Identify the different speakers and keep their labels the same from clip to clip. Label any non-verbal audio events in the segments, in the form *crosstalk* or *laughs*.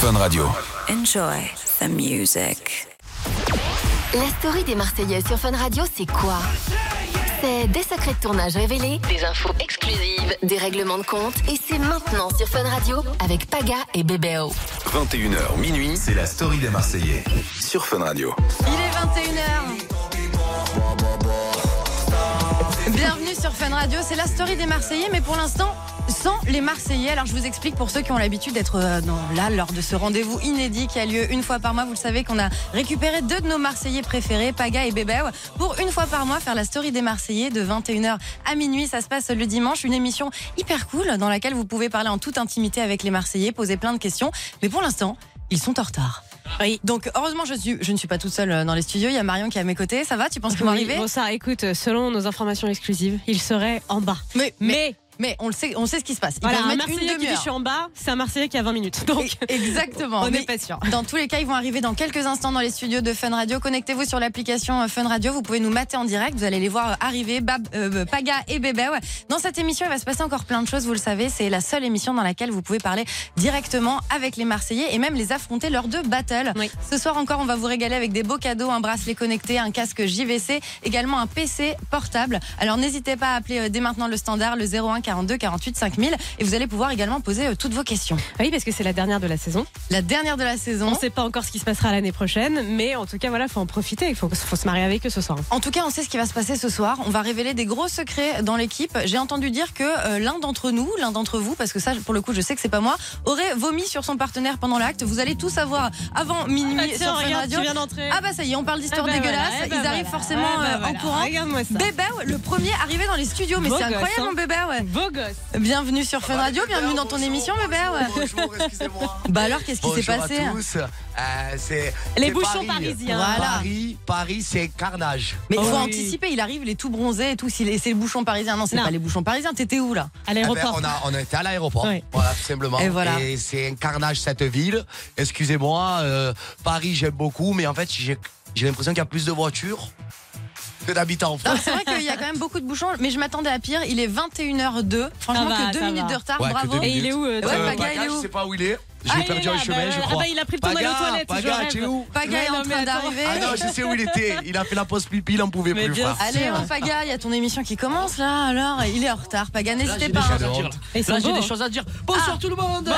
Speaker 1: Fun Radio.
Speaker 2: Enjoy the music.
Speaker 3: La story des Marseillais sur Fun Radio, c'est quoi C'est des secrets de tournage révélés, des infos exclusives, des règlements de compte, et c'est maintenant sur Fun Radio avec Paga et Bébéo.
Speaker 1: 21h minuit, c'est la story des Marseillais sur Fun Radio.
Speaker 4: Il est 21h. Bienvenue sur Fun Radio, c'est la story des Marseillais, mais pour l'instant sans les Marseillais. Alors je vous explique pour ceux qui ont l'habitude d'être euh, dans- là lors de ce rendez-vous inédit qui a lieu une fois par mois. Vous le savez qu'on a récupéré deux de nos Marseillais préférés, Paga et Bébé, pour une fois par mois faire la story des Marseillais de 21h à minuit. Ça se passe le dimanche, une émission hyper cool dans laquelle vous pouvez parler en toute intimité avec les Marseillais, poser plein de questions. Mais pour l'instant, ils sont en retard. Donc heureusement je, suis, je ne suis pas toute seule euh, dans les studios, il y a Marion qui est à mes côtés, ça va Tu penses qu'ils vont
Speaker 5: Oui,
Speaker 4: arriver
Speaker 5: bon, ça, écoute, selon nos informations exclusives, il serait en bas.
Speaker 4: mais, mais,
Speaker 5: Mais,
Speaker 4: mais on le sait, on sait ce qui se passe. Ils
Speaker 5: voilà,
Speaker 4: peuvent
Speaker 5: un
Speaker 4: mettre une
Speaker 5: Marseillais qui dit je
Speaker 4: demi-heure.
Speaker 5: suis en bas, c'est un Marseillais qui a 20 minutes. *laughs* Donc,
Speaker 4: Et- Exactement.
Speaker 5: on
Speaker 4: Mais
Speaker 5: n'est pas sûr.
Speaker 4: Dans tous les cas, ils vont arriver dans quelques instants dans les studios de Fun Radio. Connectez-vous sur l'application euh, Fun Radio. Vous pouvez nous mater en direct. Vous allez les voir euh, arriver, Bab, euh, Paga et Bébé. ouais. Dans cette émission, il va se passer encore plein de choses. Vous le savez, c'est la seule émission dans laquelle vous pouvez parler directement avec les Marseillais et même les affronter lors de battles.
Speaker 5: Oui.
Speaker 4: Ce soir encore, on va vous régaler avec des beaux cadeaux, un bracelet connecté, un casque JVC, également un PC portable. Alors n'hésitez pas à appeler euh, dès maintenant le standard, le 01 42 48 5000, et vous allez pouvoir également poser euh, toutes vos questions.
Speaker 5: Oui, parce que c'est la dernière de la saison.
Speaker 4: La dernière de la saison.
Speaker 5: On ne sait pas encore ce qui se passera l'année prochaine, mais en tout cas, voilà, faut en profiter. Il faut, faut se marier avec eux ce soir.
Speaker 4: En tout cas, on sait ce qui va se passer ce soir. On va révéler des gros secrets dans l'équipe. J'ai entendu dire que euh, l'un d'entre nous, l'un d'entre vous, parce que ça, pour le coup, je sais que c'est pas moi, aurait vomi sur son partenaire pendant l'acte. Vous allez tout savoir avant minuit
Speaker 5: Ah,
Speaker 4: sur Fun Radio.
Speaker 5: d'entrer.
Speaker 4: Ah bah ça y est, on parle d'histoire
Speaker 5: Ah bah
Speaker 4: dégueulasse.
Speaker 5: voilà, ah bah
Speaker 4: Ils arrivent
Speaker 5: voilà,
Speaker 4: forcément
Speaker 5: ah bah
Speaker 4: euh, en
Speaker 5: voilà.
Speaker 4: courant.
Speaker 5: Regarde-moi ça.
Speaker 4: Bébé, oh, le premier arrivé dans les studios, mais
Speaker 5: Beau
Speaker 4: c'est
Speaker 5: gosse,
Speaker 4: incroyable,
Speaker 5: hein.
Speaker 4: mon bébé. Ouais.
Speaker 5: Beau gosse.
Speaker 4: Bienvenue sur Fun Radio, bienvenue dans ton
Speaker 6: Bonjour,
Speaker 4: émission, bébé. Ouais.
Speaker 6: Bonjour, excusez-moi.
Speaker 4: Bah alors, qu'est-ce qui s'est
Speaker 6: Bonjour
Speaker 4: passé hein
Speaker 6: à tous. Euh, c'est
Speaker 5: Les
Speaker 6: c'est
Speaker 5: bouchons
Speaker 6: Paris.
Speaker 5: parisiens.
Speaker 4: Voilà.
Speaker 6: Paris, Paris, c'est carnage.
Speaker 4: Mais il faut
Speaker 5: Oh Oui.
Speaker 4: anticiper, il arrive, il est tout bronzé et tout. s'il est- C'est le bouchon parisien. Non, c'est
Speaker 5: Non.
Speaker 4: pas les bouchons parisiens. T'étais où là
Speaker 5: À
Speaker 6: Eh ben,
Speaker 5: l'aéroport.
Speaker 6: on, a, on était à l'aéroport,
Speaker 5: Ouais.
Speaker 6: voilà, tout simplement.
Speaker 4: Et voilà.
Speaker 6: c'est un carnage cette ville. Excusez-moi, euh, Paris j'aime beaucoup, mais en fait j'ai j'ai l'impression qu'il y a plus de voitures que d'habitants en
Speaker 4: Non,
Speaker 6: France.
Speaker 4: Ah, C'est vrai qu'il y a quand même beaucoup de bouchons, mais je m'attendais à pire. Il est 21h02. Franchement,
Speaker 5: Ça va,
Speaker 4: que deux
Speaker 5: Ah, ça
Speaker 4: minutes
Speaker 5: va.
Speaker 4: de retard,
Speaker 6: Ouais, que
Speaker 4: bravo.
Speaker 6: deux
Speaker 5: Et il est où euh, toi
Speaker 4: Ouais, Paga,
Speaker 6: Paga,
Speaker 4: il est
Speaker 6: je
Speaker 4: où
Speaker 6: sais pas où il est. Je
Speaker 5: Ah,
Speaker 6: l'ai
Speaker 5: il
Speaker 6: perdu
Speaker 5: est
Speaker 6: au
Speaker 5: là,
Speaker 6: chemin,
Speaker 5: bah,
Speaker 6: je
Speaker 5: ah
Speaker 6: crois.
Speaker 5: bah, il a pris le temps d'aller aux
Speaker 6: Paga,
Speaker 5: toilettes,
Speaker 6: Paga,
Speaker 5: je rêve.
Speaker 6: tu es où
Speaker 4: Paga
Speaker 5: Mais
Speaker 4: est
Speaker 5: non,
Speaker 4: en
Speaker 5: mais
Speaker 4: train
Speaker 5: attends.
Speaker 4: d'arriver.
Speaker 6: Ah non, je sais où il était. Il a fait la pause pipi, il en pouvait
Speaker 5: Mais
Speaker 6: plus.
Speaker 5: bien
Speaker 6: frère.
Speaker 4: Allez, hein, Paga, il y a ton émission qui commence là. Alors, il est en retard. Paga, n'hésitez
Speaker 7: j'ai
Speaker 4: pas.
Speaker 7: des
Speaker 4: hein. Ah. Bah.
Speaker 7: choses à dire.
Speaker 5: Ils sont
Speaker 7: Là, j'ai
Speaker 5: beaux,
Speaker 7: des
Speaker 5: hein.
Speaker 7: choses à dire. Bonsoir tout le monde.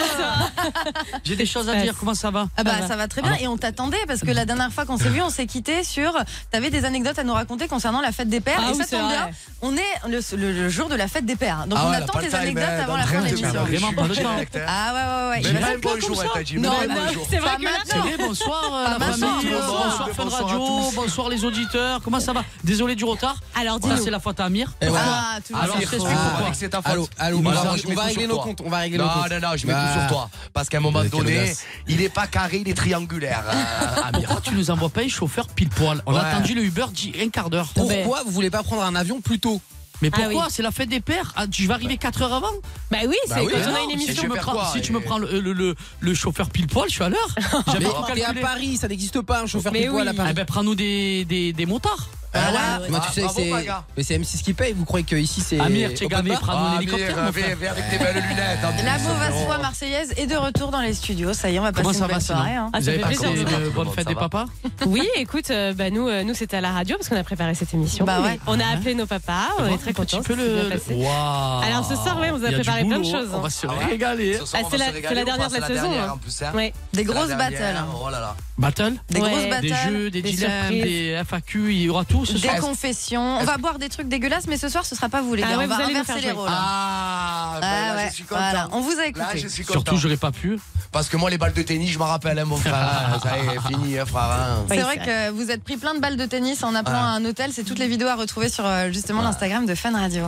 Speaker 7: J'ai des choses à
Speaker 5: Yes.
Speaker 7: dire. Comment ça va
Speaker 4: Ah bah,
Speaker 5: Ah bah.
Speaker 4: ça va très bien. Et on t'attendait parce que la dernière fois qu'on s'est vu, on s'est quitté sur. T'avais des anecdotes à nous raconter concernant la fête des pères.
Speaker 5: Ah
Speaker 4: et
Speaker 5: oui,
Speaker 4: ça
Speaker 5: c'est
Speaker 4: tombe
Speaker 5: vrai.
Speaker 4: bien. On est le, le- le jour de la fête des pères. Donc
Speaker 6: Ah
Speaker 4: on
Speaker 6: ouais,
Speaker 4: attend
Speaker 6: pas le
Speaker 4: tes
Speaker 6: time,
Speaker 4: anecdotes
Speaker 6: hein,
Speaker 4: avant
Speaker 6: dans
Speaker 4: la fin de
Speaker 6: trente
Speaker 4: l'émission.
Speaker 6: minutes,
Speaker 7: Vraiment
Speaker 6: je
Speaker 7: pas le
Speaker 6: suis
Speaker 7: temps.
Speaker 6: direct, hein.
Speaker 4: Ah ouais, ouais, ouais.
Speaker 6: Mais
Speaker 4: Il va-
Speaker 6: même bonjour, elle t'a dit. Mais
Speaker 4: Non,
Speaker 6: même
Speaker 4: bah,
Speaker 6: bonjour.
Speaker 5: C'est vrai
Speaker 4: Pas
Speaker 5: que
Speaker 4: maintenant.
Speaker 5: maintenant.
Speaker 7: Eh, bonsoir euh,
Speaker 4: Ah,
Speaker 7: la
Speaker 4: bonsoir,
Speaker 7: famille,
Speaker 4: tout le monde.
Speaker 7: bonsoir Fun
Speaker 6: Bonsoir à
Speaker 7: Radio,
Speaker 6: tous.
Speaker 7: bonsoir les auditeurs, comment ça va Désolé du retard.
Speaker 5: Alors
Speaker 7: Ça
Speaker 5: dis-nous.
Speaker 7: c'est la faute à Amir.
Speaker 8: Et voilà.
Speaker 4: Ah, toujours
Speaker 7: Alors,
Speaker 4: ça.
Speaker 7: je t'explique
Speaker 8: Ah,
Speaker 7: pourquoi.
Speaker 6: que c'est ta faute.
Speaker 8: Allô, allô,
Speaker 6: Il
Speaker 8: on
Speaker 6: nous
Speaker 8: va-
Speaker 6: a- je
Speaker 8: on
Speaker 6: mets
Speaker 8: va
Speaker 6: tout
Speaker 8: régler
Speaker 6: sur
Speaker 8: nos
Speaker 6: toi.
Speaker 8: comptes, on va régler
Speaker 6: Non,
Speaker 8: nos comptes.
Speaker 6: non, non, je mets
Speaker 8: Bah.
Speaker 6: tout sur toi. Parce qu'à un moment
Speaker 8: Avec
Speaker 6: donné,
Speaker 8: l'audace.
Speaker 6: il est pas carré, il
Speaker 7: *laughs*
Speaker 6: est triangulaire. hein, Amir.
Speaker 7: Pourquoi tu nous envoies pas un chauffeur pile poil On a
Speaker 6: Ouais.
Speaker 7: attendu le Uber dit un quart d'heure.
Speaker 4: Bah.
Speaker 8: Pourquoi vous voulez pas prendre un avion plus tôt
Speaker 7: Mais
Speaker 5: Ah
Speaker 7: pourquoi
Speaker 5: oui.
Speaker 7: C'est la fête des pères. Ah, tu vas arriver 4 heures avant
Speaker 5: Bah oui, c'est
Speaker 6: Bah oui,
Speaker 5: quand
Speaker 6: mais
Speaker 5: on
Speaker 8: Ah
Speaker 5: a une
Speaker 7: Si
Speaker 6: non, c'est- je
Speaker 5: émission.
Speaker 7: tu
Speaker 6: vais
Speaker 7: me
Speaker 6: faire
Speaker 7: prends,
Speaker 6: quoi,
Speaker 7: si tu
Speaker 6: et-
Speaker 7: me prends le, le- le- le chauffeur pile poil, je suis à l'heure. J'avais tout
Speaker 8: Ah, T'es à
Speaker 7: calculé.
Speaker 8: Paris, ça n'existe pas un chauffeur
Speaker 5: Mais
Speaker 8: plus poil
Speaker 5: oui. Ah
Speaker 8: à
Speaker 7: Eh
Speaker 8: Paris.
Speaker 7: ben prends-nous des, des, des motards.
Speaker 8: Ah
Speaker 6: Ah
Speaker 8: ouais,
Speaker 6: ouais.
Speaker 8: moi, tu sais que
Speaker 6: Bravo,
Speaker 8: c'est-
Speaker 6: Paga.
Speaker 8: mais c'est M6 qui paye, vous croyez que ici c'est.
Speaker 7: Amir, t'es
Speaker 8: open
Speaker 7: gavé,
Speaker 8: bar
Speaker 7: prends-nous
Speaker 6: Ah,
Speaker 7: l'hélicoptère.
Speaker 6: viens, viens, viens avec tes belles lunettes. hein,
Speaker 4: La
Speaker 6: petit
Speaker 4: mauvaise
Speaker 6: Sandro.
Speaker 4: foi marseillaise est de retour dans les studios. Ça y est, on va passer
Speaker 7: Comment
Speaker 4: une
Speaker 7: ça
Speaker 4: belle
Speaker 7: va sinon
Speaker 4: soirée. hein.
Speaker 5: Ah,
Speaker 7: Vous
Speaker 5: ça
Speaker 7: avez
Speaker 5: fait
Speaker 7: passé
Speaker 5: plaisir.
Speaker 7: une bonne
Speaker 6: Comment
Speaker 7: fête
Speaker 6: ça
Speaker 7: des
Speaker 6: va
Speaker 7: papas
Speaker 5: *laughs* Oui, écoute, euh, bah nous, euh, nous c'était à la radio parce qu'on a préparé cette émission.
Speaker 4: Bah
Speaker 5: Mais
Speaker 4: ouais.
Speaker 5: On a appelé nos papas, on
Speaker 7: Voir
Speaker 5: est
Speaker 7: Ah un
Speaker 5: très
Speaker 7: petit
Speaker 5: contents.
Speaker 7: peu
Speaker 5: ça s'est bien passé.
Speaker 7: Waouh.
Speaker 5: Alors, ce soir, ouais, on vous a
Speaker 7: Il y du
Speaker 5: préparé plein de
Speaker 7: boulot,
Speaker 5: choses,
Speaker 7: On
Speaker 5: hein.
Speaker 7: va se
Speaker 6: Ah ouais.
Speaker 7: régaler.
Speaker 6: Ce soir,
Speaker 5: Ah,
Speaker 6: on
Speaker 5: c'est
Speaker 6: va
Speaker 5: la-
Speaker 6: se
Speaker 5: c'est la
Speaker 6: régaler, on
Speaker 5: dernière de
Speaker 6: passe
Speaker 5: la
Speaker 6: à
Speaker 5: saison,
Speaker 6: dernière,
Speaker 5: hein.
Speaker 6: en plus, hein.
Speaker 5: Ouais.
Speaker 4: Des
Speaker 6: C'est la
Speaker 4: grosses battles.
Speaker 6: dernière, Oh là là.
Speaker 7: Battle
Speaker 4: Des grosses
Speaker 5: Ouais.
Speaker 4: battles.
Speaker 7: Des jeux, des
Speaker 5: Des
Speaker 7: dilemmes,
Speaker 5: surprises.
Speaker 7: des FAQ, il y aura tout ce
Speaker 4: Des
Speaker 7: soir.
Speaker 4: confessions. On va boire des trucs dégueulasses, mais ce soir, ce sera pas vous, les
Speaker 5: Ah
Speaker 4: gars.
Speaker 5: ouais,
Speaker 4: on
Speaker 5: vous
Speaker 4: va
Speaker 5: allez nous
Speaker 4: inverser
Speaker 5: faire
Speaker 4: les
Speaker 5: jouer.
Speaker 4: rôles. hein.
Speaker 6: Ah, ben
Speaker 4: Ah
Speaker 6: là,
Speaker 4: ouais,
Speaker 6: je suis content.
Speaker 4: voilà. On vous a
Speaker 6: Là, je
Speaker 4: écouté.
Speaker 6: suis content.
Speaker 7: Surtout, j'aurais pas pu.
Speaker 6: Parce que moi, les balles de tennis, je m'en
Speaker 7: *laughs*
Speaker 6: rappelle, hein, mon
Speaker 7: Ah,
Speaker 6: frère. Ça y est, fini, hein, frère. hein.
Speaker 4: C'est
Speaker 5: Oui,
Speaker 4: vrai
Speaker 5: c'est
Speaker 4: que vous êtes pris plein de balles de tennis en appelant
Speaker 6: Ouais.
Speaker 4: à un hôtel. C'est toutes les vidéos à retrouver sur euh, justement l'Instagram de Fun Radio.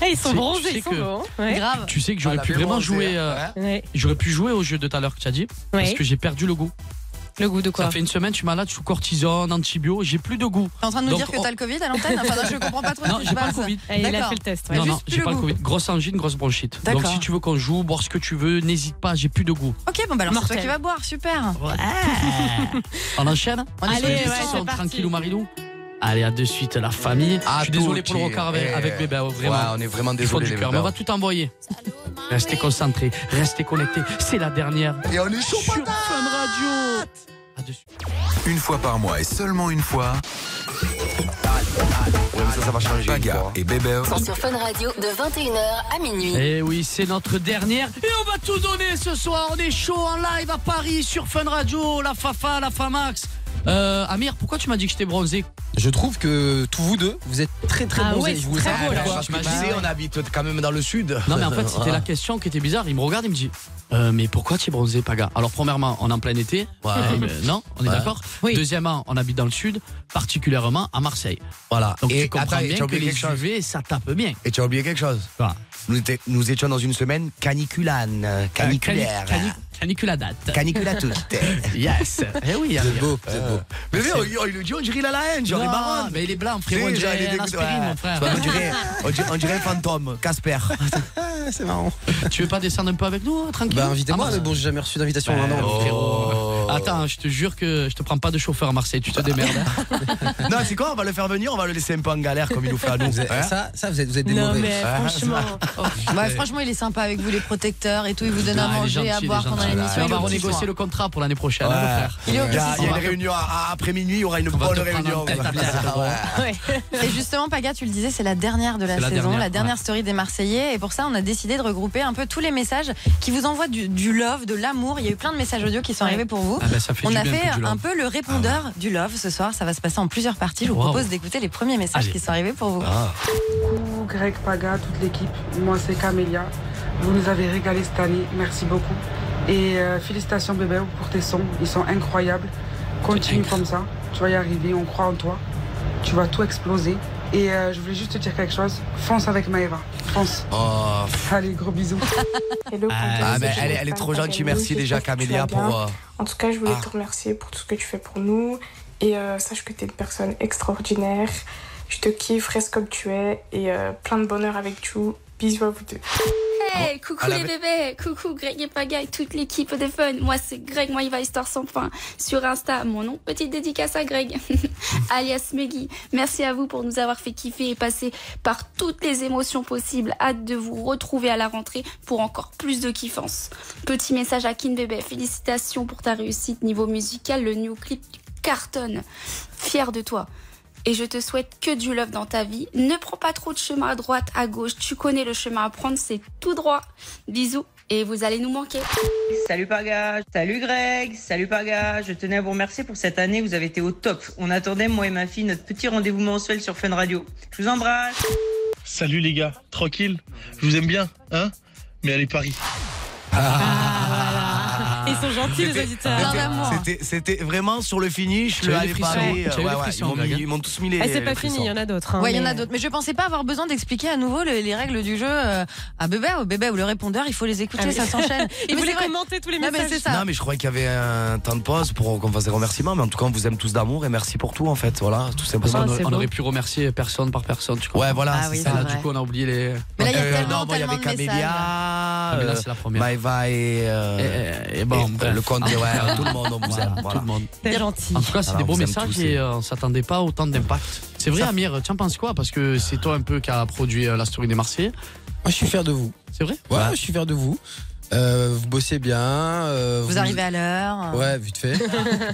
Speaker 5: Ah, ils sont
Speaker 7: Tu sais-
Speaker 5: bronzés,
Speaker 7: tu sais
Speaker 5: ils sont
Speaker 7: que-
Speaker 5: beaux. hein. Ouais.
Speaker 4: Grave.
Speaker 7: Tu sais que j'aurais
Speaker 6: Ah, la
Speaker 7: pu vraiment
Speaker 6: belle
Speaker 7: jouer.
Speaker 6: bronzée,
Speaker 7: euh,
Speaker 6: hein.
Speaker 5: Ouais.
Speaker 7: J'aurais pu jouer au jeu de tout à l'heure que tu as dit. Parce
Speaker 5: Ouais.
Speaker 7: que j'ai perdu le goût.
Speaker 5: Le goût de quoi
Speaker 7: Ça fait une semaine, je suis malade, je suis cortisone, antibio, j'ai plus de goût.
Speaker 4: T'es en train de nous
Speaker 7: Donc,
Speaker 4: dire que
Speaker 7: on-
Speaker 4: t'as le Covid à l'antenne Enfin, non, je comprends pas
Speaker 7: *laughs*
Speaker 4: trop
Speaker 7: Non,
Speaker 4: ce qui se
Speaker 7: j'ai pas le
Speaker 4: passe.
Speaker 7: Covid.
Speaker 5: Eh, Il a
Speaker 4: D'accord.
Speaker 5: fait le test. ouais.
Speaker 7: Non,
Speaker 4: juste
Speaker 7: non,
Speaker 4: plus
Speaker 7: j'ai
Speaker 4: le
Speaker 7: pas le
Speaker 4: goût.
Speaker 7: Covid. Grosse angine, grosse bronchite. Donc
Speaker 4: D'accord.
Speaker 7: si tu veux qu'on joue, boire ce que tu veux, n'hésite pas, j'ai plus de goût.
Speaker 4: Ok, bon, bah alors c'est toi
Speaker 5: Mortel.
Speaker 4: qui vas boire. Super.
Speaker 7: On enchaîne
Speaker 4: On
Speaker 7: *laughs*
Speaker 4: est
Speaker 5: Allez,
Speaker 4: sur les
Speaker 5: ouais,
Speaker 4: questions.
Speaker 5: c'est parti.
Speaker 7: Tranquille ou Marilou Allez, à de suite, la famille.
Speaker 6: Ah,
Speaker 7: Je suis désolé
Speaker 6: tout,
Speaker 7: pour le
Speaker 6: tu-
Speaker 7: recard avec,
Speaker 6: eh,
Speaker 7: avec bébé, oh, vraiment.
Speaker 6: ouais, on est vraiment
Speaker 7: Il faut
Speaker 6: désolé,
Speaker 7: du
Speaker 6: les
Speaker 7: cœur,
Speaker 6: bébés. hein.
Speaker 7: mais on va tout envoyer. Restez concentrés, restez connectés. C'est la dernière.
Speaker 6: Et on est chaud
Speaker 7: Sur Fun Radio. À de suite.
Speaker 1: Une fois par mois et seulement une fois,
Speaker 6: Ouais, mais ça, ça va changer. une
Speaker 1: Paga
Speaker 6: fois.
Speaker 1: et Bébé
Speaker 3: Sur Fun Radio de 21h à minuit.
Speaker 7: Eh oui, c'est notre dernière. Et on va tout donner ce soir. On est chaud en live à Paris sur Fun Radio, la Fafa, la Famax. Euh, Amir, pourquoi tu m'as dit que j'étais bronzé
Speaker 8: Je trouve que tous vous deux, vous êtes très très
Speaker 5: Ah
Speaker 8: bons.
Speaker 5: ouais,
Speaker 8: Je
Speaker 5: c'est
Speaker 8: voulais
Speaker 5: très
Speaker 8: savoir
Speaker 5: beau, là.
Speaker 8: pourquoi.
Speaker 6: Parce que, tu
Speaker 7: Bah, J'imagine.
Speaker 6: sais, on habite quand même dans le sud.
Speaker 7: Non, mais en
Speaker 6: *laughs*
Speaker 7: fait, c'était
Speaker 6: Voilà.
Speaker 7: la question qui était bizarre. Il me regarde, il me dit Euh, Mais pourquoi tu es bronzé, Paga Alors, premièrement, on est en plein été.
Speaker 6: Ouais.
Speaker 7: Euh, mais non, on est
Speaker 6: Ouais.
Speaker 7: d'accord.
Speaker 5: Oui.
Speaker 7: Deuxièmement, on habite dans le sud, particulièrement à Marseille.
Speaker 6: Voilà.
Speaker 7: Donc,
Speaker 6: Et
Speaker 7: tu comprends
Speaker 6: attends, et
Speaker 7: bien
Speaker 6: tu as
Speaker 7: que
Speaker 6: oublié
Speaker 7: les
Speaker 6: quelque chose.
Speaker 7: UV, ça tape bien.
Speaker 6: Et tu as oublié quelque chose
Speaker 7: Voilà.
Speaker 6: nous, étais- nous étions dans une semaine caniculane, euh, caniculaire,
Speaker 7: Canicula date. *laughs*
Speaker 6: canicula toute.
Speaker 7: Yes. Eh oui,
Speaker 8: Vous êtes
Speaker 7: Amir.
Speaker 8: beaux, vous êtes beaux.
Speaker 6: Mais oui, on, on le Oh, dit, on dirait la laine, genre les
Speaker 7: Non,
Speaker 6: barons.
Speaker 7: Mais il est blanc, frérot. On dirait un aspirine, mon frère.
Speaker 6: On dirait, on dirait, on dirait un fantôme,
Speaker 7: *laughs*
Speaker 6: Casper.
Speaker 8: C'est
Speaker 6: *laughs*
Speaker 8: marrant.
Speaker 7: Tu veux pas descendre un peu avec nous, euh, tranquille
Speaker 8: Bah invitez-moi,
Speaker 7: Ah, Oh.
Speaker 8: mais
Speaker 7: bah,
Speaker 8: bon, j'ai jamais reçu d'invitation. non,
Speaker 6: Oh.
Speaker 8: non.
Speaker 7: frérot. Attends, je te jure que je te prends pas de chauffeur à Marseille, tu te démerdes. hein.
Speaker 6: *laughs* Non, c'est quoi On va le faire venir, on va le laisser un peu en galère comme il nous fait à nous.
Speaker 8: Vous êtes-
Speaker 6: hein
Speaker 8: ça, ça, vous êtes, vous êtes des
Speaker 5: Non,
Speaker 8: mauvais.
Speaker 5: mais franchement.
Speaker 4: Ouais, Bah, franchement, il est sympa avec vous, les protecteurs et tout. Il vous donne à
Speaker 7: Non, Ah, il est gentil,
Speaker 4: manger, à
Speaker 7: il est
Speaker 4: boire pendant
Speaker 7: gentil.
Speaker 4: l'émission.
Speaker 7: On
Speaker 4: il
Speaker 7: va
Speaker 4: est au petit
Speaker 7: renégocier
Speaker 4: soin.
Speaker 7: le contrat pour l'année prochaine, hein, mon frère.
Speaker 6: Il y a, il y a
Speaker 7: On va-
Speaker 4: hein.
Speaker 6: une réunion à- à- après minuit, il y aura une
Speaker 7: va
Speaker 6: bonne
Speaker 7: te prendre
Speaker 6: réunion.
Speaker 7: en
Speaker 6: *laughs*
Speaker 7: tête à
Speaker 6: Ouais.
Speaker 7: tête,
Speaker 5: Ouais.
Speaker 4: *laughs* Et justement, Paga, tu le disais, c'est la dernière de la
Speaker 7: C'est la
Speaker 4: saison,
Speaker 7: dernière,
Speaker 4: la dernière
Speaker 7: ouais.
Speaker 4: story des Marseillais. Et pour ça, on a décidé de regrouper un peu tous les messages qui vous envoient du, du love, de l'amour. Il y a eu plein de messages audio qui sont
Speaker 5: Ouais.
Speaker 4: arrivés pour vous.
Speaker 7: Ah bah, ça fait
Speaker 4: on
Speaker 7: du Ah
Speaker 4: a
Speaker 7: bien
Speaker 4: fait
Speaker 7: que tu
Speaker 4: un
Speaker 7: l'envoies.
Speaker 4: peu le répondeur du love ce soir. Ça va se passer en plusieurs parties. Je vous
Speaker 7: Wow.
Speaker 4: propose d'écouter les premiers messages
Speaker 7: Allez. Ah,
Speaker 4: qui sont arrivés pour vous.
Speaker 9: Coucou, Greg Paga, toute l'équipe. Moi, c'est Camélia. Vous nous avez régalé cette année. Merci beaucoup. Et euh, félicitations, bébé, pour tes sons. Ils sont incroyables. Continue comme ça. Tu vas y arriver. On croit en toi. Tu vas tout exploser. Et euh, je voulais juste te dire quelque chose. Fonce avec Maëva. Fonce.
Speaker 6: Oh,
Speaker 9: Allez, gros bisous.
Speaker 10: Hello,
Speaker 6: ah,
Speaker 10: Quentin,
Speaker 6: mais
Speaker 10: c'est
Speaker 6: elle, est-
Speaker 10: Julie
Speaker 6: elle est trop
Speaker 10: Fanta
Speaker 6: gentille,
Speaker 10: Gallo,
Speaker 6: merci déjà
Speaker 10: j'espère que tu vas
Speaker 6: Camélia
Speaker 10: bien.
Speaker 6: pour. euh,
Speaker 10: En tout cas, je voulais
Speaker 6: Ah.
Speaker 10: te remercier pour tout ce que tu fais pour nous. Et euh, sache que tu es une personne extraordinaire. Je te kiffe, reste comme tu es. Et euh, plein de bonheur avec Chou. Bisous à vous deux.
Speaker 11: Hey, coucou
Speaker 6: à la
Speaker 11: les bébés, coucou Greg et Paga et toute l'équipe des fun. Moi c'est Greg, moi il va histoire sans fin. Sur Insta, mon nom, petite dédicace à Greg, *laughs* alias Meggy. Merci à vous pour nous avoir fait kiffer et passer par toutes les émotions possibles. Hâte de vous retrouver à la rentrée pour encore plus de kiffance. Petit message à Kin bébé, félicitations pour ta réussite niveau musical, le new clip cartonne. Fier de toi. Et je te souhaite que du love dans ta vie. Ne prends pas trop de chemin à droite, à gauche. Tu connais le chemin à prendre, c'est tout droit. Bisous et vous allez nous manquer.
Speaker 9: Salut Paga, salut Greg, salut Paga. Je tenais à vous remercier pour cette année, vous avez été au top. On attendait, moi et ma fille, notre petit rendez-vous mensuel sur Fun Radio. Je vous embrasse.
Speaker 12: Salut les gars, tranquille, je vous aime bien, hein Mais allez Paris.
Speaker 5: Ah, voilà. Ils sont gentils, les auditeurs.
Speaker 4: Plein d'amour.
Speaker 6: C'était, c'était vraiment sur le finish,
Speaker 7: Tu
Speaker 6: le
Speaker 7: as eu les
Speaker 6: aller
Speaker 7: frissons,
Speaker 6: parler,
Speaker 7: tu as eu
Speaker 6: euh,
Speaker 7: les
Speaker 6: ouais, ouais,
Speaker 7: frissons,
Speaker 6: ils m'ont mis-
Speaker 7: Greg.
Speaker 6: Ils m'ont tous mis les.
Speaker 5: Ah, c'est
Speaker 6: les
Speaker 5: pas fini, il
Speaker 6: frissons.
Speaker 5: y en a d'autres. hein,
Speaker 4: Ouais, il y en a
Speaker 5: mais-
Speaker 4: d'autres. Mais je pensais pas avoir besoin d'expliquer à nouveau le- les règles du jeu euh, à bébé, au bébé ou le répondeur. Il faut les écouter,
Speaker 5: Ah oui.
Speaker 4: ça s'enchaîne.
Speaker 5: *laughs* Il
Speaker 4: Mais
Speaker 5: voulait
Speaker 4: c'est vrai.
Speaker 5: commenter tous les
Speaker 4: Non, mais
Speaker 5: messages.
Speaker 4: c'est ça.
Speaker 6: Non, mais je croyais qu'il y avait un temps de pause pour qu'on fasse des remerciements, mais en tout cas, on vous aime tous d'amour et merci pour tout, en fait. Voilà, tout
Speaker 7: Parce
Speaker 6: simplement.
Speaker 7: qu'on
Speaker 5: Ah, c'est
Speaker 7: on
Speaker 5: beau.
Speaker 7: aurait pu remercier personne par personne, tu comprends
Speaker 6: Ouais, voilà,
Speaker 4: Ah
Speaker 6: c'est
Speaker 4: oui,
Speaker 6: ça.
Speaker 4: c'est
Speaker 7: Là,
Speaker 4: vrai.
Speaker 7: du coup, on a oublié les.
Speaker 4: Mais là, il y a
Speaker 6: Euh,
Speaker 4: tellement,
Speaker 6: non, bon, il y
Speaker 4: tellement
Speaker 6: avait
Speaker 4: de messages.
Speaker 6: Camélia,
Speaker 7: Ah, Mais là,
Speaker 6: euh,
Speaker 7: c'est la première.
Speaker 6: Maeva et. euh,
Speaker 7: Et, et bon,
Speaker 6: et, euh,
Speaker 7: bref.
Speaker 6: le compte, ouais,
Speaker 7: *laughs* Voilà.
Speaker 6: tout le monde, on vous
Speaker 7: Voilà,
Speaker 6: aime.
Speaker 7: tout
Speaker 6: voilà.
Speaker 7: le monde.
Speaker 5: T'es gentil.
Speaker 7: En tout cas, c'est
Speaker 6: Voilà,
Speaker 7: des
Speaker 6: on
Speaker 7: beaux
Speaker 6: vous aime
Speaker 7: messages
Speaker 6: tous,
Speaker 7: et
Speaker 6: et-
Speaker 7: euh, on s'attendait pas à autant d'impact. C'est vrai,
Speaker 6: Ça-
Speaker 7: Amir, tu en penses quoi Parce que c'est toi un peu qui a produit euh, la story des Marseillais.
Speaker 8: Moi, je suis fier de vous.
Speaker 7: C'est vrai
Speaker 8: Ouais,
Speaker 6: Ouais.
Speaker 8: je suis fier de vous. Euh, vous bossez bien. euh,
Speaker 4: Vous arrivez à l'heure.
Speaker 8: Ouais,
Speaker 5: *laughs*
Speaker 8: vite fait. vous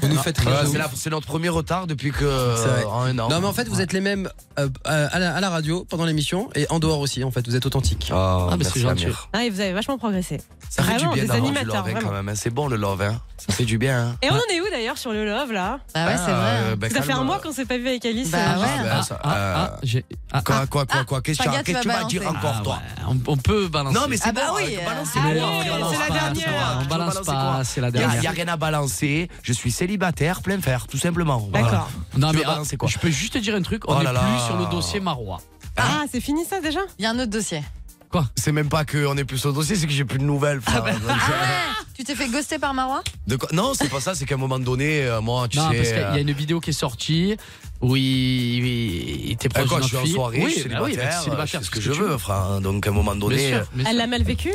Speaker 7: Ah,
Speaker 8: nous faites rire.
Speaker 6: Ouais,
Speaker 8: de
Speaker 6: c'est,
Speaker 8: ouf.
Speaker 6: la- c'est notre premier retard depuis que.
Speaker 8: C'est
Speaker 7: euh,
Speaker 8: vrai.
Speaker 6: en un an.
Speaker 8: Non mais en fait vous êtes les mêmes euh, euh, à, la, à la radio pendant l'émission et en dehors aussi en fait vous êtes authentiques.
Speaker 6: Oh,
Speaker 7: Ah, mais
Speaker 6: merci,
Speaker 7: c'est gentil.
Speaker 6: Amir.
Speaker 5: Ah, et vous avez vachement progressé.
Speaker 6: Ça fait
Speaker 5: Vraiment,
Speaker 6: du bien
Speaker 5: Ah des
Speaker 6: d'avoir du
Speaker 5: animateurs,
Speaker 6: love, hein,
Speaker 5: vraiment.
Speaker 6: quand même. hein. C'est bon le love, hein. Ça fait du bien. Hein.
Speaker 5: Et on en est où d'ailleurs sur le love là
Speaker 4: Bah ouais, c'est vrai.
Speaker 6: euh, ben,
Speaker 5: Ça fait un
Speaker 6: calme.
Speaker 5: mois qu'on s'est pas vu avec Alice.
Speaker 4: Bah
Speaker 5: Euh,
Speaker 4: ouais.
Speaker 6: Ah, ben, ça-
Speaker 7: ah,
Speaker 6: euh,
Speaker 7: ah, j'ai- ah,
Speaker 6: Quoi, quoi, quoi, quoi Qu'est-ce que tu as-
Speaker 4: Paga, tu
Speaker 6: qu'est-ce que tu
Speaker 4: vas
Speaker 6: vas dire
Speaker 4: balancer.
Speaker 6: encore, toi
Speaker 7: Ah ouais, on, on peut balancer.
Speaker 6: Non, mais c'est
Speaker 4: Ah bah
Speaker 6: bon,
Speaker 4: oui,
Speaker 6: euh,
Speaker 4: euh,
Speaker 6: balancez
Speaker 5: allez,
Speaker 6: moi,
Speaker 5: Eh, c'est
Speaker 6: balance
Speaker 5: la
Speaker 6: pas,
Speaker 5: dernière.
Speaker 6: ça va,
Speaker 7: On balance
Speaker 6: tu veux balancer
Speaker 7: pas,
Speaker 6: quoi
Speaker 7: c'est la
Speaker 6: Il
Speaker 7: dernière.
Speaker 6: n'y a, rien à balancer, je suis célibataire, plein fer, tout simplement. Voilà.
Speaker 5: D'accord.
Speaker 7: Non,
Speaker 6: Tu
Speaker 7: mais
Speaker 6: veux balancer
Speaker 7: ah,
Speaker 6: quoi
Speaker 7: je peux juste te dire un truc. On
Speaker 6: Oh
Speaker 7: n'est
Speaker 6: là là.
Speaker 7: plus sur le dossier Marois.
Speaker 6: Bah,
Speaker 5: Ah, c'est fini ça déjà
Speaker 4: Il y a un autre dossier.
Speaker 6: C'est même pas qu'on est plus au dossier, c'est que j'ai plus de nouvelles.
Speaker 7: Ah
Speaker 6: frère.
Speaker 7: bah.
Speaker 4: Tu t'es fait ghoster par Marois
Speaker 6: De quoi- Non, c'est pas ça, c'est qu'à un moment donné, euh, moi, tu
Speaker 7: non,
Speaker 6: sais.
Speaker 7: parce qu'il y a
Speaker 6: euh,
Speaker 7: une vidéo qui est sortie où il, il était
Speaker 6: euh,
Speaker 7: proche
Speaker 6: quoi,
Speaker 7: d'une
Speaker 6: je suis en
Speaker 7: fille.
Speaker 6: soirée,
Speaker 7: oui,
Speaker 6: euh, je suis
Speaker 7: bah oui, bah,
Speaker 6: célibataire,
Speaker 7: célibataire,
Speaker 6: je fais ce
Speaker 7: c'est
Speaker 6: que je veux, frère. Donc à un moment
Speaker 7: Bien
Speaker 6: donné. euh, Ah,
Speaker 7: sûr, bien
Speaker 5: Elle
Speaker 7: sûr.
Speaker 5: l'a mal vécu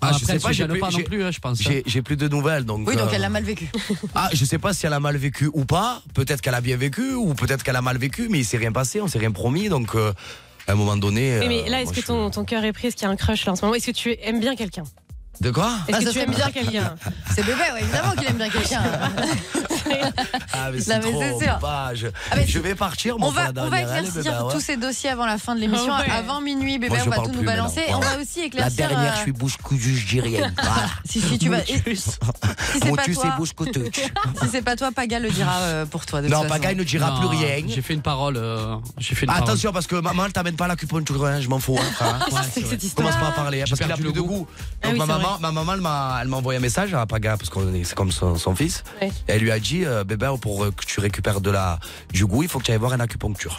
Speaker 7: Ah,
Speaker 6: je sais pas, j'ai plus- j'ai-
Speaker 7: hein,
Speaker 6: J'ai j'ai plus de nouvelles, donc.
Speaker 4: Oui, donc
Speaker 6: euh,
Speaker 4: elle l'a
Speaker 5: *laughs*
Speaker 4: mal vécu.
Speaker 6: Ah, je sais pas si elle a mal vécu ou pas. Peut-être qu'elle a bien vécu ou peut-être qu'elle a mal vécu, mais il s'est rien passé, on s'est rien promis, donc euh, à un moment donné.
Speaker 5: Oui,
Speaker 6: euh,
Speaker 5: mais là, est-ce
Speaker 6: moi,
Speaker 5: que ton, ton cœur est pris Est-ce qu'il y a un crush là en ce moment Est-ce que tu aimes bien quelqu'un
Speaker 6: je- De quoi
Speaker 4: Ah,
Speaker 5: Est-ce que tu aimes bien quelqu'un
Speaker 4: *laughs* C'est bébé, ouais, évidemment qu'il aime
Speaker 5: *laughs*
Speaker 4: bien quelqu'un.
Speaker 6: *laughs* Ah, mais
Speaker 4: Non,
Speaker 6: c'est
Speaker 4: mais
Speaker 6: trop.
Speaker 4: c'est
Speaker 6: on
Speaker 4: sûr.
Speaker 6: peut pas, je,
Speaker 4: Ah, mais
Speaker 6: je
Speaker 4: c'est-
Speaker 6: vais partir,
Speaker 4: On
Speaker 6: moi,
Speaker 4: va,
Speaker 6: pour la
Speaker 4: on va
Speaker 6: dernière année,
Speaker 4: éclaircir
Speaker 6: ben, ouais.
Speaker 4: tous ces dossiers avant la fin de l'émission.
Speaker 5: Ah ouais.
Speaker 4: Avant minuit, bébé,
Speaker 6: Moi, je
Speaker 4: on va
Speaker 6: parle
Speaker 4: tout nous
Speaker 6: plus, mais non,
Speaker 4: balancer. Et
Speaker 6: voilà.
Speaker 4: on va aussi
Speaker 6: Oh. La
Speaker 4: éclaircir.
Speaker 6: dernière,
Speaker 4: euh, Ah,
Speaker 6: je suis bouche cousue, je dis
Speaker 4: *laughs*
Speaker 6: rien. Voilà.
Speaker 4: Si, si, tu vas. Ah et- *laughs* Si c'est
Speaker 6: Mon
Speaker 4: pas
Speaker 6: Dieu,
Speaker 4: toi-
Speaker 6: c'est bouche coutue.
Speaker 4: *laughs* Si c'est pas toi, Paga le dira euh, pour toi. de toute
Speaker 6: Non,
Speaker 4: façon.
Speaker 6: Pagaille ne dira
Speaker 7: Non,
Speaker 6: plus rien.
Speaker 7: J'ai fait une parole. euh, j'ai fait une parole.
Speaker 6: Attention, parce que maman, elle t'amène pas l'acupuncture, hein, je m'en fous. hein, frère,
Speaker 5: *laughs*
Speaker 6: hein.
Speaker 7: Ouais, c'est vrai.
Speaker 6: Commence pas à parler, hein,
Speaker 7: J'ai
Speaker 6: parce qu'il a
Speaker 7: perdu
Speaker 6: plus
Speaker 7: le
Speaker 6: de
Speaker 7: goût.
Speaker 6: goût.
Speaker 5: Ah
Speaker 6: Donc
Speaker 5: oui,
Speaker 6: ma,
Speaker 5: c'est
Speaker 6: maman, ma maman, elle m'a elle m'a envoyé un message à Paga, parce que c'est comme son, son fils.
Speaker 5: Ouais.
Speaker 6: Et elle lui a dit euh, bébé, pour euh, que tu récupères de la, du goût, il faut que tu ailles voir un acupuncture.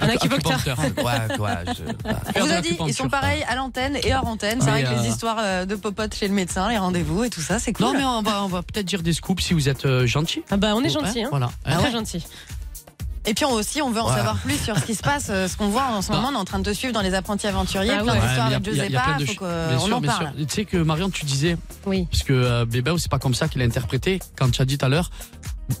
Speaker 5: Un acupuncteur.
Speaker 7: Acupuncteur.
Speaker 6: ouais, ouais, je- bah. ouais.
Speaker 4: On vous a
Speaker 7: Faire de
Speaker 4: dit, ils sont
Speaker 7: l'acupuncture.
Speaker 4: pareils à l'antenne et hors antenne. C'est
Speaker 7: Mais,
Speaker 4: vrai que
Speaker 7: euh,
Speaker 4: les histoires euh, de popotes chez le médecin, les rendez-vous et tout ça, c'est cool.
Speaker 7: Non, mais on va, on va peut-être dire des scoops si vous êtes euh, gentil.
Speaker 5: Ah bah, on est gentil, hein.
Speaker 7: Voilà.
Speaker 5: Très
Speaker 4: Ah
Speaker 7: Hein
Speaker 5: gentil.
Speaker 4: Et puis on aussi, on veut en
Speaker 6: Ouais.
Speaker 4: savoir plus sur ce qui se passe, euh, ce qu'on voit en ce
Speaker 7: Bah.
Speaker 4: moment. On est en train de te suivre dans les apprentis aventuriers,
Speaker 5: Ah
Speaker 4: plein
Speaker 5: ouais.
Speaker 4: d'histoires
Speaker 7: Ouais,
Speaker 4: avec
Speaker 7: mais il y a- il y a- il y a
Speaker 4: Giuseppa.
Speaker 7: plein de
Speaker 4: Faut
Speaker 7: ch-
Speaker 4: qu'on
Speaker 7: Bien sûr,
Speaker 4: en
Speaker 7: bien
Speaker 4: parle.
Speaker 7: sûr. Tu sais que Marion, tu disais,
Speaker 5: Oui.
Speaker 7: parce que euh, Bébé, c'est pas comme ça qu'il a interprété quand tu as dit tout à l'heure.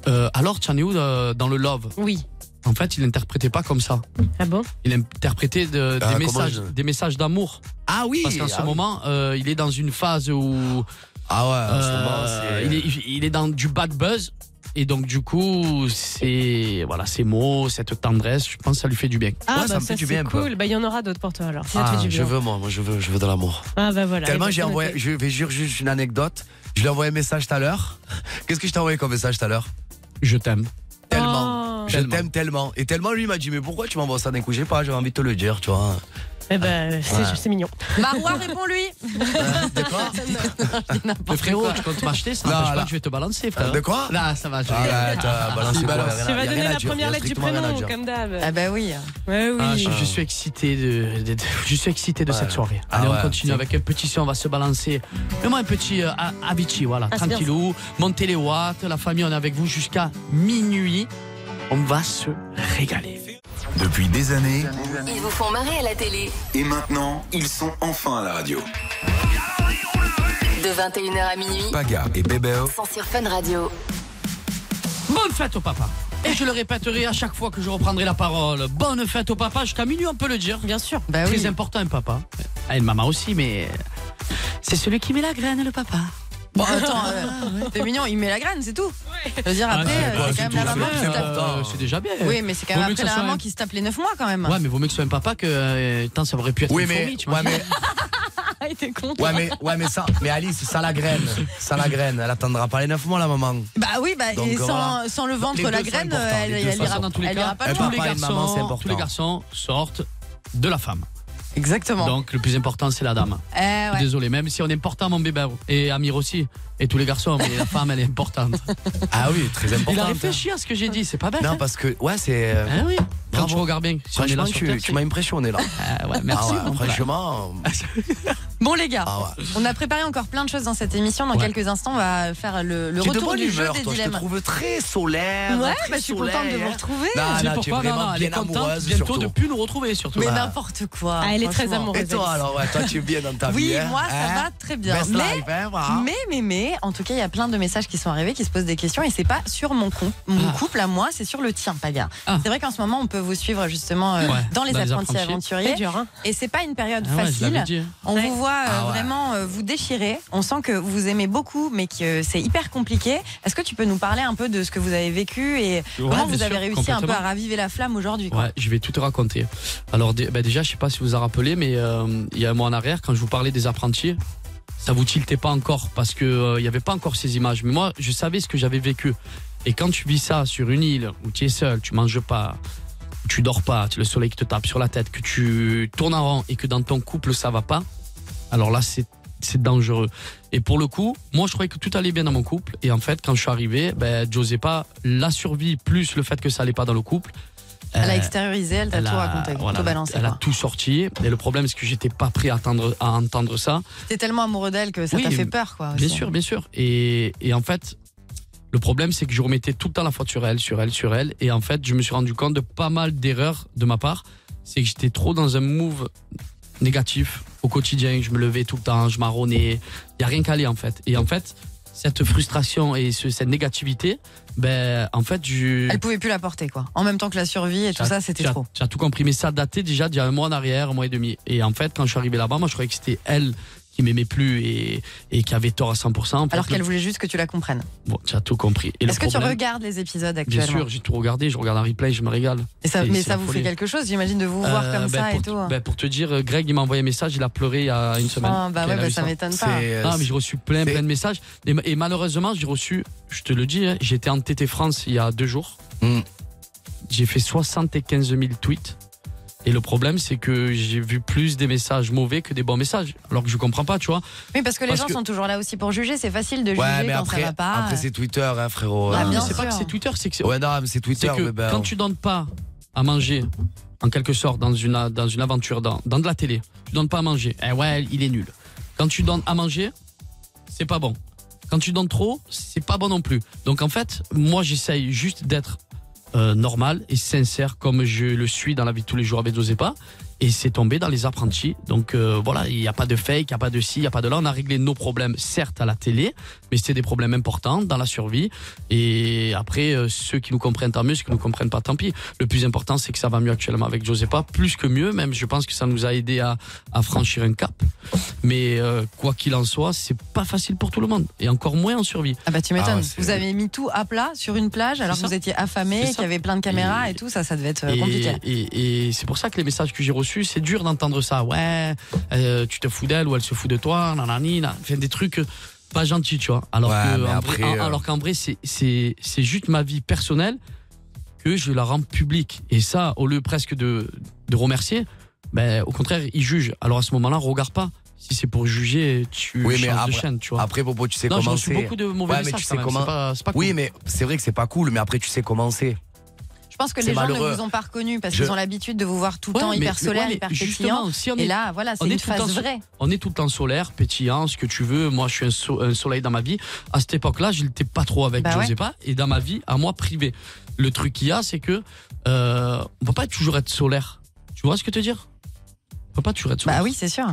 Speaker 7: euh, alors, tu en es où euh, dans le love
Speaker 5: Oui.
Speaker 7: En fait, il n'interprétait pas comme ça.
Speaker 5: Ah bon
Speaker 7: Il interprétait de-
Speaker 6: Ah,
Speaker 7: Euh, des,
Speaker 6: comment
Speaker 7: messages,
Speaker 6: je-
Speaker 7: des messages d'amour.
Speaker 6: Ah oui
Speaker 7: Parce qu'en ce
Speaker 6: ah oui.
Speaker 7: moment, euh, il est dans une phase où
Speaker 6: Ah ouais, en ce moment,
Speaker 7: euh,
Speaker 6: c'est-
Speaker 7: il, est, il est dans du bad buzz. Et donc, du coup, c'est voilà, ces mots, cette tendresse, je pense que ça lui fait du bien.
Speaker 5: Ah
Speaker 6: Ouais,
Speaker 5: bah
Speaker 6: ça me
Speaker 5: ça
Speaker 6: fait du
Speaker 5: c'est
Speaker 6: bien un peu.
Speaker 5: cool. Bah il y en aura d'autres pour toi alors. Si ça te
Speaker 6: Ah,
Speaker 5: fait du
Speaker 6: je
Speaker 5: bien.
Speaker 6: veux, moi, moi, je veux, je veux
Speaker 5: *laughs*
Speaker 6: de l'amour.
Speaker 5: Ah bah voilà.
Speaker 6: Tellement
Speaker 5: Eh ben,
Speaker 6: j'ai
Speaker 5: c'est
Speaker 6: envoyé,
Speaker 5: noté.
Speaker 6: je vais jure juste une anecdote. Je lui ai envoyé un message tout à l'heure. *laughs* Qu'est-ce que je t'ai envoyé comme message tout à l'heure
Speaker 7: Je t'aime.
Speaker 5: Oh.
Speaker 6: Tellement. Je
Speaker 7: Tellement.
Speaker 6: t'aime tellement. Et tellement lui il m'a dit mais pourquoi tu m'envoies ça d'un coup J'ai pas, j'avais envie de te le dire, tu vois.
Speaker 5: Eh ben c'est
Speaker 6: Ouais.
Speaker 5: c'est mignon.
Speaker 4: Marois, réponds-lui.
Speaker 6: De quoi
Speaker 7: Mais frérot, tu comptes m'acheter Ça
Speaker 6: Non,
Speaker 7: n'empêche
Speaker 6: là.
Speaker 7: pas que je vais te balancer, frère.
Speaker 6: De quoi
Speaker 7: Là, ça va, je rigole.
Speaker 6: Arrête, euh, balance,
Speaker 7: Si,
Speaker 6: quoi,
Speaker 7: balance.
Speaker 6: y a rien à-
Speaker 5: Tu
Speaker 6: y a
Speaker 5: vas
Speaker 6: rien
Speaker 5: donner
Speaker 6: à
Speaker 5: la
Speaker 6: dire, y a
Speaker 5: première lettre du
Speaker 6: strictement rien à
Speaker 5: prénom
Speaker 6: dire.
Speaker 5: comme d'hab.
Speaker 4: Ah bah oui.
Speaker 5: Ouais
Speaker 7: Ah, je,
Speaker 5: oui.
Speaker 7: je suis excité de, de- de- je suis excité de
Speaker 6: Ouais.
Speaker 7: cette soirée.
Speaker 6: Ah
Speaker 7: Allez,
Speaker 6: ouais,
Speaker 7: on continue
Speaker 6: c'est-
Speaker 7: avec un petit son, on va se balancer. Mais moi un petit euh, à- Avicii, voilà,
Speaker 5: Ah, c'est bien
Speaker 7: tranquillou, montez les watts, la famille on est avec vous jusqu'à minuit. On va se régaler.
Speaker 1: Depuis des années,
Speaker 3: Ils vous font marrer à la télé.
Speaker 1: et maintenant, ils sont enfin à la radio.
Speaker 3: De 21h à minuit,
Speaker 1: Paga et Bébéo,
Speaker 3: sans sur Fun Radio.
Speaker 7: Bonne fête au papa. Et je le répéterai à chaque fois que je reprendrai la parole. Bonne fête au papa jusqu'à minuit, on peut le dire.
Speaker 5: Bien sûr.
Speaker 4: Bah
Speaker 7: Très
Speaker 4: oui.
Speaker 7: important un papa. Ah, une maman aussi, mais euh, c'est celui qui met la graine, le papa.
Speaker 4: Bon, attends, euh, c'est mignon, il met la graine, c'est tout. Je veux dire, après,
Speaker 7: Ah,
Speaker 4: euh,
Speaker 6: quoi,
Speaker 4: c'est
Speaker 6: c'est
Speaker 4: quand même
Speaker 6: tout,
Speaker 4: la
Speaker 6: c'est
Speaker 4: maman qui
Speaker 6: bien.
Speaker 4: se tape.
Speaker 6: important.
Speaker 7: Euh, c'est déjà bien.
Speaker 4: Oui, mais c'est quand
Speaker 7: Vaut
Speaker 4: même
Speaker 7: mieux que
Speaker 4: après
Speaker 7: ça
Speaker 4: la
Speaker 7: soit
Speaker 4: maman
Speaker 7: un-
Speaker 4: qui se tape les 9 mois quand même.
Speaker 7: Ouais, mais vaut mieux que ce soit un papa que. euh, tant ça aurait pu être
Speaker 6: Oui
Speaker 7: une
Speaker 6: mais,
Speaker 7: fourmi, tu
Speaker 6: ouais,
Speaker 7: m'imagines. *laughs*
Speaker 6: mais,
Speaker 5: Ah, il était con.
Speaker 6: ouais, mais, ouais, mais ça, mais Alice, ça la graine, ça la graine, elle attendra pas les 9 mois, la maman.
Speaker 4: Bah oui, bah,
Speaker 6: Donc,
Speaker 4: et sans,
Speaker 6: voilà.
Speaker 4: sans le ventre,
Speaker 6: Les deux
Speaker 4: la
Speaker 6: sont
Speaker 4: graine, euh,
Speaker 6: importants,
Speaker 4: elle,
Speaker 6: les deux
Speaker 4: elle
Speaker 6: sont
Speaker 4: ira,
Speaker 6: importants.
Speaker 7: dans tous les
Speaker 4: elle
Speaker 7: cas,
Speaker 4: ira pas
Speaker 6: elle
Speaker 4: loin.
Speaker 7: tous les
Speaker 6: Papa et
Speaker 7: garçons,
Speaker 6: maman, c'est important.
Speaker 7: tous les garçons sortent de la femme.
Speaker 4: Exactement.
Speaker 7: Donc le plus important c'est la dame.
Speaker 4: Eh ouais.
Speaker 7: Désolé, même si on est important mon bébé et Amir aussi et tous les garçons, mais la femme elle est
Speaker 6: *laughs*
Speaker 7: importante.
Speaker 6: Ah oui, très important.
Speaker 7: Il a réfléchi à ce que j'ai dit, c'est pas bête.
Speaker 6: Non,
Speaker 7: hein.
Speaker 6: parce que, ouais, c'est. euh,
Speaker 7: Hein, oui. Quand tu
Speaker 6: Bravo.
Speaker 7: regardes bien, si on est là
Speaker 6: Franchement,
Speaker 7: sur
Speaker 6: tu,
Speaker 7: Terre,
Speaker 6: tu m'as impressionné là.
Speaker 7: c'est- *laughs* Ah ouais, merci.
Speaker 6: Ah ouais,
Speaker 7: mon frère.
Speaker 6: franchement.
Speaker 4: Bon les gars,
Speaker 6: Ah ouais.
Speaker 4: on a préparé encore plein de choses dans cette émission. Dans
Speaker 7: Ouais.
Speaker 4: quelques instants, on va faire le, le
Speaker 6: Tu es de
Speaker 4: retour
Speaker 6: bonne
Speaker 4: du jeu
Speaker 6: humeur,
Speaker 4: des
Speaker 6: toi. Je te
Speaker 4: dilemmes.
Speaker 6: trouve très solaire.
Speaker 4: Ouais, bah,
Speaker 6: très
Speaker 4: je suis contente de
Speaker 6: soleil,
Speaker 4: vous
Speaker 6: hein.
Speaker 4: retrouver.
Speaker 6: Non,
Speaker 7: C'est
Speaker 6: non, tu es
Speaker 7: pourquoi non,
Speaker 6: vraiment
Speaker 7: non, elle est
Speaker 6: bien
Speaker 7: contente
Speaker 6: amoureuse.
Speaker 7: bientôt
Speaker 6: surtout.
Speaker 7: de plus nous retrouver surtout.
Speaker 4: Mais
Speaker 7: Bah,
Speaker 4: n'importe quoi.
Speaker 5: Ah, elle est très
Speaker 4: franchement.
Speaker 5: amoureuse.
Speaker 6: Et toi alors, ouais, toi tu es bien dans ta vie.
Speaker 4: Oui,
Speaker 6: hein,
Speaker 4: moi ça
Speaker 6: hein.
Speaker 4: va très bien.
Speaker 6: Best
Speaker 4: mais,
Speaker 6: life, hein, voilà.
Speaker 4: mais, mais, mais, en tout cas, il y a plein de messages qui sont arrivés, qui se posent des questions, et c'est pas sur mon, com- mon
Speaker 7: Ah.
Speaker 4: couple à moi, c'est sur le tien, Paga.
Speaker 7: Ah.
Speaker 4: C'est vrai qu'en ce moment, on peut vous suivre justement euh,
Speaker 7: Ouais,
Speaker 4: dans les
Speaker 7: dans les
Speaker 4: apprentis
Speaker 7: apprentis.
Speaker 5: C'est
Speaker 4: aventuriers,
Speaker 5: dur hein.
Speaker 4: et c'est pas une période
Speaker 7: ah ouais, je
Speaker 4: facile.
Speaker 7: l'avais dit.
Speaker 4: On
Speaker 5: Ouais.
Speaker 4: vous voit euh,
Speaker 6: Ah ouais.
Speaker 4: vraiment euh, vous déchirer. On sent que vous vous aimez beaucoup, mais que c'est hyper compliqué. Est-ce que tu peux nous parler un peu de ce que vous avez vécu et comment
Speaker 7: bien
Speaker 4: vous
Speaker 7: sûr,
Speaker 4: avez réussi un peu
Speaker 7: complètement.
Speaker 4: à raviver la flamme aujourd'hui quoi
Speaker 7: Ouais, je vais tout te raconter. Alors dé- bah, déjà, je sais pas si vous vous en rappelez, mais euh, il y a un mois en arrière, quand je vous parlais des apprentis, ça vous tiltait pas encore parce que euh, il y avait pas encore ces images. Mais moi, je savais ce que j'avais vécu. Et quand tu vis ça sur une île où tu es seul, tu manges pas, où tu dors pas, tu as le soleil qui te tape sur la tête, que tu tournes en rond et que dans ton couple ça va pas, alors là c'est c'est dangereux. Et pour le coup, moi je croyais que tout allait bien dans mon couple. Et en fait, quand je suis arrivé, ben, Josepa, la survie plus le fait que ça allait pas dans le couple.
Speaker 4: Elle a
Speaker 7: euh,
Speaker 4: extériorisé, elle t'a
Speaker 7: elle
Speaker 4: tout
Speaker 7: a-
Speaker 4: raconté,
Speaker 7: voilà,
Speaker 4: tout balancé.
Speaker 7: Elle a
Speaker 4: quoi.
Speaker 7: tout sorti. Et le problème, c'est que j'étais pas prêt à entendre, à entendre ça.
Speaker 4: T'es tellement amoureux d'elle que ça
Speaker 7: Oui,
Speaker 4: t'a fait peur, quoi.
Speaker 7: Bien
Speaker 4: aussi.
Speaker 7: sûr, bien sûr. Et, et en fait, le problème, c'est que je remettais tout le temps la faute sur elle, sur elle, sur elle. Et en fait, je me suis rendu compte de pas mal d'erreurs de ma part. C'est que j'étais trop dans un move négatif au quotidien. Je me levais tout le temps, je marronnais. Il n'y a rien qu'à aller en fait. Et en fait, cette frustration et ce- cette négativité, ben, en fait, je.
Speaker 4: Elle pouvait plus la porter, quoi. En même temps que la survie et tout ça, c'était
Speaker 7: Tu as-
Speaker 4: trop.
Speaker 7: Tu as tout compris, mais ça datait déjà d'il y a un mois en arrière, un mois et demi. Et en fait, quand je suis arrivé là-bas, moi, je croyais que c'était elle qui m'aimait plus et, et qui avait tort à 100%. En fait,
Speaker 4: Alors qu'elle
Speaker 7: le-
Speaker 4: voulait juste que tu la comprennes.
Speaker 7: Bon, tu as tout compris. Et le
Speaker 4: Est-ce que tu
Speaker 7: problème-
Speaker 4: regardes les épisodes
Speaker 7: Bien
Speaker 4: actuellement
Speaker 7: sûr, j'ai tout regardé, je regarde un replay, je me régale.
Speaker 4: Et ça- mais
Speaker 7: c'est
Speaker 4: ça
Speaker 7: la
Speaker 4: vous
Speaker 7: folie.
Speaker 4: fait quelque chose, j'imagine, de vous voir
Speaker 7: Euh,
Speaker 4: comme
Speaker 7: ben,
Speaker 4: ça
Speaker 7: pour
Speaker 4: et
Speaker 7: te-
Speaker 4: tout. hein.
Speaker 7: ben, Pour te dire, Greg, il m'a envoyé un message, il a pleuré il y a une semaine.
Speaker 4: Ah, bah
Speaker 7: qu'elle
Speaker 4: ouais,
Speaker 7: a
Speaker 4: bah
Speaker 7: eu
Speaker 4: ça m'étonne pas. C'est, euh,
Speaker 7: Non, mais j'ai reçu plein, plein de messages. Et, ma- et malheureusement, j'ai reçu, je te le dis, hein, j'étais en TT France il y a deux jours.
Speaker 6: Hmm.
Speaker 7: J'ai fait 75 000 tweets. Et le problème, c'est que j'ai vu plus des messages mauvais que des bons messages. Alors que je comprends pas, tu vois.
Speaker 4: Oui, parce que les
Speaker 7: Parce
Speaker 4: gens
Speaker 7: que-
Speaker 4: sont toujours là aussi pour juger, c'est facile de juger
Speaker 7: Ouais,
Speaker 6: mais
Speaker 4: quand
Speaker 6: après-
Speaker 4: ça va pas.
Speaker 6: après, c'est Twitter, hein, frérot.
Speaker 4: Ah,
Speaker 6: hein.
Speaker 4: bien
Speaker 6: Mais c'est
Speaker 4: sûr.
Speaker 6: pas que
Speaker 7: C'est Twitter, c'est que c'est.
Speaker 6: c'est- Ouais, non, mais c'est Twitter,
Speaker 7: C'est que
Speaker 6: mais ben,
Speaker 7: quand
Speaker 6: on-
Speaker 7: tu donnes pas à manger, en quelque sorte, dans une, dans une aventure, dans, dans de la télé, tu donnes pas à manger. Eh ouais, il est nul. Quand tu donnes à manger, c'est pas bon. Quand tu donnes trop, c'est pas bon non plus. Donc en fait, moi j'essaye juste d'être euh, normal et sincère comme je le suis dans la vie de tous les jours avec Dosepa. Et c'est tombé dans les apprentis. Donc euh, voilà, il n'y a pas de fake, il n'y a pas de ci, il n'y a pas de là. On a réglé nos problèmes, certes, à la télé, mais c'était des problèmes importants dans la survie. Et après, euh, ceux qui nous comprennent, tant mieux. Ceux qui ne nous comprennent pas, tant pis. Le plus important, c'est que ça va mieux actuellement avec Josepa. Plus que mieux, même, je pense que ça nous a aidé à, à franchir un cap. Mais euh, quoi qu'il en soit, c'est pas facile pour tout le monde. Et encore moins en survie.
Speaker 4: Ah bah tu m'étonnes. vous avez mis tout à plat sur une plage alors que vous étiez affamé,
Speaker 7: C'est ça.
Speaker 4: qu'il y avait plein de caméras et, tout, ça, ça devait être euh,
Speaker 7: Et-
Speaker 4: compliqué.
Speaker 7: Et, et c'est pour ça que les messages que j'ai reçus, c'est dur d'entendre ça. Ouais, euh, tu te fous d'elle ou elle se fout de toi, nanani, nan. Enfin, des trucs pas gentils, tu vois. Alors
Speaker 6: Ouais,
Speaker 7: que
Speaker 6: mais
Speaker 7: en vrai-
Speaker 6: après,
Speaker 7: en-
Speaker 6: euh,
Speaker 7: alors qu'en vrai, c'est- c'est c'est juste ma vie personnelle que je la rends publique. Et ça, au lieu presque de, de remercier, ben, au contraire, ils jugent. Alors à ce moment-là, regarde pas. Si c'est pour juger, tu
Speaker 6: Oui, mais
Speaker 7: changes
Speaker 6: après,
Speaker 7: de chaîne, tu vois.
Speaker 6: après, Bobo, tu sais
Speaker 7: Non, j'ai
Speaker 6: comment
Speaker 7: reçu
Speaker 6: c'est.
Speaker 7: beaucoup de mauvais
Speaker 6: Ouais, mais
Speaker 7: messages
Speaker 6: tu
Speaker 7: quand
Speaker 6: sais
Speaker 7: même,
Speaker 6: comment-
Speaker 7: c'est pas- c'est pas
Speaker 6: Oui,
Speaker 7: cool.
Speaker 6: mais c'est vrai que c'est pas cool, mais après, tu sais comment c'est.
Speaker 4: Je pense que
Speaker 6: c'est
Speaker 4: les gens
Speaker 6: malheureux.
Speaker 4: ne vous ont pas reconnu parce
Speaker 6: Je-
Speaker 4: qu'ils ont l'habitude de vous voir tout le
Speaker 7: Ouais,
Speaker 4: temps
Speaker 7: mais-
Speaker 4: hyper
Speaker 7: mais-
Speaker 4: solaire,
Speaker 7: ouais, mais
Speaker 4: hyper
Speaker 7: justement,
Speaker 4: pétillant.
Speaker 7: si on
Speaker 4: et
Speaker 7: est-
Speaker 4: là, voilà, c'est
Speaker 7: on est
Speaker 4: une
Speaker 7: tout le temps
Speaker 4: phase
Speaker 7: so-
Speaker 4: vraie.
Speaker 7: On est tout le temps solaire, pétillant, ce que tu veux. Moi, je suis un, so- un soleil dans ma vie. À cette époque-là, je n'étais pas trop avec
Speaker 4: Bah ouais.
Speaker 7: Josépa et dans ma vie, à moi privée. Le truc qu'il y a, c'est que euh, on peut pas toujours être solaire. Tu vois ce que je veux te dire On peut pas toujours être solaire.
Speaker 4: Bah oui, c'est sûr.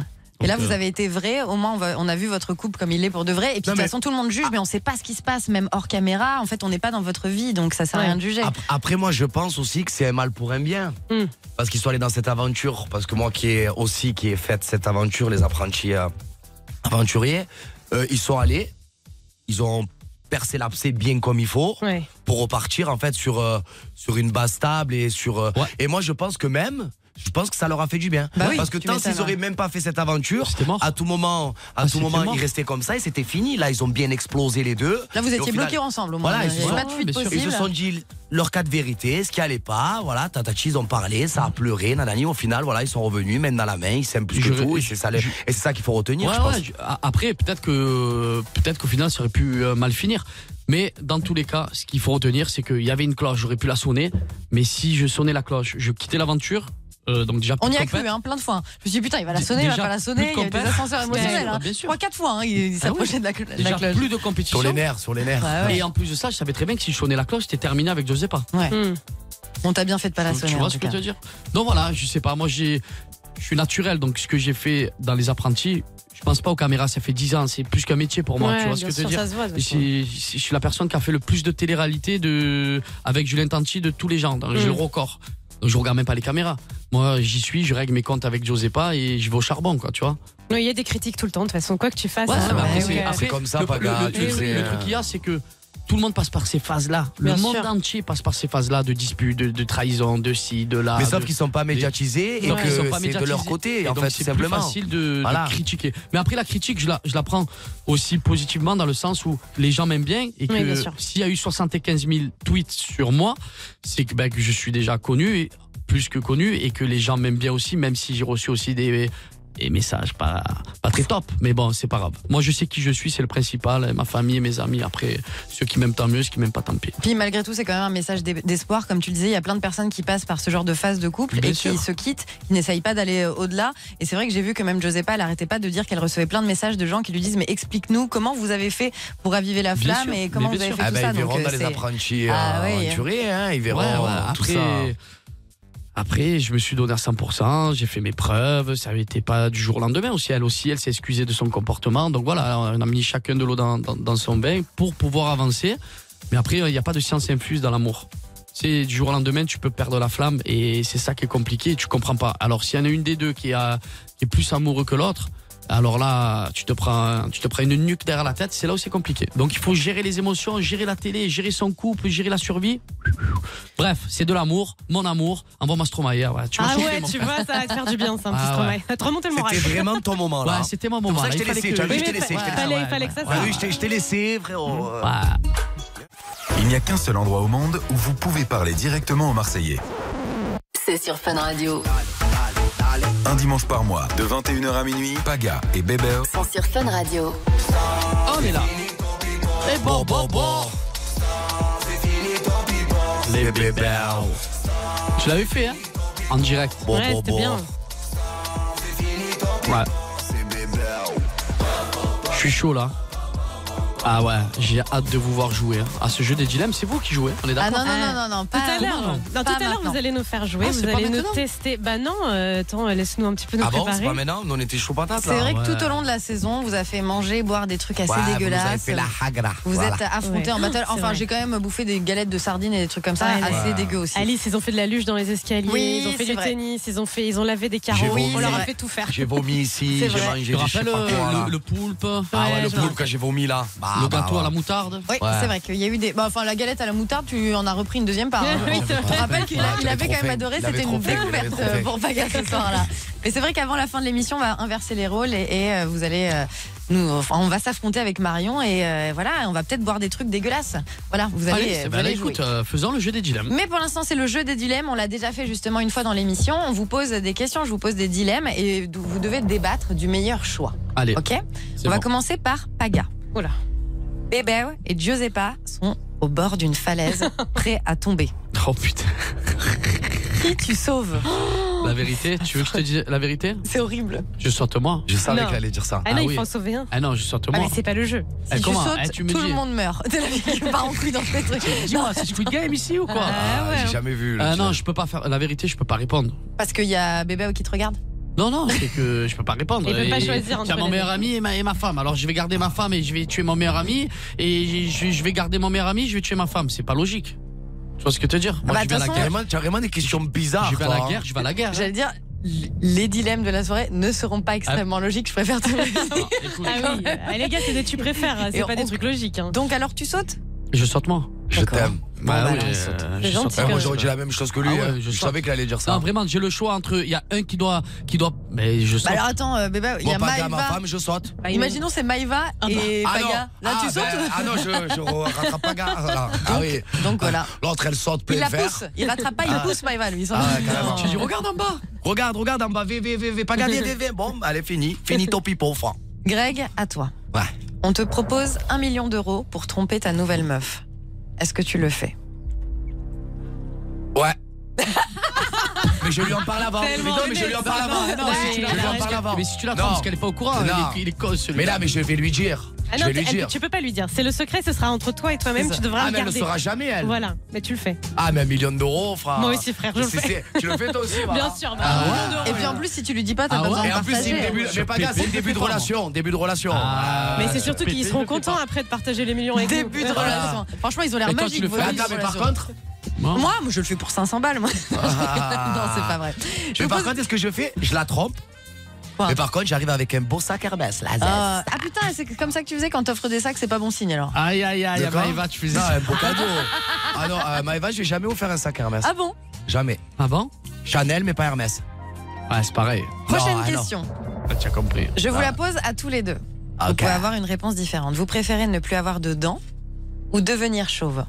Speaker 4: Et là,
Speaker 7: Donc,
Speaker 4: vous
Speaker 7: euh,
Speaker 4: avez été vrai. Au moins, on, va- on a vu votre couple comme il est pour de vrai. Et puis, de
Speaker 7: Non,
Speaker 4: toute
Speaker 7: mais- ah.
Speaker 4: façon, tout le monde juge, mais on ne sait pas ce qui se passe, même hors caméra. En fait, on n'est pas dans votre vie, donc ça sert à rien de
Speaker 7: Ah,
Speaker 4: juger.
Speaker 6: Après, après, moi, je pense aussi que c'est un mal pour un bien.
Speaker 8: Hmm.
Speaker 6: Parce qu'ils sont allés dans cette aventure. Parce que moi, qui ai aussi qui ai fait cette aventure, les apprentis euh, aventuriers, euh, ils sont allés, ils ont percé l'abcès bien comme il faut pour repartir en fait sur euh, sur une base stable et sur euh, et moi je pense que même je pense que ça leur a fait du bien
Speaker 8: Bah oui,
Speaker 6: parce que
Speaker 8: tu
Speaker 6: tant
Speaker 8: m'étonnes,
Speaker 6: s'ils auraient
Speaker 8: ouais.
Speaker 6: même pas fait cette aventure à tout moment à
Speaker 8: Ah,
Speaker 6: tout
Speaker 8: c'était
Speaker 6: moment
Speaker 8: mort.
Speaker 6: ils restaient comme ça et c'était fini là ils ont bien explosé les deux
Speaker 4: Là, vous
Speaker 6: Et au
Speaker 4: étiez
Speaker 6: final-
Speaker 4: bloqués ensemble, au moins.
Speaker 6: voilà
Speaker 4: Il
Speaker 6: ils
Speaker 4: y
Speaker 6: se
Speaker 4: avait
Speaker 6: sont-
Speaker 4: pas de fuite
Speaker 6: ils se
Speaker 4: possible.
Speaker 6: sont dit leur cas de vérité ce qui allait pas voilà tatati ils ont parlé ça a pleuré nanani au final voilà ils sont revenus main dans la main ils s'aiment plus que tout et c'est ça les- et c'est ça qu'il faut retenir
Speaker 7: Ouais,
Speaker 6: je pense
Speaker 7: ouais, je- a- après, peut-être que peut-être qu'au final, ça aurait pu euh, mal finir. Mais dans tous les cas, ce qu'il faut retenir, c'est qu'il y avait une cloche, j'aurais pu la sonner. Mais si je sonnais la cloche, je quittais l'aventure. euh, donc déjà, plus
Speaker 4: On y
Speaker 7: de
Speaker 4: a
Speaker 7: compète.
Speaker 4: cru, hein, plein de fois. Je me suis dit, putain, il va la sonner, il
Speaker 7: Déjà,
Speaker 4: va pas la sonner.
Speaker 7: plus de
Speaker 4: Il y a eu des
Speaker 7: compères.
Speaker 4: ascenseurs émotionnels.
Speaker 7: Ouais, bah,
Speaker 4: hein.
Speaker 7: bien sûr.
Speaker 4: Trois, quatre fois, hein, il il
Speaker 7: Ah oui.
Speaker 4: s'approchait de la cl- de la
Speaker 7: Déjà,
Speaker 4: cloche.
Speaker 7: plus de compétition.
Speaker 6: Sur les nerfs, sur les nerfs.
Speaker 4: Ouais, ouais.
Speaker 7: Et en plus de ça, je savais très bien que si je sonnais la cloche, c'était terminé avec Josepa.
Speaker 4: Ouais. On t'a bien fait de pas la sonner.
Speaker 7: Tu
Speaker 4: en
Speaker 7: vois ce
Speaker 4: tout
Speaker 7: que je
Speaker 4: cas.
Speaker 7: veux dire Donc voilà, je sais pas, moi j'ai je suis naturel donc ce que j'ai fait dans les apprentis, je pense pas aux caméras, ça fait 10 ans, c'est plus qu'un métier pour moi,
Speaker 5: Ouais,
Speaker 7: tu vois ce que
Speaker 5: bien
Speaker 7: je
Speaker 5: sûr,
Speaker 7: veux dire
Speaker 5: ça se voit, de toute façon.
Speaker 7: J'ai- Je suis la personne qui a fait le plus de télé-réalité de avec Julien Tanti de tous les gens, donc j'ai
Speaker 5: Mm.
Speaker 7: le record. Donc je regarde même pas les caméras. Moi, j'y suis, je règle mes comptes avec Josépa et je vais au charbon quoi, tu vois.
Speaker 5: Non, il y a des critiques tout le temps, de toute façon, quoi que tu fasses.
Speaker 7: Ouais,
Speaker 5: hein.
Speaker 7: mais après,
Speaker 5: Ouais,
Speaker 7: c'est-
Speaker 5: ouais.
Speaker 4: ah,
Speaker 7: après, le- le- le- le- le
Speaker 5: euh.
Speaker 7: truc qu'il y a, c'est que tout le monde passe par ces phases-là. Le
Speaker 6: Bien
Speaker 7: monde
Speaker 6: sûr.
Speaker 7: entier passe par ces phases-là de disputes, de, de trahison, de ci, de là.
Speaker 6: Mais sauf
Speaker 7: de-
Speaker 6: qu'ils sont pas médiatisés et
Speaker 7: Sauf
Speaker 6: que
Speaker 7: qu'ils sont pas
Speaker 6: euh, c'est de
Speaker 7: médiatisés.
Speaker 6: leur côté,
Speaker 7: Et
Speaker 6: en
Speaker 7: donc,
Speaker 6: fait,
Speaker 7: c'est
Speaker 6: simplement.
Speaker 7: plus facile de, de
Speaker 6: Voilà.
Speaker 7: critiquer. Mais après, la critique, je la, je la prends aussi positivement dans le sens où les gens m'aiment bien et
Speaker 5: Oui,
Speaker 7: que
Speaker 5: bien sûr.
Speaker 7: s'il y a eu 75 000 tweets sur moi, c'est que, ben, que je suis déjà connu et plus que connu et que les gens m'aiment bien aussi, même si j'ai reçu aussi des, des messages pas, pas très top. Mais bon, c'est pas grave. Moi, je sais qui je suis, c'est le principal. et Ma famille et mes amis. Après, ceux qui m'aiment tant mieux, ceux qui m'aiment pas tant pis.
Speaker 4: Puis malgré tout, c'est quand même un message d'e- d'espoir. Comme tu le disais, il y a plein de personnes qui passent par ce genre de phase de couple
Speaker 7: Bien
Speaker 4: et qui
Speaker 7: sûr.
Speaker 4: se quittent, qui n'essayent pas d'aller euh, au-delà. Et c'est vrai que j'ai vu que même Josepa, elle n'arrêtait pas de dire qu'elle recevait plein de messages de gens qui lui disent Mais explique-nous comment vous avez fait pour raviver la
Speaker 7: Bien
Speaker 4: flamme
Speaker 7: sûr,
Speaker 4: et comment
Speaker 7: mais
Speaker 4: vous
Speaker 7: bien
Speaker 4: avez
Speaker 7: sûr. bah,
Speaker 4: fait
Speaker 6: Ah
Speaker 4: tout
Speaker 6: ben, ils verront
Speaker 4: ça. Donc, euh,
Speaker 6: dans les
Speaker 4: c'est-
Speaker 6: apprentis
Speaker 4: Ah
Speaker 6: euh,
Speaker 4: oui.
Speaker 6: aventuriers, hein, ils verront
Speaker 7: Ouais, ouais,
Speaker 6: tout
Speaker 7: après,
Speaker 6: ça.
Speaker 7: Après, je me suis donné à 100%, j'ai fait mes preuves, ça n'était pas du jour au lendemain aussi. Elle aussi, elle s'est excusée de son comportement. Donc voilà, on a mis chacun de l'eau dans, dans- dans son bain pour pouvoir avancer. Mais après, il n'y a pas de science infuse dans l'amour. C'est du jour au lendemain, tu peux perdre la flamme et c'est ça qui est compliqué, tu comprends pas. Alors, s'il y en a une des deux qui, a- qui est plus amoureux que l'autre, alors là, tu te prends, tu te prends une nuque derrière la tête, c'est là où c'est compliqué. Donc, il faut gérer les émotions, gérer la télé, gérer son couple, gérer la survie. Bref, c'est de l'amour, mon amour, envoie moi Stromae. Ah ouais, tu m'as
Speaker 5: ah
Speaker 7: chauffé,
Speaker 5: ouais,
Speaker 7: mon
Speaker 5: tu
Speaker 7: frère.
Speaker 5: vois, ça va te faire du bien, ça, un
Speaker 7: Ah
Speaker 5: petit
Speaker 7: ouais.
Speaker 5: Stromae. Ça te remonter le moral.
Speaker 6: C'était vraiment ton moment là.
Speaker 7: Ouais, c'était mon moment,
Speaker 6: C'est pour ça que
Speaker 7: là,
Speaker 6: je
Speaker 7: il fallait
Speaker 6: t'ai laissé,
Speaker 7: que-
Speaker 6: tu as vu,
Speaker 7: Oui,
Speaker 6: je t'ai
Speaker 7: mais
Speaker 6: laissé. je t'ai
Speaker 7: fallait-
Speaker 4: Ah
Speaker 6: laissé.
Speaker 7: fallait- fallait que ça
Speaker 6: Ouais,
Speaker 7: sorte.
Speaker 6: Ah oui, je t'ai- je t'ai laissé,
Speaker 5: *laughs*
Speaker 6: frérot.
Speaker 1: Il n'y a qu'un seul endroit au monde où vous pouvez parler directement aux Marseillais.
Speaker 3: C'est sur Fun Radio.
Speaker 1: Un dimanche par mois, de 21h à minuit, Paga et Bébert
Speaker 3: C'est sur Fun Radio.
Speaker 7: Oh, On est là. Et bon, bon, bon. Les bébés. Tu l'avais fait, hein En direct.
Speaker 6: Bon, Ouais, bon, c'était bon. bien.
Speaker 7: Ouais. Je suis chaud là. Ah ouais, j'ai hâte de vous voir jouer hein. à ce jeu des dilemmes. C'est vous qui jouez, on est
Speaker 4: Ah
Speaker 7: d'accord
Speaker 4: non, non, non, non, non,
Speaker 5: Tout
Speaker 4: pas
Speaker 5: à l'heure,
Speaker 4: Comment
Speaker 5: non, tout
Speaker 4: Pas
Speaker 5: à l'heure,
Speaker 4: maintenant.
Speaker 5: vous allez nous faire jouer,
Speaker 7: Ah,
Speaker 5: vous
Speaker 7: c'est pas
Speaker 5: allez nous
Speaker 7: maintenant
Speaker 5: tester. Bah non, euh, attends, laisse-nous un petit peu nous
Speaker 6: Ah bon, c'est
Speaker 5: préparer.
Speaker 6: pas maintenant Nous, on était chaud patate.
Speaker 4: C'est vrai que tout au long de la saison, on vous a fait manger, boire des trucs assez
Speaker 6: Ouais, vous nous avez
Speaker 4: dégueulasses.
Speaker 6: fait la hagra.
Speaker 4: Vous
Speaker 6: Voilà.
Speaker 4: êtes affrontés
Speaker 5: Ouais.
Speaker 4: en battle.
Speaker 5: C'est
Speaker 4: Enfin,
Speaker 5: vrai.
Speaker 4: j'ai quand même bouffé des galettes de sardines et des trucs comme ça,
Speaker 5: Ouais,
Speaker 4: assez
Speaker 6: ouais.
Speaker 4: dégueu aussi.
Speaker 5: Alice, ils ont fait de la luge dans les escaliers,
Speaker 4: Oui,
Speaker 5: ils ont fait
Speaker 4: c'est
Speaker 5: du
Speaker 4: vrai.
Speaker 5: tennis, ils ont fait, ils ont lavé des
Speaker 6: J'ai
Speaker 5: carreaux,
Speaker 6: vomi.
Speaker 5: on leur a
Speaker 4: C'est
Speaker 5: fait tout faire.
Speaker 6: J'ai vomi ici,
Speaker 5: C'est
Speaker 6: j'ai
Speaker 5: vrai.
Speaker 6: mangé
Speaker 7: Je te
Speaker 6: je sais
Speaker 7: rappelle
Speaker 6: pas quoi,
Speaker 7: euh,
Speaker 6: là.
Speaker 7: le, le poulpe,
Speaker 6: Ah ouais, le
Speaker 5: je-
Speaker 6: poulpe quand j'ai vomi là. Bah,
Speaker 7: le
Speaker 6: bah,
Speaker 7: gâteau à
Speaker 6: bah.
Speaker 7: la moutarde.
Speaker 4: Oui,
Speaker 6: Ouais.
Speaker 4: c'est vrai qu'il y a eu des. bah, enfin, la galette à la moutarde, tu en as repris une deuxième part. hein.
Speaker 5: Oui, c'est
Speaker 4: Je
Speaker 5: vrai.
Speaker 4: te rappelle qu'il a-
Speaker 6: Ouais,
Speaker 4: il
Speaker 6: j'avais
Speaker 4: avait
Speaker 6: trop
Speaker 4: quand même
Speaker 6: fait.
Speaker 4: adoré,
Speaker 6: Il avait
Speaker 4: c'était
Speaker 6: trop
Speaker 4: une
Speaker 6: fait, il avait
Speaker 4: découverte
Speaker 6: trop fait.
Speaker 4: euh, pour Paga ce soir-là. Mais c'est vrai qu'avant la fin de l'émission, on va inverser les rôles et, et, euh, vous allez. euh, nous, enfin, on va s'affronter avec Marion et euh, voilà, on va peut-être boire des trucs dégueulasses. Voilà, vous allez,
Speaker 7: Allez,
Speaker 4: vous
Speaker 7: bah, là,
Speaker 4: allez jouer.
Speaker 7: écoute, euh, faisons le jeu des dilemmes.
Speaker 4: Mais pour l'instant, c'est le jeu des dilemmes. On l'a déjà fait justement une fois dans l'émission. On vous pose des questions, je vous pose des dilemmes et d- vous devez débattre du meilleur choix.
Speaker 7: Allez,
Speaker 4: Ok
Speaker 7: c'est
Speaker 4: On va
Speaker 7: bon.
Speaker 4: commencer par Paga.
Speaker 5: Oula.
Speaker 4: Bébé et Giuseppa sont au bord d'une falaise, *laughs* prêts à tomber.
Speaker 7: Oh putain,
Speaker 4: Qui tu sauves
Speaker 7: la vérité, tu veux que je te dise la vérité
Speaker 4: C'est horrible.
Speaker 7: Je saute moi.
Speaker 6: Je savais
Speaker 5: Non.
Speaker 6: qu'elle allait dire ça.
Speaker 5: Ah non,
Speaker 7: Ah
Speaker 5: il
Speaker 7: oui.
Speaker 5: faut en sauver un.
Speaker 7: Ah non, je saute
Speaker 5: Ah
Speaker 7: moi.
Speaker 5: mais c'est pas le jeu.
Speaker 4: Si
Speaker 7: Eh,
Speaker 4: tu
Speaker 7: comment
Speaker 4: sautes,
Speaker 7: Eh, tu me
Speaker 4: tout
Speaker 7: dis.
Speaker 4: le monde meurt. *laughs* T'es la vie qui part en couille dans ces trucs.
Speaker 7: Dis-moi, c'est Squid Game ici ou quoi
Speaker 6: Ah,
Speaker 5: ouais.
Speaker 6: J'ai jamais vu. le
Speaker 7: Ah
Speaker 6: film.
Speaker 7: non, je peux pas faire. La vérité, je peux pas répondre.
Speaker 4: Parce qu'il y a Bébé qui te regarde.
Speaker 7: Non, non, c'est que je peux pas répondre.
Speaker 5: Il peut pas
Speaker 7: Et-
Speaker 5: choisir entre
Speaker 7: Tiens, mon
Speaker 5: les
Speaker 7: meilleur
Speaker 5: deux.
Speaker 7: ami et ma, et ma femme. Alors je vais garder ma femme et je vais tuer mon meilleur ami. Et je, je vais garder mon meilleur ami, je vais tuer ma femme. C'est pas logique. Tu vois ce que je veux te dire Moi,
Speaker 4: bah,
Speaker 7: je
Speaker 4: de
Speaker 7: vais à la
Speaker 4: toute
Speaker 7: guerre.
Speaker 6: Carrément, tu as vraiment des questions bizarres.
Speaker 7: Je vais à
Speaker 6: toi,
Speaker 7: la
Speaker 6: hein.
Speaker 7: guerre, je vais à la guerre.
Speaker 4: J'allais dire, les dilemmes de la soirée ne seront pas extrêmement
Speaker 6: Ah.
Speaker 4: logiques.
Speaker 6: *laughs*
Speaker 4: Je préfère te le dire.
Speaker 7: Ah, écoute,
Speaker 5: Ah oui, Ah, les gars, c'est des tu préfères,
Speaker 4: Et
Speaker 5: c'est pas
Speaker 4: on-
Speaker 5: des trucs logiques. hein.
Speaker 4: Donc alors tu sautes
Speaker 7: Je saute moi.
Speaker 6: Je
Speaker 4: D'accord.
Speaker 6: t'aime.
Speaker 7: Bah,
Speaker 4: bah,
Speaker 7: oui,
Speaker 4: non,
Speaker 7: euh,
Speaker 4: je
Speaker 7: je
Speaker 4: saute.
Speaker 5: C'est
Speaker 7: saute.
Speaker 5: gentil,
Speaker 6: Ouais,
Speaker 5: quand
Speaker 6: Moi,
Speaker 5: même.
Speaker 6: j'aurais dit la même chose que lui.
Speaker 7: Ah ouais,
Speaker 6: hein.
Speaker 7: je
Speaker 6: Je
Speaker 7: sens.
Speaker 6: savais qu'elle allait dire
Speaker 7: Non,
Speaker 6: ça.
Speaker 7: vraiment, j'ai le choix entre. Il y a un qui doit. qui doit Mais je saute.
Speaker 4: Bah, alors attends, euh, Bébé, il y
Speaker 6: Moi,
Speaker 4: a
Speaker 6: pas gars, ma
Speaker 4: Maïva.
Speaker 6: femme, je saute.
Speaker 5: Bah, il-
Speaker 4: Imaginons c'est Maïva et
Speaker 6: Ah non,
Speaker 4: Paga. euh, Là
Speaker 7: bah,
Speaker 6: ah,
Speaker 4: tu sautes
Speaker 6: ben, Ah non, je, je rattrape pas gars. Ah, ah oui. *laughs*
Speaker 4: Donc voilà.
Speaker 6: L'autre, elle saute
Speaker 4: Il
Speaker 6: plein
Speaker 4: la
Speaker 6: de verre.
Speaker 4: pousse, il rattrape pas, il pousse Maïva lui. sans
Speaker 6: Ah,
Speaker 4: doute.
Speaker 6: carrément.
Speaker 4: Non.
Speaker 7: Tu dis, regarde en bas.
Speaker 6: Regarde, regarde en bas, vé, vé, vé, vé, pas gagné, vé, vé. Bon, allez, fini. Fini ton pipeau, franc.
Speaker 4: Greg, à toi.
Speaker 6: Ouais.
Speaker 4: On te propose un million d'euros pour tromper ta nouvelle meuf. Est-ce que tu le fais
Speaker 6: Ouais. mais je lui en parle avant. Mais
Speaker 5: Tellement
Speaker 6: non, mais je lui en parle avant.
Speaker 5: honnête. Ouais,
Speaker 6: je lui
Speaker 5: ouais,
Speaker 6: en
Speaker 5: ouais.
Speaker 6: parle avant.
Speaker 7: Mais si tu la
Speaker 6: Non.
Speaker 7: trompes, parce qu'elle est pas au courant,
Speaker 6: Non.
Speaker 7: il est, il est con, celui-là.
Speaker 6: Mais là, mais je vais lui dire.
Speaker 5: Ah
Speaker 6: je
Speaker 5: non,
Speaker 6: vais lui
Speaker 5: t'es-
Speaker 6: dire.
Speaker 5: tu peux pas lui dire. C'est le secret, ce sera entre toi et toi-même.
Speaker 4: C'est
Speaker 5: Tu
Speaker 4: ça.
Speaker 5: devras
Speaker 6: Ah, mais elle ne
Speaker 5: regarder.
Speaker 6: saura jamais, elle.
Speaker 5: Voilà, mais tu le fais.
Speaker 6: Ah, mais un million d'euros, frère.
Speaker 5: Moi aussi, frère, je le
Speaker 6: Si,
Speaker 5: fais.
Speaker 6: si, Tu le fais toi
Speaker 5: *laughs*
Speaker 6: aussi, voilà.
Speaker 5: Bien sûr. bah,
Speaker 6: Ah ouais
Speaker 5: un million d'euros.
Speaker 4: Et puis en plus, si tu lui dis pas, t'as
Speaker 7: Ah
Speaker 4: pas
Speaker 7: ouais
Speaker 4: besoin de
Speaker 6: Et en plus, c'est le
Speaker 4: partager.
Speaker 6: début, mais pas gars, c'est le début de relation, début de relation.
Speaker 7: Ah.
Speaker 5: Mais
Speaker 7: Ouais.
Speaker 5: c'est surtout qu'ils
Speaker 7: Pépé,
Speaker 5: seront
Speaker 7: je fais
Speaker 5: contents
Speaker 7: pas.
Speaker 5: après de partager les millions avec
Speaker 4: Début
Speaker 5: nous.
Speaker 4: de
Speaker 5: Voilà.
Speaker 4: relation. Franchement, ils ont l'air
Speaker 7: Et toi, tu
Speaker 4: magiques.
Speaker 7: le
Speaker 4: vos
Speaker 7: fais.
Speaker 4: amis
Speaker 6: Attends,
Speaker 4: sur
Speaker 6: mais
Speaker 4: les
Speaker 6: par
Speaker 4: réseaux.
Speaker 6: contre,
Speaker 7: Moi
Speaker 4: Moi, moi, je le fais pour 500 balles, moi.
Speaker 6: Ah.
Speaker 4: Non, c'est pas vrai. Je
Speaker 6: mais
Speaker 4: vous
Speaker 6: par
Speaker 4: pose-
Speaker 6: contre, qu'est-ce que je fais Je la trompe.
Speaker 4: Quoi
Speaker 6: Mais par contre, j'arrive avec un beau sac Hermès, la zeste.
Speaker 4: Ah, ah putain, c'est comme ça que tu faisais quand t'offres des sacs, c'est pas bon signe alors.
Speaker 7: Aïe, aïe, aïe,
Speaker 6: D'accord.
Speaker 7: Maëva, tu faisais
Speaker 6: Non,
Speaker 7: ça.
Speaker 6: un beau cadeau. Ah non, euh, Maëva, je vais jamais offert un sac Hermès.
Speaker 4: Ah bon
Speaker 6: Jamais.
Speaker 7: Ah bon
Speaker 6: Chanel, mais pas Hermès.
Speaker 7: Ouais, c'est pareil.
Speaker 4: Prochaine
Speaker 6: ah non.
Speaker 4: question.
Speaker 7: Ah, tu as compris.
Speaker 4: Je vous la pose à tous les deux. Vous
Speaker 6: Ok.
Speaker 4: pouvez avoir une réponse différente. Vous préférez ne plus avoir de dents ou devenir chauve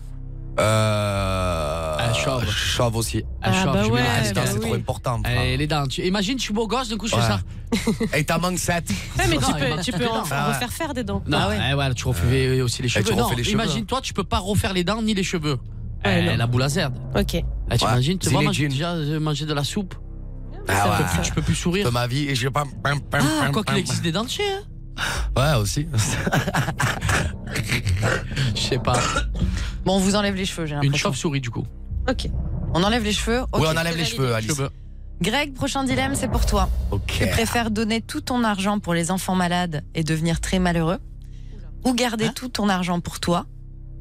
Speaker 6: Euh.
Speaker 7: Ah, chauve.
Speaker 6: Chauve aussi.
Speaker 5: Ah,
Speaker 7: je suis
Speaker 5: bah
Speaker 7: je mets
Speaker 5: ouais,
Speaker 7: la-
Speaker 6: Ah,
Speaker 5: bah
Speaker 6: putain, c'est
Speaker 5: oui.
Speaker 6: trop important. frère.
Speaker 7: Allez, Eh, les dents. Tu... Imagine, je suis beau gosse, d'un coup, je
Speaker 6: Ouais.
Speaker 7: fais ça.
Speaker 6: Et t'en manques 7.
Speaker 5: Ouais, Eh, mais
Speaker 7: Non,
Speaker 5: tu
Speaker 7: il m'a
Speaker 5: peux, tu
Speaker 7: coupé
Speaker 5: peux en
Speaker 7: dedans.
Speaker 6: Ah ouais.
Speaker 5: refaire faire des dents.
Speaker 7: Non,
Speaker 4: Ah ouais.
Speaker 7: eh ouais, tu refais aussi les
Speaker 6: tu
Speaker 7: cheveux. Non,
Speaker 6: refais les cheveux.
Speaker 7: imagine-toi, tu peux pas refaire les dents ni les cheveux.
Speaker 5: Ouais,
Speaker 4: Ah,
Speaker 7: Eh,
Speaker 5: non.
Speaker 7: la boule à zerde.
Speaker 5: Ok.
Speaker 7: Eh, tu
Speaker 6: Ouais,
Speaker 7: imagines, tu
Speaker 6: c'est
Speaker 7: vois,
Speaker 6: les
Speaker 7: moi, j'ai
Speaker 6: jeans.
Speaker 7: déjà euh, mangé de la soupe.
Speaker 6: Ah ouais.
Speaker 7: Tu peux plus sourire.
Speaker 6: De ma vie, et je vais pas. pam, pam,
Speaker 7: Ah,
Speaker 6: pam,
Speaker 7: quoi qu'il
Speaker 6: pam.
Speaker 7: existe des dentiers, hein.
Speaker 6: *laughs* Ouais, aussi.
Speaker 7: Je sais pas.
Speaker 4: Bon, on vous enlève les cheveux, j'ai
Speaker 7: Une
Speaker 4: l'impression.
Speaker 7: chauve-souris, du coup.
Speaker 5: Ok.
Speaker 4: On enlève les cheveux.
Speaker 6: Oui,
Speaker 4: Ok,
Speaker 6: on enlève
Speaker 4: c'est
Speaker 6: les
Speaker 4: validé.
Speaker 6: cheveux, Alice.
Speaker 4: Greg, prochain dilemme, c'est pour toi.
Speaker 6: Ok.
Speaker 4: Tu préfères donner tout ton argent pour les enfants malades et devenir très malheureux ou garder
Speaker 6: Hein
Speaker 4: tout ton argent pour toi,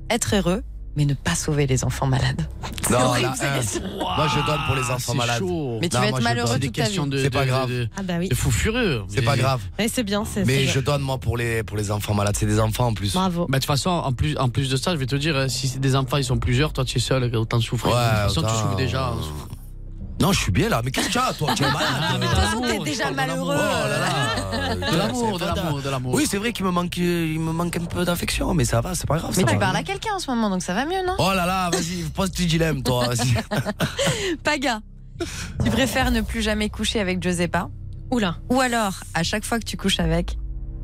Speaker 4: être heureux, mais ne pas sauver les enfants malades *laughs* C'est
Speaker 6: Non,
Speaker 4: horrible,
Speaker 6: là,
Speaker 4: cette
Speaker 6: hein.
Speaker 4: question.
Speaker 6: Moi, je donne pour les enfants
Speaker 7: c'est
Speaker 6: malades.
Speaker 7: chaud.
Speaker 4: Mais tu vas être
Speaker 6: moi, je
Speaker 4: malheureux
Speaker 6: donne.
Speaker 4: toute ta vie.
Speaker 6: C'est pas grave.
Speaker 5: Ah bah oui.
Speaker 7: C'est fou furieux.
Speaker 6: C'est pas grave.
Speaker 5: Ouais, c'est bien, c'est.
Speaker 6: Mais
Speaker 5: c'est-
Speaker 6: je donne moi pour les pour les enfants malades, c'est des enfants en plus.
Speaker 5: Bravo.
Speaker 7: Bah, de toute façon, en plus, en plus de ça, je vais te dire, euh, si c'est des enfants, ils sont plusieurs, toi tu es seul, autant souffrir.
Speaker 6: Ouais,
Speaker 7: de toute façon, tu
Speaker 6: autant- euh,
Speaker 7: souffres déjà.
Speaker 6: Non, je suis bien là, mais qu'est-ce que tu as toi Tu es malade
Speaker 4: Ah, Mais de toute façon, t'es déjà malheureux.
Speaker 6: Oh
Speaker 7: De l'amour, de l'amour, de l'amour.
Speaker 6: Oui, c'est vrai qu'il me manque euh, il me manque un peu d'affection, mais ça va, c'est pas grave.
Speaker 4: Mais
Speaker 6: ça
Speaker 4: tu
Speaker 6: va.
Speaker 4: parles à quelqu'un en ce moment, donc ça va mieux, non
Speaker 6: Oh là là, vas-y, pose tes dilemmes toi. vas-y.
Speaker 4: *laughs* Paga, tu préfères ne plus jamais coucher avec Giuseppa
Speaker 5: Oula.
Speaker 4: Ou alors, à chaque fois que tu couches avec,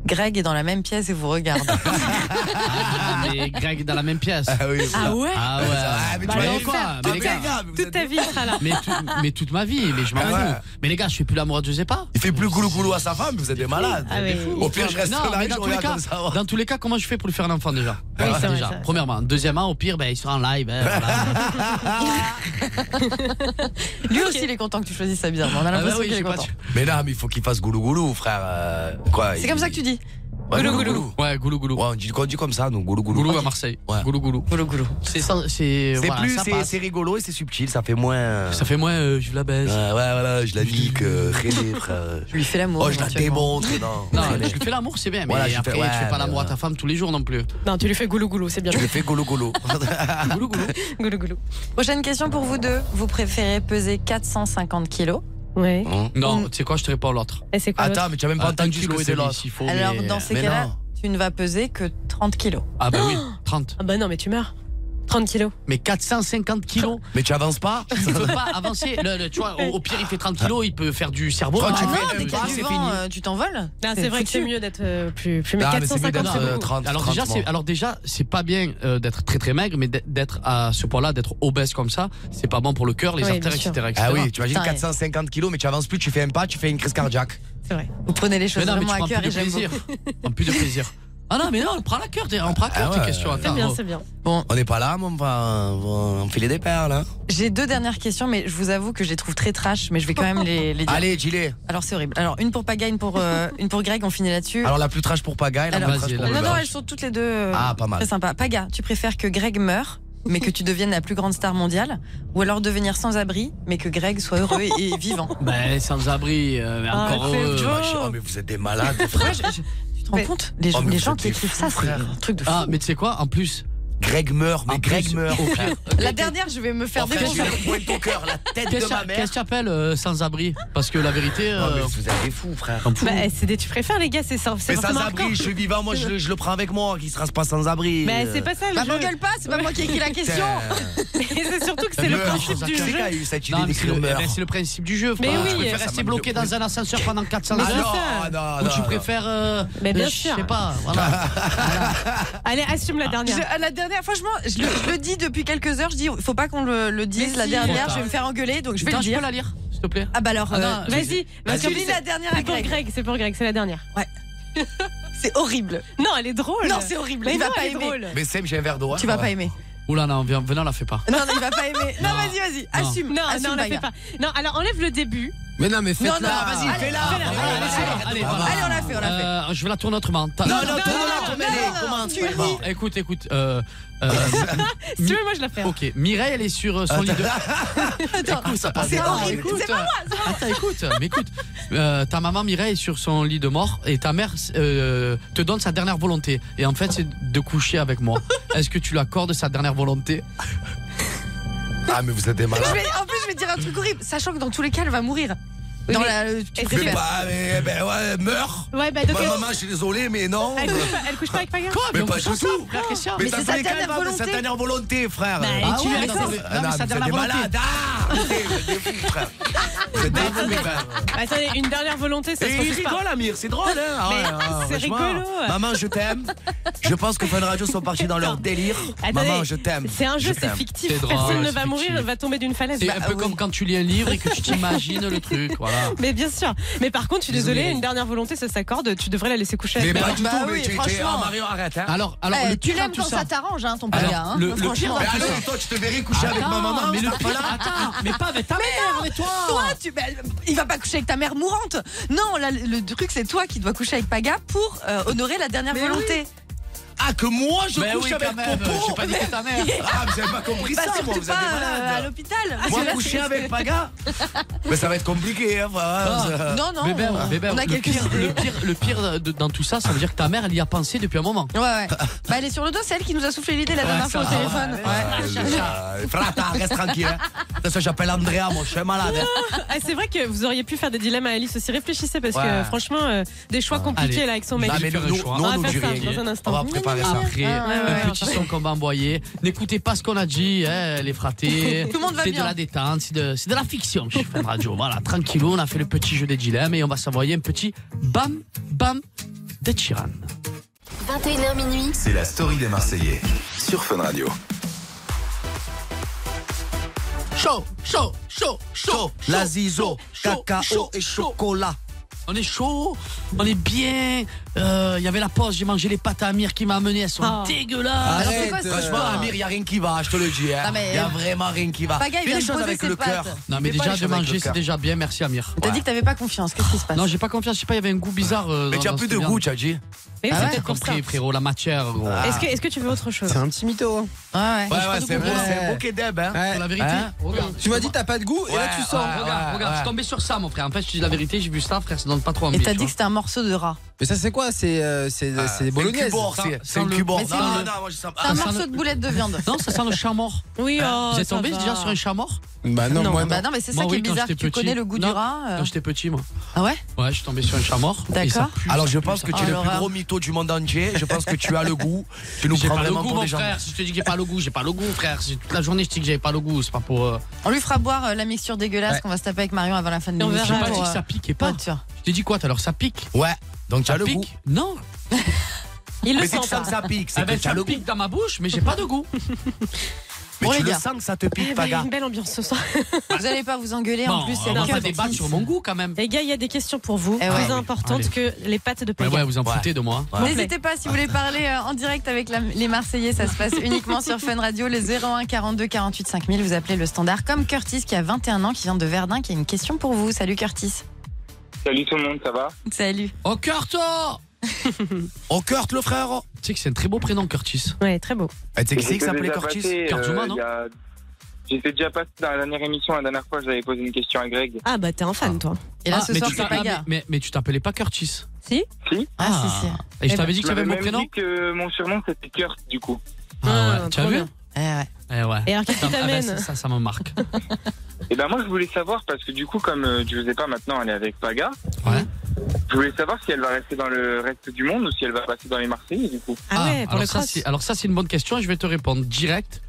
Speaker 4: Greg est dans la même pièce et vous
Speaker 6: *laughs*
Speaker 4: regarde.
Speaker 7: Ah, mais Greg dans la même pièce.
Speaker 6: Ah oui.
Speaker 5: Ah ouais
Speaker 7: Ah ouais.
Speaker 6: Ah, mais tu
Speaker 7: Bah,
Speaker 6: vas
Speaker 7: alors
Speaker 6: y
Speaker 7: quoi
Speaker 6: faire.
Speaker 7: Mais
Speaker 6: Ah,
Speaker 7: les
Speaker 6: mais
Speaker 7: gars,
Speaker 6: les gars, mais vous
Speaker 5: Toute ta vie sera là.
Speaker 7: mais, tout- mais toute ma vie, mais je m'en
Speaker 6: Ah
Speaker 7: fous.
Speaker 6: ouais.
Speaker 7: Mais les gars, je suis plus l'amour de Giuseppa.
Speaker 6: Il fait plus goulou goulou à sa femme, vous êtes des malades.
Speaker 5: Ah oui.
Speaker 6: Au pire, je reste
Speaker 7: Non,
Speaker 6: là,
Speaker 7: mais
Speaker 6: je
Speaker 7: dans tous, les
Speaker 6: regarde
Speaker 7: cas,
Speaker 6: comme ça.
Speaker 7: dans tous les cas, comment je fais pour lui faire un enfant déjà
Speaker 5: Oui, c'est vrai,
Speaker 7: Déjà,
Speaker 5: c'est vrai.
Speaker 7: premièrement. Deuxièmement, au pire, ben, il sera en live. hein, voilà.
Speaker 6: *laughs*
Speaker 4: Lui aussi, il est content que tu choisisses ça bizarrement. On a
Speaker 7: Ah bah
Speaker 4: l'impression
Speaker 7: oui,
Speaker 4: qu'il
Speaker 7: j'ai
Speaker 4: est
Speaker 7: pas
Speaker 4: content.
Speaker 6: Mais là, mais il faut qu'il fasse goulou goulou, frère. euh, Quoi
Speaker 4: C'est comme ça que tu dis.
Speaker 6: Goulou goulou.
Speaker 7: de- Ouais, goulou goulou.
Speaker 6: Ouais, on dit, on dit comme ça, donc goulou goulou.
Speaker 7: Goulou à Marseille.
Speaker 6: Ouais.
Speaker 7: Goulou goulou.
Speaker 4: Goulou, goulou.
Speaker 7: C'est sans- c'est
Speaker 6: C'est
Speaker 7: voilà,
Speaker 6: plus,
Speaker 7: ça
Speaker 6: c'est-
Speaker 7: passe.
Speaker 6: c'est rigolo et c'est subtil, ça fait moins.
Speaker 7: Ça fait moins euh, je la baisse.
Speaker 6: Ouais, ouais, voilà, je la nique, euh, René, frère.
Speaker 4: *laughs* Je lui fais l'amour.
Speaker 6: Oh, je la
Speaker 4: éventuellement.
Speaker 6: démontre, non.
Speaker 7: *laughs* Non,
Speaker 6: René.
Speaker 7: je lui fais l'amour, c'est bien, mais
Speaker 6: Voilà, je lui
Speaker 7: après,
Speaker 6: fais- ouais,
Speaker 7: tu fais
Speaker 6: mais
Speaker 7: pas l'amour à
Speaker 6: voilà.
Speaker 7: ta femme tous les jours non plus.
Speaker 5: Non, tu lui fais goulou goulou, c'est bien.
Speaker 6: Je lui fais goulou goulou.
Speaker 7: Goulou, goulou.
Speaker 5: goulou goulou.
Speaker 4: Prochaine question pour vous deux. Vous préférez peser 450 kilos
Speaker 5: Ouais.
Speaker 7: Non, tu sais quoi, je te réponds l'autre.
Speaker 5: Et c'est quoi l'autre
Speaker 6: Hein Attends, mais tu as même pas
Speaker 7: Ah, un
Speaker 6: entendu ce
Speaker 7: kilo
Speaker 6: que
Speaker 7: et
Speaker 6: c'est
Speaker 7: demi,
Speaker 6: l'autre.
Speaker 7: s'il faut,
Speaker 4: Alors,
Speaker 7: mais-
Speaker 4: dans ces
Speaker 6: mais
Speaker 4: cas-là,
Speaker 6: non.
Speaker 4: tu ne vas peser que 30 kilos.
Speaker 7: Ah
Speaker 4: *gasps*
Speaker 7: bah oui, 30.
Speaker 5: Ah bah non, mais tu meurs. 30 kilos.
Speaker 7: Mais 450 kilos,
Speaker 6: Mais tu avances pas
Speaker 7: il peut pas avancer. Le- le- tu vois, au, au pire, il fait 30 kilos, il peut faire du cerveau.
Speaker 6: Quand tu
Speaker 7: Ah,
Speaker 6: fais
Speaker 7: non,
Speaker 6: le
Speaker 7: dès qu'il y a
Speaker 6: bras,
Speaker 7: du
Speaker 4: du
Speaker 7: vent,
Speaker 4: vent, euh, tu t'envoles.
Speaker 5: Non, c'est vrai que c'est
Speaker 4: foutu.
Speaker 5: mieux d'être euh, plus, plus. Mais
Speaker 6: Non, mais c'est
Speaker 5: 450,
Speaker 6: mieux d'être,
Speaker 5: c'est
Speaker 6: euh,
Speaker 5: beaucoup.
Speaker 6: 30,
Speaker 7: Alors
Speaker 6: 30,
Speaker 7: déjà, c'est,
Speaker 6: moi.
Speaker 7: alors déjà, c'est pas bien euh, d'être très très maigre, mais d'être- d'être à ce point-là, d'être obèse comme ça, c'est pas bon pour le cœur, les
Speaker 5: Oui,
Speaker 7: artères,
Speaker 5: bien
Speaker 7: etc.,
Speaker 5: sûr.
Speaker 7: etc.
Speaker 6: Ah oui, tu imagines
Speaker 4: Putain,
Speaker 6: 450 kilos, mais tu avances plus, tu fais un pas, tu fais une crise cardiaque.
Speaker 5: C'est vrai.
Speaker 4: Vous prenez les
Speaker 7: mais
Speaker 4: choses
Speaker 7: non, mais tu
Speaker 4: vraiment
Speaker 7: prends
Speaker 4: à cœur
Speaker 7: plus
Speaker 4: et
Speaker 7: de
Speaker 4: j'aime
Speaker 7: plaisir.
Speaker 4: beaucoup.
Speaker 7: prends plus de plaisir. Ah non, mais non, on prend la cœur, t'es- on
Speaker 4: *laughs*
Speaker 7: prend la cœur,
Speaker 6: Ah
Speaker 7: tes
Speaker 6: ouais.
Speaker 7: questions.
Speaker 5: C'est
Speaker 7: attends.
Speaker 5: bien, c'est bien.
Speaker 6: On n'est pas là, mais on va, on va enfiler des perles. Hein.
Speaker 4: J'ai deux dernières questions, mais je vous avoue que je les trouve très trash, mais je vais quand même les, les dire.
Speaker 6: Allez, gilet.
Speaker 4: Alors c'est horrible. Alors une pour Paga, une pour euh, une pour Greg. On finit là-dessus.
Speaker 6: Alors la plus trash pour
Speaker 7: Ah,
Speaker 6: Paga et la
Speaker 4: Mm. Alors,
Speaker 6: plus trash
Speaker 7: vas-y,
Speaker 6: pour
Speaker 7: la-
Speaker 4: Non,
Speaker 6: Lola.
Speaker 4: non, elles sont toutes les deux euh,
Speaker 6: Ah, pas mal.
Speaker 4: très sympas. Paga, tu préfères que Greg meure, mais que tu deviennes la plus grande star mondiale, ou alors devenir sans abri, mais que Greg soit heureux et,
Speaker 7: *laughs*
Speaker 4: et vivant.
Speaker 7: Ben, sans abri, euh, mais
Speaker 5: Ah,
Speaker 7: encore
Speaker 5: c'est
Speaker 7: heureux.
Speaker 5: dur.
Speaker 6: Ah, je- Oh, mais vous êtes des
Speaker 4: *laughs*
Speaker 6: malades, frère.
Speaker 4: Tu te rends
Speaker 5: Mais-
Speaker 4: compte Les,
Speaker 6: Oh, mais
Speaker 4: les
Speaker 6: vous
Speaker 4: gens
Speaker 6: êtes
Speaker 4: qui
Speaker 6: des
Speaker 4: écrivent
Speaker 6: fous,
Speaker 4: ça, c'est
Speaker 6: frère.
Speaker 4: un truc de fou.
Speaker 7: Ah, mais tu sais quoi, en plus.
Speaker 6: Greg meurt, mais
Speaker 7: En
Speaker 6: Greg
Speaker 7: plus, *laughs*
Speaker 6: meurt.
Speaker 7: Au pire,
Speaker 4: La dernière, je vais me faire
Speaker 6: Oh, frère, je
Speaker 4: défoncer.
Speaker 6: vais le pointer au cœur, la tête
Speaker 7: qu'est-ce
Speaker 6: de ma
Speaker 7: que-
Speaker 6: mère.
Speaker 7: qu'est-ce que tu appelles euh, sans-abri Parce que la vérité.
Speaker 6: Oh, mais
Speaker 7: euh,
Speaker 6: vous êtes des fous, frère.
Speaker 7: t'en fous.
Speaker 5: Bah, eh, c'est des, tu préfères, les gars, c'est ça.
Speaker 6: Mais
Speaker 5: C'est
Speaker 6: sans
Speaker 5: forcément
Speaker 6: abri,
Speaker 5: hardcore.
Speaker 6: je suis vivant, moi je, le- je le prends avec moi, qu'il se rase pas sans abri.
Speaker 5: Mais
Speaker 6: Euh,
Speaker 5: c'est pas ça le
Speaker 4: Bah,
Speaker 5: jeu.
Speaker 4: m'engueule pas, c'est *laughs* pas moi qui ai écrit la question.
Speaker 6: putain.
Speaker 5: Mais c'est surtout que c'est
Speaker 7: Mais
Speaker 5: le
Speaker 7: meurt,
Speaker 5: principe du
Speaker 7: chacun.
Speaker 5: jeu.
Speaker 6: Qui a eu cette idée
Speaker 7: Non, mais c'est
Speaker 6: d'écrire
Speaker 7: le,
Speaker 6: meurt
Speaker 7: ben, c'est le principe du jeu.
Speaker 5: Mais
Speaker 7: frère.
Speaker 5: oui.
Speaker 7: Tu
Speaker 5: Ça
Speaker 7: préfères rester bloqué dans un ascenseur pendant 400
Speaker 5: Mais bien
Speaker 7: ans.
Speaker 5: sûr.
Speaker 6: Ah non,
Speaker 7: Ou
Speaker 6: non,
Speaker 7: tu
Speaker 6: non.
Speaker 7: préfères. euh,
Speaker 5: Mais bien
Speaker 7: euh,
Speaker 5: sûr.
Speaker 7: Je sais pas, voilà.
Speaker 5: Allez, assume la dernière.
Speaker 4: Ah. Je- à la dernière, franchement, je le, je le dis depuis quelques heures. Je dis, faut pas qu'on le, le dise. la
Speaker 7: si,
Speaker 4: dernière,
Speaker 7: trop
Speaker 4: je vais me faire engueuler, donc je vais
Speaker 7: Putain,
Speaker 4: le
Speaker 7: je
Speaker 4: dire.
Speaker 7: peux la lire, s'il te plaît
Speaker 4: Ah bah alors,
Speaker 7: Ah
Speaker 4: euh,
Speaker 7: non,
Speaker 5: Vas-y,
Speaker 4: parce que
Speaker 5: vas-y.
Speaker 4: lis la dernière à
Speaker 5: C'est pour
Speaker 4: Greg.
Speaker 5: Greg, c'est pour Greg, c'est la dernière. *laughs*
Speaker 4: C'est horrible.
Speaker 5: Non, elle est drôle.
Speaker 4: Non, c'est horrible.
Speaker 5: Mais
Speaker 4: Il va
Speaker 5: non,
Speaker 4: pas
Speaker 5: elle est
Speaker 4: aimer.
Speaker 5: drôle.
Speaker 6: *laughs* Mais Sam, j'ai un verre d'eau. hein.
Speaker 4: Tu vas
Speaker 5: *laughs*
Speaker 4: pas aimer.
Speaker 7: Oula, non, viens, venant, la fais pas.
Speaker 4: Non, non, il va pas aimer. Non,
Speaker 7: Non.
Speaker 4: vas-y, vas-y.
Speaker 7: Non.
Speaker 4: Assume.
Speaker 5: Non,
Speaker 4: assume,
Speaker 5: non, on la fait
Speaker 4: Paga.
Speaker 5: pas. Non, alors enlève le début.
Speaker 8: Mais non, mais
Speaker 4: Non,
Speaker 8: faites-la.
Speaker 4: non, vas-y, fais-la.
Speaker 7: Allez,
Speaker 4: Allez,
Speaker 7: allez,
Speaker 6: voilà.
Speaker 4: Allez, on l'a fait, on l'a fait.
Speaker 7: Euh, je vais la tourner autrement. Ta-
Speaker 6: Ah bah. Non, non, non,
Speaker 4: non,
Speaker 6: non,
Speaker 4: non, non, non,
Speaker 6: comment
Speaker 4: tu
Speaker 6: tu
Speaker 4: ris.
Speaker 7: Bon, écoute, écoute. euh, euh,
Speaker 5: Si tu veux, moi je la fais.
Speaker 7: ok, Mireille, elle est sur euh, son lit de.
Speaker 6: *laughs*
Speaker 4: Attends,
Speaker 7: ça passe
Speaker 4: c'est
Speaker 7: bien.
Speaker 4: horrible.
Speaker 7: Écoute, euh, Attends, écoute, mais écoute. euh, ta maman Mireille est sur son lit de mort et ta mère euh, te donne sa dernière volonté. Et en fait, c'est de coucher avec moi. Est-ce que tu lui accordes sa dernière volonté
Speaker 6: Ah, mais vous êtes des
Speaker 4: Je
Speaker 6: malades.
Speaker 4: vais- en plus, je vais dire un truc horrible, sachant que dans tous les cas, elle va mourir.
Speaker 5: Oui,
Speaker 4: Dans
Speaker 5: mais-
Speaker 4: la, euh, tu
Speaker 5: Est-ce
Speaker 6: Mais
Speaker 4: préfères.
Speaker 7: Bah,
Speaker 6: pas, mais ben ouais, meurs.
Speaker 5: Ouais, bah donc
Speaker 6: Ma
Speaker 5: elle,
Speaker 6: maman, je suis désolé, mais non.
Speaker 5: elle couche pas, elle couche pas avec Paga.
Speaker 7: Quoi
Speaker 6: Mais
Speaker 7: on
Speaker 6: pas
Speaker 7: couche
Speaker 6: du
Speaker 7: ensemble,
Speaker 6: tout.
Speaker 7: frère Christian
Speaker 6: Mais
Speaker 4: c'est
Speaker 6: dans
Speaker 4: sa
Speaker 6: tous les cas,
Speaker 4: dernière
Speaker 6: elle va- c'est sa
Speaker 4: volonté.
Speaker 6: dernière volonté, frère.
Speaker 5: Bah,
Speaker 6: Ah
Speaker 5: et
Speaker 7: Ah
Speaker 5: tu
Speaker 7: ouais,
Speaker 5: lui
Speaker 7: non,
Speaker 5: accordes.
Speaker 7: mais- non,
Speaker 6: non,
Speaker 7: mais
Speaker 6: mais
Speaker 7: sa
Speaker 6: vous êtes
Speaker 7: dernière
Speaker 6: des
Speaker 7: volonté.
Speaker 6: malades. Ah C'est dingue, mes frères.
Speaker 5: Bah, Attendez, une dernière volonté, ça
Speaker 6: Et
Speaker 5: se
Speaker 6: il
Speaker 5: refuse pas.
Speaker 6: rigole, Amir, c'est drôle, hein Ah ouais,
Speaker 5: Mais
Speaker 6: ah,
Speaker 5: c'est
Speaker 6: franchement.
Speaker 5: rigolo.
Speaker 6: Maman, je t'aime. Je pense que Fun Radio sont partis dans leur délire. Maman, je t'aime.
Speaker 5: C'est un jeu,
Speaker 6: Je
Speaker 5: c'est
Speaker 6: t'aime.
Speaker 5: fictif. Personne ne va mourir, va tomber d'une falaise. Bah,
Speaker 7: C'est un peu comme quand tu lis un livre et que tu t'imagines le truc, voilà.
Speaker 5: Mais bien sûr. Mais par contre, je suis désolée,
Speaker 7: Désolé.
Speaker 5: une dernière volonté, ça s'accorde. Tu devrais la laisser coucher.
Speaker 7: Mais
Speaker 5: avec
Speaker 7: pas
Speaker 5: elle.
Speaker 7: du tout, Bah mais oui, tu- tu- franchement.
Speaker 6: Ah, Mario, arrête. Hein.
Speaker 7: Alors, alors
Speaker 4: Eh,
Speaker 7: le
Speaker 4: tu
Speaker 7: pire dans
Speaker 4: l'aimes
Speaker 7: tout
Speaker 4: quand ça,
Speaker 7: ça.
Speaker 4: t'arrange, hein, ton
Speaker 7: Alors,
Speaker 4: paga. Hein.
Speaker 7: le- le pire dans
Speaker 4: hein.
Speaker 7: tout ça.
Speaker 6: Allez, toi, tu te verrais coucher avec ma
Speaker 4: Ah,
Speaker 6: maman.
Speaker 7: mais le pire-
Speaker 6: Voilà.
Speaker 7: attends, mais pas avec ta
Speaker 4: Mais
Speaker 7: mère,
Speaker 4: non,
Speaker 7: mais toi.
Speaker 4: Toi, tu, ben, il va pas coucher avec ta mère mourante. Non, là, le truc, c'est toi qui dois coucher avec Paga pour euh, honorer la dernière volonté.
Speaker 6: Ah, que moi, je
Speaker 7: Ben
Speaker 6: couche
Speaker 7: oui,
Speaker 6: avec
Speaker 7: quand même,
Speaker 6: Popo.
Speaker 7: j'ai pas dit que ta mère.
Speaker 4: *laughs*
Speaker 6: Ah, vous avez pas compris
Speaker 4: Bah,
Speaker 6: ça, moi,
Speaker 4: surtout
Speaker 6: vous
Speaker 4: pas
Speaker 6: êtes des
Speaker 4: euh, à
Speaker 6: malades.
Speaker 4: l'hôpital.
Speaker 6: Moi,
Speaker 4: Parce que là,
Speaker 6: coucher
Speaker 4: c'est-
Speaker 6: avec Paga Mais ça va être compliqué, hein. voilà.
Speaker 4: Non, non,
Speaker 7: Ah. Bébert,
Speaker 4: on-
Speaker 7: Bébert,
Speaker 4: on a
Speaker 7: le,
Speaker 4: quelques
Speaker 7: pire,
Speaker 4: idées.
Speaker 7: le pire, le pire de- dans tout ça, ça veut dire que ta mère, elle y a pensé depuis un moment.
Speaker 4: Ouais, ouais. Bah, elle est sur le dos, c'est elle qui nous a soufflé l'idée la
Speaker 7: Ouais,
Speaker 4: dernière fois au
Speaker 7: ça,
Speaker 4: téléphone.
Speaker 6: Euh, Frata, reste tranquille. hein. De toute façon, j'appelle Andrea, moi, je suis un malade. hein.
Speaker 5: Ah, c'est vrai que vous auriez pu faire des dilemmes à Alice aussi. Réfléchissez parce que
Speaker 6: Ouais.
Speaker 5: franchement, euh, des choix compliqués
Speaker 7: Allez.
Speaker 5: là avec son mec.
Speaker 7: Ah, mais
Speaker 5: On
Speaker 7: nous,
Speaker 5: va
Speaker 7: nous,
Speaker 5: faire
Speaker 7: nous,
Speaker 5: ça
Speaker 7: on nous dit rien.
Speaker 5: dans un instant. Ah
Speaker 6: On va préparer ça.
Speaker 7: Après,
Speaker 5: ouais,
Speaker 7: Ah, un petit son qu'on va envoyer. N'écoutez pas ce qu'on a dit, hein, les
Speaker 5: *laughs*
Speaker 7: fratés.
Speaker 4: Tout le monde va
Speaker 7: C'est de
Speaker 4: bien.
Speaker 7: la détente, c'est de, c'est de la fiction chez Fun Radio. Voilà, tranquillou, on a fait le petit jeu des dilemmes et on va s'envoyer un petit bam, bam de Chiran.
Speaker 3: 21h minuit,
Speaker 1: C'est la story des Marseillais sur Fun Radio.
Speaker 6: Chaud, chaud, chaud, Oh, chaud. La zizo, cacao et chocolat.
Speaker 7: On est chaud, on est bien. Euh, Il y avait la pause, j'ai mangé les pâtes à Amir qui m'a amené, elles sont
Speaker 4: Ah.
Speaker 7: dégueulasses.
Speaker 4: Alors, c'est
Speaker 6: Arrête,
Speaker 4: quoi ce
Speaker 6: franchement,
Speaker 4: soir
Speaker 6: Amir, il n'y a rien qui va, je te le dis.
Speaker 4: Non,
Speaker 6: hein.
Speaker 4: mais-
Speaker 6: Il y a vraiment rien qui va.
Speaker 4: Paga, il
Speaker 6: Fais
Speaker 4: vient
Speaker 6: les
Speaker 4: de
Speaker 6: choses
Speaker 4: poser
Speaker 6: avec
Speaker 4: ses
Speaker 6: le
Speaker 4: pattes.
Speaker 6: cœur.
Speaker 7: Non, mais
Speaker 6: Fais
Speaker 7: déjà
Speaker 6: pas les choses
Speaker 7: de
Speaker 6: avec
Speaker 7: manger,
Speaker 6: le
Speaker 7: c'est
Speaker 6: cœur.
Speaker 7: déjà bien, merci Amir.
Speaker 4: T'as dit que t'avais pas confiance. Qu'est-ce qui se passe
Speaker 7: Non, j'ai pas confiance, je sais pas, il y avait un goût bizarre. euh,
Speaker 6: Mais tu
Speaker 7: dans-
Speaker 6: as
Speaker 7: dans
Speaker 6: plus
Speaker 7: cette
Speaker 6: de
Speaker 7: viande.
Speaker 6: goût, Tchadji.
Speaker 5: Mais
Speaker 7: Ah
Speaker 5: c'est
Speaker 7: ouais,
Speaker 5: peut-être pour ça.
Speaker 7: compris, frérot, la matière, gros.
Speaker 6: Ah.
Speaker 5: Est-ce que, est-ce que tu veux autre chose
Speaker 8: C'est un petit mytho. Hein.
Speaker 4: Ouais, ouais.
Speaker 6: Ouais,
Speaker 7: J'ai pas
Speaker 6: ouais,
Speaker 7: de
Speaker 6: c'est
Speaker 7: goût,
Speaker 6: vrai,
Speaker 7: ouais.
Speaker 6: c'est un beau Kedeb, hein.
Speaker 8: Ouais.
Speaker 7: Pour la vérité,
Speaker 6: Hein
Speaker 7: regarde.
Speaker 8: Tu m'as dit t'as pas de goût et là tu
Speaker 6: Ouais,
Speaker 8: sors.
Speaker 6: ouais.
Speaker 7: Regarde, regarde, je suis tombé sur ça, mon frère. En fait, je te dis la vérité, j'ai vu ça, frère, ça donne pas trop envie.
Speaker 4: Et t'as
Speaker 7: tu
Speaker 4: dit que c'était un morceau de rat.
Speaker 8: Mais ça c'est quoi C'est euh, c'est
Speaker 6: Ah,
Speaker 8: c'est bolognaise.
Speaker 6: cubord, c'est-
Speaker 7: Sans-
Speaker 6: C'est
Speaker 7: sans
Speaker 6: le
Speaker 7: le-
Speaker 6: cubord.
Speaker 4: Mais
Speaker 6: Non,
Speaker 4: c'est
Speaker 6: non,
Speaker 4: le-
Speaker 6: non, moi, je sens
Speaker 4: C'est un
Speaker 6: pas.
Speaker 7: ça
Speaker 4: morceau
Speaker 7: ne-
Speaker 4: de boulette de viande.
Speaker 7: vois. Non, ça sent le chat mort.
Speaker 5: Oui, oh,
Speaker 7: Vous êtes
Speaker 5: ça
Speaker 7: tombé
Speaker 5: va.
Speaker 7: déjà sur un chat mort
Speaker 8: Bah non,
Speaker 5: Non,
Speaker 8: moi
Speaker 4: Bah
Speaker 8: non.
Speaker 4: non, mais c'est
Speaker 7: Moi,
Speaker 4: ça qui
Speaker 7: oui,
Speaker 4: est
Speaker 7: quand
Speaker 4: bizarre. Tu
Speaker 7: j'étais petit.
Speaker 4: connais le goût du
Speaker 7: Non.
Speaker 4: rat. euh.
Speaker 7: Quand j'étais petit, moi.
Speaker 4: Ah ouais
Speaker 7: Ouais, je suis tombé sur un chat mort. et ça
Speaker 4: D'accord.
Speaker 7: pue,
Speaker 6: Alors
Speaker 7: ça
Speaker 6: je
Speaker 7: pue,
Speaker 6: pense
Speaker 7: ça
Speaker 6: que tu
Speaker 7: pue.
Speaker 6: es le plus
Speaker 4: Oh,
Speaker 5: euh,
Speaker 4: l'horreur.
Speaker 6: gros mytho du monde entier. Je pense que tu as le goût. Tu nous
Speaker 7: J'ai
Speaker 6: prends
Speaker 7: pas le
Speaker 6: vraiment
Speaker 7: goût,
Speaker 6: pour
Speaker 7: mon
Speaker 6: des gens.
Speaker 7: frère. Si je te dis que j'ai pas le goût, j'ai pas le goût, frère. C'est Toute la journée, je te dis que j'avais pas le goût. C'est pas pour. euh,
Speaker 4: On lui fera boire euh, la mixture dégueulasse
Speaker 6: Ouais.
Speaker 4: qu'on va se taper avec Marion avant la fin de
Speaker 5: Et on
Speaker 4: l'émission.
Speaker 7: J'ai
Speaker 5: verra
Speaker 7: pas dit
Speaker 4: pour,
Speaker 7: que
Speaker 4: euh,
Speaker 7: ça piquait pas.
Speaker 4: ouais, tu vois.
Speaker 7: Je t'ai dit quoi Tout à l'heure, ça pique.
Speaker 6: Ouais. Donc tu as
Speaker 7: Ça
Speaker 6: le goût.
Speaker 7: pique Non.
Speaker 5: *laughs* Il le
Speaker 6: Mais c'est
Speaker 5: sent
Speaker 6: que ça
Speaker 5: pas.
Speaker 6: que ça pique.
Speaker 7: Ah
Speaker 6: C'est que
Speaker 7: ben,
Speaker 6: tu
Speaker 7: ça
Speaker 6: as le goût.
Speaker 7: pique dans ma bouche, mais j'ai pas de goût.
Speaker 6: *laughs* Mais
Speaker 4: Bon,
Speaker 6: tu
Speaker 4: les
Speaker 6: le
Speaker 4: gars.
Speaker 6: sens que ça te
Speaker 5: Eh
Speaker 6: pique,
Speaker 5: ben, il y a
Speaker 6: Paga.
Speaker 5: une belle ambiance ce soir.
Speaker 4: *laughs* Vous allez pas vous engueuler
Speaker 7: Bon,
Speaker 4: en plus.
Speaker 7: on
Speaker 4: il y a
Speaker 7: va
Speaker 4: que
Speaker 7: pas
Speaker 4: votre
Speaker 7: débattre
Speaker 4: fils.
Speaker 7: sur mon goût quand même.
Speaker 5: Les gars, il y a des questions pour vous,
Speaker 4: Eh
Speaker 5: plus
Speaker 4: ouais.
Speaker 5: importantes que les pattes de
Speaker 7: Mais
Speaker 5: Pega.
Speaker 7: ouais, vous en
Speaker 6: Ouais.
Speaker 7: foutez de moi.
Speaker 6: Ouais.
Speaker 4: N'hésitez pas si vous voulez parler euh, en direct avec la- les Marseillais, ça se passe uniquement sur Fun Radio, le 01 42 48 5000. Vous appelez le standard comme Curtis qui a 21 ans, qui vient de Verdun, qui a une question pour vous. Salut Curtis.
Speaker 13: Salut tout le monde, ça va
Speaker 4: Salut.
Speaker 7: Oh, Curto
Speaker 6: Oh, Kurt, le frère. oh.
Speaker 7: Tu sais que c'est un très beau prénom, Curtis.
Speaker 5: Ouais, très beau.
Speaker 7: Ah,
Speaker 6: Eh, Tu sais qui c'est qui
Speaker 13: J'étais
Speaker 6: s'appelait
Speaker 13: déjà
Speaker 6: Curtis
Speaker 13: passé, euh,
Speaker 7: Kurzuma, non
Speaker 13: il y a- J'étais déjà passé dans la dernière émission, la dernière fois, j'avais posé une question à Greg.
Speaker 5: Ah bah t'es un fan toi.
Speaker 4: Et là
Speaker 7: Ah,
Speaker 4: ce
Speaker 7: mais
Speaker 4: soir
Speaker 7: tu
Speaker 4: c'est
Speaker 7: t'as- ah,
Speaker 4: Paga.
Speaker 7: mais, mais- mais tu t'appelais pas Curtis.
Speaker 5: Si
Speaker 4: Ah, si, si.
Speaker 7: Et je
Speaker 5: Eh
Speaker 7: t'avais dit
Speaker 13: Tu
Speaker 7: que j'avais
Speaker 13: m'avais
Speaker 7: mon
Speaker 13: même
Speaker 7: prénom
Speaker 13: dit que mon surnom c'était Kurt du coup.
Speaker 7: Ah
Speaker 5: Ah,
Speaker 7: ouais, tu as
Speaker 5: trop
Speaker 7: vu
Speaker 5: bien.
Speaker 4: Eh ouais.
Speaker 7: Eh ouais.
Speaker 5: Et alors qu'est-ce
Speaker 7: Ah
Speaker 5: qui
Speaker 7: ben,
Speaker 5: t'amène
Speaker 7: ça, ça, ça me marque.
Speaker 13: Et ben moi je voulais savoir parce que du coup comme euh, tu faisais pas maintenant elle est avec Paga,
Speaker 7: Ouais.
Speaker 13: je voulais savoir si elle va rester dans le reste du monde ou si elle va passer dans les Marseillais du coup.
Speaker 5: Ah ouais, pour
Speaker 7: alors,
Speaker 5: le
Speaker 7: ça,
Speaker 5: cross.
Speaker 7: c'est- alors ça, c'est une bonne question et je vais te répondre direct.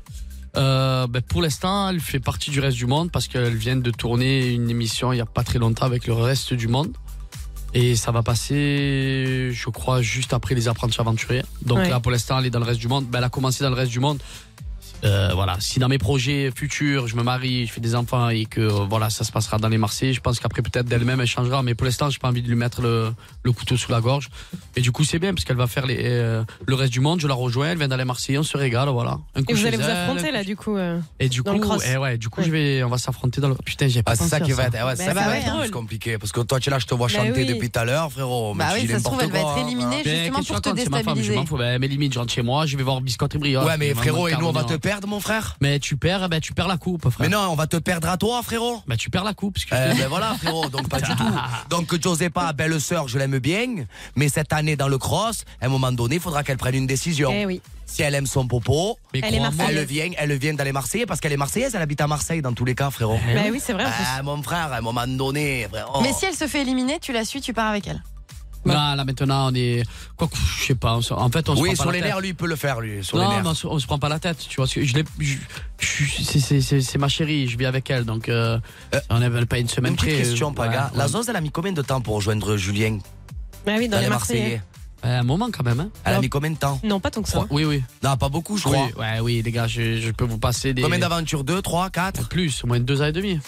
Speaker 7: Euh, ben, pour l'instant, elle fait partie du reste du monde parce qu'elle vient de tourner une émission il n'y a pas très longtemps avec le reste du monde. Et ça va passer, je crois, juste après les apprentis aventuriers. Donc
Speaker 5: Ouais.
Speaker 7: là, pour l'instant, elle est dans le reste du monde. Ben, elle a commencé dans le reste du monde. Euh, voilà, si dans mes projets futurs, je me marie, je fais des enfants et que euh, voilà, ça se passera dans les Marseillais, je pense qu'après peut-être d'elle-même elle changera. Mais pour l'instant, j'ai pas envie de lui mettre le, le couteau sous la gorge. Et du coup, c'est bien parce qu'elle va faire les, euh, le reste du monde. Je la rejoins, elle vient d'aller Marseille, on se régale, voilà. Un
Speaker 5: Et
Speaker 7: coup
Speaker 5: vous
Speaker 7: chez
Speaker 5: allez vous
Speaker 7: elle,
Speaker 5: affronter
Speaker 7: un
Speaker 5: là
Speaker 7: coup-
Speaker 5: du coup. euh.
Speaker 7: Et du
Speaker 5: dans
Speaker 7: coup,
Speaker 5: le cross.
Speaker 7: eh ouais, du coup,
Speaker 5: Ouais.
Speaker 7: je vais, on va s'affronter dans le. Putain, j'ai pas
Speaker 6: Ah, c'est
Speaker 7: pensé
Speaker 6: ça
Speaker 7: à
Speaker 6: qui va
Speaker 7: ça.
Speaker 6: être, eh ouais,
Speaker 5: Bah,
Speaker 6: ça
Speaker 5: ça
Speaker 6: va
Speaker 5: va
Speaker 6: être
Speaker 5: être
Speaker 6: plus
Speaker 5: drôle.
Speaker 6: compliqué parce que toi tu es là je te vois
Speaker 5: Bah
Speaker 6: chanter
Speaker 5: oui.
Speaker 6: depuis tout à l'heure frérot. mais
Speaker 4: Bah
Speaker 6: tu
Speaker 4: oui,
Speaker 6: dis
Speaker 4: ça se trouve,
Speaker 6: n'importe
Speaker 4: elle va
Speaker 6: quoi,
Speaker 4: être
Speaker 6: hein.
Speaker 4: éliminée
Speaker 7: Mais
Speaker 4: justement
Speaker 7: Bah, qu'est-ce que
Speaker 4: pour
Speaker 7: tu
Speaker 4: te
Speaker 7: racontes, c'est ma femme, je
Speaker 4: déstabiliser.
Speaker 7: m'en fous. Ben, mes limites, je rentre chez moi, je vais voir Biscotte et Brioche.
Speaker 6: Ouais mais
Speaker 7: Maman,
Speaker 6: frérot et nous on va
Speaker 7: Carmignan.
Speaker 6: te perdre mon frère.
Speaker 7: Mais tu perds, ben, tu perds la coupe, frère.
Speaker 6: Mais non on va te perdre à toi frérot.
Speaker 7: Ben, tu perds la coupe. parce que-
Speaker 6: Eh ben voilà frérot, donc pas du
Speaker 7: *laughs*
Speaker 6: tout. Donc Josepa, belle sœur, je l'aime bien, mais cette année dans le cross, à un moment donné, il faudra qu'elle prenne une décision.
Speaker 5: Eh oui.
Speaker 6: Si elle aime son popo,
Speaker 7: Mais
Speaker 5: Elle est
Speaker 7: crois-moi,
Speaker 5: marseillaise.
Speaker 6: elle vient, elle vient d'aller Marseillais parce qu'elle est marseillaise, elle habite à Marseille dans tous les cas frérot.
Speaker 7: Eh
Speaker 5: Bah oui c'est vrai. en plus.
Speaker 4: Oh.
Speaker 6: Ah, mon frère, à un moment donné, frérot.
Speaker 4: Mais si elle se fait éliminer, tu la suis, tu pars avec elle.
Speaker 7: Non, là maintenant on est. Quoi que, je sais pas. on se- En fait, on se
Speaker 6: oui,
Speaker 7: prend pas
Speaker 6: sur
Speaker 7: la
Speaker 6: les
Speaker 7: tête.
Speaker 6: nerfs, lui, il peut le faire, lui. Sur les
Speaker 7: non,
Speaker 6: nerfs.
Speaker 7: mais on se, on se prend pas la tête, tu vois. parce que je l'ai- je- je- je- c'est- c'est- C'est c'est ma chérie, je vis avec elle, donc euh, on n'est pas une semaine
Speaker 6: Une petite
Speaker 7: près.
Speaker 6: question,
Speaker 7: euh,
Speaker 6: Paga.
Speaker 7: ouais,
Speaker 6: La
Speaker 7: ouais.
Speaker 6: Zoz, elle a mis combien de temps pour rejoindre Julien
Speaker 5: Bah oui, dans, les Marseillais.
Speaker 7: un moment quand même. Hein.
Speaker 6: Elle a mis combien de temps
Speaker 5: Non, pas tant que ça.
Speaker 7: Oui, oui.
Speaker 6: Non, pas beaucoup, je crois.
Speaker 7: Oui, ouais, oui, les gars, je, je peux vous passer des.
Speaker 6: Combien d'aventures 2, 3, 4
Speaker 7: Plus, au moins 2 ans et demi.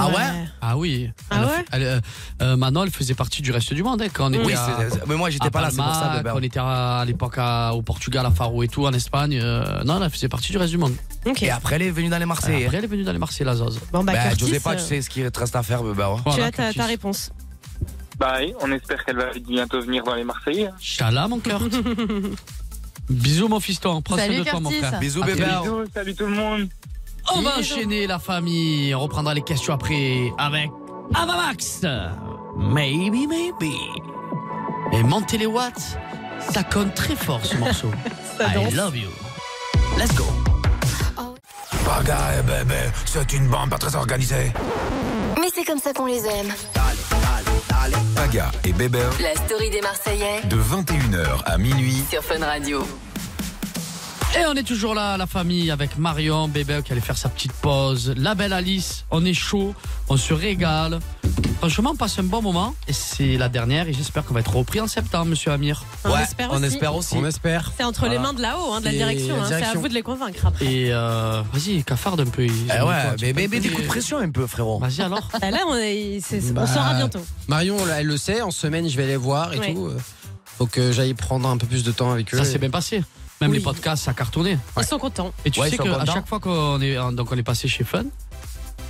Speaker 6: Ah ouais
Speaker 7: Ah oui.
Speaker 6: Ah
Speaker 7: Elle a
Speaker 6: ouais
Speaker 7: fait- elle, euh, euh, Manon, elle faisait partie du reste du monde. hein, quand on
Speaker 6: Oui,
Speaker 7: était
Speaker 6: c'est- c'est- mais moi, j'étais
Speaker 7: à
Speaker 6: pas là, c'est pour ça,
Speaker 7: Palma,
Speaker 6: Bébert.
Speaker 7: Quand on était à, à l'époque à- au Portugal, à Faro et tout, en Espagne. euh, non, elle faisait partie du reste du monde.
Speaker 6: Et après, elle est venue dans les Marseillais. hein.
Speaker 7: Après, elle est venue dans les Marseillais, la Zoz.
Speaker 5: Bon, bah,
Speaker 6: Bah,
Speaker 5: Curtis,
Speaker 6: je sais pas,
Speaker 5: euh,
Speaker 6: tu sais ce qu'il reste à faire,
Speaker 7: bah,
Speaker 6: Bébert. hein.
Speaker 5: tu as ta, ta réponse.
Speaker 13: Bah oui, on espère qu'elle va bientôt venir dans les Marseillais. hein.
Speaker 7: Chala, mon cœur.
Speaker 5: *laughs*
Speaker 7: Bisous, mon fiston. Prends soin
Speaker 13: Salut,
Speaker 7: de toi, mon
Speaker 13: Curtis.
Speaker 7: frère.
Speaker 13: Bisous,
Speaker 7: À
Speaker 13: bébé.
Speaker 7: très vite.
Speaker 13: Bisous, Salut tout le monde.
Speaker 7: On va enchaîner Oh, bah, la famille. On reprendra les questions après avec Avamax. Maybe, maybe. Et montez les watts. Ça compte très fort ce
Speaker 5: *laughs*
Speaker 7: morceau. I love you. Let's go.
Speaker 1: Pagaille, bébé, c'est une bande pas très organisée.
Speaker 3: Mais c'est comme ça qu'on les aime.
Speaker 1: Paga et Bébert,
Speaker 3: La story des Marseillais
Speaker 1: de 21h à minuit.
Speaker 3: sur Fun Radio.
Speaker 7: Et on est toujours là, la famille, avec Marion, bébé qui allait faire sa petite pause. La belle Alice, on est chaud, on se régale. Franchement, on passe un bon moment. Et c'est la dernière, et j'espère qu'on va être repris en septembre, monsieur Amir.
Speaker 5: On Ouais, espère on aussi. espère aussi. On
Speaker 8: espère.
Speaker 5: C'est entre les
Speaker 7: Voilà.
Speaker 5: mains de là-haut, hein, de la
Speaker 7: Et
Speaker 5: direction.
Speaker 7: la
Speaker 5: hein, C'est à
Speaker 7: direction.
Speaker 5: vous de les convaincre après.
Speaker 7: Et euh, vas-y, cafarde un peu. ils
Speaker 6: Eh
Speaker 7: ont
Speaker 6: ouais,
Speaker 7: dit quoi, tu
Speaker 6: mais,
Speaker 7: peux
Speaker 6: mais, mais
Speaker 7: te
Speaker 6: des
Speaker 7: dire-
Speaker 6: coups de pression un peu, frérot.
Speaker 7: Vas-y alors.
Speaker 5: *laughs* Bah là, on, est, c'est- on
Speaker 8: Bah,
Speaker 5: saura bientôt.
Speaker 8: Marion, elle le sait, en semaine, je vais les voir et
Speaker 5: Ouais.
Speaker 8: tout. euh, Faut que j'aille prendre un peu plus de temps avec eux.
Speaker 7: Ça s'est bien passé. Même les podcasts, ça a cartonné.
Speaker 5: Ils sont contents.
Speaker 7: Et tu
Speaker 8: Ouais,
Speaker 7: sais
Speaker 8: ils sont
Speaker 7: qu'à
Speaker 8: contents.
Speaker 7: chaque fois qu'on est, donc on est passé chez Fun,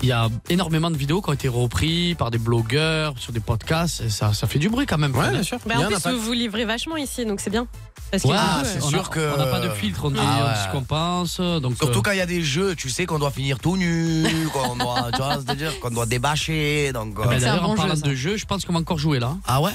Speaker 7: il y a énormément de vidéos qui ont été reprises par des blogueurs, sur des podcasts. et ça, ça fait du bruit quand même.
Speaker 8: Ouais, bien sûr.
Speaker 5: Bah, en plus, vous vous livrez vachement ici, donc c'est bien. Parce que
Speaker 7: Ouais,
Speaker 5: du coup, euh,
Speaker 7: on a- On n'a pas de filtre, on dit
Speaker 6: Ah
Speaker 7: euh,
Speaker 6: ouais.
Speaker 7: ce qu'on pense. Donc,
Speaker 6: Surtout
Speaker 7: euh,
Speaker 6: quand il y a des jeux, tu sais qu'on doit finir tout nu,
Speaker 8: *laughs*
Speaker 6: qu'on doit, tu vois, c'est-à-dire qu'on doit débâcher. Donc, euh.
Speaker 7: eh ben, D'ailleurs, en parlant de jeu, je pense qu'on va encore jouer là.
Speaker 6: Ah ouais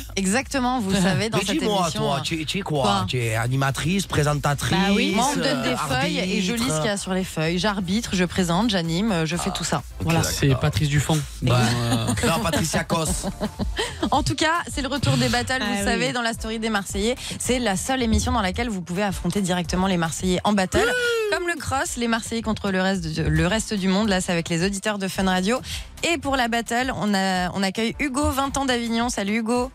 Speaker 6: *laughs*
Speaker 4: Exactement, vous le savez, dans
Speaker 6: Mais
Speaker 4: cette
Speaker 6: dis-moi,
Speaker 4: émission.
Speaker 6: toi,
Speaker 4: hein.
Speaker 6: tu, tu es quoi,
Speaker 4: Quoi
Speaker 6: Tu es animatrice, présentatrice
Speaker 4: Bah oui, moi on me donne
Speaker 6: euh,
Speaker 4: des feuilles et je lis ce qu'il y a sur les feuilles. J'arbitre, je présente, j'anime, euh, je fais
Speaker 6: Ah.
Speaker 4: tout ça. Voilà.
Speaker 7: C'est Patrice Dufont.
Speaker 5: *laughs*
Speaker 6: Bah,
Speaker 7: Donc, euh,
Speaker 6: Non, Patricia Cos.
Speaker 4: En tout cas, c'est le retour des battles,
Speaker 5: Ah
Speaker 4: vous
Speaker 5: oui.
Speaker 4: savez, dans la story des Marseillais. C'est la seule émission dans laquelle vous pouvez affronter directement les Marseillais en battle. Comme le cross, les Marseillais contre le reste, du- le reste du monde. Là, c'est avec les auditeurs de Fun Radio. Et pour la battle, on, a, on accueille Hugo, 20 ans d'Avignon. Salut Hugo.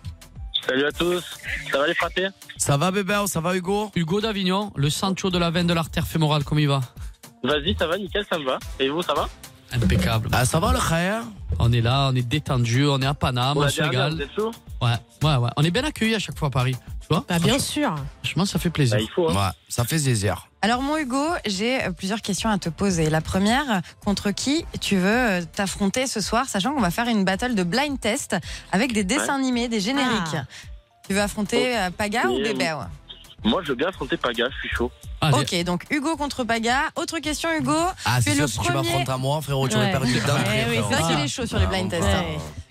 Speaker 13: Salut à tous. Ça va les frater
Speaker 6: Ça va, bébé Ça va, Hugo
Speaker 7: Hugo d'Avignon, le Sancho de la veine de l'artère fémorale, comme il va
Speaker 13: Vas-y, ça va, nickel, ça me va. Et vous, ça va
Speaker 7: Impeccable.
Speaker 6: Ah, ça va le frère
Speaker 7: On est là, on est détendu, on est à Paname,
Speaker 14: Ah,
Speaker 13: Pour
Speaker 7: on
Speaker 13: la
Speaker 7: se
Speaker 13: dernière,
Speaker 7: régale.
Speaker 13: vous êtes chaud
Speaker 7: Ouais, ouais, ouais. On est bien accueillis à chaque fois à Paris. Tu vois
Speaker 5: Bah, bien sûr.
Speaker 7: Franchement, ça fait
Speaker 4: Bah,
Speaker 7: plaisir.
Speaker 13: il
Speaker 4: hein.
Speaker 13: faut.
Speaker 6: Ouais, ça fait zézère.
Speaker 4: Alors mon Hugo, j'ai euh, plusieurs questions à te poser. La première, contre qui tu veux euh, t'affronter ce soir, sachant qu'on va faire une battle de blind test avec des dessins animés, des génériques.
Speaker 5: Ah.
Speaker 4: Tu veux affronter
Speaker 14: Oh.
Speaker 4: euh, Paga ou
Speaker 13: Oui,
Speaker 4: Bébé ouais
Speaker 13: Moi, je veux bien affronter Paga, je suis chaud.
Speaker 14: Ah,
Speaker 4: Ok, donc Hugo contre Paga. Autre question, Hugo.
Speaker 6: Ah,
Speaker 4: tu es
Speaker 6: c'est
Speaker 4: le
Speaker 6: sûr, si tu
Speaker 4: premier.
Speaker 6: m'affrontes à moi, frérot, tu
Speaker 4: Ouais.
Speaker 6: aurais perdu le dingue.
Speaker 4: Eh oui,
Speaker 6: frérot.
Speaker 4: c'est vrai qu'il est chaud sur les blind tests. hein.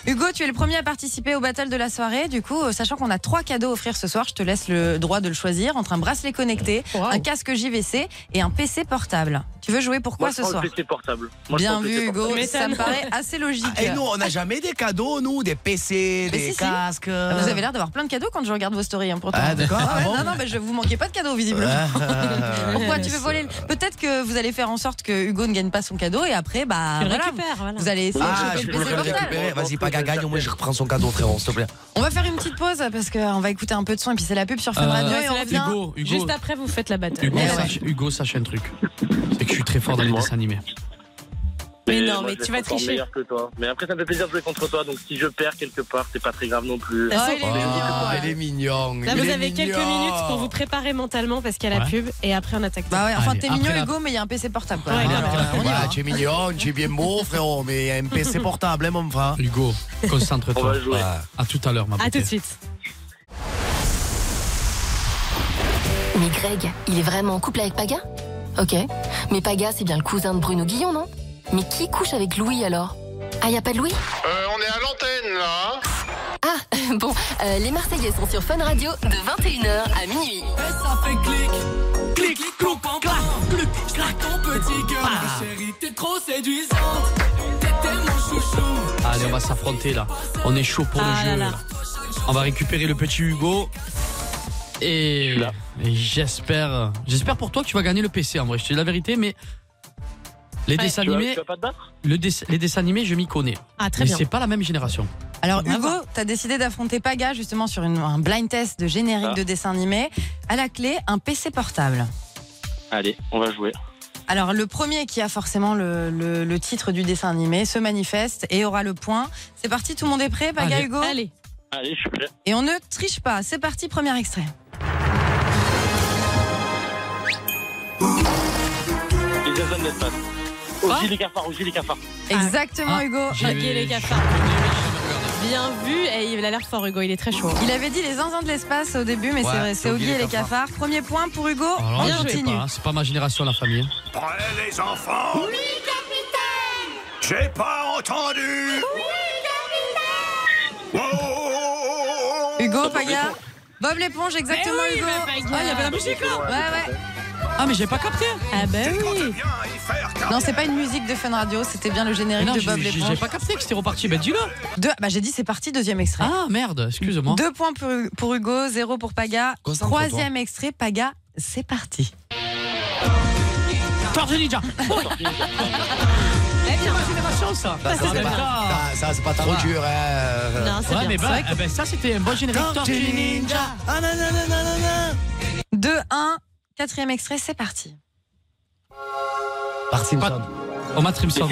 Speaker 4: Hugo, tu es le premier à participer au battle de la soirée. Du coup, euh, sachant qu'on a trois cadeaux à offrir ce soir, je te laisse le droit de le choisir entre un bracelet connecté, un casque JVC et un PC portable. Tu veux jouer pourquoi
Speaker 13: Moi, je
Speaker 4: ce
Speaker 13: prends
Speaker 4: soir
Speaker 13: le PC portable. Moi, je
Speaker 4: Bien
Speaker 13: prends le
Speaker 4: vu,
Speaker 13: PC
Speaker 4: Hugo.
Speaker 13: portable.
Speaker 4: Ça me paraît assez logique.
Speaker 6: Ah, Et nous, on n'a jamais des cadeaux, nous, des PC,
Speaker 4: Mais
Speaker 6: des
Speaker 4: si, si.
Speaker 6: casques.
Speaker 4: Vous avez l'air d'avoir plein de cadeaux quand je regarde vos stories. Hein, pourtant.
Speaker 6: Ah,
Speaker 4: *laughs*
Speaker 6: d'accord.
Speaker 4: ouais,
Speaker 6: Ah bon Ah.
Speaker 4: non, non, mais je vous manquais pas de cadeaux visiblement.
Speaker 6: Ouais.
Speaker 4: *laughs* Pourquoi tu veux voler le- Peut-être que vous allez faire en sorte que Hugo ne gagne pas son cadeau et après, bah,
Speaker 5: Tu le
Speaker 4: voilà,
Speaker 5: récupères, voilà.
Speaker 4: vous allez essayer
Speaker 6: Ah,
Speaker 4: de
Speaker 6: je
Speaker 4: choper
Speaker 6: peux
Speaker 4: le
Speaker 6: le
Speaker 4: PC
Speaker 6: faire
Speaker 4: portable.
Speaker 6: récupérer. Vas-y, Paga gagne, au moins je reprends son cadeau, frérot, s'il te plaît.
Speaker 4: On va faire une petite pause parce qu'on va écouter un peu de son et puis c'est la pub sur Fun
Speaker 7: Euh,
Speaker 4: Radio
Speaker 7: ouais,
Speaker 4: et
Speaker 7: c'est
Speaker 4: on
Speaker 7: la
Speaker 4: revient.
Speaker 7: pub. Hugo, Hugo.
Speaker 5: Juste après, vous faites la battle.
Speaker 7: Hugo,
Speaker 5: Eh ouais.
Speaker 7: sache, Hugo, sache un truc. C'est que je suis très fort dans les dessins animés.
Speaker 5: Mais
Speaker 13: Et
Speaker 5: non,
Speaker 13: moi,
Speaker 5: mais
Speaker 13: je
Speaker 5: tu
Speaker 13: vais être
Speaker 5: vas
Speaker 13: encore
Speaker 5: tricher.
Speaker 13: meilleur que toi. Mais après, ça me fait plaisir de jouer contre toi. Donc, si je perds quelque part, c'est pas très grave non plus.
Speaker 5: Ah, il est
Speaker 6: Ah, il est mignon.
Speaker 5: Là,
Speaker 6: il
Speaker 5: vous
Speaker 6: est
Speaker 5: avez quelques
Speaker 6: mignon.
Speaker 5: minutes pour vous préparer mentalement parce qu'il y a la
Speaker 6: Ouais.
Speaker 5: pub et après on attaque.
Speaker 4: Bah ouais, enfin,
Speaker 6: Allez,
Speaker 4: t'es
Speaker 6: après
Speaker 4: mignon,
Speaker 6: la-
Speaker 4: Hugo, mais il y a un PC portable quoi.
Speaker 5: Ouais,
Speaker 4: Alors,
Speaker 5: quand
Speaker 4: euh, on y va.
Speaker 6: Ouais, Ah, tu es mignon, tu es bien beau, frérot, mais il y a un PC portable, hein, mon frère.
Speaker 7: Hugo,
Speaker 13: On
Speaker 7: concentre-toi.
Speaker 13: va jouer.
Speaker 7: Ouais. À tout à l'heure, ma
Speaker 5: À tout
Speaker 7: beauté.
Speaker 5: de suite.
Speaker 3: Mais Greg, il est vraiment en couple avec Paga Ok. Mais Paga, c'est bien le cousin de Bruno Guillon, non Mais qui couche avec Louis alors Ah, y a pas de Louis
Speaker 15: Euh, on est à l'antenne là.
Speaker 3: Ah, *laughs* bon, euh, les Marseillais sont sur Fun Radio de 21h à minuit.
Speaker 16: Ça fait clic, clic, clic, clou, pan, clac, cluc. J'claque ton petit gueule,
Speaker 13: Ah.
Speaker 16: chérie, t'es trop séduisante. T'étais mon chouchou.
Speaker 7: Allez, on va s'affronter là. On est chaud pour
Speaker 5: Ah
Speaker 7: le
Speaker 5: là
Speaker 7: jeu.
Speaker 5: là.
Speaker 7: là. On va récupérer le petit Hugo. Et, et j'espère, j'espère pour toi que tu vas gagner le PC en vrai. Je te dis la vérité, mais les
Speaker 4: Ouais.
Speaker 7: dessins
Speaker 4: Tu vas-
Speaker 7: animés,
Speaker 4: tu vas pas te
Speaker 7: le dess- les dessins animés, je m'y connais.
Speaker 4: Ah, très
Speaker 7: mais
Speaker 4: bien.
Speaker 7: c'est pas la même génération.
Speaker 4: Alors Hugo, t'as décidé d'affronter Paga justement sur une- un blind test de générique
Speaker 7: Ah.
Speaker 4: de dessin animé. À la clé, un PC portable.
Speaker 14: Allez, on va jouer.
Speaker 4: Alors le premier qui a forcément le, le- le titre du dessin animé se manifeste et aura le point. C'est parti, tout le monde est prêt, Paga
Speaker 14: Allez.
Speaker 4: Hugo Allez.
Speaker 14: Allez, je suis prêt.
Speaker 4: Et on ne triche pas. C'est parti, premier extrait.
Speaker 14: Les Jason d'espace. Ogie les cafards, Ogie les cafards.
Speaker 4: Exactement,
Speaker 5: Ah,
Speaker 4: Hugo.
Speaker 5: j'ai- Ok, les cafards. Bien vu, et il a l'air fort, Hugo, il est très chaud.
Speaker 4: Il avait dit les zinzins de l'espace au début, mais
Speaker 7: Ouais,
Speaker 4: c'est vrai,
Speaker 7: c'est
Speaker 4: c'est Oggy et les cafards. Premier point pour Hugo.
Speaker 7: Alors là,
Speaker 4: on
Speaker 7: Oh, je sais
Speaker 4: continue.
Speaker 7: pas, hein, c'est pas ma génération la famille.
Speaker 16: Prêt les enfants Oui, capitaine J'ai pas entendu Oui, capitaine
Speaker 1: Oh,
Speaker 4: Hugo, Paga. Bob l'éponge, exactement,
Speaker 7: Eh
Speaker 16: Mais oui,
Speaker 4: Hugo.
Speaker 16: mais Paga. Ah, il y avait la musique, là.
Speaker 4: Ouais, ouais.
Speaker 7: Ah, mais j'ai pas capté.
Speaker 4: Ah,
Speaker 7: bah
Speaker 4: ben oui. Non, c'est pas une musique de Fun Radio, c'était bien le
Speaker 7: Mais
Speaker 4: générique
Speaker 7: non,
Speaker 4: de
Speaker 7: j'ai
Speaker 4: Bob
Speaker 7: j'ai-
Speaker 4: l'éponge.
Speaker 7: j'ai pas capté que c'était reparti. Ben dis-le.
Speaker 4: Deux- bah, j'ai dit c'est parti, deuxième extrait.
Speaker 7: Ah merde, excuse-moi.
Speaker 4: Deux points pour, pour Hugo, zéro pour Paga.
Speaker 7: Concentre-toi.
Speaker 4: Troisième extrait, Paga, c'est parti.
Speaker 7: Tortue Ninja. Eh
Speaker 6: Bah, ça, c'est pas, ça, ça, c'est pas trop dur. Hein.
Speaker 7: Non, c'est Ouais, bien. mais bah, C'est vrai que- eh ben, ça, c'était un bon générique. Tortue Tortue Ninja. Ah,
Speaker 4: 2, 1, quatrième extrait, c'est parti.
Speaker 6: Par Simpson.
Speaker 7: On m'a Simpson.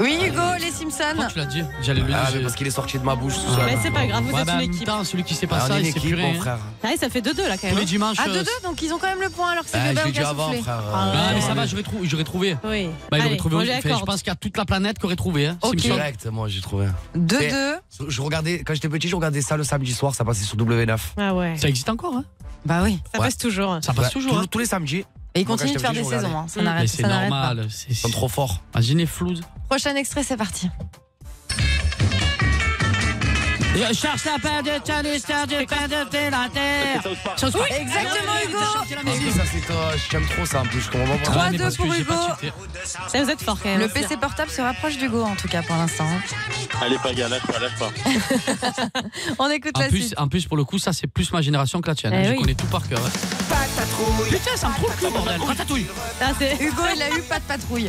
Speaker 4: Oui, Hugo, les Simpsons.
Speaker 7: Tu l'as dit. J'allais le
Speaker 6: Ah,
Speaker 7: dire. Ah,
Speaker 6: mais parce qu'il est sorti de ma bouche. tout seul.
Speaker 5: Mais c'est pas grave, vous
Speaker 7: Ouais,
Speaker 5: êtes
Speaker 7: bah,
Speaker 5: une
Speaker 7: en même
Speaker 5: équipe.
Speaker 7: temps, celui qui sait pas
Speaker 6: Ah, on
Speaker 7: ça,
Speaker 6: est une
Speaker 7: il sait
Speaker 6: équipe,
Speaker 7: plus rien.
Speaker 6: mon frère.
Speaker 5: Ah, ça fait 2-2 là quand même.
Speaker 7: Tous les dimanches,
Speaker 4: Ah,
Speaker 7: euh,
Speaker 4: 2-2, donc ils ont quand même le point alors que c'est
Speaker 7: Bah,
Speaker 4: Bébé
Speaker 7: je l'ai
Speaker 4: qui
Speaker 7: dit
Speaker 4: a
Speaker 7: avant,
Speaker 4: soufflé.
Speaker 7: frère.
Speaker 4: Ah,
Speaker 7: Non, mais ça va, j'aurais trou- j'aurais trouvé.
Speaker 4: Oui.
Speaker 7: Bah, il
Speaker 4: Allez,
Speaker 7: aurait trouvé
Speaker 4: moi,
Speaker 7: aussi.
Speaker 4: j'y
Speaker 7: Fait, Je
Speaker 4: accorde.
Speaker 7: pense qu'il y a toute la planète qui aurait trouvé. Hein,
Speaker 4: Ok.
Speaker 7: Simpson.
Speaker 6: Direct, moi j'ai trouvé.
Speaker 4: Deux,
Speaker 6: Et
Speaker 4: deux.
Speaker 6: Je regardais, quand j'étais petit, je regardais ça le samedi soir, ça passait sur W9.
Speaker 5: Ah ouais.
Speaker 7: Ça existe encore, hein
Speaker 4: Bah oui.
Speaker 5: Ça
Speaker 6: Ouais.
Speaker 5: passe toujours. hein.
Speaker 7: Ça passe
Speaker 6: Ouais,
Speaker 7: toujours.
Speaker 6: tous- tous les samedis.
Speaker 4: Et ils
Speaker 6: Moi, quand
Speaker 4: continuent de
Speaker 6: j'étais
Speaker 4: faire
Speaker 6: petit,
Speaker 4: des
Speaker 6: je regardais.
Speaker 4: saisons, hein, ça n'arrête-
Speaker 7: Mais c'est
Speaker 4: ça n'arrête pas.
Speaker 7: normal. C'est
Speaker 6: Ils sont trop forts.
Speaker 7: Imaginez Flood.
Speaker 4: Prochain extrait, c'est parti.
Speaker 7: Je cherche la paix de ta l'histoire du pain de thé, la terre. South Park.
Speaker 4: Oui, exactement,
Speaker 1: Ah
Speaker 4: Hugo.
Speaker 6: Parce que ça, c'est, euh, J'aime trop ça en plus, je comprends pas.
Speaker 4: 3-2 pour Hugo.
Speaker 5: Ça, vous êtes fort quand même. hein.
Speaker 4: Le PC portable se rapproche d'Hugo en tout cas
Speaker 5: *laughs*
Speaker 4: pour l'instant.
Speaker 14: Allez, Paga, lâche pas, lâche pas.
Speaker 4: On écoute
Speaker 7: En
Speaker 4: la
Speaker 7: plus,
Speaker 4: suite.
Speaker 7: en plus, pour le coup, ça, c'est plus ma génération que la tienne.
Speaker 4: Eh
Speaker 7: je
Speaker 4: oui.
Speaker 7: connais tout par cœur. hein. Putain, ça me trouve le cul, bordel. Ratatouille.
Speaker 5: Ah, c'est-
Speaker 4: Hugo, il a eu pas de patrouille.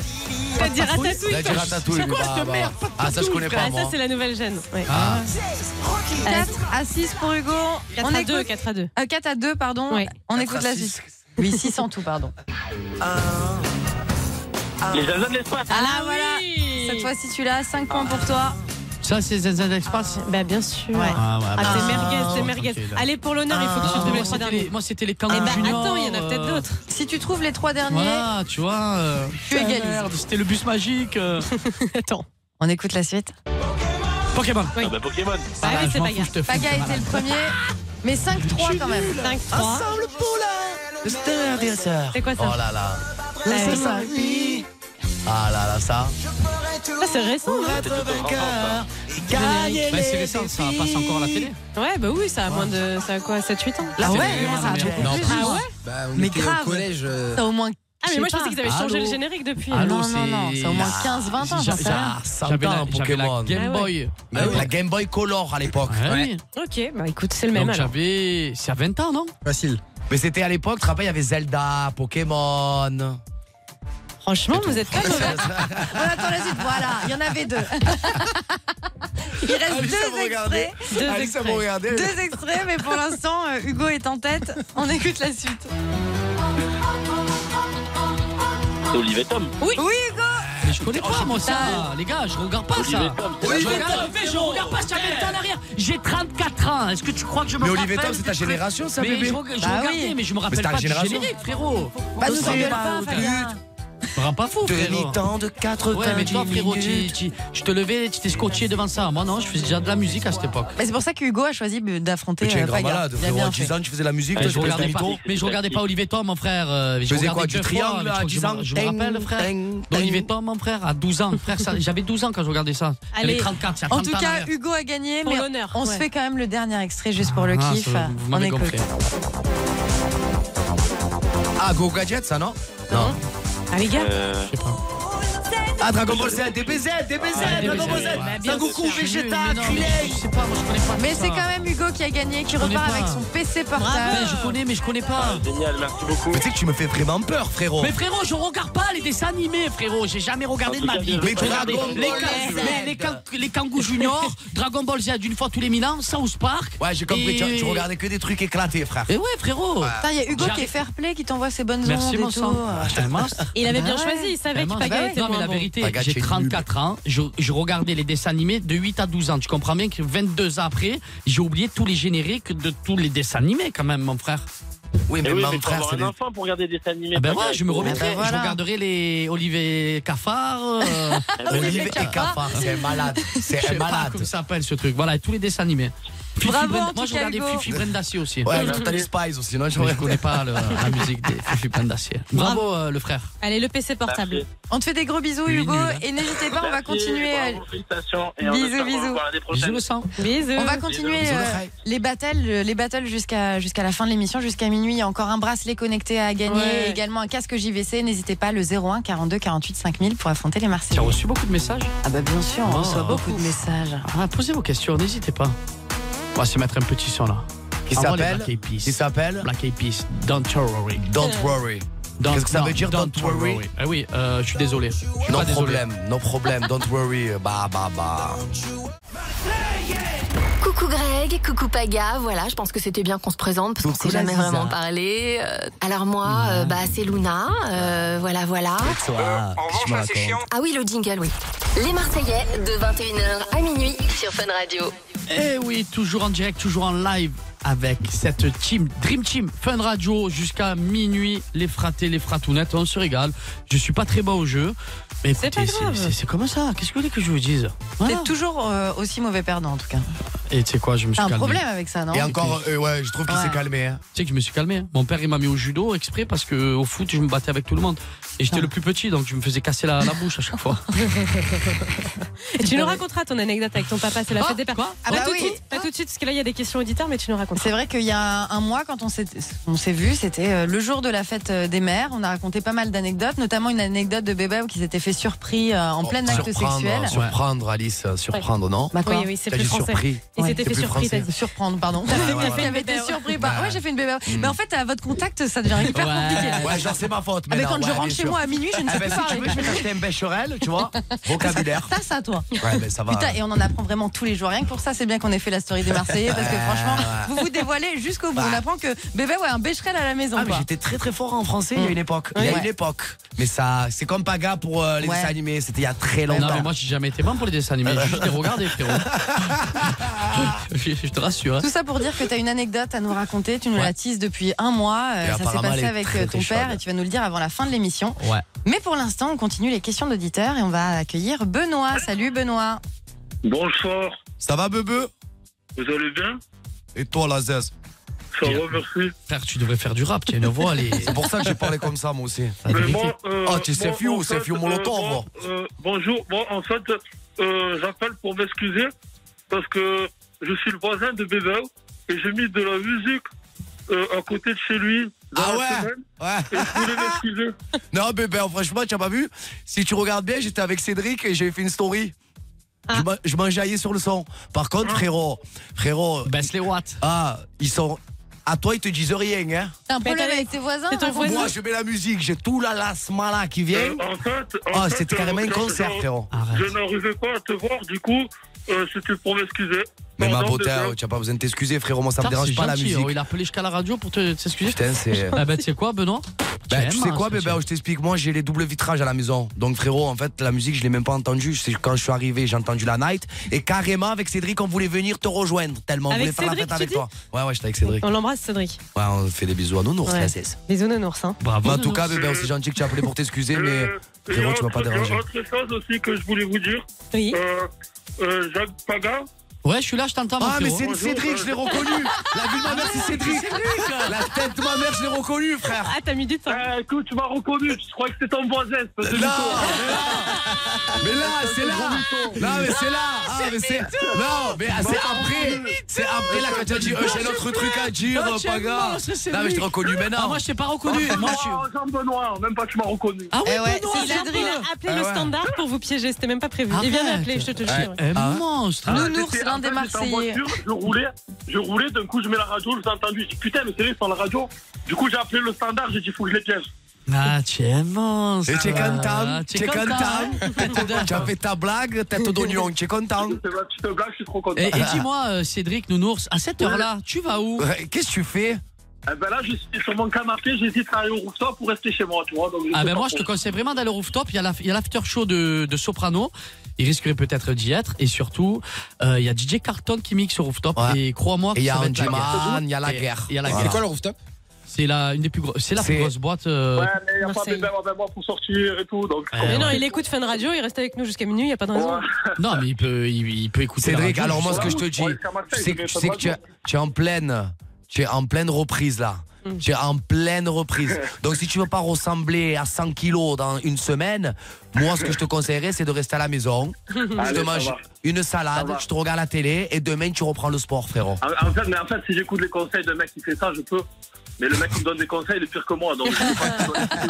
Speaker 5: T'as dit
Speaker 4: Bah,
Speaker 5: ratatouille.
Speaker 6: Il a dit ratatouille,
Speaker 5: C'est
Speaker 6: lui,
Speaker 5: quoi
Speaker 6: bah,
Speaker 5: cette
Speaker 6: bah.
Speaker 5: merde
Speaker 6: Ah, ça, je connais pas.
Speaker 5: Ah,
Speaker 6: moi.
Speaker 5: ça, c'est la nouvelle gêne. Ouais.
Speaker 6: Ah.
Speaker 4: 4 à 6 pour Hugo.
Speaker 5: 4
Speaker 4: On
Speaker 5: à 2,
Speaker 4: écoute-
Speaker 5: 4 à 2.
Speaker 4: Euh, 4 à 2, pardon.
Speaker 5: Ouais.
Speaker 4: On
Speaker 5: Quatre
Speaker 4: écoute
Speaker 5: à
Speaker 4: la
Speaker 5: six.
Speaker 4: suite. Oui, 6 en tout, pardon.
Speaker 14: Les Jason d'espace.
Speaker 4: Ah, là, voilà. Cette fois-ci, tu l'as. 5 points pour toi.
Speaker 7: Ça, c'est Zenzen d'Express.
Speaker 5: Bah, bien sûr.
Speaker 7: Ah, ouais,
Speaker 5: Ah,
Speaker 7: bah,
Speaker 5: c'est merguez, c'est
Speaker 7: tranquille,
Speaker 5: merguez.
Speaker 7: là.
Speaker 5: Allez, pour l'honneur, il faut que tu trouves
Speaker 7: moi,
Speaker 5: les trois
Speaker 7: c'était les-
Speaker 5: derniers.
Speaker 7: moi, c'était les
Speaker 5: Eh
Speaker 7: Kangourous
Speaker 5: ben,
Speaker 7: Juniors,
Speaker 5: attends, il y en a peut-être
Speaker 7: euh,
Speaker 5: d'autres.
Speaker 4: Si tu trouves les 3 derniers,
Speaker 7: Voilà, tu vois. euh,
Speaker 4: Tu
Speaker 7: putain,
Speaker 4: égalises.
Speaker 7: merde, C'était le bus magique.
Speaker 4: *laughs*
Speaker 7: euh.
Speaker 5: Attends.
Speaker 4: on écoute la suite.
Speaker 7: Pokémon.
Speaker 14: Ah bah Pokémon.
Speaker 7: Ah,
Speaker 5: oui,
Speaker 7: je
Speaker 5: c'est
Speaker 7: m'en
Speaker 5: Paga.
Speaker 7: fous, je te fous,
Speaker 4: Paga
Speaker 7: t'es
Speaker 4: était
Speaker 7: malade.
Speaker 4: le premier, mais 5-3 quand même.
Speaker 5: 5-3. C'est quoi ça
Speaker 6: Oh là là.
Speaker 5: Ah, oui.
Speaker 6: Ah là là, ça.
Speaker 5: Ça, c'est récent. hein
Speaker 7: Bah, c'est récent, ça passe encore à la télé.
Speaker 5: Ouais, bah oui, ça a moins de. Ça a quoi 7-8 ans
Speaker 4: Ah ouais,
Speaker 7: c'est
Speaker 4: ça a
Speaker 7: vraiment bien.
Speaker 4: beaucoup plus.
Speaker 5: Ah ouais
Speaker 8: Bah, on
Speaker 4: Mais
Speaker 8: était
Speaker 4: grave.
Speaker 8: au collège. euh,
Speaker 4: Ça au moins.
Speaker 5: Ah, mais
Speaker 4: sais
Speaker 5: moi, je
Speaker 4: pas.
Speaker 5: pensais qu'ils avaient changé
Speaker 6: Allô
Speaker 5: le générique depuis.
Speaker 7: Allô,
Speaker 4: non, non, non,
Speaker 7: c'est-
Speaker 4: ça au moins 15-20 ans, j'en sais rien.
Speaker 6: Ah, ça
Speaker 7: J'avais
Speaker 6: un
Speaker 7: la, j'avais la
Speaker 6: Pokémon.
Speaker 7: Game
Speaker 5: Ah ouais. Ah
Speaker 7: Boy.
Speaker 6: Avec La Game Boy Color à l'époque.
Speaker 7: Ouais.
Speaker 8: Ouais.
Speaker 5: Ok, bah écoute, c'est le même
Speaker 7: Donc
Speaker 5: alors.
Speaker 7: j'avais. C'est à 20 ans, non
Speaker 8: Facile.
Speaker 6: Mais c'était à l'époque, tu te rappelles, il y avait Zelda, Pokémon.
Speaker 5: Franchement, vous êtes pas
Speaker 6: *laughs*
Speaker 5: mauvais.
Speaker 4: On attend la suite, voilà, il y en avait deux. Il reste
Speaker 6: Alice, elle me
Speaker 4: deux
Speaker 6: regardait.
Speaker 5: Deux
Speaker 4: extraits.
Speaker 6: Alice, elle me
Speaker 5: extraits.
Speaker 6: regardait.
Speaker 4: Deux extraits, mais pour l'instant, euh, Hugo est en tête. On écoute la suite.
Speaker 14: Olive et Tom.
Speaker 5: Oui,
Speaker 4: Oui, Hugo
Speaker 7: Mais je connais pas, moi, ça.
Speaker 4: putain.
Speaker 7: Les gars, je regarde pas
Speaker 14: Olivier
Speaker 7: ça.
Speaker 14: Tom,
Speaker 7: je regarde, mais je regarde pas, ça vient en arrière. J'ai 34 ans. Est-ce que tu crois que je me
Speaker 6: Mais
Speaker 7: rappelle
Speaker 6: Olivier Tom, c'est ta
Speaker 7: des trucs
Speaker 6: génération, ça,
Speaker 7: Mais
Speaker 6: bébé
Speaker 7: Je, reg- je
Speaker 4: Bah
Speaker 7: regardais,
Speaker 4: oui.
Speaker 7: mais je me
Speaker 6: c'est
Speaker 7: rappelle
Speaker 6: ta
Speaker 7: pas du
Speaker 6: génération.
Speaker 7: générique, frérot.
Speaker 4: Bah,
Speaker 7: Je
Speaker 4: nous,
Speaker 7: savais
Speaker 4: on est
Speaker 7: pas,
Speaker 4: là, Fabien.
Speaker 7: Me rends pas fou, frérot.
Speaker 6: Demi-temps de 80
Speaker 7: Ouais, mais toi, frérot, tu, tu- tu te levais, tu t'es scotché devant ça. Moi, non, je faisais déjà de la musique à cette époque.
Speaker 4: Bah, c'est pour ça que Hugo a choisi d'affronter
Speaker 6: Mais tu es un
Speaker 4: euh,
Speaker 6: grand
Speaker 4: Paga.
Speaker 6: malade,
Speaker 4: Il a
Speaker 6: frérot. À
Speaker 4: bien fait.
Speaker 6: 10 ans, tu faisais la musique,
Speaker 7: Mais
Speaker 6: toi,
Speaker 7: Eh, je
Speaker 6: tu faisais
Speaker 7: regardais
Speaker 6: des
Speaker 7: pas,
Speaker 6: mythos.
Speaker 7: mais je regardais pas Olivier Tom, mon frère. euh, Je
Speaker 6: faisais
Speaker 7: regardais
Speaker 6: quoi,
Speaker 7: que
Speaker 6: du
Speaker 7: fois,
Speaker 6: triangle,
Speaker 7: mais je
Speaker 6: à
Speaker 7: crois que
Speaker 6: 10 ans
Speaker 7: Je me je me rappelle, frère.
Speaker 6: Ding,
Speaker 7: D'Olivier
Speaker 6: ding.
Speaker 7: Tom, mon frère, à 12 ans, frère. ça- J'avais 12 ans quand je regardais ça. J'avais
Speaker 5: Allez.
Speaker 7: 34, c'est à
Speaker 4: En
Speaker 7: 30
Speaker 4: tout
Speaker 7: ans
Speaker 4: cas,
Speaker 7: derrière.
Speaker 4: Hugo a gagné,
Speaker 5: Pour
Speaker 4: mais
Speaker 5: l'honneur,
Speaker 4: on se
Speaker 5: ouais.
Speaker 4: fait quand même le dernier extrait juste pour le
Speaker 7: Ah,
Speaker 4: kiff.
Speaker 7: ça, vous
Speaker 4: On
Speaker 7: m'avez
Speaker 4: écoute.
Speaker 7: gonflé.
Speaker 6: Ah, Go Gadget, ça, non
Speaker 5: Ah, les gars
Speaker 14: Euh,
Speaker 7: Je sais pas.
Speaker 6: Ah, Dragon Ball Z, DBZ, DBZ, Dragon Ball
Speaker 5: Bah,
Speaker 6: Z, Sangoku, Vegeta, Krillin.
Speaker 4: Mais c'est quand même Hugo qui a gagné, qui
Speaker 6: connais
Speaker 4: repart
Speaker 6: pas.
Speaker 4: avec son PC
Speaker 7: Eh,
Speaker 4: portable.
Speaker 6: je
Speaker 4: connais, mais je connais pas.
Speaker 6: Ah, Génial, merci beaucoup. Mais tu sais que tu me fais vraiment peur, frérot.
Speaker 7: Mais frérot, je regarde pas les dessins animés, frérot. J'ai jamais regardé de ma vie.
Speaker 6: Mais Dragon
Speaker 7: Regardez, les,
Speaker 6: Ball
Speaker 7: Kang-
Speaker 6: Z.
Speaker 7: les, les Kang- les Kangoo Junior, Dragon Ball Z d'une fois tous les mille ans, South Park.
Speaker 6: Ouais, j'ai compris, tu, tu regardais que des trucs éclatés, frère.
Speaker 7: Et ouais, frérot.
Speaker 4: Putain, il y a Hugo qui est fair play qui t'envoie ses bonnes ondes. et tout.
Speaker 7: Ah,
Speaker 5: *laughs*
Speaker 4: Bah
Speaker 5: Il avait bien choisi, il savait que Paga était
Speaker 7: Non, mais
Speaker 5: moins
Speaker 7: la
Speaker 5: bon.
Speaker 7: vérité, j'ai 34 ans, je, je regardais les dessins animés de 8 à 12 ans. Tu comprends bien que 22 ans après, j'ai oublié tous les génériques de tous les dessins animés, quand même, mon frère.
Speaker 6: Oui, mais
Speaker 14: Eh oui,
Speaker 6: mon
Speaker 14: mais faut
Speaker 6: frère,
Speaker 14: avoir
Speaker 6: c'est
Speaker 14: un
Speaker 6: les-
Speaker 14: enfant pour regarder des dessins animés. Bah,
Speaker 7: Ah ben
Speaker 14: Pas
Speaker 7: ouais, je me
Speaker 14: grave.
Speaker 7: remettrai, je regarderai les Olivier Cafard. *laughs* euh,
Speaker 6: Olivier et Cafard, c'est malade.
Speaker 7: *laughs* je sais
Speaker 6: C'est
Speaker 7: pas
Speaker 6: malade.
Speaker 7: comment ça s'appelle ce truc. Voilà, et tous les dessins animés. Fifi
Speaker 6: Bravo,
Speaker 7: Brenda-
Speaker 6: en tout
Speaker 7: Moi, je
Speaker 6: cas,
Speaker 7: regardais
Speaker 6: Hugo.
Speaker 7: Fifi Brendacier aussi.
Speaker 6: Ouais, mais t'as les Spies aussi, non
Speaker 7: Je ne connais pas le- la musique des Fifi
Speaker 6: *laughs*
Speaker 7: Brendacier. Bravo, euh, le frère.
Speaker 5: Allez, le PC portable.
Speaker 4: On te fait des gros bisous,
Speaker 7: Lui,
Speaker 4: Hugo,
Speaker 7: nul, hein.
Speaker 4: et n'hésitez pas, on va
Speaker 7: Merci,
Speaker 4: continuer.
Speaker 7: bravo,
Speaker 4: euh,
Speaker 7: et on espère
Speaker 4: Bisous,
Speaker 7: vous
Speaker 4: bisous.
Speaker 7: revoir l'année prochaine. Bisous, le sang.
Speaker 5: Bisous.
Speaker 4: On va continuer
Speaker 5: Bisous, le
Speaker 4: euh,
Speaker 5: rail.
Speaker 4: les battles, euh, les battles jusqu'à jusqu'à la fin de l'émission, jusqu'à minuit. Il y a encore un bracelet connecté à gagner,
Speaker 5: Ouais.
Speaker 4: et également un casque JVC. N'hésitez pas, le 01 42 48 5000 pour affronter les Marseillais.
Speaker 7: Tu as reçu beaucoup de messages
Speaker 4: Ah bah bien sûr, on reçoit beaucoup de messages.
Speaker 7: Ah, posez vos questions, n'hésitez pas. On va se mettre un petit son là.
Speaker 6: Qui
Speaker 7: Envoie les
Speaker 6: s'appelle
Speaker 7: Black Eyed Peas.
Speaker 6: Qui s'appelle
Speaker 7: Black Eyed Peas, Don't worry.
Speaker 6: Don't
Speaker 4: Euh.
Speaker 6: worry.
Speaker 7: Don't-
Speaker 6: Qu'est-ce que ça
Speaker 7: non,
Speaker 6: veut dire, don't worry
Speaker 7: Ah oui, euh, je suis désolé. Je suis
Speaker 6: No
Speaker 7: pas désolé.
Speaker 6: problème, no problem, don't worry. Bah, bah, bah.
Speaker 3: Coucou Greg, coucou Paga, voilà, je pense que c'était bien qu'on se présente parce qu'on s'est jamais
Speaker 6: Laziza.
Speaker 3: vraiment parlé. Euh, alors moi, euh, bah c'est Luna, euh, voilà, voilà.
Speaker 17: Oh,
Speaker 3: Ah oui, le jingle, oui. Les Marseillais de 21h à minuit sur Fun Radio.
Speaker 7: Eh oui, toujours en direct, toujours en live avec cette team, Dream Team, Fun Radio jusqu'à minuit, les fratés, les fratounettes, on se régale. Je suis pas très bas au jeu, mais
Speaker 4: C'est
Speaker 7: écoutez,
Speaker 4: pas grave.
Speaker 7: c'est- c'est comme ça. Qu'est-ce que vous voulez que je vous dise
Speaker 4: T'es toujours euh, aussi mauvais perdant en tout cas.
Speaker 7: Et tu sais quoi, je me suis
Speaker 4: T'as un
Speaker 7: calmé.
Speaker 4: problème avec ça, Ah non
Speaker 6: euh, ouais, je trouve
Speaker 4: qu'il Ouais. s'est
Speaker 6: calmé.
Speaker 7: Tu sais que je me suis calmé. hein. Mon père, il m'a mis au judo exprès parce que au foot, je me battais avec tout le monde. Et
Speaker 4: Ah.
Speaker 7: j'étais le plus petit, donc je me faisais casser la, la bouche à chaque
Speaker 4: *laughs*
Speaker 7: fois.
Speaker 5: Et tu nous raconteras ton anecdote avec ton papa, c'est la fête des pères. Ah,
Speaker 4: Ah
Speaker 5: pas
Speaker 4: bah
Speaker 5: tout de
Speaker 4: oui.
Speaker 5: suite, pas tout de suite, parce que là, il y a des questions auditeurs, mais tu nous racontes.
Speaker 4: C'est vrai qu'il y a un, un mois, quand on s'est on s'est vu, c'était euh, le jour de la fête euh, des mères. On a raconté pas mal d'anecdotes, notamment une anecdote de bébé qui s'était fait surpris euh, en plein acte
Speaker 6: Oh, surprendre,
Speaker 4: sexuel.
Speaker 6: Surprendre, Alice, euh, surprendre, non
Speaker 4: Bah quoi
Speaker 5: Oui, oui, c'est
Speaker 6: T'as
Speaker 5: plus
Speaker 6: dit
Speaker 5: français.
Speaker 6: surpris.
Speaker 5: Il
Speaker 6: Ouais.
Speaker 5: s'était
Speaker 6: C'est
Speaker 5: fait
Speaker 6: plus
Speaker 5: surpris, t'as
Speaker 6: français.
Speaker 5: dit.
Speaker 4: Surprendre, pardon.
Speaker 6: Ouais, ouais,
Speaker 4: T'avais
Speaker 6: ouais.
Speaker 4: été surpris. Bah,
Speaker 6: Ouais.
Speaker 4: ouais, j'ai fait une bébé. Mais en fait, à votre contact, ça devient hyper compliqué.
Speaker 6: Ouais, genre, c'est ma faute.
Speaker 4: Ah, mais
Speaker 6: maintenant.
Speaker 4: quand je
Speaker 6: Ouais,
Speaker 4: rentre
Speaker 6: bien
Speaker 4: chez
Speaker 6: sûr.
Speaker 4: moi à minuit, je ne sais
Speaker 6: Eh ben,
Speaker 4: plus
Speaker 6: Si tu
Speaker 4: parler.
Speaker 6: veux, je vais t'acheter un bécherel, tu
Speaker 4: *laughs*
Speaker 6: vois. Vocabulaire.
Speaker 4: T'as ça, toi
Speaker 6: Ouais, mais ça va.
Speaker 4: Putain, et on en apprend vraiment tous les jours. Rien que pour ça, c'est bien qu'on ait fait la story des Marseillais parce que
Speaker 6: Ouais,
Speaker 4: franchement,
Speaker 6: ouais.
Speaker 4: vous vous dévoilez jusqu'au bout.
Speaker 6: Ouais.
Speaker 4: On apprend que bébé, ouais, un bécherel à la maison.
Speaker 6: Ah, mais
Speaker 4: quoi.
Speaker 6: j'étais très très fort en français
Speaker 7: Mmh.
Speaker 6: il y a une époque. Il y a
Speaker 4: Ouais.
Speaker 6: une époque. Mais ça, c'est comme Paga pour euh, les
Speaker 4: Ouais.
Speaker 6: dessins animés. C'était il y a très
Speaker 7: Non,
Speaker 6: longtemps.
Speaker 7: mais moi, j'ai jamais été bon pour les dessins animés. J'ai juste les regardé,
Speaker 4: *laughs*
Speaker 7: frérot. je, je te rassure. hein.
Speaker 4: Tout ça pour dire que tu as une anecdote à nous raconter. Tu nous
Speaker 7: Ouais.
Speaker 4: la teases depuis un mois. Euh,
Speaker 7: Et
Speaker 4: ça s'est
Speaker 7: apparemment, elle
Speaker 4: passé
Speaker 7: est
Speaker 4: avec
Speaker 7: très,
Speaker 4: euh,
Speaker 7: très
Speaker 4: ton père
Speaker 7: chaude.
Speaker 4: et tu vas nous le dire avant la fin de l'émission.
Speaker 7: Ouais.
Speaker 4: Mais pour l'instant, on continue les questions d'auditeurs et on va accueillir Benoît. Salut Benoît.
Speaker 14: Bonsoir.
Speaker 6: Ça va, bebe
Speaker 14: Vous allez bien
Speaker 6: Et toi, la zeste
Speaker 14: Ça va, merci.
Speaker 7: Frère, tu devrais faire du rap. Tu as une voix, elle est-
Speaker 6: C'est pour ça que j'ai parlé comme ça, moi aussi.
Speaker 14: Mais moi, euh,
Speaker 6: oh, tu sais
Speaker 14: moi,
Speaker 6: fio,
Speaker 14: en
Speaker 6: c'est
Speaker 14: fait,
Speaker 6: fio
Speaker 14: euh,
Speaker 6: molotov.
Speaker 14: moi,
Speaker 6: moi.
Speaker 14: euh, bonjour. Bon, en fait, euh, j'appelle pour m'excuser parce que je suis le voisin de Bébé et j'ai mis de la musique euh, à côté de chez lui. dans
Speaker 6: Ah
Speaker 14: la
Speaker 6: ouais
Speaker 14: semaine,
Speaker 6: Ouais.
Speaker 14: Et
Speaker 6: *laughs*
Speaker 14: je voulais m'excuser.
Speaker 6: Ah. Non, bébé, franchement, tu as pas vu Si tu regardes bien, j'étais avec Cédric et j'ai fait une story.
Speaker 4: Ah.
Speaker 6: Je m'en- Je m'enjaillais sur le son. Par
Speaker 14: Ah.
Speaker 6: contre, frérot, frérot.
Speaker 7: Baisse Ben, les watts.
Speaker 6: Ah, ils sont. À toi, ils te disent rien, hein
Speaker 4: T'as un
Speaker 5: Mais
Speaker 4: problème
Speaker 5: t'as-
Speaker 4: avec tes voisins hein,
Speaker 5: c'est ton
Speaker 4: raconte-nous.
Speaker 6: Moi, je mets la musique, j'ai tout la lasma là qui vient.
Speaker 14: Euh, en fait, en
Speaker 6: Ah,
Speaker 14: fait,
Speaker 6: c'était
Speaker 14: euh,
Speaker 6: carrément un
Speaker 14: je-
Speaker 6: concert,
Speaker 14: je-
Speaker 6: frérot.
Speaker 14: Je n'arrivais pas à te voir, du coup, euh, c'était pour m'excuser.
Speaker 6: Mais ma
Speaker 14: Pardon,
Speaker 6: beauté,
Speaker 14: Bébé.
Speaker 6: oh, tu as pas besoin de t'excuser, frérot. Moi, ça me
Speaker 7: Putain,
Speaker 6: dérange
Speaker 7: c'est
Speaker 6: pas la
Speaker 7: gentil,
Speaker 6: musique.
Speaker 7: oh, il a appelé jusqu'à la radio pour te t'excuser.
Speaker 6: Putain, c'est.
Speaker 7: Ah bah, tu sais quoi, Benoît
Speaker 6: Ben,
Speaker 7: J'aime,
Speaker 6: tu sais
Speaker 7: hein,
Speaker 6: quoi,
Speaker 7: ce
Speaker 6: bébé,
Speaker 7: type.
Speaker 6: je t'explique. Moi, j'ai les doubles vitrages à la maison. Donc, frérot, en fait, la musique, je l'ai même pas entendue. C'est quand je suis arrivé, j'ai entendu la night. Et carrément, avec Cédric, on voulait venir te rejoindre. Tellement, on
Speaker 5: Avec
Speaker 6: voulait faire la
Speaker 5: Cédric,
Speaker 6: fête
Speaker 5: tu
Speaker 6: avec
Speaker 5: dis
Speaker 6: toi. Ouais, ouais, j'étais avec Cédric.
Speaker 5: On l'embrasse, Cédric.
Speaker 6: Ouais, on fait des bisous à nounours,
Speaker 5: Ouais.
Speaker 6: la cesse.
Speaker 5: Bisous, nounours. Hein.
Speaker 6: Mais Bah, en tout cas, bébé, c'est gentil que tu as appelé pour t'excuser, mais
Speaker 14: Et il y a
Speaker 6: frérot, tu m'as pas
Speaker 14: autre- il y a
Speaker 6: dérangé.
Speaker 14: autre chose aussi que je voulais vous dire.
Speaker 5: Oui.
Speaker 14: Euh, euh, Jacques Paga,
Speaker 18: Ouais, je suis là, je t'entends.
Speaker 6: Ah, mais c'est Cédric, je l'ai reconnu. La vie de ma mère,
Speaker 7: Ah,
Speaker 6: c'est Cédric. La tête de ma mère, je l'ai reconnu, frère.
Speaker 5: Ah, t'as mis du temps.
Speaker 14: Eh, écoute, tu m'as reconnu. Je croyais que c'était ton voisin. espèce de
Speaker 6: Non,
Speaker 14: mytho.
Speaker 6: Mais là,
Speaker 14: Ah,
Speaker 6: c'est là. Non, mais c'est là. Ah, mais c'est. Non, mais ah, c'est
Speaker 7: Ah,
Speaker 6: après. C'est après là quand tu as dit euh, j'ai un autre truc à dire,
Speaker 7: Non,
Speaker 6: euh,
Speaker 7: tu
Speaker 6: pas
Speaker 7: es
Speaker 6: gars.
Speaker 7: mort, c'est
Speaker 6: Non,
Speaker 7: Cédric.
Speaker 6: mais je t'ai reconnu maintenant.
Speaker 7: Ah, moi, je t'ai pas reconnu. Moi, je suis-
Speaker 14: Oh, Jean-Benoît, même pas tu m'as reconnu.
Speaker 7: Ah
Speaker 5: Eh
Speaker 7: ouais,
Speaker 5: ouais,
Speaker 7: Benoît,
Speaker 5: c'est
Speaker 7: j'adore.
Speaker 5: Cédric, il a appelé
Speaker 7: Ah
Speaker 5: le
Speaker 7: ouais.
Speaker 5: standard pour vous piéger, c'était même pas prévu. Il vient d'appeler, je te
Speaker 7: Ouais.
Speaker 5: jure.
Speaker 7: Eh,
Speaker 14: Ah.
Speaker 7: monstre.
Speaker 14: Ah,
Speaker 4: Nounours,
Speaker 14: c'était-
Speaker 4: l'un
Speaker 14: en
Speaker 4: des
Speaker 14: fait, j'étais en
Speaker 4: Marseillais.
Speaker 14: voiture, Je roulais, je roulais, d'un coup je mets la radio, je t'ai entendu, je dis putain mais c'est lui sans la radio. Du coup j'ai appelé le standard, j'ai dit faut que je les piège.
Speaker 7: Ah, tu es monstre.
Speaker 6: Et tu es content,
Speaker 7: Ah,
Speaker 6: tu es content. Tu as fait ta blague, tête d'oignon, tu es content.
Speaker 14: Petite blague, je suis trop content.
Speaker 7: Et, et dis-moi, euh, Cédric Nounours, à cette heure-là, tu vas où
Speaker 6: Ouais, Qu'est-ce que tu fais
Speaker 14: Eh ben là je suis sur mon canapé, j'hésite à aller au rooftop pour rester chez moi, tu vois. donc
Speaker 7: Ah
Speaker 14: sais
Speaker 7: ben
Speaker 14: pas
Speaker 7: moi je te
Speaker 14: trop.
Speaker 7: conseille vraiment d'aller au rooftop, il y a la- il y a l'after show de, de Soprano, il risquerait peut-être d'y être et surtout euh, il y a DJ Carton qui mixe au rooftop et crois-moi
Speaker 6: Et
Speaker 7: que
Speaker 6: il y a
Speaker 7: ça va être la
Speaker 6: Anjiman, il y a la
Speaker 7: Et-
Speaker 6: guerre.
Speaker 7: Il y a la
Speaker 6: Voilà.
Speaker 7: guerre.
Speaker 6: C'est quoi le
Speaker 7: rooftop C'est la une des plus grosses c'est la plus
Speaker 6: C'est-
Speaker 7: grosse boîte euh,
Speaker 14: Ouais mais y a pas de bébé avec moi pour sortir et tout donc. je
Speaker 5: Mais
Speaker 14: comprends.
Speaker 5: non, il écoute Fun Radio, il reste avec nous jusqu'à minuit, il n'y a pas de raison.
Speaker 7: *laughs* Non mais il peut il, il peut écouter
Speaker 6: Cédric,
Speaker 7: la radio,
Speaker 6: alors moi ce
Speaker 7: jusqu'à
Speaker 6: que je te
Speaker 7: là.
Speaker 6: dis, tu sais, que- tu sais que tu es, tu es en pleine, tu es en pleine reprise là.
Speaker 14: Mm.
Speaker 6: Tu es en pleine reprise.
Speaker 14: *laughs*
Speaker 6: Donc si tu veux pas ressembler à 100 kilos dans une semaine, moi ce que je te conseillerais c'est de rester à la maison. Tu
Speaker 14: Allez,
Speaker 6: te
Speaker 14: ça
Speaker 6: manges
Speaker 14: va.
Speaker 6: une
Speaker 14: Ça
Speaker 6: salade,
Speaker 14: va.
Speaker 6: tu te regardes la télé et demain tu reprends le sport frérot.
Speaker 14: En, en fait, mais en fait, si j'écoute les conseils d'un mec qui fait ça, je peux. Mais le mec qui me donne des conseils, il est pire que moi. Donc, je sais pas.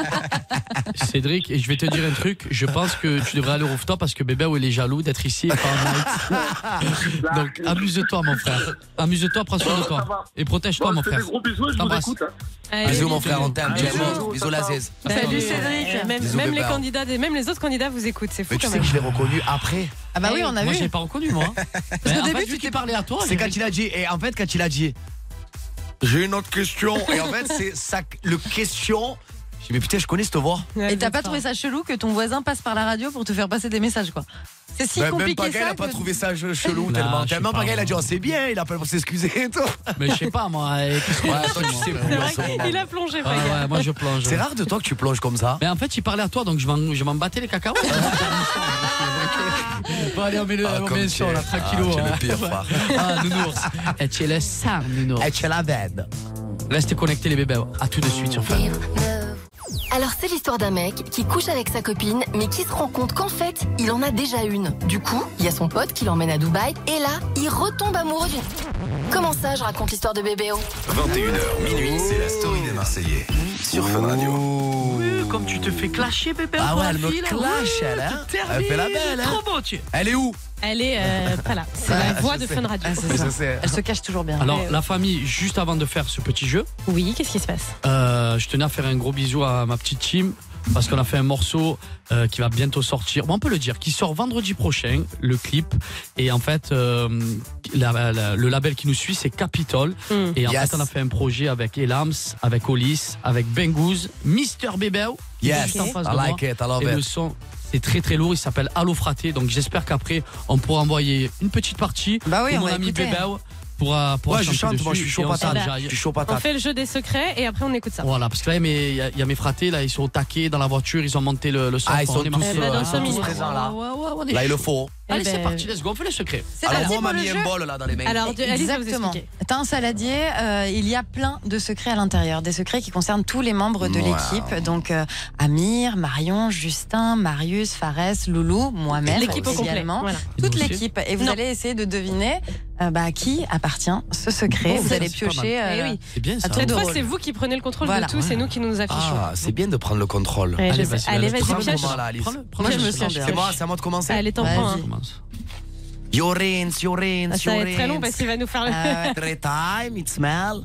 Speaker 7: Cédric, et je vais te dire un truc, je pense que tu devrais aller au rooftop parce que bébé il est jaloux d'être ici et pas en
Speaker 14: *laughs*
Speaker 7: direct. Donc amuse-toi mon frère. Amuse-toi, prends soin de
Speaker 14: Ça va.
Speaker 7: toi et protège-toi
Speaker 14: Bon,
Speaker 7: mon
Speaker 14: je te fais
Speaker 7: frère.
Speaker 14: des gros bisous, je vous
Speaker 7: T'embrasse.
Speaker 14: écoute, hein.
Speaker 5: Allez,
Speaker 6: Bisous mon frère, on t'aime, tu es
Speaker 14: Bisous.
Speaker 6: monstre. bisous la zèze.
Speaker 5: Salut Cédric. Même,
Speaker 6: Bisous,
Speaker 5: même les
Speaker 6: bébé.
Speaker 5: candidats, des- même les autres candidats vous écoutent, c'est fou
Speaker 6: Mais tu
Speaker 5: quand
Speaker 6: sais
Speaker 5: même.
Speaker 6: que je l'ai reconnu après.
Speaker 4: Ah bah oui, on a
Speaker 7: Moi
Speaker 4: vu.
Speaker 7: je l'ai pas reconnu
Speaker 6: *laughs*
Speaker 7: moi.
Speaker 4: Parce qu'au
Speaker 7: en
Speaker 4: début,
Speaker 7: fait,
Speaker 4: tu
Speaker 7: vu
Speaker 4: t'es
Speaker 7: qu'il parlait à toi,
Speaker 6: C'est
Speaker 7: j'ai
Speaker 6: quand il a dit, et en fait, quand il a dit, j'ai une autre question, et en fait, c'est ça, le question. J'ai dit, mais putain, je connais cette voix.
Speaker 4: Et t'as pas trouvé ça chelou que ton voisin passe par la radio pour te faire passer des messages, quoi C'est
Speaker 7: Bah,
Speaker 4: si
Speaker 6: Ben, même
Speaker 4: compliqué
Speaker 6: Paga, il
Speaker 4: ça
Speaker 6: a pas
Speaker 4: que-
Speaker 6: trouvé ça che- chelou
Speaker 7: Non,
Speaker 6: tellement.
Speaker 7: je sais
Speaker 6: Tellement
Speaker 7: pas,
Speaker 6: Paga, il a dit,
Speaker 7: moi.
Speaker 6: oh, c'est bien, il appelle pour s'excuser et tout.
Speaker 7: Mais je sais pas moi. euh, qu'est-ce que-
Speaker 6: Ouais, toi, tu sais plus. en ce moment.
Speaker 5: Il a plongé,
Speaker 7: Ouais,
Speaker 5: Paga.
Speaker 7: ouais, moi je plonge.
Speaker 6: C'est rare de toi que tu plonges comme ça.
Speaker 7: Mais en fait, il parlait à toi, donc je m'en, je m'en battais les cacahuètes. bon, allez, on met le,
Speaker 6: Ah,
Speaker 7: on
Speaker 6: comme
Speaker 7: met le
Speaker 6: tu
Speaker 7: son,
Speaker 6: es.
Speaker 7: là, tranquillou.
Speaker 6: Ah, tu es le
Speaker 7: hein.
Speaker 6: pire, frère.
Speaker 7: Ah, nounours. Et tu es le sang, nounours.
Speaker 6: Et tu es la veine.
Speaker 7: Restez connectés, les bébés. À tout de suite sur Fun.
Speaker 3: Alors c'est l'histoire d'un mec qui couche avec sa copine mais qui se rend compte qu'en fait il en a déjà une. Du coup, il y a son pote qui l'emmène à Dubaï et là il retombe amoureux d'une... Comment ça je raconte l'histoire de bébé
Speaker 1: 21h minuit, c'est la story des Marseillais Oh. sur Fun Radio.
Speaker 7: Comme tu te fais clasher, bébé.
Speaker 6: Ah ouais, elle me clash, elle, hein. Elle fait la belle, hein.
Speaker 7: beau, tu es.
Speaker 6: Elle est où
Speaker 5: Elle est euh, pas là. C'est la
Speaker 6: Ah,
Speaker 5: voix
Speaker 6: je
Speaker 5: de
Speaker 6: sais.
Speaker 5: Fun Radio.
Speaker 6: Ah, c'est ça. Je sais.
Speaker 4: Elle se cache toujours bien.
Speaker 7: Alors, la famille, juste avant de faire ce petit jeu,
Speaker 5: Oui, qu'est-ce qui se passe
Speaker 7: Euh, je tenais à faire un gros bisou à ma petite team parce qu'on a fait un morceau euh, qui va bientôt sortir. Bon, on peut le dire, qui sort vendredi prochain, le clip. Et en fait, euh, la- la- le label qui nous suit, c'est Capitol.
Speaker 5: Hmm.
Speaker 7: Et en
Speaker 6: Yes.
Speaker 7: fait, on a fait un projet avec Elams, avec Olis, avec Bengouz, Mister Bebel.
Speaker 6: Yes,
Speaker 7: juste en face
Speaker 6: I
Speaker 7: de moi.
Speaker 6: like it, I love
Speaker 7: Et le
Speaker 6: it.
Speaker 7: son, c'est très très lourd. Il s'appelle Allo Fraté. Donc j'espère qu'après, on pourra envoyer une petite partie.
Speaker 4: Bah oui,
Speaker 7: où
Speaker 4: on
Speaker 7: mon
Speaker 4: va
Speaker 7: ami
Speaker 4: écouter.
Speaker 7: Bebel pourra, pourra
Speaker 6: Ouais, je
Speaker 7: chanter
Speaker 6: chante, moi, je
Speaker 7: dessus
Speaker 6: suis chaud
Speaker 7: et on
Speaker 6: patate.
Speaker 7: s'enjaille.
Speaker 6: Je suis chaud
Speaker 5: On
Speaker 6: patate.
Speaker 5: fait le jeu des secrets et après on écoute ça.
Speaker 7: Voilà, parce que là, il y, a- il y a mes fratés, là, ils sont au taquet dans la voiture, ils ont monté le, le son.
Speaker 6: Ah, ils
Speaker 7: Enfin,
Speaker 6: sont
Speaker 7: on est
Speaker 6: tous,
Speaker 7: marqués.
Speaker 5: Eh ben, dans
Speaker 6: euh, ils
Speaker 5: cinq
Speaker 6: sont tous
Speaker 5: minutes.
Speaker 6: présents là.
Speaker 7: Ouais, ouais, on est
Speaker 6: Là, il le
Speaker 7: chaud.
Speaker 6: faut.
Speaker 7: Allez,
Speaker 5: Eh
Speaker 7: c'est
Speaker 5: ben-
Speaker 7: parti, let's go, on fait le secret.
Speaker 4: C'est
Speaker 6: Alors,
Speaker 4: parti
Speaker 6: moi, on m'a
Speaker 4: pour le
Speaker 6: mis
Speaker 4: jeu.
Speaker 6: un bol là dans les mains.
Speaker 5: Alors, de- Alice va vous
Speaker 4: Exactement.
Speaker 5: expliquer.
Speaker 4: T'as un saladier, euh, il y a plein de secrets à l'intérieur, des secrets qui concernent tous les membres de
Speaker 6: Wow.
Speaker 4: l'équipe. Donc euh, Amir, Marion, Justin, Marius, Fares, Loulou, moi-même
Speaker 5: L'équipe au complet.
Speaker 4: également.
Speaker 5: Voilà.
Speaker 4: Toute
Speaker 7: Nous aussi.
Speaker 4: l'équipe. Et vous
Speaker 5: Non.
Speaker 4: allez essayer de deviner euh, bah, à qui appartient ce secret.
Speaker 7: Bon,
Speaker 4: vous
Speaker 7: ça,
Speaker 4: allez
Speaker 7: c'est pas
Speaker 4: piocher.
Speaker 5: mal.
Speaker 4: euh,
Speaker 5: Eh oui.
Speaker 7: C'est bien ça.
Speaker 4: Attends,
Speaker 5: Cette
Speaker 4: Très
Speaker 5: fois,
Speaker 4: drôle.
Speaker 5: c'est vous qui prenez le contrôle
Speaker 4: Voilà.
Speaker 5: de tout, c'est nous qui nous affichons.
Speaker 6: Ah, c'est bien de prendre le contrôle.
Speaker 5: Ouais, je
Speaker 7: Allez,
Speaker 5: sais.
Speaker 7: vas-y,
Speaker 5: Allez,
Speaker 7: Valérie,
Speaker 5: vas-y,
Speaker 6: Prends le
Speaker 5: pioche.
Speaker 6: moment là, Alice.
Speaker 7: Prends-le, prends-le.
Speaker 5: Moi, je me sens
Speaker 6: C'est bon, c'est à moi de commencer.
Speaker 5: Allez, t'en
Speaker 4: Vas-y.
Speaker 5: prends un.
Speaker 7: Commence.
Speaker 6: Yorins, Yorins,
Speaker 5: Ah, Ça va être très long
Speaker 6: Yorins.
Speaker 5: parce qu'il va nous faire le.
Speaker 6: Uh, three time, it smell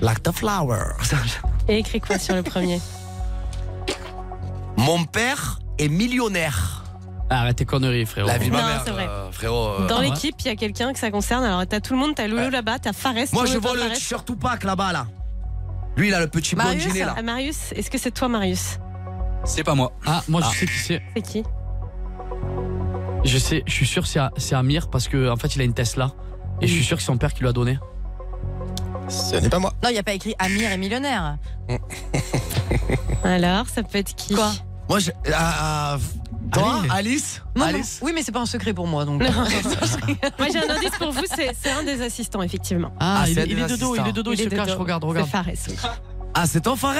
Speaker 6: like the flower.
Speaker 5: *laughs* Et écrit quoi sur le premier
Speaker 6: Mon père est millionnaire.
Speaker 7: Arrête tes conneries, frérot.
Speaker 6: La vie de
Speaker 5: Non,
Speaker 6: ma mère,
Speaker 5: c'est vrai.
Speaker 6: euh, frérot. *laughs* euh,
Speaker 5: Dans
Speaker 7: ouais.
Speaker 5: l'équipe, il y a quelqu'un que ça concerne. Alors, t'as tout le monde, t'as Loulou là-bas, t'as Fares.
Speaker 6: moi,
Speaker 5: tout
Speaker 6: je
Speaker 5: monde
Speaker 6: vois
Speaker 5: pas
Speaker 6: le
Speaker 5: Fares.
Speaker 6: t-shirt Tupac là-bas, là. Lui, il a le petit
Speaker 4: Marius,
Speaker 6: blondinet, là.
Speaker 5: Ah, Marius, est-ce que c'est toi, Marius
Speaker 19: C'est pas moi.
Speaker 7: Ah, moi, je sais qui c'est.
Speaker 5: C'est qui *laughs*
Speaker 7: Je sais, je suis sûr, que c'est à- c'est Amir parce qu'en en fait, il a une Tesla. Et je suis sûr que c'est son père qui lui a donné.
Speaker 19: Ce n'est pas moi.
Speaker 4: Non, il n'y a pas écrit Amir est millionnaire.
Speaker 5: Alors, ça peut être qui
Speaker 4: Quoi
Speaker 6: Moi, je- ah, ah, Toi, Alice
Speaker 4: Moi, non.
Speaker 6: Alice
Speaker 4: Oui, mais c'est pas un secret pour moi. Donc.
Speaker 5: Moi, j'ai un indice pour vous, c'est c'est un des assistants, effectivement.
Speaker 7: Ah,
Speaker 6: Ah,
Speaker 7: il,
Speaker 6: c'est
Speaker 7: il est
Speaker 6: des
Speaker 7: dodo, il
Speaker 6: assistants.
Speaker 7: est dodo, il,
Speaker 5: Il
Speaker 7: se
Speaker 5: est
Speaker 7: cache,
Speaker 5: dodo.
Speaker 7: regarde, regarde.
Speaker 5: C'est Fares, oui.
Speaker 6: Ah, c'est toi, Fares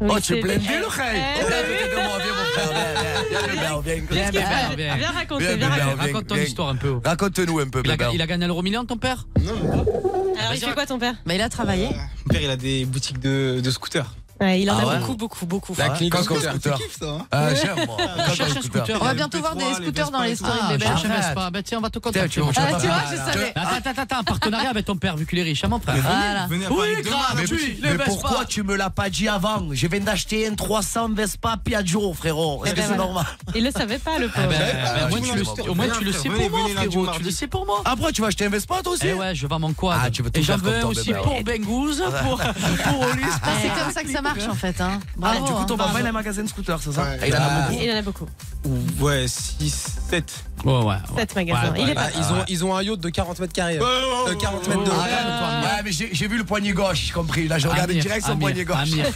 Speaker 5: Oui,
Speaker 6: Oh, tu
Speaker 5: c'est
Speaker 6: plaimes
Speaker 5: lui.
Speaker 6: bien le rêve
Speaker 5: Eh
Speaker 6: Viens à côté de moi, viens, mon frère, viens, viens, viens, viens, viens,
Speaker 7: Qu'est-ce qu'il
Speaker 6: viens,
Speaker 7: fait
Speaker 6: viens.
Speaker 7: Viens
Speaker 5: raconter,
Speaker 6: Viens,
Speaker 5: viens
Speaker 6: viens,
Speaker 5: raconter.
Speaker 6: viens,
Speaker 7: Raconte ton
Speaker 6: viens.
Speaker 7: histoire un peu.
Speaker 6: Raconte-nous un peu,
Speaker 7: Il a,
Speaker 6: Bébert.
Speaker 7: il a gagné l'euro million, ton père
Speaker 5: Alors, il fait quoi, ton père
Speaker 7: Bah,
Speaker 4: Mais il a travaillé.
Speaker 20: Mon père, il a des boutiques de, de scooters.
Speaker 5: Ouais, Il en
Speaker 6: Ah
Speaker 5: a
Speaker 6: ouais.
Speaker 5: beaucoup, beaucoup, beaucoup.
Speaker 20: La
Speaker 6: Ouais.
Speaker 20: clinique
Speaker 6: Quand
Speaker 20: de
Speaker 6: quand
Speaker 20: scooter.
Speaker 6: scooter.
Speaker 20: Tu kiffes ça, hein
Speaker 6: Ah, j'aime, moi. Quand
Speaker 7: cherche
Speaker 6: quand
Speaker 7: un scooter.
Speaker 4: On va bientôt voir des scooters dans les stories
Speaker 7: Ah, je
Speaker 4: de bébé.
Speaker 7: cherche un
Speaker 6: Arrête.
Speaker 7: Vespa. Bah tiens, on va te
Speaker 6: Tiens,
Speaker 7: contacter.
Speaker 6: tu vois, je
Speaker 4: Ah,
Speaker 6: vois
Speaker 4: tu
Speaker 6: pas.
Speaker 4: vois, je savais.
Speaker 7: Attends, attends, attends, un partenariat avec ton père, vu qu'il est riche, à mon frère.
Speaker 4: Voilà.
Speaker 20: Venez à
Speaker 7: Oui,
Speaker 20: Paris demain.
Speaker 7: grave,
Speaker 6: Mais,
Speaker 7: oui,
Speaker 6: mais
Speaker 7: les Vespa.
Speaker 6: pourquoi tu me l'as pas dit avant Je viens d'acheter un 300 Vespa Piaggio, frérot. Est-ce
Speaker 5: Eh
Speaker 6: que
Speaker 5: ben
Speaker 6: c'est
Speaker 5: voilà.
Speaker 6: normal
Speaker 5: Il le savait pas, le
Speaker 7: Eh
Speaker 5: pauvre.
Speaker 7: ben,
Speaker 6: Ah,
Speaker 7: au moins,
Speaker 6: je
Speaker 7: tu
Speaker 6: voulais
Speaker 7: le-
Speaker 6: m'en
Speaker 7: au moins,
Speaker 20: faire
Speaker 7: tu le
Speaker 20: un
Speaker 7: sais
Speaker 20: peu.
Speaker 7: pour
Speaker 20: Venez,
Speaker 7: moi,
Speaker 20: venez lundi
Speaker 7: frérot.
Speaker 20: ou
Speaker 7: Tu le
Speaker 20: mardi.
Speaker 7: sais pour moi.
Speaker 6: Après, tu vas acheter un Vespa toi aussi
Speaker 7: Eh ouais, je vends mon quad.
Speaker 6: Ah, tu peux tout
Speaker 7: Et j'en
Speaker 6: faire comme
Speaker 7: veux un
Speaker 6: ton
Speaker 7: aussi
Speaker 6: bébé,
Speaker 7: pour
Speaker 6: ouais.
Speaker 7: Bengouze, pour, pour Ulysse.
Speaker 4: Ah, c'est comme ça que ça marche en fait. Hein.
Speaker 6: Ah,
Speaker 4: Bravo.
Speaker 6: du coup, ton
Speaker 4: hein.
Speaker 6: papa, il a un magasin de scooters, c'est ça
Speaker 20: Ouais.
Speaker 6: Et Il en a
Speaker 20: Ah.
Speaker 6: beaucoup.
Speaker 5: Il en a beaucoup.
Speaker 20: Ou- euh, Ouais, 6, 7.
Speaker 7: Ouais, ouais. ouais.
Speaker 5: Sept magasins.
Speaker 7: Ouais,
Speaker 5: Il est
Speaker 7: ouais.
Speaker 5: pas.
Speaker 8: Ah, ils, ont, ils ont un yacht de 40 mètres carrés.
Speaker 7: Euh,
Speaker 8: De 40 mètres de haut.
Speaker 6: Euh, Ouais, mais j'ai j'ai vu le poignet gauche, j'ai compris. Là, j'ai regardé
Speaker 7: Amir,
Speaker 6: direct son
Speaker 7: Amir,
Speaker 6: poignet gauche. *laughs*
Speaker 7: Amir,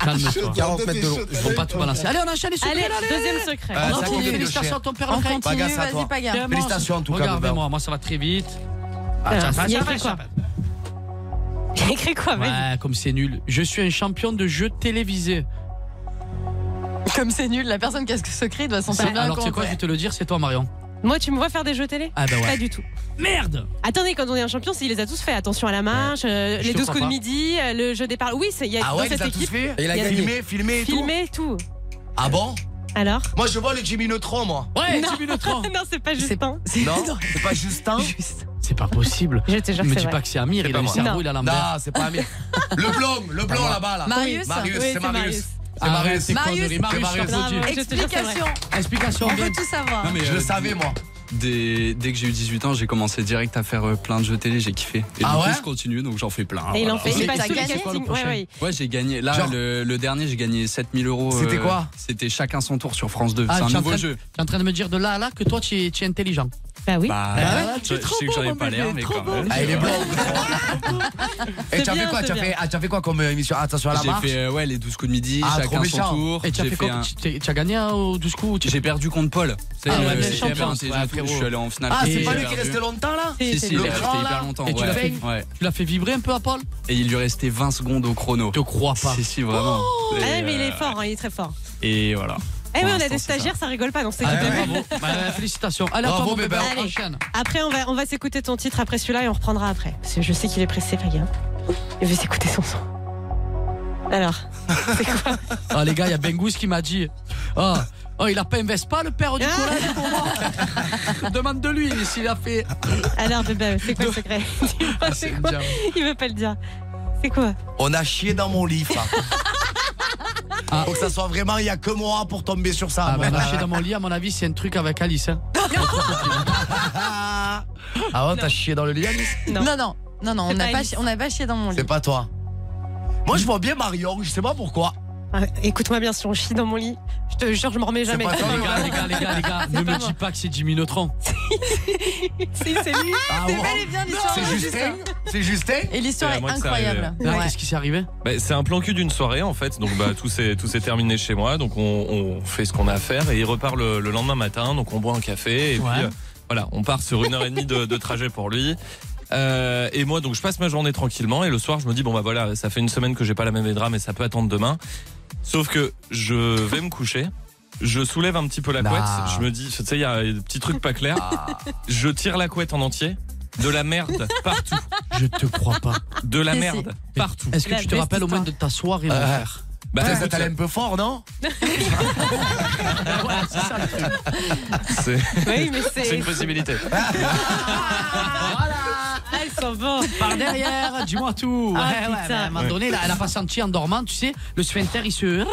Speaker 7: calme-toi.
Speaker 8: 40 mètres de long.
Speaker 7: Faut pas tout balancer. Allez, on enchaîne les
Speaker 5: Allez,
Speaker 7: secrets, là, allez.
Speaker 5: deuxième secret.
Speaker 6: Ah,
Speaker 7: On
Speaker 6: ça
Speaker 7: continue.
Speaker 6: continue,
Speaker 7: Félicitations à ton père,
Speaker 4: On
Speaker 7: Lorraine.
Speaker 4: continue,
Speaker 6: Bagasse à
Speaker 4: vas-y,
Speaker 6: toi.
Speaker 4: Paga.
Speaker 7: Vraiment,
Speaker 6: Félicitations, en tout cas,
Speaker 7: Regardez-moi, moi ça va très vite.
Speaker 5: Alors,
Speaker 7: Attends,
Speaker 5: il y a
Speaker 7: attends,
Speaker 5: écrit
Speaker 7: attends,
Speaker 5: quoi J'ai écrit quoi, vas-y.
Speaker 7: Ouais, comme c'est nul. Je suis un champion de jeux télévisés.
Speaker 4: Comme c'est nul, la personne qui a ce secret doit s'en
Speaker 7: C'est-
Speaker 4: faire bien
Speaker 7: Alors, tu sais
Speaker 4: compte.
Speaker 7: quoi, je vais te le dire, c'est toi, Marion.
Speaker 5: Bah, Moi, tu me vois faire des jeux télé
Speaker 7: Ah, bah ouais.
Speaker 5: Pas du tout.
Speaker 7: Merde
Speaker 5: Attendez, quand on est un champion, il les a tous fait. Attention à la marche, euh,
Speaker 7: Je
Speaker 5: les
Speaker 7: te
Speaker 5: 12
Speaker 7: crois
Speaker 5: coups de
Speaker 7: pas.
Speaker 5: midi, euh, le jeu des paroles. Oui, c'est- il y a
Speaker 6: Ah ouais,
Speaker 5: dans
Speaker 6: il
Speaker 5: cette
Speaker 6: a tous
Speaker 5: équipe
Speaker 6: fait
Speaker 8: Et il a
Speaker 5: Il y a
Speaker 8: gagné.
Speaker 6: Filmé, filmé et tout.
Speaker 5: filmé tout.
Speaker 6: Ah bon
Speaker 5: Alors
Speaker 6: Moi, je vois le Jimmy Neutron, moi.
Speaker 7: Ouais,
Speaker 5: Non.
Speaker 7: 10 minutes 30.
Speaker 5: *laughs* Non, c'est pas
Speaker 4: C'est-
Speaker 5: Justin.
Speaker 6: Non C'est pas Justin
Speaker 5: Juste.
Speaker 7: C'est pas possible.
Speaker 5: Je te jure,
Speaker 7: Me
Speaker 5: c'est
Speaker 7: dis
Speaker 5: vrai.
Speaker 7: pas que c'est Amir,
Speaker 6: C'est
Speaker 7: il
Speaker 6: pas
Speaker 7: a le
Speaker 6: moi.
Speaker 7: cerveau, il a la merde.
Speaker 6: Non, c'est
Speaker 5: *laughs*
Speaker 6: pas Amir. Le blond, le blond là-bas, là.
Speaker 4: Marius,
Speaker 6: Marius,
Speaker 5: Oui,
Speaker 6: c'est
Speaker 5: c'est
Speaker 6: Marius.
Speaker 5: Marius.
Speaker 6: C'est Marius.
Speaker 7: Arrête tes conneries,
Speaker 4: Marius,
Speaker 7: Marius,
Speaker 6: Marius.
Speaker 7: chapeau,
Speaker 5: Bravo.
Speaker 7: Dieu.
Speaker 5: Je te jure, c'est vrai.
Speaker 4: Explication.
Speaker 7: Explication
Speaker 4: On
Speaker 7: bien.
Speaker 4: veut tout savoir.
Speaker 20: Non, mais
Speaker 6: Je
Speaker 20: euh,
Speaker 6: le savais, moi.
Speaker 15: Dès, dès que j'ai eu 18 ans, j'ai commencé direct à faire euh, plein de jeux télé, j'ai kiffé. Et
Speaker 6: Ah
Speaker 15: du
Speaker 6: ouais
Speaker 15: coup, je continue, donc j'en fais plein.
Speaker 5: Et il en
Speaker 15: voilà.
Speaker 5: fait, il
Speaker 4: Mais
Speaker 5: passe
Speaker 4: t'as
Speaker 5: tous les
Speaker 4: gagné,
Speaker 5: castings.
Speaker 7: quoi, le
Speaker 5: Ouais,
Speaker 7: prochain
Speaker 5: ouais.
Speaker 15: Ouais, j'ai gagné. Là,
Speaker 6: Genre-
Speaker 15: le, le dernier, j'ai gagné 7000 euros. euh,
Speaker 6: C'était quoi
Speaker 15: C'était chacun son tour sur France 2.
Speaker 7: Ah,
Speaker 15: C'est
Speaker 7: tu
Speaker 15: un
Speaker 7: es en
Speaker 15: nouveau
Speaker 7: train-
Speaker 15: jeu.
Speaker 7: T'es en train de me dire de là à là que toi tu es, tu es intelligent.
Speaker 5: Bah oui.
Speaker 15: Bah, je, je sais que j'en ai pas l'air, mais quand même.
Speaker 6: Ah, il est blond. Et
Speaker 5: C'est
Speaker 6: tu as fait
Speaker 5: bien,
Speaker 6: quoi
Speaker 5: c'est
Speaker 6: Tu as
Speaker 5: bien.
Speaker 6: fait- ah, tu as fait quoi comme euh, émission Attention à la marche
Speaker 15: J'ai fait euh, ouais, les 12 coups de midi,
Speaker 6: Ah, trop
Speaker 15: chacun son
Speaker 6: méchant.
Speaker 15: tour.
Speaker 7: Et tu as,
Speaker 15: J'ai
Speaker 7: fait quoi
Speaker 15: un-
Speaker 7: Tu t'es- tu as gagné hein, au 12 coups ou tu-
Speaker 15: J'ai perdu contre Paul. C'est
Speaker 7: Ah,
Speaker 15: euh,
Speaker 7: ouais, mais
Speaker 15: j'ai
Speaker 7: champion.
Speaker 15: perdu intelligent
Speaker 7: Ouais,
Speaker 15: et tout,
Speaker 7: frérot.
Speaker 15: Je suis allé en finale.
Speaker 6: Ah, c'est
Speaker 15: Et
Speaker 6: pas
Speaker 15: j'ai
Speaker 6: lui qui est
Speaker 15: perdu.
Speaker 6: resté longtemps là
Speaker 5: C'est-
Speaker 15: Si,
Speaker 5: c'est
Speaker 15: si, il
Speaker 5: le
Speaker 15: est resté
Speaker 6: grand, là.
Speaker 15: hyper longtemps.
Speaker 7: Et tu
Speaker 15: ouais.
Speaker 7: l'as fait
Speaker 15: Ouais.
Speaker 7: Tu l'as fait vibrer un peu à Paul
Speaker 15: Et il lui restait 20 secondes au chrono.
Speaker 7: Je te crois pas.
Speaker 15: Si, si, vraiment.
Speaker 5: Ah
Speaker 15: Et,
Speaker 5: ouais, mais il est
Speaker 15: euh,
Speaker 5: fort, hein, il est très fort.
Speaker 15: Et voilà.
Speaker 5: Eh oui, on a
Speaker 15: l'instant,
Speaker 5: des
Speaker 15: c'est ça.
Speaker 5: stagiaires, ça rigole pas dans ces
Speaker 7: Ah,
Speaker 5: équipes.
Speaker 7: ouais, bravo. Bah, euh, félicitations. Allez, à toi,
Speaker 6: Bravo,
Speaker 7: mon bébé,
Speaker 6: bébé.
Speaker 7: on
Speaker 5: Allez.
Speaker 7: enchaîne.
Speaker 5: Après, on va, on va s'écouter ton titre après celui-là et on reprendra après. Parce que je sais qu'il est pressé, Fabien. Il veut s'écouter son son. Alors,
Speaker 7: Ah, les gars, il y a Bengouz qui m'a dit Ah, oh, il a pas investi pas le père du
Speaker 5: Ah.
Speaker 7: collège pour moi. Demande de lui s'il a fait.
Speaker 5: alors bébé, c'est quoi le secret Dis-moi, c'est quoi Il veut pas le dire. C'est quoi
Speaker 6: On a chié dans mon lit, frère. Faut que ça soit vraiment, il y a que moi pour tomber sur ça.
Speaker 7: Ah,
Speaker 6: moi.
Speaker 7: bah, lâcher dans mon lit, à mon avis, c'est un truc avec Alice. hein.
Speaker 6: Ah, ah ouais, t'as chié dans le lit, *laughs* Alice
Speaker 5: *laughs* Non.
Speaker 4: Non, non, non, non, on
Speaker 5: C'est
Speaker 4: n'a
Speaker 5: pas
Speaker 4: pas,
Speaker 5: Alice.
Speaker 4: chi- on n'a pas chié dans mon lit.
Speaker 6: C'est pas toi. Moi, je vois bien Marion, je sais pas pourquoi.
Speaker 5: Ah, Écoute-moi bien, si on chie dans mon lit, je te jure, je m'en remets
Speaker 6: C'est
Speaker 5: jamais.
Speaker 6: pas toi,
Speaker 7: Les gars, les gars, les gars,
Speaker 5: *laughs*
Speaker 7: les gars, ne
Speaker 5: pas
Speaker 7: me
Speaker 5: moi.
Speaker 7: dis pas que c'est Jimmy Neutron.
Speaker 5: Si, c'est lui.
Speaker 6: Ah,
Speaker 4: C'est
Speaker 6: ouais.
Speaker 4: bel et bien l'histoire
Speaker 6: C'est
Speaker 4: de
Speaker 6: Justin C'est Justin
Speaker 4: Et l'histoire
Speaker 21: C'est à
Speaker 4: est
Speaker 21: moi que ça
Speaker 4: incroyable.
Speaker 7: Non,
Speaker 4: Ouais.
Speaker 7: Qu'est-ce qui s'est arrivé
Speaker 21: Bah, c'est un plan cul d'une soirée en fait, donc bah, tout s'est tout s'est terminé chez moi, donc on, on fait ce qu'on a à faire et il repart le, le lendemain matin, donc on boit un café et
Speaker 7: Ouais.
Speaker 21: puis euh, voilà, on part sur une heure et demie de, de trajet pour lui. Euh, et moi donc je passe ma journée tranquillement et le soir je me dis bon bah voilà ça fait une semaine que j'ai pas la même Edra mais ça peut attendre demain. Sauf que je vais me coucher, je soulève un petit peu la
Speaker 6: Nah.
Speaker 21: couette, je me dis tu sais il y a des petits trucs pas clairs, je tire la couette en entier, de la merde partout,
Speaker 7: Je te crois pas.
Speaker 21: de la
Speaker 4: Si, si.
Speaker 21: merde partout.
Speaker 7: Est-ce que
Speaker 5: La
Speaker 7: tu te
Speaker 5: best
Speaker 7: rappelles au moins de ta soirée, mon
Speaker 6: Euh.
Speaker 7: frère
Speaker 21: Bah,
Speaker 6: Ça, ça
Speaker 21: écoute,
Speaker 6: t'allait un peu fort, non
Speaker 21: *laughs* c'est-
Speaker 5: Oui, mais
Speaker 21: c'est
Speaker 5: c'est.
Speaker 21: une possibilité.
Speaker 5: Ah, ils sont bons.
Speaker 7: *laughs* Par derrière, dis-moi tout. Ouais,
Speaker 5: Ah,
Speaker 7: ouais,
Speaker 5: putain.
Speaker 7: mais à un moment donné, là, elle a pas senti en dormant, tu sais, le sphincter, il *laughs* se.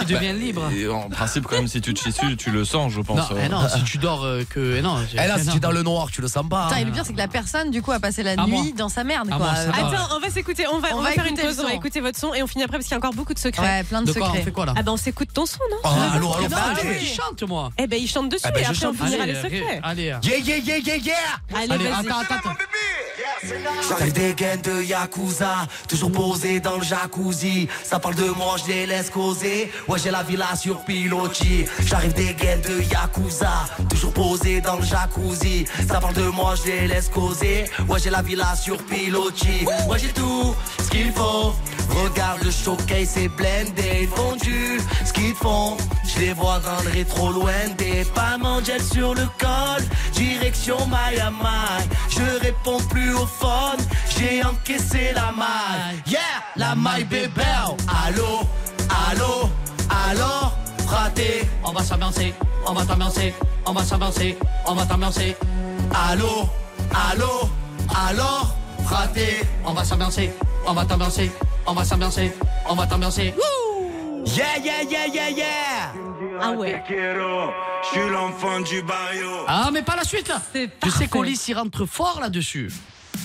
Speaker 7: Il devient libre.
Speaker 21: Et en principe, quand même, si tu te chies dessus, tu le sens, je
Speaker 7: Non,
Speaker 21: pense.
Speaker 7: eh non, si tu dors euh, que. eh non, j'ai-
Speaker 6: Eh là,
Speaker 7: eh
Speaker 6: si
Speaker 7: non.
Speaker 6: tu es dans le noir, tu le sens pas.
Speaker 4: Putain,
Speaker 6: hein.
Speaker 4: et le pire, c'est que la personne, du coup, a passé la
Speaker 7: À moi.
Speaker 4: nuit dans sa merde,
Speaker 7: À
Speaker 4: quoi. Ah,
Speaker 7: moi,
Speaker 5: *laughs*
Speaker 7: ça va.
Speaker 5: Attends, on va s'écouter, on va,
Speaker 4: On
Speaker 5: on
Speaker 4: va
Speaker 5: va faire une
Speaker 4: écouter le
Speaker 5: pause, on va
Speaker 4: son.
Speaker 5: écouter votre son et on finit après parce qu'il y a encore beaucoup de secrets.
Speaker 4: Ouais, plein de,
Speaker 7: De quoi On
Speaker 4: secrets.
Speaker 7: fait quoi là
Speaker 5: Ah ben on s'écoute ton son, non
Speaker 6: Oh, allô, allô,
Speaker 7: Non,
Speaker 6: allô.
Speaker 7: je chante, moi.
Speaker 5: Eh ben il chante dessus
Speaker 6: Ah ben,
Speaker 5: et
Speaker 6: je
Speaker 5: après on
Speaker 6: chante.
Speaker 5: finira
Speaker 7: Allez,
Speaker 5: les secrets.
Speaker 7: allez.
Speaker 6: Yeah, yeah, yeah, yeah, yeah
Speaker 5: Allez,
Speaker 7: Allez,
Speaker 5: vas-y.
Speaker 7: attends, attends, attends.
Speaker 17: J'arrive des gaines de Yakuza, toujours posé dans le jacuzzi. Ça parle de moi, je les laisse causer. Ouais, j'ai la villa sur pilotis. J'arrive des gaines de Yakuza, toujours posé dans le jacuzzi. Ça parle de moi, je les laisse causer. Ouais, j'ai la villa sur pilotis. Ouais, j'ai tout ce qu'il faut. Regarde le showcase, c'est blindé. Ils font du ce qu'ils font. Je les vois dans le rétro loin des palmangelles sur le col. Direction Miami. Je réponds plus au phone. J'ai encaissé la maille. Yeah, la maille bébé. Allô, allô, alors raté. On va s'avancer, on va t'avancer, on va s'avancer, on va t'avancer. Allô, allô, alors raté. On va s'avancer, on va t'avancer, on va s'avancer, on va t'avancer. Yeah, yeah, yeah, yeah, yeah.
Speaker 5: Ah ouais.
Speaker 17: Je suis l'enfant du barrio.
Speaker 7: Ah, mais pas la suite là Tu sais qu'Olis y rentre fort là-dessus.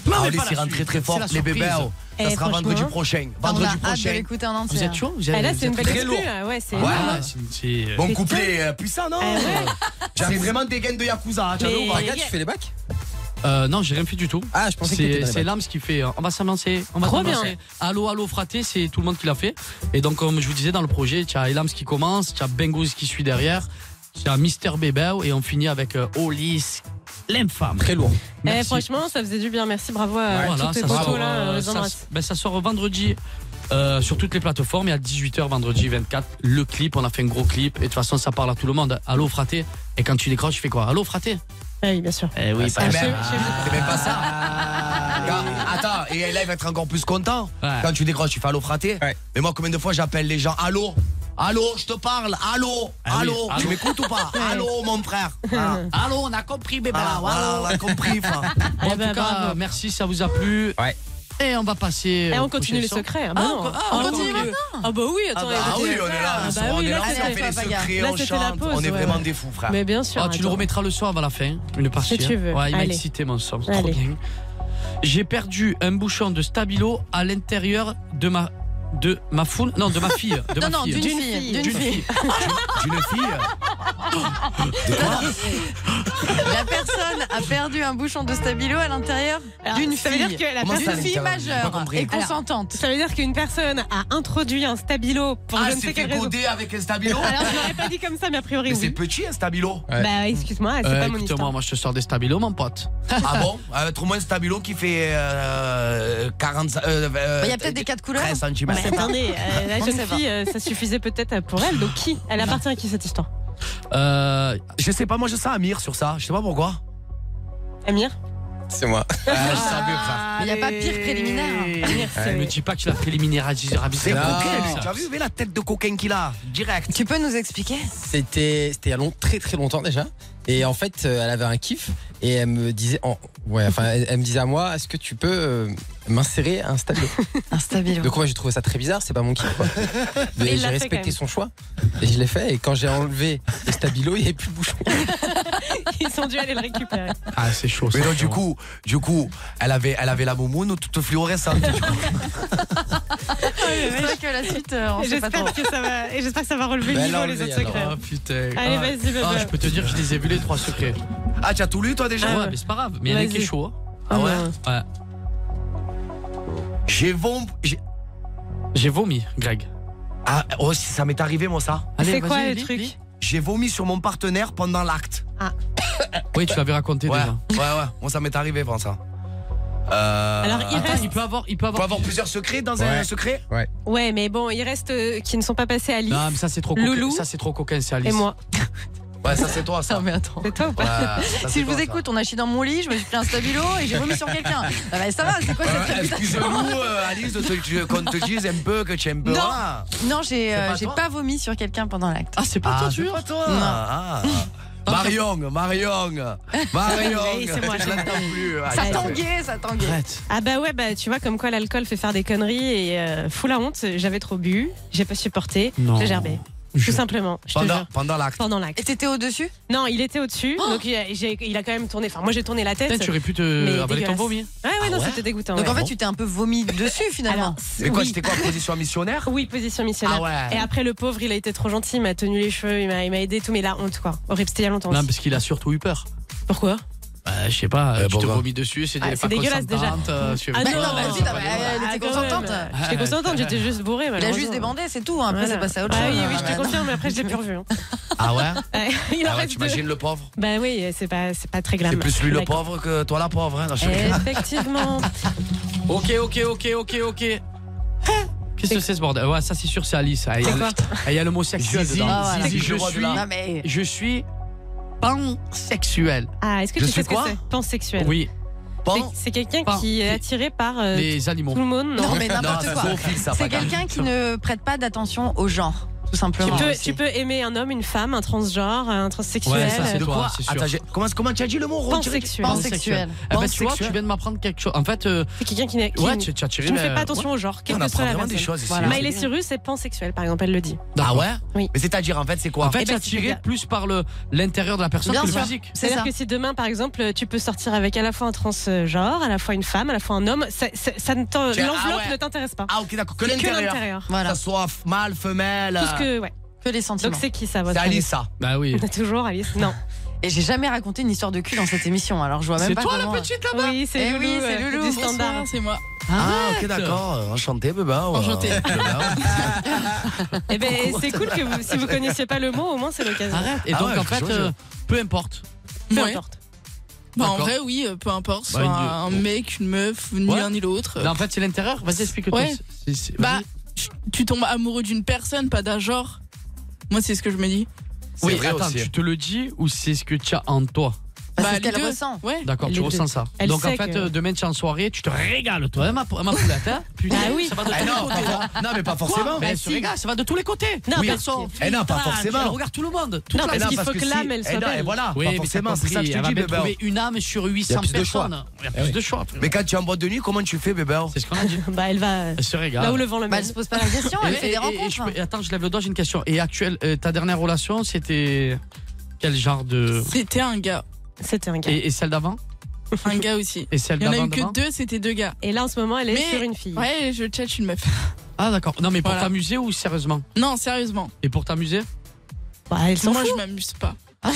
Speaker 6: Ah,
Speaker 7: mais
Speaker 6: Olis
Speaker 7: pas
Speaker 6: y
Speaker 7: la
Speaker 6: rentre
Speaker 7: suite.
Speaker 6: très très
Speaker 7: C'est
Speaker 6: fort.
Speaker 7: la
Speaker 6: Les
Speaker 7: surprise.
Speaker 6: bébés, oh, ça
Speaker 7: Eh,
Speaker 6: sera
Speaker 7: franchement,
Speaker 6: vendredi prochain.
Speaker 7: on a
Speaker 6: Vendredi
Speaker 7: hâte de
Speaker 6: prochain.
Speaker 7: l'écouter Eh,
Speaker 4: en entier.
Speaker 7: Vous êtes chaud Vous
Speaker 5: Ah,
Speaker 7: avez-
Speaker 5: là,
Speaker 7: vous
Speaker 5: c'est
Speaker 7: êtes
Speaker 5: une belle
Speaker 7: très
Speaker 5: exclue,
Speaker 7: lourd.
Speaker 5: hein, ouais, c'est
Speaker 7: Ouais,
Speaker 5: énorme,
Speaker 21: Ah,
Speaker 5: hein.
Speaker 7: c'est une- c'est-
Speaker 6: Bon couplet euh, puissant, non J'arrive vraiment des gaines de Yakuza. hein, Chano,
Speaker 7: Mais-
Speaker 6: regarde,
Speaker 7: mais-
Speaker 6: les bacs
Speaker 7: Euh, non, j'ai rien fait du tout.
Speaker 6: Ah, je pensais que t'étais
Speaker 7: c'est
Speaker 6: dans les
Speaker 7: c'est
Speaker 6: bacs.
Speaker 7: l'âme ce qui fait. euh, On va s'avancer, on va
Speaker 6: Trop bien.
Speaker 7: s'avancer. Allô, allô, fraté, c'est tout le monde qui l'a fait. Et donc, comme je vous disais dans le projet, tu as Elams qui commence, tu as Bengouz qui suit derrière, tu as Mister Bébéo et on finit avec euh, Olis, l'infâme. Très
Speaker 8: lourd.
Speaker 5: Eh, franchement, euh, ça faisait du bien. Merci, bravo à tous tes
Speaker 7: ça, sort,
Speaker 5: potos là.
Speaker 7: euh,
Speaker 5: on les
Speaker 7: ça-
Speaker 5: embrasse.
Speaker 7: ben, ça sort vendredi euh, sur toutes les plateformes et à 18h vendredi 24, le clip. On a fait un gros clip et de toute façon, ça parle à tout le monde. Allô, fraté. Et quand tu décroches, tu fais quoi Allô, fraté
Speaker 5: Oui, bien sûr. Ah.
Speaker 7: Eh oui,
Speaker 6: Ah, C'est
Speaker 7: pas
Speaker 6: même,
Speaker 7: ça.
Speaker 6: c'est même pas ça. Quand- attends, et là, il va être encore plus content. Quand tu décroches, tu fais allô, fraté. Mais moi, combien de fois j'appelle les gens Allô Allô, je te parle Allô
Speaker 17: Ah oui,
Speaker 6: Allô Tu
Speaker 17: allô.
Speaker 6: m'écoutes ou pas
Speaker 17: Ouais.
Speaker 6: Allô, mon frère Voilà.
Speaker 7: Allô, on a compris, bébé.
Speaker 6: Voilà, voilà, on a compris. enfin.
Speaker 5: Eh
Speaker 7: Bon, en
Speaker 5: ben,
Speaker 7: tout cas, merci, ça vous a plu. Et on va passer.
Speaker 5: Et
Speaker 7: au
Speaker 5: on continue
Speaker 7: prochain
Speaker 5: les
Speaker 7: son.
Speaker 5: secrets. ah,
Speaker 7: Ah,
Speaker 5: bah non.
Speaker 7: on co- ah,
Speaker 5: Ah,
Speaker 7: on
Speaker 5: oui.
Speaker 7: continue maintenant
Speaker 5: Ah bah oui, attends.
Speaker 7: Ah bah
Speaker 5: écoutez.
Speaker 7: oui, on est là,
Speaker 5: Ah
Speaker 7: le
Speaker 5: bah
Speaker 7: soir, on
Speaker 5: oui,
Speaker 7: est
Speaker 5: là,
Speaker 7: là, on
Speaker 5: c'était
Speaker 7: fait
Speaker 5: la
Speaker 7: les
Speaker 5: pause.
Speaker 7: secrets,
Speaker 5: Là,
Speaker 7: on
Speaker 5: c'était la
Speaker 7: chante,
Speaker 5: pause,
Speaker 7: on est
Speaker 5: ouais.
Speaker 7: vraiment des fous, frère.
Speaker 5: Mais bien sûr.
Speaker 7: Ah, tu nous
Speaker 5: attends.
Speaker 7: remettras le soir à la fin, hein, une partie.
Speaker 5: Si tu veux.
Speaker 7: Ouais, il m'a
Speaker 5: Allez.
Speaker 7: excité, mon sang. c'est Trop
Speaker 5: Allez.
Speaker 7: bien. J'ai perdu un bouchon de stabilo à l'intérieur de ma. De ma foule Non, de ma fille.
Speaker 5: *laughs*
Speaker 7: De ma
Speaker 4: Non, non,
Speaker 7: fille.
Speaker 4: d'une fille, d'une *laughs* fille.
Speaker 7: D'une fille
Speaker 4: La personne a perdu un bouchon de stabilo à l'intérieur d'une
Speaker 5: ça
Speaker 4: fille.
Speaker 5: veut dire qu'elle a perdu-
Speaker 4: d'une fille majeure et consentante.
Speaker 5: Ça veut dire qu'une personne a introduit un stabilo pour
Speaker 6: Ah,
Speaker 5: je ne sais
Speaker 6: c'était
Speaker 5: quelle raison.
Speaker 6: godé avec un stabilo
Speaker 5: Alors, je l'aurais pas dit comme ça, mais a priori,
Speaker 6: Mais c'est
Speaker 5: oui.
Speaker 6: petit, un stabilo
Speaker 5: Bah, excuse-moi, c'est pas
Speaker 7: Euh,
Speaker 5: mon histoire.
Speaker 7: Écoute-moi, moi je te sors des stabilos, mon pote.
Speaker 6: Ah bon Euh, Trouve-moi un stabilo qui fait euh, 40. euh, euh,
Speaker 5: Bah, y a peut-être des cas de couleur.
Speaker 6: 13 cm.
Speaker 5: Mais attendez, euh, la
Speaker 6: On
Speaker 5: jeune
Speaker 6: sait pas.
Speaker 5: fille, euh, ça suffisait peut-être pour elle. Donc qui Elle appartient à qui cette histoire
Speaker 6: euh, Je sais pas, moi je sens Amir sur ça. Je sais pas pourquoi.
Speaker 5: Amir
Speaker 20: C'est
Speaker 7: *laughs*
Speaker 20: moi.
Speaker 4: Ah,
Speaker 6: Ah,
Speaker 4: Il n'y a pas pire préliminaire.
Speaker 7: Ne me dis pas que tu l'as préliminaire à
Speaker 6: C'est
Speaker 7: Ah.
Speaker 6: coquin, lui. Tu as vu mais la tête de coquin qu'il a Direct.
Speaker 4: Tu peux nous expliquer
Speaker 8: C'était c'était il y a long- très très longtemps déjà. Et en fait, euh, elle avait un kiff et elle me disait, en- ouais, enfin, elle, elle me disait à moi, est-ce que tu peux euh, m'insérer un stabilo
Speaker 4: *laughs* Un stabilo.
Speaker 8: Donc moi, j'ai trouvé ça très bizarre. C'est pas mon kiff. quoi.
Speaker 4: *laughs* Et
Speaker 8: Mais
Speaker 4: il l'a
Speaker 8: j'ai
Speaker 4: fait quand
Speaker 8: respecté
Speaker 4: même.
Speaker 8: son choix et je l'ai fait. Et quand j'ai enlevé le stabilo, il n'y avait plus de bouchon.
Speaker 5: *laughs* Ils sont dû aller le récupérer.
Speaker 7: Ah, c'est chaud.
Speaker 6: Mais donc, du coup, du coup, elle avait, elle avait la moumoune toute fluorescente.
Speaker 4: C'est vrai que la suite, euh, on
Speaker 5: Et
Speaker 4: sait pas trop.
Speaker 5: J'espère que ça va, et j'espère que ça va
Speaker 7: Bah
Speaker 5: relever le niveau les autres secrets.
Speaker 7: Ah putain.
Speaker 5: Allez,
Speaker 7: Ah,
Speaker 5: vas-y, bébé.
Speaker 7: ah, je peux te dire que je les ai vus les trois secrets.
Speaker 6: Ah, tu as tout lu toi déjà
Speaker 7: Ouais, mais c'est pas grave. Mais il y en a
Speaker 6: Vas-y.
Speaker 7: qui est chaud. hein.
Speaker 6: Ah ouais
Speaker 7: Ouais.
Speaker 6: J'ai vom... j'ai-
Speaker 7: J'ai vomi, Greg.
Speaker 6: Ah, oh, ça m'est arrivé, moi, ça.
Speaker 7: Allez, C'est vas-y, quoi, le lis,
Speaker 6: truc J'ai vomi sur mon partenaire pendant l'acte.
Speaker 7: *coughs* Oui, tu l'avais raconté
Speaker 6: Ouais,
Speaker 7: déjà.
Speaker 6: ouais, ouais. Moi, ça m'est arrivé, avant ça. Euh,
Speaker 5: Alors, il
Speaker 6: attends,
Speaker 5: reste-
Speaker 7: peut avoir, il peut
Speaker 6: avoir, plusieurs secrets dans
Speaker 7: Ouais.
Speaker 6: un secret
Speaker 8: Ouais.
Speaker 5: Ouais, mais bon, il reste euh, qui ne sont pas passés à Alice.
Speaker 7: Non, mais ça c'est trop coquin.
Speaker 5: Loulou
Speaker 7: Ça c'est trop coquin, c'est Alice.
Speaker 5: et
Speaker 7: *laughs*
Speaker 5: moi. Ah,
Speaker 6: Ouais, ça c'est toi, ça.
Speaker 4: Non, mais attends.
Speaker 5: C'est toi ou
Speaker 6: pas Ouais, ça,
Speaker 4: Si
Speaker 6: c'est
Speaker 4: je vous
Speaker 6: toi,
Speaker 4: écoute, on a chié dans mon lit, je me suis pris un stabilo et j'ai remis sur quelqu'un. Ah bah, ça va, c'est quoi
Speaker 6: Euh,
Speaker 4: cette
Speaker 6: Excuse-nous, euh, Alice, de te- que- qu'on te dise un peu que tu aimes peu.
Speaker 4: Non,
Speaker 6: hein.
Speaker 4: non j'ai euh,
Speaker 6: C'est pas
Speaker 4: j'ai
Speaker 6: toi
Speaker 4: pas vomi sur quelqu'un pendant l'acte.
Speaker 7: Ah, c'est
Speaker 6: Ah, c'est pas toi. Ah, ah. Marion, Marion,
Speaker 5: *laughs*
Speaker 6: Marion.
Speaker 5: Oui, c'est moi,
Speaker 6: je
Speaker 5: je
Speaker 6: l'entends plus. euh,
Speaker 4: Ça
Speaker 6: Allez.
Speaker 4: tanguait, ça tanguait.
Speaker 5: Ah bah ouais, bah tu vois comme quoi l'alcool fait faire des conneries et euh, fou la honte, j'avais trop bu, j'ai pas supporté,
Speaker 6: Non.
Speaker 5: j'ai gerbé. Tout simplement, je te
Speaker 6: Pendant,
Speaker 5: jure.
Speaker 6: pendant l'acte.
Speaker 5: Pendant l'acte. Et
Speaker 4: t'étais au-dessus Oh
Speaker 5: Non, il était au-dessus, donc il a, j'ai- il a quand même tourné. Enfin, moi j'ai tourné la tête.
Speaker 7: Putain, tu aurais pu te
Speaker 5: mais
Speaker 7: avaler ton
Speaker 5: dégueulasse.
Speaker 7: vomi.
Speaker 5: Ouais, ouais, non,
Speaker 6: Ah ouais
Speaker 5: c'était dégoûtant.
Speaker 4: Donc
Speaker 5: ouais.
Speaker 4: en fait, tu t'es un peu
Speaker 5: *laughs*
Speaker 4: vomi dessus finalement.
Speaker 6: Mais quoi,
Speaker 5: Oui.
Speaker 6: j'étais quoi, position missionnaire
Speaker 5: Oui, position missionnaire.
Speaker 6: Ah ouais.
Speaker 5: Et après, le pauvre, il a été trop gentil, il m'a tenu les cheveux, il m'a il m'a aidé et tout, mais la honte, quoi. Horrible, c'était il y a longtemps.
Speaker 7: Non,
Speaker 5: aussi.
Speaker 7: parce qu'il a surtout eu peur.
Speaker 5: Pourquoi
Speaker 7: Bah, je sais pas, tu te
Speaker 6: pourquoi
Speaker 7: vomis dessus, c'est
Speaker 5: Ah,
Speaker 7: pas
Speaker 5: c'est dégueulasse déjà.
Speaker 7: consentante, euh, tu-
Speaker 5: Ah non,
Speaker 4: non, mais si, non, mais elle était
Speaker 5: Ah, quand même.
Speaker 4: consentante.
Speaker 5: J'étais consentante, j'étais juste bourrée.
Speaker 4: Il a juste débandé, c'est tout. hein. Après, c'est passé à autre chose.
Speaker 5: Oui, oui, je
Speaker 4: Ah,
Speaker 5: te
Speaker 4: bah,
Speaker 5: confirme, mais après, je l'ai plus revu. hein. *laughs*
Speaker 6: Ah ouais
Speaker 5: Il en
Speaker 6: Ah ouais,
Speaker 5: reste
Speaker 6: t'imagines
Speaker 5: deux.
Speaker 6: le pauvre
Speaker 5: Bah oui, c'est pas, c'est pas très glam.
Speaker 6: C'est plus lui le
Speaker 5: D'accord.
Speaker 6: pauvre que toi la pauvre, hein, Rachel.
Speaker 7: *laughs*
Speaker 5: Effectivement.
Speaker 7: Ok, ok, ok, ok, ok.
Speaker 5: Hein
Speaker 7: Qu'est-ce que c'est ce bordel Ouais, ça c'est sûr, c'est Alice. Ah, Il y, a-
Speaker 16: C'est quoi
Speaker 7: ah, il y a l'homosexuel
Speaker 16: Zizi,
Speaker 7: dedans.
Speaker 16: Ah, voilà. Zizi,
Speaker 7: je,
Speaker 16: je vois de
Speaker 7: suis,
Speaker 16: là. Non,
Speaker 7: je suis pansexuel.
Speaker 5: Ah, est-ce que
Speaker 7: Je
Speaker 5: tu
Speaker 7: suis
Speaker 5: sais ce que
Speaker 7: quoi
Speaker 5: c'est Pansexuel.
Speaker 7: Oui.
Speaker 5: C'est- C'est quelqu'un qui est attiré par euh,
Speaker 7: Les animaux.
Speaker 5: tout le monde.
Speaker 4: Non, mais n'importe quoi. C'est quelqu'un qui ne prête pas d'attention au genre, tout
Speaker 5: Tu
Speaker 4: simplement.
Speaker 5: peux, tu peux aimer un homme, une femme, un transgenre, un transsexuel.
Speaker 7: Ouais, ça, c'est De toi, quoi c'est sûr. Attends, j'ai-
Speaker 6: comment, comment tu as dit le mot
Speaker 5: Pansexuel.
Speaker 7: Eh ben, tu vois, tu viens de m'apprendre quelque chose. En fait, euh,
Speaker 5: C'est quelqu'un qui, n'est- qui,
Speaker 7: Ouais, tu- tu as tiré
Speaker 5: qui ne
Speaker 7: la-
Speaker 5: fait pas attention
Speaker 7: ouais.
Speaker 5: au genre. Quelle
Speaker 7: On
Speaker 5: que soit
Speaker 7: apprend
Speaker 5: la
Speaker 7: vraiment des
Speaker 5: personne.
Speaker 7: choses ici.
Speaker 5: Voilà.
Speaker 7: Voilà.
Speaker 5: Miley Cyrus est pansexuelle, par exemple, elle le dit.
Speaker 7: Ah ouais
Speaker 5: Oui.
Speaker 6: Mais c'est-à-dire, en fait, c'est quoi
Speaker 7: En fait,
Speaker 5: Eh ben,
Speaker 7: t'as
Speaker 5: c'est
Speaker 7: tiré
Speaker 5: bien.
Speaker 7: plus par le- l'intérieur de la personne que le physique.
Speaker 5: C'est-à-dire que si demain, par exemple, tu peux sortir avec à la fois un transgenre, à la fois une femme, à la fois un homme, ça, ça- ça ne t'en-
Speaker 6: Tiens, ah
Speaker 5: l'enveloppe
Speaker 6: ouais.
Speaker 5: ne t'intéresse pas.
Speaker 6: Ah ok, d'accord. Que
Speaker 5: C'est
Speaker 6: l'intérieur. Voilà. Ça soit f- mâle, femelle.
Speaker 5: Tout ce que, ouais.
Speaker 4: Que les sentiments.
Speaker 5: Donc c'est qui ça,
Speaker 6: C'est
Speaker 5: votre avis
Speaker 6: Alice, ça.
Speaker 7: Bah oui.
Speaker 5: *laughs* Toujours Alice Non.
Speaker 4: Et j'ai jamais raconté une histoire de cul dans cette émission, alors je vois même
Speaker 5: C'est
Speaker 4: pas
Speaker 5: toi, la
Speaker 4: comment.
Speaker 5: petite, là-bas
Speaker 4: Oui, c'est
Speaker 5: Eh
Speaker 4: Loulou,
Speaker 5: oui, c'est
Speaker 4: euh,
Speaker 5: Loulou,
Speaker 4: du
Speaker 5: bonsoir,
Speaker 4: standard.
Speaker 5: c'est
Speaker 7: *laughs*
Speaker 22: moi.
Speaker 6: Ah ok, d'accord. Enchanté, bébé.
Speaker 22: Enchanté.
Speaker 5: *laughs* Eh ben, c'est cool que vous,
Speaker 7: *laughs*
Speaker 5: si vous connaissiez pas le mot, au moins c'est l'occasion.
Speaker 7: Arrête. Et
Speaker 5: Ah
Speaker 7: donc,
Speaker 5: ouais,
Speaker 7: en
Speaker 5: je
Speaker 7: fait,
Speaker 5: vois, je
Speaker 7: euh,
Speaker 5: vois.
Speaker 7: peu importe.
Speaker 5: peu
Speaker 22: Ouais.
Speaker 5: importe.
Speaker 22: Bah, en
Speaker 7: D'accord.
Speaker 22: vrai, oui, euh, peu importe,
Speaker 7: Bah,
Speaker 22: soit
Speaker 7: une-
Speaker 22: un mec, une meuf, ni
Speaker 7: Ouais.
Speaker 22: l'un ni l'autre.
Speaker 7: Non, en fait, c'est l'intérieur. Vas-y, explique-toi.
Speaker 22: Ouais.
Speaker 7: C'est- c'est-
Speaker 22: Bah,
Speaker 7: vas-y.
Speaker 22: tu- tu tombes amoureux d'une personne, pas d'un genre. Moi, c'est ce que je me dis.
Speaker 7: oui, attends, tu te le dis ou c'est ce que tu as en toi
Speaker 22: Bah,
Speaker 4: c'est ce
Speaker 22: les
Speaker 4: qu'elle
Speaker 22: deux.
Speaker 4: ressent.
Speaker 22: Ouais.
Speaker 7: D'accord, tu ressens ça.
Speaker 4: Elle
Speaker 7: Donc en
Speaker 4: sait
Speaker 7: fait,
Speaker 4: que-
Speaker 7: euh, demain tu es en soirée, tu te régales toi, hein, ma, ma poulette. Hein Putain,
Speaker 4: Ah oui.
Speaker 7: ça va de
Speaker 4: Ah
Speaker 7: tous
Speaker 4: non,
Speaker 7: les côtés.
Speaker 4: pas for- non, mais pas forcément.
Speaker 7: Quoi Ben,
Speaker 4: Bah
Speaker 7: se
Speaker 4: si.
Speaker 7: régale, ça va de tous les côtés.
Speaker 4: Non,
Speaker 7: Oui,
Speaker 4: parce
Speaker 7: elles sont
Speaker 4: que- Eh non, pas
Speaker 7: flippant,
Speaker 6: forcément.
Speaker 7: elles regardent tout le monde. Toute
Speaker 6: Non,
Speaker 7: la
Speaker 6: parce
Speaker 7: classe.
Speaker 6: qu'il faut que l'âme, elle soit belle.
Speaker 7: Oui,
Speaker 6: Pas
Speaker 7: mais t'as
Speaker 6: forcément,
Speaker 7: compris,
Speaker 6: c'est ça que je te
Speaker 7: elle va
Speaker 6: dis,
Speaker 7: bien
Speaker 6: bébé.
Speaker 7: trouver une âme sur
Speaker 6: Il y
Speaker 7: 800
Speaker 6: a plus de choix. Eh
Speaker 7: personnes. hein. Il y a plus de choix. frère.
Speaker 6: Mais quand tu es en boîte de nuit, comment tu fais, bébé
Speaker 7: C'est ce qu'on a dit.
Speaker 5: Bah, elle va.
Speaker 7: Elle se régale.
Speaker 5: Là où le vent le
Speaker 4: Bah,
Speaker 5: mène.
Speaker 4: elle se pose pas la question,
Speaker 7: Et-
Speaker 4: elle fait
Speaker 7: et-
Speaker 4: des
Speaker 7: et-
Speaker 4: rencontres.
Speaker 7: je peux- Attends, je lève le doigt, j'ai une question. Et actuelle, euh, ta dernière relation, c'était quel genre de.
Speaker 22: C'était un gars.
Speaker 5: C'était un gars.
Speaker 7: Et, et celle d'avant
Speaker 22: Un gars
Speaker 6: *laughs*
Speaker 22: aussi.
Speaker 7: Et celle
Speaker 22: Il y en a
Speaker 7: d'avant
Speaker 22: eu que
Speaker 7: d'avant
Speaker 22: deux, c'était deux gars.
Speaker 5: Et là, en ce moment, elle est sur une fille.
Speaker 22: Ouais, je tchatche une meuf. *laughs*
Speaker 7: Ah d'accord. Non mais pour
Speaker 22: Voilà.
Speaker 7: t'amuser ou sérieusement
Speaker 22: Non, sérieusement.
Speaker 7: Et pour t'amuser
Speaker 5: Bah, elle s'en
Speaker 22: Moi,
Speaker 5: fout.
Speaker 22: je m'amuse pas.
Speaker 6: Ah,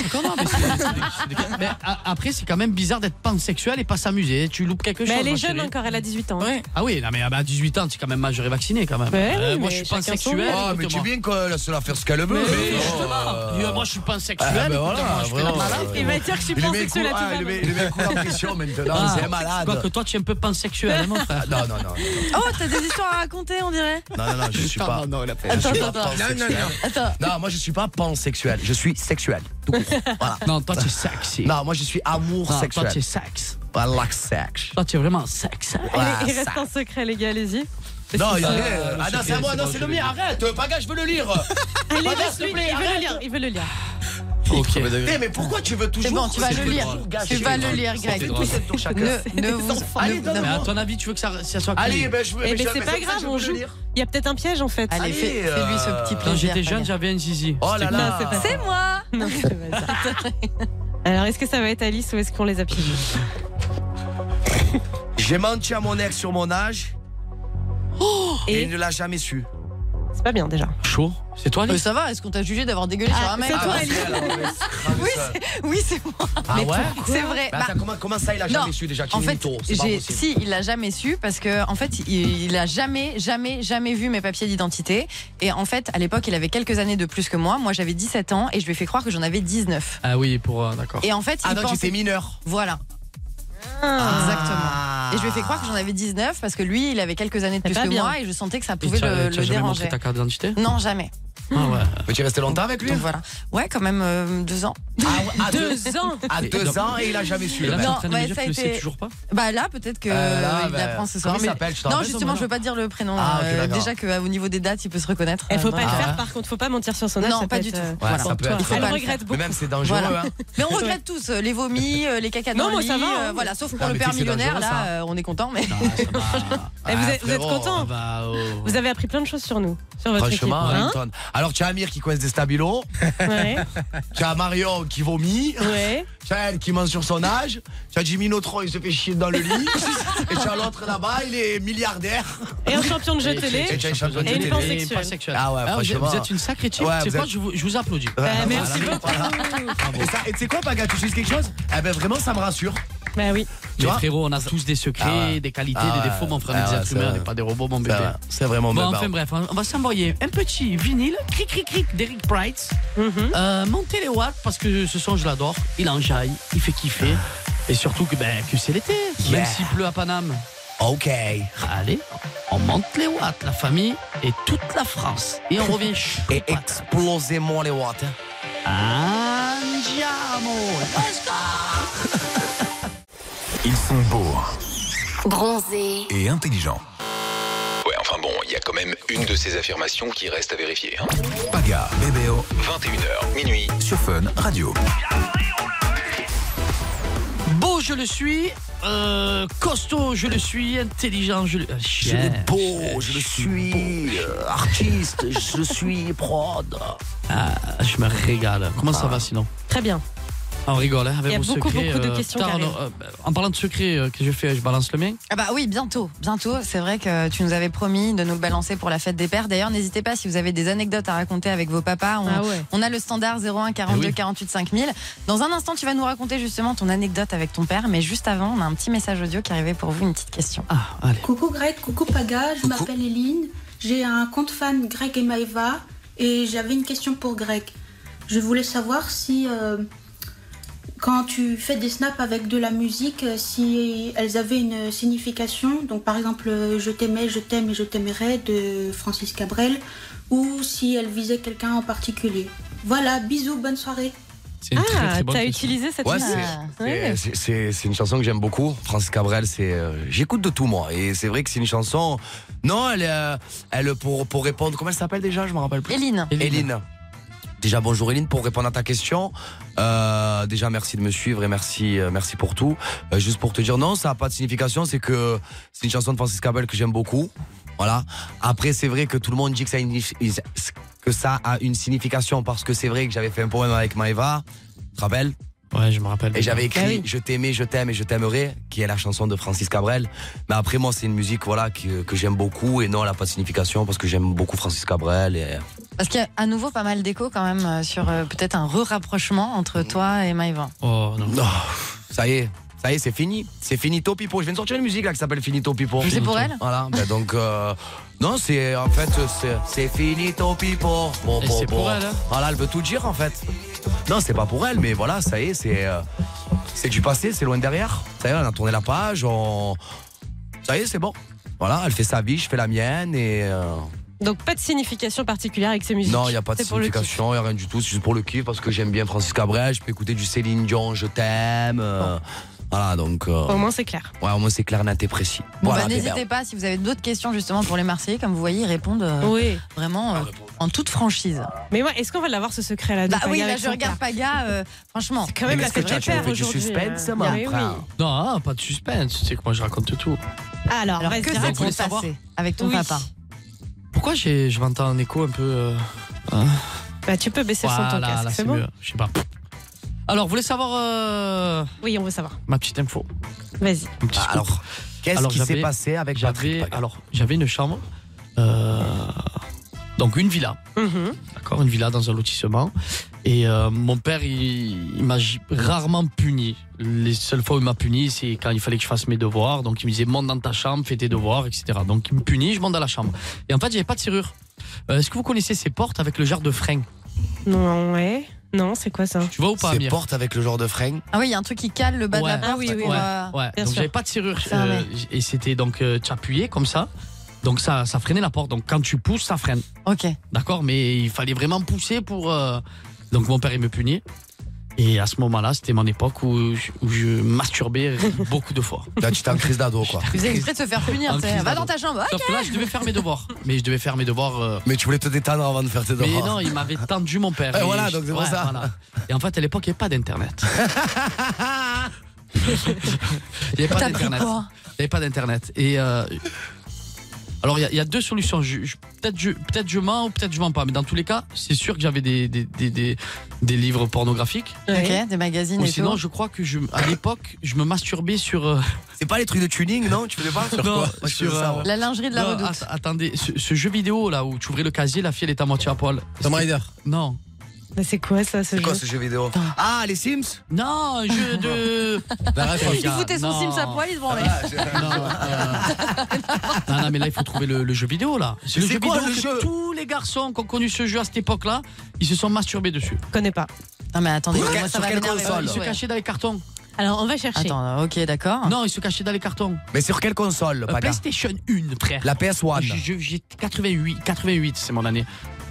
Speaker 7: Mais a- après, c'est quand même bizarre d'être pansexuel et pas s'amuser. Tu loupes quelque chose.
Speaker 5: *laughs* Mais elle est
Speaker 7: ma
Speaker 5: jeune
Speaker 7: chérie.
Speaker 5: encore, elle a 18 ans.
Speaker 7: Ah oui, non, mais ah bah, à 18 ans, tu es quand même majeur et vacciné quand même. Euh,
Speaker 5: Ouais,
Speaker 7: moi,
Speaker 5: mais
Speaker 7: je suis
Speaker 5: chacun son
Speaker 7: pansexuel.
Speaker 5: goût.
Speaker 6: Ah, mais tu es
Speaker 7: écoute-moi.
Speaker 6: bien qu'on laisse la faire ce qu'elle veut.
Speaker 7: Mais
Speaker 6: mais non,
Speaker 7: justement,
Speaker 6: euh,
Speaker 7: Euh, Moi, je suis pansexuel.
Speaker 6: Ah, ben
Speaker 7: écoute-moi,
Speaker 6: voilà,
Speaker 7: je fais la
Speaker 6: vraiment,
Speaker 7: malade.
Speaker 6: euh, Il va dire que je suis
Speaker 7: le met le
Speaker 6: pansexuel
Speaker 7: coup-
Speaker 6: à tout
Speaker 7: ah,
Speaker 6: va,
Speaker 7: le met-
Speaker 6: maintenant.
Speaker 7: le met le coup en
Speaker 6: pression maintenant, c'est malade.
Speaker 7: Quoi que Ah, toi, tu es un peu pansexuel, hein, mon frère.
Speaker 6: Non, non, non.
Speaker 4: Oh, t'as des histoires à raconter, on dirait.
Speaker 6: Non, non, non, je suis
Speaker 4: Non,
Speaker 6: pas.
Speaker 4: non, non, elle a fait-
Speaker 6: je suis
Speaker 4: Attends,
Speaker 6: pas
Speaker 4: attends, attends.
Speaker 6: pansexuel.
Speaker 4: Non, non, non.
Speaker 6: Non, moi je suis pas pansexuel, je suis sexuel. Tout court. Voilà.
Speaker 7: Non, toi tu es sexy.
Speaker 6: Non, moi je suis amour
Speaker 7: Non, toi,
Speaker 6: sexuel.
Speaker 7: tu es sexe.
Speaker 6: Voilà, sexe.
Speaker 7: Toi, tu es vraiment sexe.
Speaker 5: Il, il reste un secret, les gars, allez-y.
Speaker 6: Ah, Non, il y a-
Speaker 7: Euh,
Speaker 6: Ah non, c'est à moi, non, c'est le mien, arrête, euh, Paga, je veux le lire. *laughs*
Speaker 5: Allez,
Speaker 6: Paga,
Speaker 5: laisse-lui,
Speaker 6: s'il te plaît,
Speaker 5: il veut le
Speaker 6: arrête.
Speaker 5: lire, il veut le lire.
Speaker 7: Ok.
Speaker 6: Eh, mais pourquoi tu veux toujours.
Speaker 4: bon, tu vas le lire. Tu vas le lire, Greg. Ne- ne vous-
Speaker 6: Allez,
Speaker 4: ne-
Speaker 6: donne-moi.
Speaker 7: Mais à ton avis, tu veux que ça, ça soit
Speaker 6: Allez,
Speaker 7: collé
Speaker 6: ben, je veux-
Speaker 5: Eh,
Speaker 6: mais
Speaker 5: mais
Speaker 6: je-
Speaker 5: c'est
Speaker 6: mais
Speaker 5: pas
Speaker 6: ça,
Speaker 5: grave,
Speaker 6: je
Speaker 5: on
Speaker 6: veux le
Speaker 5: joue.
Speaker 6: lire.
Speaker 5: Il y a peut-être un piège en fait.
Speaker 6: Allez, fais- fais-lui ce petit
Speaker 7: Quand j'étais
Speaker 6: plaisir,
Speaker 7: jeune,
Speaker 6: Paga.
Speaker 7: j'avais un zizi.
Speaker 6: Oh là
Speaker 7: C'était
Speaker 6: là.
Speaker 7: cool.
Speaker 4: C'est moi
Speaker 5: *laughs* Non, c'est pas ça. Alors, est-ce que ça va être Alice ou est-ce qu'on les a piégés
Speaker 6: J'ai menti à mon ex sur mon âge. Oh Et il ne l'a jamais su.
Speaker 5: *laughs* C'est pas bien déjà.
Speaker 7: Chaud. C'est toi,
Speaker 4: Mais Euh, ça va, est-ce qu'on t'a jugé d'avoir dégueulé sur un mec
Speaker 6: Ah, bah, c'est alors, ouais, c'est-
Speaker 4: Oui, c'est- Oui, c'est moi.
Speaker 6: Ah ouais
Speaker 4: C'est vrai. Bah,
Speaker 6: Mais attends, comment, comment ça il a
Speaker 4: Non.
Speaker 6: jamais su déjà qu'il
Speaker 4: en
Speaker 6: est
Speaker 4: fait,
Speaker 6: mytho C'est pas
Speaker 4: j'ai-
Speaker 6: possible.
Speaker 4: si il l'a jamais su parce que en fait il, il a jamais jamais jamais vu mes papiers d'identité et en fait à l'époque il avait quelques années de plus que moi moi j'avais 17 ans et je lui ai fait croire que j'en avais 19
Speaker 7: Ah oui, pour. euh, D'accord.
Speaker 4: et en fait
Speaker 6: Ah
Speaker 4: il
Speaker 6: non,
Speaker 4: pensait-
Speaker 6: tu étais mineur.
Speaker 4: voilà
Speaker 5: Ah.
Speaker 4: exactement et je lui ai fait croire que j'en avais 19 parce que lui il avait quelques années de plus
Speaker 5: pas
Speaker 4: que
Speaker 5: bien.
Speaker 4: moi et je sentais que ça
Speaker 7: Et
Speaker 4: pouvait
Speaker 7: t'as-
Speaker 4: le,
Speaker 7: t'as
Speaker 4: le
Speaker 7: jamais montré
Speaker 4: déranger
Speaker 7: ta carte d'identité
Speaker 4: non jamais
Speaker 7: Ah ouais.
Speaker 6: Mais tu es resté longtemps avec lui
Speaker 4: donc voilà ouais quand même euh, deux ans
Speaker 6: Ah
Speaker 4: *laughs*
Speaker 6: ouais, à
Speaker 4: Deux ans
Speaker 6: À deux ans et il a jamais su.
Speaker 7: Et
Speaker 6: le
Speaker 7: là,
Speaker 6: mec.
Speaker 7: t'es en train de
Speaker 4: ouais,
Speaker 7: me dire
Speaker 4: ça a
Speaker 7: que
Speaker 4: été-
Speaker 7: c'est toujours pas
Speaker 4: Bah là, peut-être que
Speaker 6: Euh, là,
Speaker 4: euh, il
Speaker 6: bah,
Speaker 4: apprend ce soir.
Speaker 6: comment il s'appelle, tu te
Speaker 4: non,
Speaker 6: rappelles,
Speaker 4: justement,
Speaker 6: son
Speaker 4: je veux pas dire le prénom.
Speaker 6: Ah, ok,
Speaker 4: euh,
Speaker 6: d'accord.
Speaker 4: déjà qu'au niveau des dates, il peut se reconnaître.
Speaker 5: Il
Speaker 4: Euh,
Speaker 5: faut pas
Speaker 4: non.
Speaker 5: le
Speaker 6: Ah
Speaker 5: faire
Speaker 6: ouais.
Speaker 5: par contre, faut pas mentir sur son âge.
Speaker 4: Non,
Speaker 5: ça
Speaker 4: pas
Speaker 5: peut
Speaker 4: du
Speaker 5: être,
Speaker 4: tout.
Speaker 5: euh,
Speaker 6: Ouais, ça peut être-
Speaker 5: Elle
Speaker 4: pas
Speaker 5: le
Speaker 4: le
Speaker 5: regrette
Speaker 6: Mais
Speaker 5: beaucoup.
Speaker 6: même c'est dangereux.
Speaker 4: Voilà.
Speaker 6: hein.
Speaker 4: Mais on regrette tous euh, les vomis, euh, les caca dans
Speaker 5: Non,
Speaker 4: le
Speaker 5: moi,
Speaker 4: lit,
Speaker 5: ça va, hein.
Speaker 4: euh, voilà, sauf pour
Speaker 6: Ah,
Speaker 4: le
Speaker 6: mais
Speaker 4: père
Speaker 6: tu sais, c'est
Speaker 4: millionnaire,
Speaker 6: dangereux,
Speaker 4: là,
Speaker 6: ça.
Speaker 4: euh, on est content, mais
Speaker 5: Eh, vous êtes- vous êtes
Speaker 6: Ah, frérot,
Speaker 5: content
Speaker 7: Bah, oh.
Speaker 5: Vous avez appris plein de choses sur nous, sur votre équipe.
Speaker 6: Franchement,
Speaker 5: Hein
Speaker 6: Anton. Alors, tu as Amir qui coince des stabilos.
Speaker 5: Ouais.
Speaker 6: Tu as Marion qui vomit.
Speaker 5: Ouais.
Speaker 6: Tu as elle qui ment sur son âge. Tu as Jimmy Notron, il se fait chier dans
Speaker 5: *laughs*
Speaker 6: le lit. et tu as l'autre là-bas, il est milliardaire.
Speaker 5: Et un champion de jeu télé.
Speaker 6: Et tu as un champion de
Speaker 5: Et
Speaker 6: jeu
Speaker 5: une
Speaker 6: télé.
Speaker 5: pansexuelle. Et une pansexuelle.
Speaker 6: Ah ouais,
Speaker 7: Ah, vous êtes-
Speaker 6: franchement.
Speaker 7: vous êtes une sacrée team.
Speaker 6: Ouais,
Speaker 7: Tu sais
Speaker 6: vous
Speaker 7: quoi,
Speaker 6: êtes-
Speaker 7: je vous, je vous applaudis.
Speaker 5: Bah,
Speaker 6: Ouais,
Speaker 7: Voilà.
Speaker 6: voilà. Et ça- Et tu sais quoi, Paga, tu juste quelque chose Eh ben vraiment, ça me rassure.
Speaker 5: Bah oui.
Speaker 6: Tu
Speaker 7: Mais
Speaker 6: vois
Speaker 7: frérot, on a tous des secrets,
Speaker 6: Ah ouais.
Speaker 7: des qualités,
Speaker 6: Ah ouais.
Speaker 7: des défauts, mon frère,
Speaker 6: Ah
Speaker 7: des
Speaker 6: ouais,
Speaker 7: êtres
Speaker 6: c'est
Speaker 7: humains, on
Speaker 6: vrai.
Speaker 7: n'est pas des robots, mon
Speaker 6: C'est
Speaker 7: bébé.
Speaker 6: vrai. C'est vraiment
Speaker 7: bon.
Speaker 6: bébé.
Speaker 7: Enfin bref, on va s'envoyer un petit vinyle, cric cric cric, d'Eric Bright. Euh, montez les watts parce que ce son, je l'adore. Il enjaille, il fait kiffer. Et surtout que, ben, que c'est l'été,
Speaker 6: Yeah.
Speaker 7: même s'il pleut à Paname.
Speaker 6: Ok.
Speaker 7: Allez, on monte les watts, la famille et toute la France. Et on
Speaker 6: *laughs*
Speaker 7: revient chaud.
Speaker 6: Et explosez-moi les watts. hein.
Speaker 7: Ah. Andiamo! Let's go!
Speaker 1: Ils sont beaux hein.
Speaker 3: Bronzé,
Speaker 1: et intelligents.
Speaker 23: Ouais, enfin bon, il y a quand même une de ces affirmations qui reste à vérifier. hein.
Speaker 1: Paga, Bébéo,
Speaker 23: 21h, minuit.
Speaker 1: sur Fun Radio.
Speaker 7: Beau, je le suis. Euh, costaud, je le suis. Intelligent, je le. Ah,
Speaker 6: Je
Speaker 7: chien.
Speaker 6: suis beau, je le suis euh, artiste, je le suis prod.
Speaker 7: Ah, je me régale. Comment ça va sinon
Speaker 5: Très bien.
Speaker 7: Ah, On rigole, hein, avec
Speaker 4: Il y a
Speaker 7: vos
Speaker 4: beaucoup,
Speaker 7: secrets,
Speaker 4: beaucoup de questions
Speaker 7: putain,
Speaker 4: qui
Speaker 7: on-
Speaker 4: arrivent.
Speaker 7: euh, en parlant de secrets euh, que je fais, je balance le mien.
Speaker 4: Ah bah oui, bientôt, bientôt. C'est vrai que tu nous avais promis de nous le balancer pour la fête des pères. D'ailleurs, n'hésitez pas si vous avez des anecdotes à raconter avec vos papas. On,
Speaker 5: Ah ouais.
Speaker 4: on a le standard 01 42
Speaker 5: Eh oui.
Speaker 4: 48 5000. Dans un instant, tu vas nous raconter justement ton anecdote avec ton père. Mais juste avant, on a un petit message audio qui arrivait pour vous, une petite question.
Speaker 5: Ah,
Speaker 24: Coucou Greg, coucou Paga, je m'appelle Eline. J'ai un compte fan Greg et Maeva et j'avais une question pour Greg. Je voulais savoir si euh, quand tu fais des snaps avec de la musique, euh, si elles avaient une signification, donc par exemple euh, Je t'aimais, je t'aime et je t'aimerai de Francis Cabrel, ou si elles visaient quelqu'un en particulier. Voilà, bisous, bonne soirée.
Speaker 5: Ah, t'as utilisé cette
Speaker 6: Ouais,
Speaker 5: image.
Speaker 6: c'est-
Speaker 5: Ouais.
Speaker 6: c'est- c'est- c'est c'est une chanson que j'aime beaucoup. Francis Cabrel, c'est euh, j'écoute de tout moi et c'est vrai que c'est une chanson. Non, elle, euh, elle pour pour répondre comment elle s'appelle déjà, je me rappelle plus.
Speaker 4: Eline.
Speaker 6: Eline. Déjà bonjour Eline pour répondre à ta question. Euh, déjà merci de me suivre et merci euh, merci pour tout. Euh, juste pour te dire non, ça n'a pas de signification, c'est que c'est une chanson de Francis Cabrel que j'aime beaucoup. Voilà. Après c'est vrai que tout le monde dit que ça a une, que ça a une signification parce que c'est vrai que j'avais fait un poème avec Maeva. Tu te rappelles
Speaker 7: Ouais, je me rappelle.
Speaker 6: et j'avais écrit
Speaker 7: Ah oui.
Speaker 6: Je t'aimais, je t'aime et je t'aimerai, qui est la chanson de Francis Cabrel. Mais après, moi, c'est une musique voilà, que, que j'aime beaucoup. Et non, elle n'a pas de signification parce que j'aime beaucoup Francis Cabrel. Et...
Speaker 4: Parce qu'il y a à nouveau pas mal d'échos quand même euh, sur euh, peut-être un re-rapprochement entre toi et Maëva.
Speaker 7: Oh non.
Speaker 6: ça y est. Ça y est, c'est fini. C'est finito pipo. Je viens de sortir une musique là qui s'appelle Finito pipo.
Speaker 4: C'est pour elle
Speaker 6: Voilà. bah donc, euh, non, c'est en fait, c'est- c'est finito pipo. Bon,
Speaker 7: Et
Speaker 6: bon,
Speaker 7: c'est
Speaker 6: bon.
Speaker 7: pour elle, hein
Speaker 6: Voilà, elle veut tout dire en fait. Non, c'est pas pour elle, mais voilà, ça y est, c'est euh, c'est du passé, c'est loin derrière. Ça y est, on a tourné la page, on. Ça y est, c'est bon. Voilà, elle fait sa vie, je fais la mienne et. euh,
Speaker 5: Donc pas de signification particulière avec ces musiques.
Speaker 6: non, il n'y a pas de
Speaker 5: C'est pour le kiff.
Speaker 6: signification, il n'y a rien du tout. C'est juste pour le kiff parce que j'aime bien Francis Cabrel. Je peux écouter du Céline Dion, je t'aime. euh, Voilà, donc. euh,
Speaker 5: Au moins c'est clair.
Speaker 6: Ouais, au moins c'est clair, net et précis.
Speaker 4: Bon,
Speaker 6: voilà,
Speaker 4: bah,
Speaker 6: bébé.
Speaker 4: n'hésitez pas si vous avez d'autres questions justement pour les Marseillais, comme vous voyez, ils répondent euh,
Speaker 5: Oui.
Speaker 4: vraiment euh,
Speaker 5: Ah,
Speaker 4: en toute franchise.
Speaker 5: Mais moi, est-ce qu'on va l'avoir ce secret là
Speaker 4: Bah oui, là je regarde Paga, euh, franchement.
Speaker 5: C'est quand même Mais la qu'est-ce que fête des t'as, tu pères fais du aujourd'hui, suspense, euh. ma Mais oui. frère
Speaker 7: Non, ah, pas de suspense. Tu sais que moi, je raconte tout.
Speaker 5: Alors,
Speaker 4: Alors
Speaker 5: vas-y,
Speaker 4: que
Speaker 5: raconte.
Speaker 4: s'est-il passé avec ton
Speaker 5: Oui.
Speaker 4: papa
Speaker 7: Pourquoi j'ai- je m'entends un écho un peu. euh, hein
Speaker 5: Bah, tu peux baisser
Speaker 7: Voilà,
Speaker 5: le son de ton
Speaker 7: là,
Speaker 5: casque,
Speaker 7: c'est
Speaker 5: c'est bon
Speaker 7: mieux. Je sais pas. Alors, vous voulez savoir euh,
Speaker 5: Oui, on veut savoir.
Speaker 7: ma petite info
Speaker 5: Vas-y.
Speaker 7: Un petit scoop.
Speaker 6: alors, qu'est-ce
Speaker 7: Alors,
Speaker 6: qui s'est
Speaker 7: j'avais-
Speaker 6: passé avec Patrick
Speaker 7: j'avais-
Speaker 6: Pagan
Speaker 7: Alors, j'avais une chambre, euh, donc une villa, d'accord, une villa dans un lotissement. Et euh, mon père, il, il m'a j- rarement puni. Les seules fois où il m'a puni, c'est quand il fallait que je fasse mes devoirs. Donc il me disait monte dans ta chambre, fais tes devoirs, etc. Donc il me punit, je monte dans la chambre. Et en fait, j'avais pas de serrure. Euh, Est-ce que vous connaissez ces portes avec le genre de frein
Speaker 5: Non, ouais. Non, c'est quoi ça
Speaker 7: Tu vois ou pas
Speaker 6: Ces
Speaker 7: Amir
Speaker 6: portes avec le genre de frein
Speaker 4: Ah oui, il y a un truc qui cale le bas de la
Speaker 5: Ah
Speaker 4: porte. pour,
Speaker 7: ouais,
Speaker 4: euh,
Speaker 7: ouais.
Speaker 4: bien
Speaker 7: Donc
Speaker 4: sûr.
Speaker 7: j'avais pas de serrure
Speaker 4: Ça,
Speaker 7: euh,
Speaker 4: ouais.
Speaker 7: et c'était donc euh, tu appuyais comme ça. Donc ça ça freinait la porte. Donc quand tu pousses, ça freine.
Speaker 4: OK.
Speaker 7: D'accord, mais il fallait vraiment pousser pour euh, donc mon père il me punit. Et à ce moment-là, c'était mon époque où je, où je masturbais *laughs* beaucoup de fois.
Speaker 6: Là, tu t'es en crise d'ado, quoi.
Speaker 4: Tu faisais exprès de se faire punir,
Speaker 7: Un
Speaker 4: tu sais.
Speaker 7: crise
Speaker 4: va dans
Speaker 7: d'ado.
Speaker 4: ta chambre.
Speaker 7: Sauf que là, je devais faire mes
Speaker 6: *laughs*
Speaker 7: devoirs. Mais je devais faire mes devoirs. euh,
Speaker 6: Mais tu voulais te détendre avant de faire tes
Speaker 7: mais
Speaker 6: devoirs.
Speaker 7: non, il m'avait tendu mon père.
Speaker 6: Ouais,
Speaker 7: Et
Speaker 6: voilà,
Speaker 7: je-
Speaker 6: donc c'est pour
Speaker 7: ouais,
Speaker 6: ça.
Speaker 7: voilà. Et en fait, à l'époque, il n'y avait pas
Speaker 4: *laughs*
Speaker 7: d'internet. il n'y avait pas
Speaker 4: T'as pris
Speaker 7: d'internet.
Speaker 4: quoi
Speaker 7: Il n'y avait pas d'internet. Et euh, Alors, il y a- il y, a deux solutions. Je- je- peut-être je, peut je mens ou peut-être je mens pas. Mais dans tous les cas, c'est sûr que j'avais des, des, des, des- des livres pornographiques.
Speaker 4: Ok, des magazines
Speaker 7: Ou
Speaker 4: et
Speaker 7: sinon,
Speaker 4: tout.
Speaker 7: je crois que je, à l'époque, je me masturbais sur. *laughs* C'est pas les trucs de tuning, non Tu *laughs* faisais pas
Speaker 6: Sur
Speaker 7: Non,
Speaker 6: quoi Moi, je
Speaker 7: sur
Speaker 6: faisais ça,
Speaker 7: euh,
Speaker 6: moi.
Speaker 4: La lingerie de la
Speaker 7: non,
Speaker 4: redoute.
Speaker 7: att- attendez, ce, ce jeu vidéo là où tu ouvrais le casier, la fille elle était à moitié à poil. Tomb Raider Non.
Speaker 5: Mais c'est quoi ça, ce
Speaker 7: C'est quoi
Speaker 5: jeu
Speaker 7: ce
Speaker 6: jeu vidéo Ah, les Sims
Speaker 7: Non, un jeu de.
Speaker 4: Il foutait son
Speaker 7: Non.
Speaker 4: Sims à poil, il se branlait.
Speaker 7: Ah, Non, non, mais là, il faut trouver le, le jeu vidéo, là. C'est le
Speaker 6: C'est
Speaker 7: jeu
Speaker 6: quoi,
Speaker 7: vidéo
Speaker 6: le
Speaker 7: que
Speaker 6: jeu
Speaker 7: tous les garçons qui ont connu ce jeu à cette époque-là, ils se sont masturbés dessus.
Speaker 5: Je connais pas.
Speaker 4: Non, mais attendez,
Speaker 7: Sur
Speaker 4: moi,
Speaker 7: quel-
Speaker 4: ça
Speaker 7: sur
Speaker 4: va
Speaker 7: quel
Speaker 4: m'énerver.
Speaker 7: console
Speaker 4: Ouais.
Speaker 7: Ils se cachaient dans les cartons.
Speaker 5: Alors, on va chercher.
Speaker 4: Attends, ok, d'accord.
Speaker 7: Ah. Non, ils se cachaient dans les cartons.
Speaker 6: Mais sur quelle console,
Speaker 7: Euh,
Speaker 6: Paga
Speaker 7: PlayStation 1, frère.
Speaker 6: La PS1.
Speaker 7: Je- je- J'ai 88, 88 c'est mon année.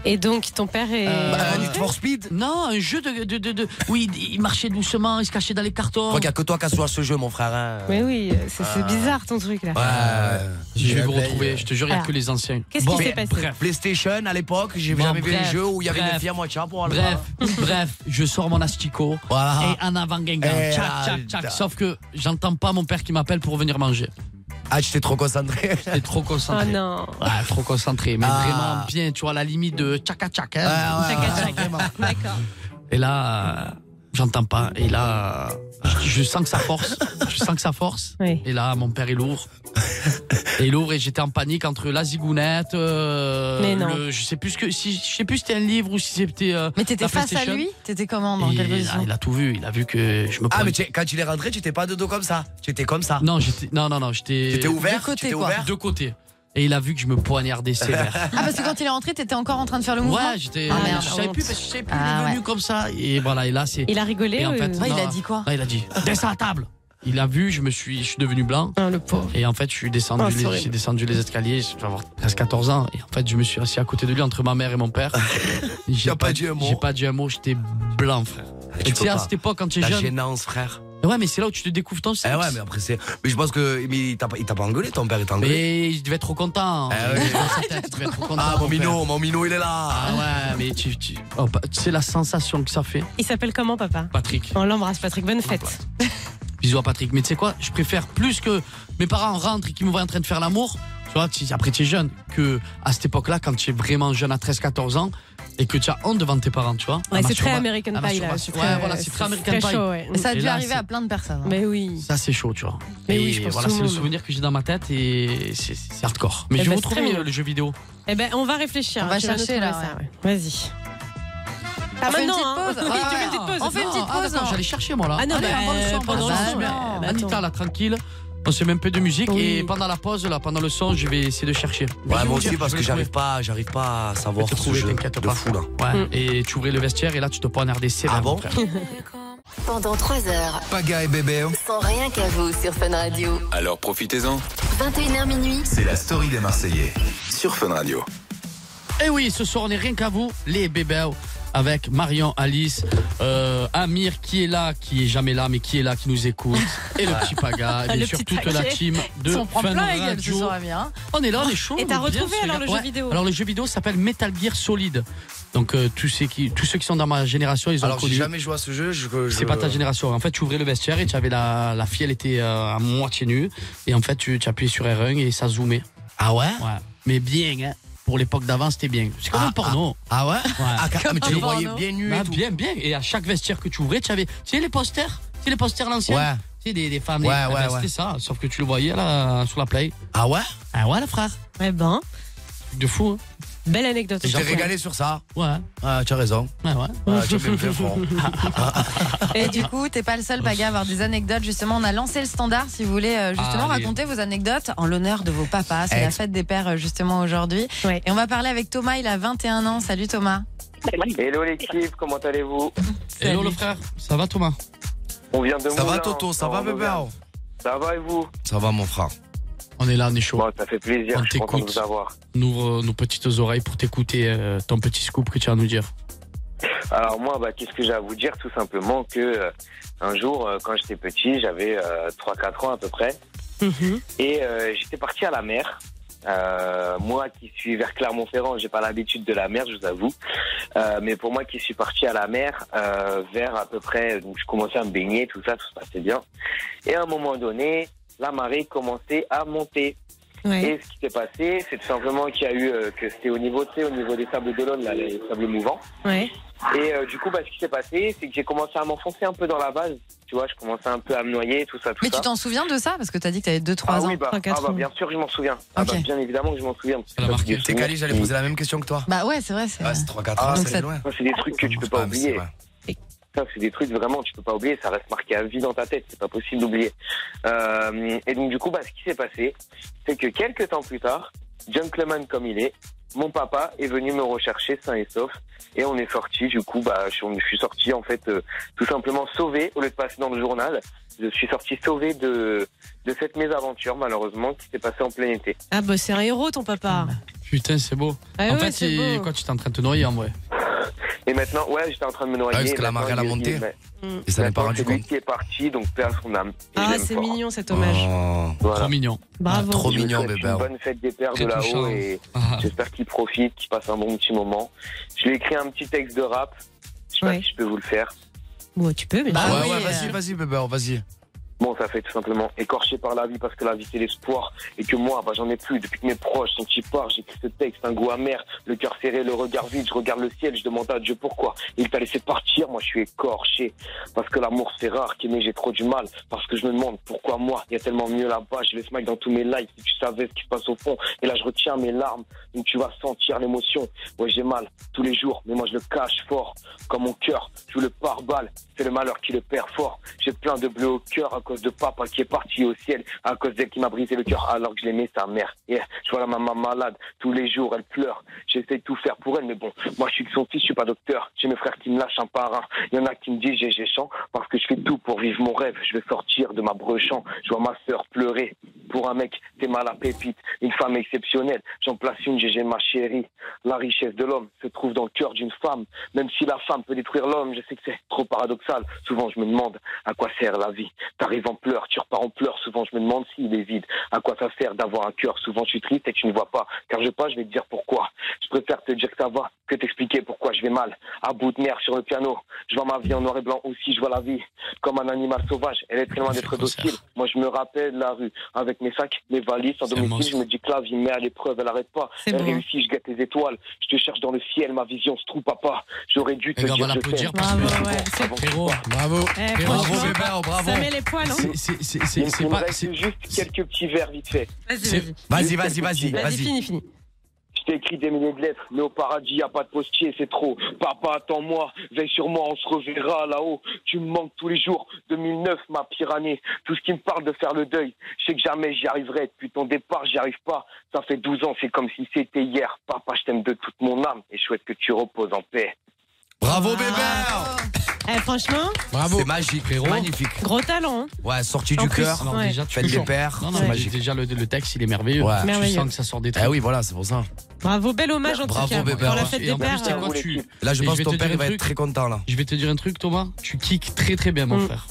Speaker 5: Et donc, ton père est.
Speaker 6: Bah,
Speaker 7: Speed Euh, Non, un jeu de. de, de, de- Oui, il il marchait doucement, il se cachait dans les cartons.
Speaker 6: Regarde que toi qu'à soit ce jeu, mon frère. hein.
Speaker 5: Oh. Mais oui, c'est c'est
Speaker 6: Ah.
Speaker 7: Euh,
Speaker 5: bizarre ton truc là.
Speaker 6: Ouais.
Speaker 7: Je vais vous retrouver, je te jure, il n'y a
Speaker 5: Alors,
Speaker 7: que les anciens.
Speaker 5: qu'est-ce qui s'est
Speaker 6: mais-
Speaker 5: passé
Speaker 6: bref. PlayStation à l'époque, j'ai
Speaker 7: Bon,
Speaker 6: jamais vu
Speaker 7: bref,
Speaker 6: les jeux où il y avait
Speaker 7: bref.
Speaker 6: une fille à moitié à poil.
Speaker 7: Bref, bref, je sors mon asticot
Speaker 6: Voilà. Eh,
Speaker 7: et en avant
Speaker 6: Et
Speaker 7: Guingamp. Tchac,
Speaker 6: là,
Speaker 7: tchac, tchac.
Speaker 6: là.
Speaker 7: Sauf que j'entends pas mon père qui m'appelle pour venir manger.
Speaker 6: Ah, j'étais trop concentré.
Speaker 7: J'étais trop
Speaker 5: Oh
Speaker 7: concentré.
Speaker 5: non.
Speaker 7: Ouais, trop concentré, mais
Speaker 6: Ah.
Speaker 7: vraiment bien, tu vois, à la limite de tchaka tchak. hein.
Speaker 5: D'accord.
Speaker 7: Et là, euh, j'entends pas. Et là, je- je sens que ça force. Je sens que ça force.
Speaker 5: Oui.
Speaker 7: Et là, mon père est lourd. Et lourd, et j'étais en panique entre la zigounette. euh,
Speaker 4: Mais non.
Speaker 7: le- je sais plus ce que, si, je sais plus si c'était un livre ou si c'était. euh,
Speaker 4: Mais t'étais
Speaker 7: la
Speaker 4: face à
Speaker 7: PlayStation.
Speaker 4: lui T'étais comment Dans
Speaker 7: Et
Speaker 4: quelle
Speaker 7: il, a,
Speaker 4: position
Speaker 7: il a tout vu, il a vu que je me
Speaker 6: Ah,
Speaker 7: prenais-
Speaker 6: mais tu- quand il est rentré, tu étais pas de dos comme ça. Tu étais comme ça.
Speaker 7: Non, j'étais non non non, j'étais
Speaker 6: T'étais ouvert,
Speaker 4: De côté,
Speaker 6: t'étais
Speaker 4: quoi.
Speaker 6: ouvert.
Speaker 7: de côté. Et il a vu que je me poignardais
Speaker 6: *laughs*
Speaker 7: sévère.
Speaker 4: Ah, parce que quand il est rentré, t'étais encore en train de faire le mouvement
Speaker 7: ouais, j'étais
Speaker 4: Ah, merde,
Speaker 7: je savais
Speaker 4: honte.
Speaker 7: plus parce que je savais plus
Speaker 4: Ah,
Speaker 7: il est venu
Speaker 4: ouais.
Speaker 7: comme ça et voilà, et là c'est
Speaker 5: Il a rigolé
Speaker 7: Et en
Speaker 5: ou-
Speaker 7: fait,
Speaker 4: euh, Ouais, il
Speaker 7: non,
Speaker 4: a dit quoi
Speaker 7: non, il a dit descends à table. Il a vu, je me suis je suis devenu blanc.
Speaker 5: Ah, le pauvre.
Speaker 7: Et en fait, je suis descendu,
Speaker 5: Ah, c'est
Speaker 7: les,
Speaker 5: horrible.
Speaker 7: j'ai descendu les escaliers, je vais avoir presque 14 ans. Et en fait, je me suis assis à côté de lui, entre ma mère et mon
Speaker 6: *laughs*
Speaker 7: père. J'ai
Speaker 6: T'as pas dit un mot.
Speaker 7: J'ai pas dit un mot, j'étais blanc, frère.
Speaker 6: Tu
Speaker 7: Et
Speaker 6: peux
Speaker 7: tu sais, à
Speaker 6: pas.
Speaker 7: cette époque, quand tu es
Speaker 6: La
Speaker 7: jeune.
Speaker 6: gênance, frère.
Speaker 7: Ouais, mais c'est là où tu te découvres ton
Speaker 6: Eh
Speaker 7: sexe.
Speaker 6: ouais, mais après, c'est. Mais je pense que. Mais il t'a pas il t'a pas engueulé, ton père, il t'a engueulé.
Speaker 7: Mais je devais être trop content.
Speaker 6: Ah ouais.
Speaker 7: Dans sa tête, il devait être trop content,
Speaker 6: Ah, mon
Speaker 7: père.
Speaker 6: minot, mon minot, il est là.
Speaker 7: Ah ouais, mais tu, tu... oh, bah, tu sais la sensation que ça fait,
Speaker 5: Il s'appelle comment, papa
Speaker 7: Patrick.
Speaker 5: On l'embrasse, Patrick. Bonne fête.
Speaker 7: Bisous à Patrick. Mais tu sais quoi, je préfère plus que mes parents rentrent et qu'ils me voient en train de faire l'amour. Tu vois, tu- après tu es jeune, que à cette époque-là, quand tu es vraiment jeune à 13-14 ans et que tu as honte devant tes parents, tu vois.
Speaker 5: Ouais,
Speaker 7: la
Speaker 5: c'est très
Speaker 7: masturba-
Speaker 5: American
Speaker 7: la
Speaker 5: Pie là.
Speaker 7: masturbation- Ouais, voilà, c'est très American Pie.
Speaker 5: chaud, ouais.
Speaker 4: Mais ça a
Speaker 7: Et
Speaker 4: dû
Speaker 7: là,
Speaker 4: arriver
Speaker 7: c'est-
Speaker 4: à plein de personnes. hein.
Speaker 5: Mais oui.
Speaker 7: Ça, c'est chaud, tu vois.
Speaker 5: Mais
Speaker 7: et
Speaker 5: oui, je pense
Speaker 7: voilà,
Speaker 5: tout
Speaker 7: c'est
Speaker 5: le
Speaker 7: le
Speaker 5: monde.
Speaker 7: souvenir que j'ai dans ma tête et c'est c'est hardcore.
Speaker 5: Eh
Speaker 7: Mais je vais
Speaker 5: ben,
Speaker 7: vous
Speaker 5: c'est très
Speaker 7: trouver
Speaker 5: mignon.
Speaker 7: le jeu vidéo.
Speaker 5: Eh ben, on va réfléchir.
Speaker 4: On
Speaker 5: hein,
Speaker 4: va
Speaker 5: tu vas nous
Speaker 4: chercher, là, Ah,
Speaker 5: trouver ça, ouais. Vas-y. Pas
Speaker 4: On fait une
Speaker 5: maintenant, hein.
Speaker 4: petite
Speaker 5: *laughs*
Speaker 4: pause.
Speaker 5: Oui,
Speaker 4: Ouais,
Speaker 5: tu fais
Speaker 4: ouais.
Speaker 5: une petite pause.
Speaker 4: On fait une petite
Speaker 7: Ah,
Speaker 4: pause.
Speaker 7: d'accord,
Speaker 4: hein.
Speaker 7: j'allais chercher moi là.
Speaker 5: Ah non,
Speaker 7: Allez,
Speaker 5: bah,
Speaker 7: avant le son,
Speaker 5: pendant
Speaker 7: pendant
Speaker 5: le
Speaker 7: le
Speaker 5: son,
Speaker 7: son,
Speaker 5: ouais. Bah, attends.
Speaker 7: Anita là, tranquille. On se met un peu de musique
Speaker 5: Oui.
Speaker 7: et pendant la pause là, pendant le son, je vais essayer de chercher.
Speaker 6: Ouais, moi aussi, parce que j'arrive pas, j'arrive pas à savoir
Speaker 7: te
Speaker 6: ce
Speaker 7: trouver,
Speaker 6: jeu
Speaker 7: t'inquiète
Speaker 6: de
Speaker 7: pas.
Speaker 6: fou, là.
Speaker 7: Ouais, et tu ouvrais le vestiaire et là, tu te poignardais sévère.
Speaker 6: Ah bon
Speaker 7: mon frère.
Speaker 3: Pendant 3 heures,
Speaker 1: Paga et Bébé,
Speaker 3: sans rien qu'à vous sur Fun Radio.
Speaker 23: Alors profitez-en.
Speaker 3: 21h minuit,
Speaker 1: c'est la story des Marseillais sur Fun Radio.
Speaker 7: Et Eh oui, ce soir, on est rien qu'à vous, les bébés. Avec Marion, Alice, euh, Amir qui est là, qui est jamais là, mais qui est là, qui nous écoute, et le petit Paga, et bien
Speaker 4: Ah, *laughs* Le
Speaker 7: sûr
Speaker 4: petit
Speaker 7: toute
Speaker 4: taquet.
Speaker 7: la team de
Speaker 4: Ils s'en prend
Speaker 7: Fun
Speaker 4: plein la gueule ce
Speaker 7: Radio.
Speaker 4: soir, Amir, hein.
Speaker 7: On est là, on est chaud.
Speaker 5: Ah, Et t'as
Speaker 7: on est bien,
Speaker 5: retrouvé,
Speaker 7: c'est
Speaker 5: alors,
Speaker 7: bien.
Speaker 5: le jeu
Speaker 7: Ouais.
Speaker 5: vidéo
Speaker 7: Alors le jeu vidéo s'appelle Metal Gear Solid. Donc euh, tous, ceux qui, tous ceux qui sont dans ma génération, ils ont
Speaker 6: Alors, j'ai
Speaker 7: connu.
Speaker 6: jamais joué à ce jeu. je- je-
Speaker 7: C'est pas ta génération. En fait, tu ouvrais le vestiaire et tu avais la, la fille, elle était euh, à moitié nue. Et en fait, tu, tu appuyais sur R1 et ça zoomait.
Speaker 6: Ah ouais
Speaker 7: Ouais. Mais bien, hein. Pour l'époque d'avant, c'était bien. C'est comme
Speaker 6: Ah,
Speaker 7: un porno.
Speaker 6: Ah ouais Ah, mais tu le
Speaker 7: Comme un
Speaker 6: voyais
Speaker 7: porno.
Speaker 6: bien nu
Speaker 7: Bah,
Speaker 6: et tout.
Speaker 7: bien, bien. Et à chaque vestiaire que tu ouvrais, tu avais. Tu sais, les posters Tu sais, les posters l'ancien
Speaker 6: Ouais.
Speaker 7: Tu sais, des, des femmes.
Speaker 6: Ouais,
Speaker 7: des-
Speaker 6: ouais,
Speaker 7: eh ben,
Speaker 6: ouais.
Speaker 7: C'était ça. Sauf que tu le voyais là, sur la play.
Speaker 6: Ah ouais
Speaker 7: Ah ouais, le frère.
Speaker 5: Eh ben,
Speaker 7: De fou, hein.
Speaker 5: belle anecdote.
Speaker 6: Je t'ai régalé sur ça.
Speaker 7: Ouais.
Speaker 6: Ah, tu as raison.
Speaker 7: Ouais, ouais.
Speaker 6: Ah, tu as bien fait
Speaker 7: *laughs*
Speaker 6: le front.
Speaker 4: Et du coup, t'es pas le seul, Paga, à avoir des anecdotes. Justement, on a lancé le standard. Si vous voulez, euh, justement,
Speaker 7: Allez.
Speaker 4: raconter vos anecdotes en l'honneur de vos papas. C'est
Speaker 6: Eh.
Speaker 4: la fête des pères, euh, justement, aujourd'hui.
Speaker 5: Ouais.
Speaker 4: Et on va parler avec Thomas. Il a 21 ans. Salut, Thomas.
Speaker 13: Hello l'équipe, comment allez-vous
Speaker 7: Hello, le frère. Ça va, Thomas
Speaker 13: On vient de
Speaker 6: Ça va,
Speaker 13: Moulins,
Speaker 6: Toto Ça va,
Speaker 13: en
Speaker 6: bébé
Speaker 13: Auvergne. Ça va et vous
Speaker 6: Ça va, mon frère.
Speaker 7: On est là, on est chaud.
Speaker 13: Bon, ça fait plaisir,
Speaker 7: On
Speaker 13: je suis content de
Speaker 7: t'écoute.
Speaker 13: vous avoir.
Speaker 7: Nous, euh, nos petites oreilles pour t'écouter euh, ton petit scoop que tu as à nous dire.
Speaker 13: Alors moi, bah, qu'est-ce que j'ai à vous dire Tout simplement que euh, un jour, euh, quand j'étais petit, j'avais euh, 3-4 ans à peu près,
Speaker 5: *laughs* Mhm.
Speaker 13: et euh, j'étais parti à la mer. Euh, moi qui suis vers Clermont-Ferrand, j'ai pas l'habitude de la mer, je vous avoue. Euh, mais pour moi qui suis parti à la mer, euh, vers à peu près, donc je commençais à me baigner, tout ça, tout se passait bien. Et à un moment donné, la marée commençait à monter.
Speaker 5: Ouais.
Speaker 13: Et ce qui s'est passé, c'est tout simplement qu'il y a eu euh, que c'était au niveau, tu sais, au niveau des sables d'Olonne, là, les sables mouvants.
Speaker 5: Ouais.
Speaker 13: Et euh, du coup, bah, ce qui s'est passé, c'est que j'ai commencé à m'enfoncer un peu dans la base. Tu vois, je commençais un peu à me noyer, tout ça, tout
Speaker 4: Mais
Speaker 13: ça.
Speaker 4: tu t'en souviens de ça Parce que t'as dit que t'avais 2-3
Speaker 13: ah
Speaker 4: ans.
Speaker 13: oui, bah,
Speaker 4: trois, quatre
Speaker 13: ah, bah,
Speaker 4: ans.
Speaker 13: bien sûr, je m'en souviens. Ah, bah, bien évidemment que je m'en souviens.
Speaker 6: Elle a marqué. T'es calé, j'allais
Speaker 13: Mm.
Speaker 6: poser la même question que toi.
Speaker 4: Bah ouais, c'est vrai. c'est-
Speaker 6: Ah, c'est 3-4
Speaker 13: Ah,
Speaker 6: ans,
Speaker 13: donc
Speaker 6: c'est
Speaker 13: ça-
Speaker 6: loin.
Speaker 13: ça, c'est des trucs que tu peux pas oublier. Ça, c'est des trucs vraiment, tu peux pas oublier, ça reste marqué à vie dans ta tête, c'est pas possible d'oublier. Euh, et donc, du coup, bah, ce qui s'est passé, c'est que quelques temps plus tard, gentleman comme il est, mon papa est venu me rechercher sain et sauf, et on est sorti, du coup, bah, je, je suis sorti, en fait, euh, tout simplement sauvé, au lieu de passer dans le journal, je suis sorti sauvé de, de cette mésaventure, malheureusement, qui s'est passée en plein été.
Speaker 5: Ah bah c'est un héros ton papa.
Speaker 7: Putain, c'est beau.
Speaker 5: Ah
Speaker 7: en
Speaker 5: ouais,
Speaker 7: fait,
Speaker 5: c'est
Speaker 7: il-
Speaker 5: beau.
Speaker 7: quand tu t'es en train de te noyer en vrai.
Speaker 13: Et maintenant, ouais, j'étais en train de me noyer.
Speaker 7: Ah, parce que la
Speaker 13: maintenant,
Speaker 7: marée, elle a
Speaker 13: il-
Speaker 7: monté.
Speaker 13: il-
Speaker 5: Mm.
Speaker 6: Et ça n'est pas
Speaker 13: Maintenant,
Speaker 6: rendu
Speaker 13: c'est lui
Speaker 6: compte.
Speaker 13: qui est parti, donc paix à son âme. Et
Speaker 5: Ah,
Speaker 13: j'aime
Speaker 5: c'est
Speaker 13: fort.
Speaker 5: mignon cet hommage.
Speaker 7: Oh,
Speaker 6: Ah.
Speaker 13: Voilà.
Speaker 7: Trop mignon.
Speaker 5: Bravo.
Speaker 6: Oh, Trop
Speaker 13: Je vous
Speaker 6: mignon,
Speaker 13: souhaite
Speaker 6: bébé.
Speaker 13: Une bonne fête des pères
Speaker 6: Très
Speaker 13: de là-haut
Speaker 6: touchant.
Speaker 13: et j'espère qu'il profite, qu'il passe un bon petit moment. Je lui ai écrit un petit texte de rap. Je sais pas si je peux vous le faire.
Speaker 5: Ouais, tu peux, mais
Speaker 7: Bah
Speaker 6: Ouais,
Speaker 5: tu-
Speaker 6: ouais, vas-y,
Speaker 7: euh.
Speaker 6: vas-y, bébé, vas-y.
Speaker 13: Bon, ça fait tout simplement écorché par la vie parce que la vie c'est l'espoir et que moi, bah, j'en ai plus. Depuis que mes proches sont qui partent, j'écris ce texte, un goût amer, le cœur serré, le regard vide. Je regarde le ciel, je demande à Dieu pourquoi. Il t'a laissé partir, moi je suis écorché parce que l'amour c'est rare, qu'aimer j'ai trop du mal parce que je me demande pourquoi moi. Il y a tellement mieux là-bas, j'ai le smile dans tous mes likes. Si tu savais ce qui se passe au fond, et là je retiens mes larmes, donc tu vas sentir l'émotion. Ouais, j'ai mal tous les jours, mais moi je le cache fort comme mon cœur. Je le pare-balles, c'est le malheur qui le perfore. J'ai plein de bleu au cœur à cause de papa qui est parti au ciel, à cause d'elle qui m'a brisé le cœur alors que je l'aimais sa mère. Yeah. Je vois la maman malade, tous les jours elle pleure. J'essaie de tout faire pour elle, mais bon, moi je suis que son fils, je suis pas docteur. J'ai mes frères qui me lâchent un par un. Il y en a qui me disent j'ai j'ai chant parce que je fais tout pour vivre mon rêve. Je veux sortir de ma brechant. Je vois ma sœur pleurer. Pour un mec, t'es mal à pépite, une femme exceptionnelle. J'en place une, GG ma chérie. La richesse de l'homme se trouve dans le cœur d'une femme. Même si la femme peut détruire l'homme, je sais que c'est trop paradoxal. Souvent je me demande à quoi sert la vie. T'arrives en pleurs, tu repars en pleurs. Souvent je me demande s'il est vide. À quoi ça sert d'avoir un cœur Souvent je suis triste et tu ne vois pas. Car je pas, je vais te dire pourquoi. Je préfère te dire que ça va que t'expliquer pourquoi je vais mal. À bout de nerfs sur le piano. Je vois ma vie en noir et blanc aussi. Je vois la vie comme un animal sauvage. Elle est très loin d'être docile. Moi je me rappelle la rue avec mes sacs, mes valises, sans domicile. Je me dis que la vie met à l'épreuve. Elle arrête pas.
Speaker 5: C'est
Speaker 13: Elle
Speaker 5: beau.
Speaker 13: réussit. Eh Je guette les étoiles. Je te cherche dans le ciel. Ma vision se trouve papa. J'aurais dû te
Speaker 7: Et Eh on va
Speaker 13: dire je t'aime.
Speaker 7: l'applaudir parce que. Frérot,
Speaker 6: bravo.
Speaker 5: Eh,
Speaker 7: Oh. Bravo,
Speaker 5: franchement,
Speaker 7: Bébert, bravo.
Speaker 5: Ça met les poils, hein.
Speaker 7: C'est- c'est- c'est-
Speaker 13: Il
Speaker 7: c'est-
Speaker 13: me-
Speaker 7: c'est
Speaker 13: il me
Speaker 7: pas-
Speaker 13: reste
Speaker 7: c'est-
Speaker 13: juste quelques petits vers vite fait.
Speaker 5: Vas-y,
Speaker 6: Vas-y, vas-y, vas-y,
Speaker 5: vas-y. Vas-y,
Speaker 6: vas-y.
Speaker 5: fini, fini.
Speaker 13: Je t'ai écrit des milliers de lettres, mais au paradis, y a pas de postier, c'est trop. Papa, attends-moi, veille sur moi, on se reverra là-haut. Tu me manques tous les jours. 2009, ma pire année. Tout ce qui me parle de faire le deuil, je sais que jamais j'y arriverai. Depuis ton départ, j'y arrive pas. Ça fait 12 ans, c'est comme si c'était hier. Papa, je t'aime de toute mon âme et je souhaite que tu reposes en paix.
Speaker 6: Bravo, bébé.
Speaker 5: Eh, franchement,
Speaker 6: Bravo. C'est magique, magnifique.
Speaker 5: gros talent. hein.
Speaker 6: Ouais, sorti du
Speaker 5: En plus,
Speaker 6: cœur.
Speaker 5: Alors ouais. déjà,
Speaker 7: tu
Speaker 6: Fête
Speaker 7: le
Speaker 6: des
Speaker 7: chantes.
Speaker 6: pères.
Speaker 7: Non, non,
Speaker 6: C'est
Speaker 7: mais
Speaker 6: magique.
Speaker 7: Déjà, le, le texte, il est merveilleux.
Speaker 6: Ouais.
Speaker 7: Tu
Speaker 5: Merveilleux.
Speaker 7: sens que ça sort des trucs.
Speaker 6: Eh oui, voilà, c'est pour ça.
Speaker 5: Bravo, bel hommage en tout
Speaker 6: Bravo,
Speaker 5: cas.
Speaker 6: bébé.
Speaker 5: Pour la fête
Speaker 7: Et
Speaker 5: des
Speaker 7: en plus,
Speaker 5: pères.
Speaker 7: tu sais quoi, tu-
Speaker 6: Là, je
Speaker 7: Et
Speaker 6: pense
Speaker 7: vais
Speaker 6: que
Speaker 7: te
Speaker 6: ton
Speaker 7: dire
Speaker 6: père,
Speaker 7: un
Speaker 6: il va
Speaker 7: truc.
Speaker 6: être très content, là.
Speaker 7: Je vais te dire un truc, Thomas. Tu kicks très très bien, mon
Speaker 5: Mm.
Speaker 7: frère.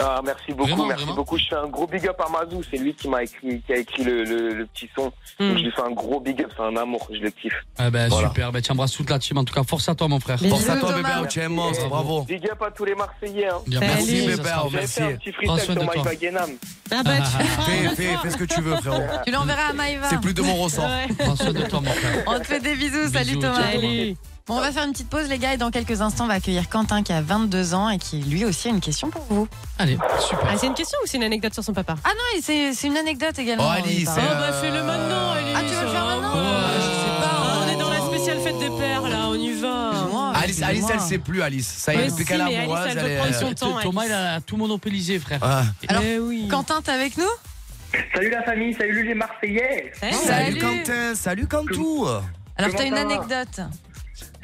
Speaker 13: Ah, merci beaucoup,
Speaker 7: Vraiment,
Speaker 13: merci
Speaker 7: vraiment.
Speaker 13: beaucoup. Je fais un gros big up à Mazou, c'est lui qui m'a écrit, qui a écrit le, le- le petit son.
Speaker 5: Mm.
Speaker 13: Donc, je lui fais un gros big up, c'est un amour, je le kiffe.
Speaker 7: Ah ben
Speaker 6: Voilà.
Speaker 7: super, ben, tu embrasses toute la team. En tout cas, force à toi, mon frère.
Speaker 5: Bisous,
Speaker 6: Force à toi,
Speaker 5: Thomas.
Speaker 6: bébé, hein, tu es un monstre,
Speaker 13: Et
Speaker 6: bravo.
Speaker 13: Big up à tous les Marseillais. Hein.
Speaker 7: Bien,
Speaker 5: Salut.
Speaker 7: merci,
Speaker 5: Merci,
Speaker 7: ça
Speaker 6: bébé,
Speaker 7: sera-
Speaker 6: oh,
Speaker 13: J'avais
Speaker 6: merci.
Speaker 13: fait un
Speaker 7: Prends
Speaker 13: petit freestyle
Speaker 7: soin
Speaker 13: sur
Speaker 7: de
Speaker 13: Mike
Speaker 7: toi.
Speaker 13: Wagenham.
Speaker 5: Ah bah, tu
Speaker 6: *laughs* Fais, fais, fais ce que tu veux, frérot.
Speaker 4: Tu l'enverras à Maïva.
Speaker 6: C'est plus de mon ressort.
Speaker 5: Ouais.
Speaker 7: Prends soin de toi, mon frère.
Speaker 4: On te fait des bisous. Salut
Speaker 7: Bisous,
Speaker 4: Thomas.
Speaker 7: ciao.
Speaker 5: Salut.
Speaker 4: Bon, on va faire une petite pause, les gars, et dans quelques instants, on va accueillir Quentin qui a 22 ans et qui lui aussi a une question pour vous.
Speaker 7: Allez, super.
Speaker 5: Ah, c'est une question ou c'est une anecdote sur son papa
Speaker 4: Ah non, et c'est c'est une anecdote
Speaker 6: Oh,
Speaker 4: également.
Speaker 6: Ali,
Speaker 4: oui,
Speaker 6: c'est.
Speaker 4: pardon.
Speaker 5: Oh, bah, fais-le
Speaker 6: euh,
Speaker 5: maintenant, Ali.
Speaker 4: Ah, tu veux le faire maintenant
Speaker 5: Je sais pas, on est dans la spéciale fête des pères, là, on y va.
Speaker 4: Excuse-moi,
Speaker 6: Alice, Alice, elle
Speaker 4: excuse-moi.
Speaker 6: sait plus, Alice. Ça y
Speaker 5: Mais
Speaker 6: est, depuis
Speaker 5: Ah, si,
Speaker 6: qu'elle
Speaker 5: mais
Speaker 6: est
Speaker 5: Alice,
Speaker 6: amoureuse,
Speaker 5: elle veut
Speaker 6: elle
Speaker 5: prendre
Speaker 6: est. euh,
Speaker 5: son temps, Alice.
Speaker 7: Thomas, il a tout monopolisé, frère.
Speaker 6: Ah.
Speaker 4: Alors,
Speaker 5: Eh oui.
Speaker 4: Quentin, t'es avec nous Eh,
Speaker 13: Salut la famille, salut les Marseillais.
Speaker 4: Salut.
Speaker 6: Salut Quentin, salut Cantou.
Speaker 4: Alors, t'as
Speaker 13: Comment
Speaker 4: une
Speaker 13: ça va
Speaker 4: anecdote.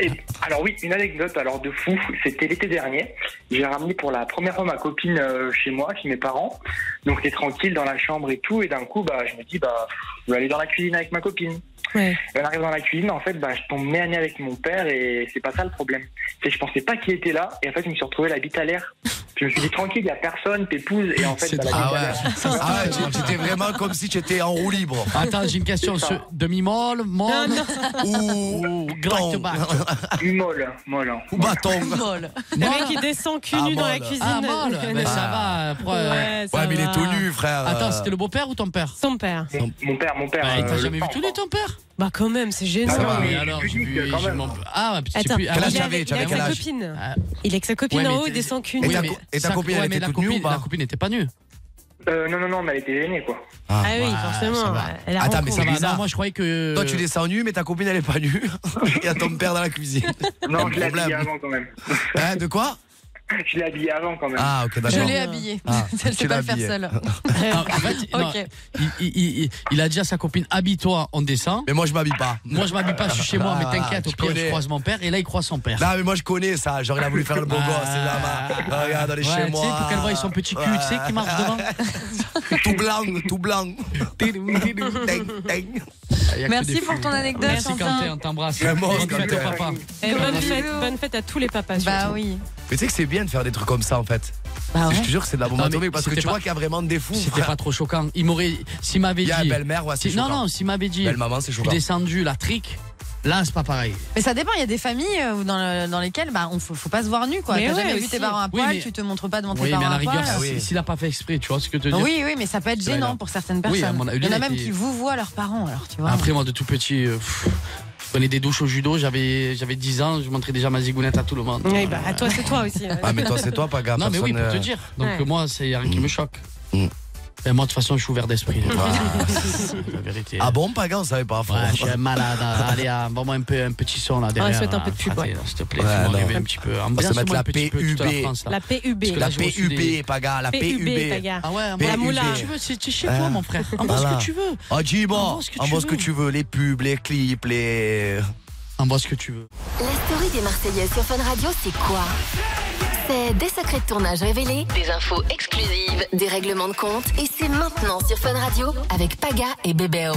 Speaker 13: Et- alors oui, une anecdote alors de fou, c'était l'été dernier. J'ai ramené pour la première fois ma copine euh, chez moi, chez mes parents. Donc t'es tranquille dans la chambre et tout, et d'un coup bah je me dis bah je vais aller dans la cuisine avec ma copine.
Speaker 5: Ouais.
Speaker 13: Et on arrive dans la cuisine, en fait bah je tombe nez à nez avec mon père et c'est pas ça le problème. C'est que je pensais pas qu'il était là et en fait je me suis retrouvé la bite à l'air. Puis je me suis dit, tranquille, il n'y a personne, t'épouses, et en fait, bah, la
Speaker 6: Ah
Speaker 13: vie,
Speaker 6: ouais,
Speaker 13: elle a-
Speaker 6: ah ouais tu- tu étais vraiment comme si tu étais en roue libre.
Speaker 7: Attends, j'ai une question.
Speaker 13: C'est
Speaker 7: Ce
Speaker 13: ça.
Speaker 7: Demi-molle, molle
Speaker 6: ou
Speaker 7: gratte bac
Speaker 13: *laughs* Molle, molle.
Speaker 6: Ou bâton. Ah,
Speaker 7: Molle.
Speaker 5: *laughs* Le mec qui descend cul nu
Speaker 7: Ah,
Speaker 5: dans la
Speaker 7: molle.
Speaker 5: cuisine.
Speaker 7: Ah, molle. Ben, ça
Speaker 6: Bah,
Speaker 7: va. après,
Speaker 5: Ouais, ça va.
Speaker 7: Attends, c'était le beau-père ou ton Euh, père
Speaker 5: Son père.
Speaker 13: Mon père, mon père.
Speaker 7: Bah, il t'a
Speaker 13: euh,
Speaker 7: jamais
Speaker 13: le
Speaker 7: vu
Speaker 13: sang.
Speaker 7: tout nu, ton père
Speaker 5: Bah quand même, c'est
Speaker 7: Ah,
Speaker 5: gênant.
Speaker 7: non, mais alors, j'ai vu- j'ai mon- Ah, ouais, puis tu sais
Speaker 5: Attends,
Speaker 7: plus. Ah,
Speaker 5: il
Speaker 7: ouais,
Speaker 5: est avec, il est avec sa copine. Il est avec sa copine
Speaker 7: Ah. Ouais,
Speaker 5: en
Speaker 7: mais
Speaker 5: haut, il
Speaker 7: t'es-
Speaker 5: descend cul nu.
Speaker 7: Oui, mais sa- ouais, mais la copine- La copine n'était pas nue.
Speaker 13: Euh, non, non, non, mais elle était gênée, quoi.
Speaker 5: Ah, oui, forcément. Elle a
Speaker 6: Attends, mais
Speaker 5: rencontré.
Speaker 6: c'est bizarre.
Speaker 7: moi, je croyais que.
Speaker 6: Toi, tu descends nu, mais ta copine, elle est pas
Speaker 13: *laughs*
Speaker 6: nue. Il y a ton père dans la cuisine.
Speaker 13: Non,
Speaker 6: Un
Speaker 13: je l'ai
Speaker 6: problème.
Speaker 13: habillé avant quand même.
Speaker 6: *laughs* Hein, de quoi
Speaker 13: *laughs* Je l'ai habillé avant quand même.
Speaker 6: Ah, ok,
Speaker 4: Je
Speaker 6: d'accord.
Speaker 4: l'ai habillé.
Speaker 5: *laughs*
Speaker 6: Ah,
Speaker 4: Elle sait
Speaker 6: tu
Speaker 4: pas
Speaker 6: l'as
Speaker 4: le faire
Speaker 6: habillé.
Speaker 4: seule.
Speaker 7: Ah, En fait, non,
Speaker 4: Ok.
Speaker 7: il, il- il- il- il a dit à sa copine Habille-toi, on descend.
Speaker 6: Mais moi, je m'habille pas.
Speaker 7: Moi, je m'habille pas, je suis chez moi,
Speaker 6: Ah,
Speaker 7: mais t'inquiète, au
Speaker 6: je
Speaker 7: pire, je
Speaker 6: connais. Bah
Speaker 7: croise mon père. Et là, il croise son père. Ah.
Speaker 6: Non, mais moi, je connais ça. Genre, il a voulu faire le beau gosse. c'est là, bah, Regarde, elle
Speaker 7: Ouais,
Speaker 6: est chez
Speaker 7: tu sais,
Speaker 6: moi.
Speaker 7: pour qu'elle voie son petit cul, tu sais, qui marche devant.
Speaker 6: *laughs* Tout blanc,
Speaker 7: *laughs*
Speaker 6: tout blanc.
Speaker 4: Merci pour ton anecdote.
Speaker 7: Merci,
Speaker 4: Quentin.
Speaker 7: Quentin, on t'embrasse.
Speaker 6: C'est mort,
Speaker 7: Bonne fête au
Speaker 6: Quentin.
Speaker 7: papa.
Speaker 5: Et Eh, ben, bonne fête, bonne fête à tous les papas.
Speaker 4: Bah
Speaker 5: surtout.
Speaker 4: oui.
Speaker 6: Mais tu sais que c'est bien de faire des trucs comme ça, en fait.
Speaker 7: Bah ouais.
Speaker 6: Je te jure que c'est de la bombe
Speaker 7: Non, mais
Speaker 6: atomique parce que
Speaker 7: c'était
Speaker 6: tu
Speaker 7: pas-
Speaker 6: vois qu'il y a vraiment des fous.
Speaker 7: C'était
Speaker 6: frère.
Speaker 7: pas trop choquant. Il m'aurait. S'il m'avait
Speaker 6: Il
Speaker 7: dit.
Speaker 6: y a belle-mère, ouais, c'est
Speaker 7: si- Non,
Speaker 6: choquant.
Speaker 7: non, s'il m'avait dit.
Speaker 6: Belle-maman, c'est
Speaker 7: je suis
Speaker 6: choquant.
Speaker 7: descendu la trique, là, c'est pas pareil.
Speaker 4: Mais ça dépend, il y a des familles euh, où dans, le- dans lesquelles bah, on faut, faut pas se voir nu. quoi.
Speaker 7: Mais
Speaker 4: T'as
Speaker 7: ouais,
Speaker 4: jamais vu
Speaker 7: aussi.
Speaker 4: tes parents à
Speaker 7: Oui,
Speaker 4: poil,
Speaker 7: mais-
Speaker 4: tu te montres pas devant
Speaker 7: oui,
Speaker 4: tes
Speaker 7: mais
Speaker 4: parents
Speaker 7: à la
Speaker 4: à poil.
Speaker 7: rigueur,
Speaker 6: Ah
Speaker 7: si- s'il a pas fait exprès, tu vois ce que je te dis.
Speaker 4: Oui, oui, mais ça peut être
Speaker 7: Ouais,
Speaker 4: gênant
Speaker 7: là.
Speaker 4: pour certaines
Speaker 7: Oui,
Speaker 4: personnes.
Speaker 7: à mon-
Speaker 4: il y en
Speaker 7: lui,
Speaker 4: a
Speaker 7: il
Speaker 4: même
Speaker 7: était-
Speaker 4: qui vous voient leurs parents, alors tu vois.
Speaker 7: Après, moi, de tout petit, euh, pff, je prenais des douches au judo, j'avais j'avais 10 ans, je montrais déjà ma zigounette à tout le monde.
Speaker 5: Oui, bah, à toi, c'est toi aussi.
Speaker 6: Ah, mais toi, c'est toi, pas gars.
Speaker 7: non, mais oui, pour te dire. Donc, euh,
Speaker 5: Ouais.
Speaker 7: moi, c'est y a rien
Speaker 6: Mm.
Speaker 7: qui me choque. Et moi, de toute façon, je suis ouvert d'esprit.
Speaker 21: Bah,
Speaker 7: *laughs* C'est la vérité.
Speaker 6: Ah bon, Paga, on savait pas.
Speaker 7: Ouais,
Speaker 6: frère.
Speaker 7: je suis un malade. hein. Allez,
Speaker 6: *laughs*
Speaker 7: envoie-moi un, peu, un petit son là derrière.
Speaker 5: souhaite un peu de pub,
Speaker 7: Allez, S'il te plaît,
Speaker 6: Ouais,
Speaker 7: fais-moi
Speaker 6: non.
Speaker 7: rêver un petit peu.
Speaker 6: On va se mettre
Speaker 7: Ambiance-moi
Speaker 6: la
Speaker 7: un petit peu toute
Speaker 6: PUB.
Speaker 7: France, là.
Speaker 5: La PUB.
Speaker 7: Parce que
Speaker 6: La
Speaker 7: là, je reçu des-
Speaker 6: PUB, Paga, la
Speaker 5: PUB,
Speaker 6: PUB.
Speaker 5: Paga.
Speaker 7: Ah ouais,
Speaker 6: PUB.
Speaker 7: la moula. Tu veux, c'est c'est chez
Speaker 6: Ah.
Speaker 7: toi, mon frère. Envoie
Speaker 6: Voilà.
Speaker 7: ce que tu veux.
Speaker 6: Ah, dis-moi,
Speaker 7: Envoie ce que tu
Speaker 6: envoie ce que
Speaker 7: veux.
Speaker 6: tu veux, les pubs, les clips, les.
Speaker 7: Envoie ce que tu veux.
Speaker 3: La story des Marseillais sur Fun Radio, c'est quoi C'est des secrets de tournage révélés, des infos exclusives, des règlements de compte, et c'est maintenant sur Fun Radio avec Paga et Bébéo.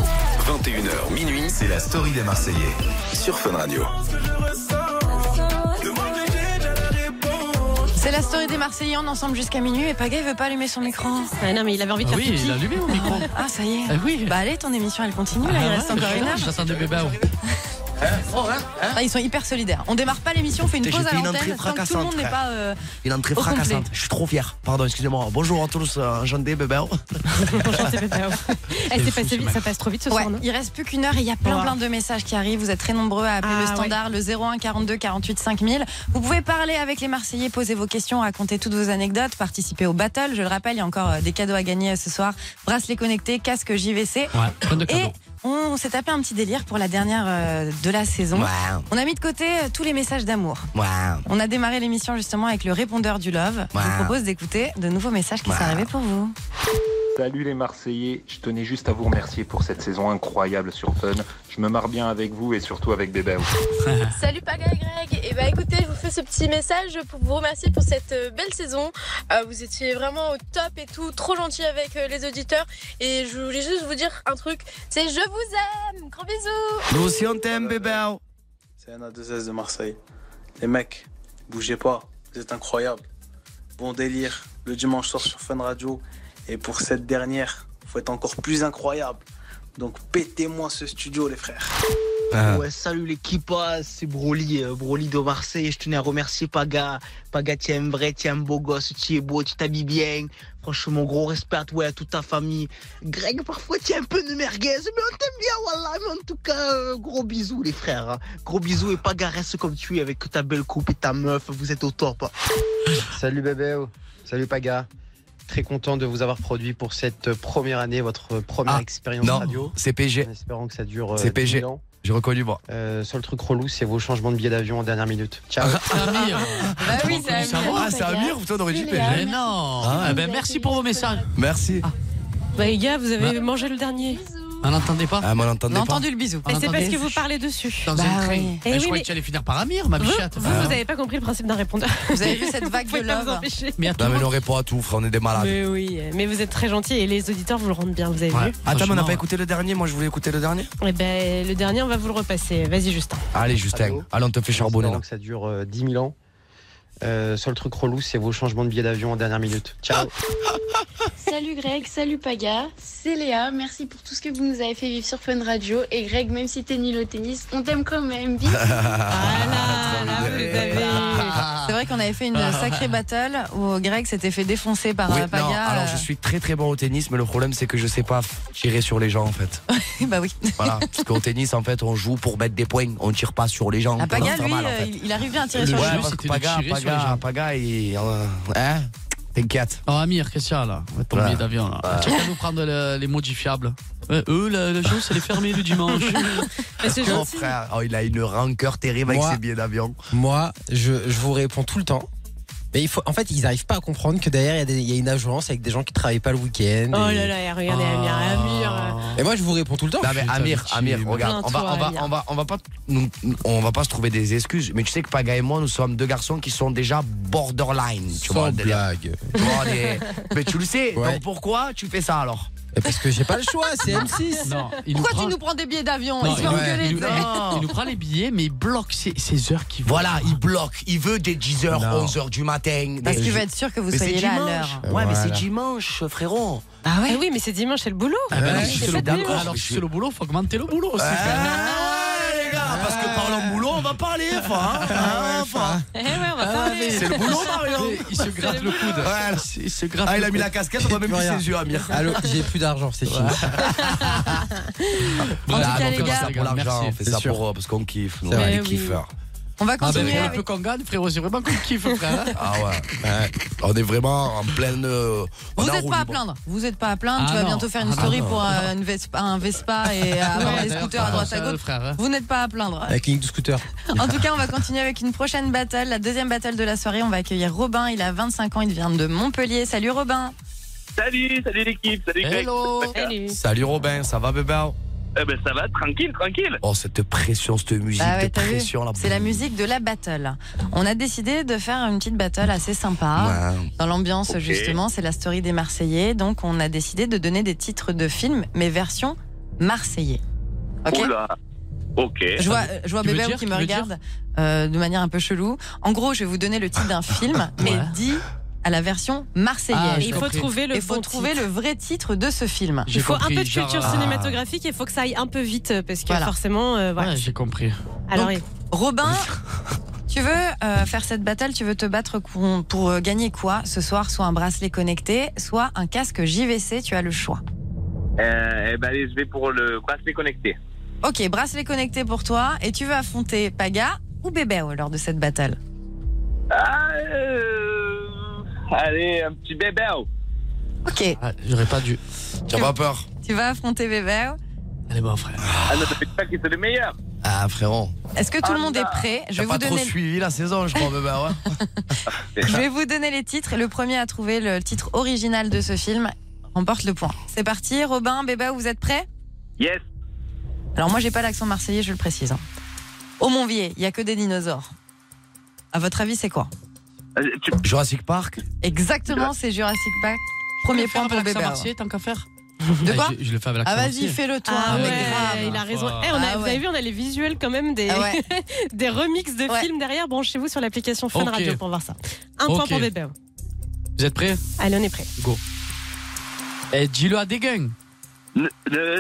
Speaker 1: 21h minuit, c'est la story des Marseillais sur Fun Radio.
Speaker 4: C'est la story des Marseillais en ensemble jusqu'à minuit et Pagay veut pas allumer son micro.
Speaker 5: Ah non, mais il avait envie de
Speaker 7: Ah
Speaker 5: faire
Speaker 7: oui,
Speaker 5: pipi.
Speaker 7: il a allumé mon micro.
Speaker 4: Ah ça y est.
Speaker 7: Ah oui. Ah
Speaker 4: Bah allez, ton émission elle continue,
Speaker 6: Ah
Speaker 4: là, il reste encore une heure.
Speaker 7: J'attends de bébé.
Speaker 4: Ah, ils sont hyper solidaires. On démarre pas l'émission, on fait une
Speaker 6: Putain,
Speaker 4: pause
Speaker 6: j'ai fait
Speaker 4: à
Speaker 6: une entrée
Speaker 4: l'antenne tant que tout le
Speaker 6: fracassante,
Speaker 4: monde n'est
Speaker 6: frère.
Speaker 4: pas. euh,
Speaker 6: Une entrée
Speaker 4: Au
Speaker 6: fracassante.
Speaker 4: complet.
Speaker 6: Je suis trop fier. Pardon, excusez-moi. Bonjour à tous, euh, enchanté, bébé.
Speaker 5: Enchanté, Bébéo. Eh, c'est passé vite, ça passe trop vite ce
Speaker 4: Ouais,
Speaker 5: soir, non
Speaker 4: il reste plus qu'une heure et il y a plein
Speaker 5: Ouais.
Speaker 4: plein de messages qui arrivent. Vous êtes très nombreux à appeler
Speaker 5: Ah,
Speaker 4: le standard, le 01 42 48 5000. Vous pouvez parler avec les Marseillais, poser vos questions, raconter toutes vos anecdotes, participer au battle. Je le rappelle, il y a encore euh, des cadeaux à gagner euh, ce soir. Bracelet connecté, casque JVC.
Speaker 7: Ouais, plein de cadeaux.
Speaker 4: Et on s'est tapé un petit délire pour la dernière euh, de la saison.
Speaker 6: Waouh.
Speaker 4: On a mis de côté euh, tous les messages d'amour.
Speaker 6: Waouh.
Speaker 4: On a démarré l'émission justement avec le répondeur du love. Je vous
Speaker 6: Waouh.
Speaker 4: propose d'écouter de nouveaux messages qui sont arrivés pour vous.
Speaker 2: Salut les Marseillais, je tenais juste à vous remercier pour cette saison incroyable sur Fun. Je me marre bien avec vous et surtout avec
Speaker 6: *laughs*
Speaker 2: Bébé.
Speaker 10: Salut Paga et Greg. Et bah écoutez, je vous fais ce petit message pour vous remercier pour cette euh, belle saison. Euh, vous étiez vraiment au top et tout, trop gentil avec euh, les auditeurs. Et je voulais juste vous dire un truc, c'est je vous aime. Gros bisous.
Speaker 6: Nous aussi, on t'aime, bébé.
Speaker 20: C'est un 2 s de Marseille. Les mecs, bougez pas, vous êtes incroyables. Bon délire, le dimanche soir sur Fun Radio. Et pour cette dernière, faut être encore plus incroyable. Donc pétez-moi ce studio, les frères.
Speaker 25: Ouais, salut l'équipe, ah, c'est Broly, euh, Broly de Marseille. Je tenais à remercier Paga. Paga, tu es un vrai, tu es un beau gosse, tu es beau, tu t'habilles bien. Franchement, gros respect à toi et à toute ta famille. Greg, parfois tu es un peu de merguez, mais on t'aime bien, voilà. Mais en tout cas, euh, gros bisous les frères. hein. Gros bisous et Paga, reste comme tu es avec ta belle coupe et ta meuf, vous êtes au top.
Speaker 26: Salut bébé, salut Paga. Très content de vous avoir produit pour cette première année, votre première
Speaker 6: Ah,
Speaker 26: expérience
Speaker 6: Non,
Speaker 26: radio.
Speaker 6: c'est PG.
Speaker 26: En espérant que ça dure. euh,
Speaker 6: C'est PG.
Speaker 26: 10 ans.
Speaker 6: J'ai reconnu, moi.
Speaker 26: Euh, seul truc relou, c'est vos changements de billets d'avion en dernière minute. Ciao.
Speaker 7: Ah, Amir.
Speaker 4: Bah oui, c'est
Speaker 7: Ça
Speaker 4: Amir.
Speaker 7: va
Speaker 6: Ah, c'est Amir, putain, on aurait dit PG.
Speaker 7: Mais non.
Speaker 6: Ah ouais.
Speaker 7: Eh ben, merci pour vos messages.
Speaker 6: Merci.
Speaker 5: Bah les gars, vous avez mangé le dernier.
Speaker 7: On n'entendait pas
Speaker 6: Ah, mais on n'entendait
Speaker 4: On a
Speaker 6: pas.
Speaker 4: entendu le bisou.
Speaker 5: Mais c'est parce que vous parlez dessus.
Speaker 7: Dans
Speaker 4: Bah
Speaker 7: un train.
Speaker 4: oui.
Speaker 5: Eh
Speaker 7: Eh, je
Speaker 5: oui,
Speaker 7: croyais
Speaker 5: mais-
Speaker 7: que tu allais finir par Amir, ma
Speaker 5: Vous,
Speaker 7: bichette.
Speaker 5: vous, vous avez pas compris le principe d'un répondeur.
Speaker 4: Vous avez vu cette vague
Speaker 5: *laughs*
Speaker 4: de
Speaker 5: Vous pouvez pas vous
Speaker 4: love hein.
Speaker 5: empêcher.
Speaker 7: Mais
Speaker 6: Non, mais on répond à tout, frère, on est des malades.
Speaker 5: Mais oui, mais vous êtes très gentil et les auditeurs vous le rendent bien, vous avez vu.
Speaker 7: Ah,
Speaker 6: Attends, mais on n'a pas écouté le dernier, moi je voulais écouter le dernier.
Speaker 5: Eh ben, le dernier, on va vous le repasser. Vas-y, Justin.
Speaker 6: Allez, Justin, allez, on te fait charbonner là.
Speaker 26: espérant que ça dure euh, 10 000 ans. Euh, seul truc relou, c'est vos changements de billets d'avion en dernière minute.
Speaker 6: *laughs*
Speaker 26: Ciao
Speaker 10: Salut Greg, salut Paga, c'est Léa, merci pour tout ce que vous nous avez fait vivre sur Fun Radio. Et Greg, même si t'es nul au
Speaker 4: *laughs*
Speaker 10: tennis, on t'aime quand même.
Speaker 6: Ah *laughs*
Speaker 10: Bisous.
Speaker 7: Eh
Speaker 4: *laughs* C'est vrai qu'on avait fait
Speaker 7: Ah.
Speaker 4: une sacrée battle où Greg s'était fait défoncer par
Speaker 6: Oui,
Speaker 4: euh, Paga.
Speaker 6: non, alors je suis très très bon au tennis, mais le problème c'est que je sais pas tirer sur les gens en *laughs* fait.
Speaker 4: *laughs* bah oui.
Speaker 6: Voilà, parce qu'au tennis en fait on joue pour mettre des points, on tire pas sur les gens.
Speaker 4: Ah, Paga,
Speaker 6: Ça fait
Speaker 4: lui,
Speaker 6: mal, en
Speaker 4: euh,
Speaker 6: fait.
Speaker 4: il, il arrive bien à tirer
Speaker 6: Le
Speaker 4: sur
Speaker 6: jeu,
Speaker 4: les gens.
Speaker 6: parce que Paga, Paga, Paga, il. euh, hein T'inquiète.
Speaker 7: Oh, Amir, qu'est-ce qu'il y a là On va tomber d'avion là.
Speaker 6: Ah.
Speaker 7: Tu vas nous prendre le- les modifiables. Ouais, Euh, eux, le, le jeu, c'est les fermés le
Speaker 4: *laughs*
Speaker 7: dimanche.
Speaker 4: c'est
Speaker 6: Mon frère, oh, il a une rancœur terrible avec
Speaker 8: Moi-
Speaker 6: ses billets d'avion.
Speaker 8: Moi, je, je vous réponds tout le temps. Mais il faut, en fait, ils n'arrivent pas à comprendre que derrière, il y a des- il y, a une agence avec des gens qui travaillent pas le week-end.
Speaker 5: Oh
Speaker 8: et-
Speaker 5: là là, regardez Amir, Amir. euh,
Speaker 4: hein.
Speaker 8: Ah. Et moi, je vous réponds tout le temps.
Speaker 6: Non, mais Amir, Amir, regarde, on va, on, va,
Speaker 5: Plains-toi,
Speaker 6: on, va, on, va pas, nous- on va pas se trouver des excuses, mais tu sais que Paga et moi, nous sommes deux garçons qui sont déjà borderline. Tu
Speaker 8: Sans
Speaker 6: vois, le délire.
Speaker 8: blague.
Speaker 6: Tu vois, on est- Mais tu le sais,
Speaker 8: Ouais.
Speaker 6: donc pourquoi tu fais ça alors
Speaker 8: Parce que j'ai pas le choix, c'est M6.
Speaker 7: Non, il nous
Speaker 4: Pourquoi
Speaker 7: prend-
Speaker 4: tu nous prends des billets d'avion
Speaker 7: Non,
Speaker 4: Il se fait
Speaker 7: il-
Speaker 4: engueuler.
Speaker 7: il nous-
Speaker 4: tu sais.
Speaker 7: il nous prend les billets, mais il bloque ces, ces heures qui vont.
Speaker 6: Voilà, il bloque. Il veut des 10h,
Speaker 7: Non.
Speaker 6: 11h du matin.
Speaker 4: Parce
Speaker 6: des-
Speaker 4: qu'il veut être sûr que vous
Speaker 6: Mais c'est
Speaker 4: soyez là à
Speaker 6: dimanche.
Speaker 4: l'heure.
Speaker 6: Ouais, mais c'est dimanche, frérot.
Speaker 4: Ah ouais
Speaker 5: Eh oui, mais c'est dimanche, c'est le boulot.
Speaker 6: Ah bah,
Speaker 5: C'est
Speaker 6: si c'est
Speaker 5: pas
Speaker 6: le
Speaker 5: dimanche.
Speaker 6: boulot,
Speaker 7: Alors,
Speaker 6: mais
Speaker 7: ben, si
Speaker 6: je-
Speaker 7: c'est le boulot, faut augmenter le boulot aussi.
Speaker 6: les gars, Ah, parce que parlant boulot, on va parler. faut, hein, hein, faut, hein.
Speaker 5: Eh ouais, on va parler.
Speaker 6: C'est le boulot, Marion.
Speaker 7: Il se gratte le coude.
Speaker 6: Ouais.
Speaker 7: Il se gratte
Speaker 6: Ah, il
Speaker 7: le
Speaker 6: a mis
Speaker 7: coude.
Speaker 6: la casquette, on voit même
Speaker 8: Plus
Speaker 6: plus
Speaker 8: rien.
Speaker 6: ses yeux, Amir.
Speaker 8: Allô, j'ai plus d'argent,
Speaker 7: *laughs*
Speaker 8: c'est fini.
Speaker 4: En
Speaker 6: Voilà,
Speaker 4: tout cas,
Speaker 6: on
Speaker 4: les
Speaker 6: fait pas
Speaker 4: gars,
Speaker 6: ça pour l'argent, on fait
Speaker 8: C'est
Speaker 6: ça
Speaker 8: sûr.
Speaker 6: pour, euh, parce qu'on kiffe. nous,
Speaker 8: C'est
Speaker 6: on
Speaker 8: vrai.
Speaker 6: est
Speaker 8: Eh
Speaker 6: des
Speaker 8: oui.
Speaker 6: kiffeurs.
Speaker 4: on va
Speaker 7: Ah, ben,
Speaker 4: continuer
Speaker 7: on
Speaker 4: avec.
Speaker 7: peut qu'on gagne, frérot. C'est vraiment qu'on kiffe, frère.
Speaker 6: Ah ouais. On est vraiment en pleine. euh, on
Speaker 4: Vous
Speaker 6: est en
Speaker 4: n'êtes
Speaker 6: roue
Speaker 4: pas à
Speaker 6: libre.
Speaker 4: plaindre. Vous n'êtes pas à plaindre.
Speaker 7: Ah
Speaker 4: tu vas
Speaker 7: non.
Speaker 4: bientôt faire une
Speaker 7: Ah
Speaker 4: story
Speaker 7: non.
Speaker 4: pour euh, une Vespa,
Speaker 7: *laughs*
Speaker 4: un Vespa et euh,
Speaker 8: *laughs*
Speaker 4: avoir
Speaker 7: Ouais,
Speaker 4: des
Speaker 7: d'ailleurs,
Speaker 4: scooters à
Speaker 7: frère,
Speaker 4: droite à
Speaker 7: ça,
Speaker 4: gauche.
Speaker 7: frère, hein.
Speaker 4: Vous n'êtes pas à plaindre.
Speaker 8: Avec Link du scooter.
Speaker 4: En tout cas, on va continuer avec une prochaine battle, la deuxième battle de la soirée. On va accueillir Robin. Il a 25 ans. Il vient de Montpellier. Salut Robin.
Speaker 9: Salut, salut l'équipe, salut Greg.
Speaker 7: Hello.
Speaker 4: Salut.
Speaker 6: Salut Robin, ça va, bébé
Speaker 9: Eh ben ça va, tranquille, tranquille.
Speaker 6: Oh, cette pression, cette musique
Speaker 4: Bah ouais,
Speaker 6: de
Speaker 4: t'as vu,
Speaker 6: pression là.
Speaker 4: C'est la musique de la battle. On a décidé de faire une petite battle assez sympa.
Speaker 6: Ouais.
Speaker 4: Dans l'ambiance,
Speaker 9: Ok.
Speaker 4: justement, c'est la story des Marseillais. Donc, on a décidé de donner des titres de films, mais version marseillais. Ok
Speaker 9: Oula. Ok.
Speaker 4: Je vois, je vois
Speaker 9: Tu veux
Speaker 4: Bébé
Speaker 9: dire,
Speaker 4: qui
Speaker 9: tu
Speaker 4: me
Speaker 9: veux dire
Speaker 4: regarde euh, de manière un peu chelou. En gros, je vais vous donner le titre
Speaker 9: *laughs*
Speaker 4: d'un film, mais
Speaker 7: Ouais.
Speaker 4: dit à la version marseillaise.
Speaker 7: Ah, j'ai
Speaker 4: Et
Speaker 7: Il faut compris.
Speaker 5: trouver le
Speaker 4: il faut
Speaker 5: bon
Speaker 4: trouver
Speaker 5: titre.
Speaker 4: le vrai titre de ce film.
Speaker 5: Il faut un peu de
Speaker 7: genre,
Speaker 5: culture
Speaker 6: euh,
Speaker 7: ah.
Speaker 5: cinématographique et il faut que ça aille un peu vite euh, parce que
Speaker 4: Voilà.
Speaker 5: forcément, euh, voilà.
Speaker 7: Ouais, j'ai compris.
Speaker 5: Alors,
Speaker 4: Donc, Robin, tu veux euh, faire cette battle, tu veux te battre con- pour euh, gagner quoi ce soir Soit un bracelet connecté, soit un casque JVC, tu as le choix.
Speaker 9: Euh, eh ben allez, je vais pour le bracelet connecté.
Speaker 4: Ok, bracelet connecté pour toi et tu veux affronter Paga ou Bébéo lors de cette battle.
Speaker 9: Ah, euh, allez, un petit bébé. oh.
Speaker 4: Ok,
Speaker 7: Ah, J'aurais pas dû.
Speaker 6: T'as pas peur
Speaker 4: tu vas affronter Bébéo.
Speaker 7: Allez, bon, frère.
Speaker 9: Ah non, t'as pas qui c'est le meilleur.
Speaker 6: Ah, frérot.
Speaker 4: Est-ce que tout le monde est prêt Je
Speaker 6: T'as
Speaker 4: vais,
Speaker 6: pas
Speaker 4: vous
Speaker 6: trop
Speaker 4: donner,
Speaker 6: suivi la saison, je crois, bébé, ouais.
Speaker 9: *laughs*
Speaker 4: je vais vous donner les titres. Le premier à trouver le titre original de ce film remporte le point. C'est parti, Robin, Bébéo, vous êtes prêts
Speaker 9: Yes.
Speaker 4: Alors moi j'ai pas l'accent marseillais, je le précise. hein. Au Montvier, il y a que des dinosaures. À votre avis, c'est quoi
Speaker 9: Euh,
Speaker 6: Jurassic Park
Speaker 4: Exactement, c'est Jurassic Park. Premier point pour Bébé.
Speaker 7: Marseille, tant qu'à faire.
Speaker 4: De quoi
Speaker 7: je, je le fais avec l'accent
Speaker 4: Ah vas-y,
Speaker 7: marseillais.
Speaker 4: fais-le toi.
Speaker 5: Ah
Speaker 4: mais
Speaker 5: ouais,
Speaker 4: grave.
Speaker 5: il a raison.
Speaker 7: Ah.
Speaker 5: Eh, on a-
Speaker 4: Ah
Speaker 5: Vous
Speaker 4: ouais.
Speaker 5: avez vu, on a les visuels quand même des,
Speaker 4: Ah ouais.
Speaker 5: *laughs* des remixes de
Speaker 4: Ouais.
Speaker 5: films derrière. Branchez-vous sur l'application Fun
Speaker 7: Ok.
Speaker 5: Radio pour voir ça. Un
Speaker 7: Ok.
Speaker 5: point pour Bébé.
Speaker 7: Vous êtes prêts
Speaker 5: Allez, on est prêt.
Speaker 7: Go. Et dis-le à des gangs.
Speaker 9: Ne, ne-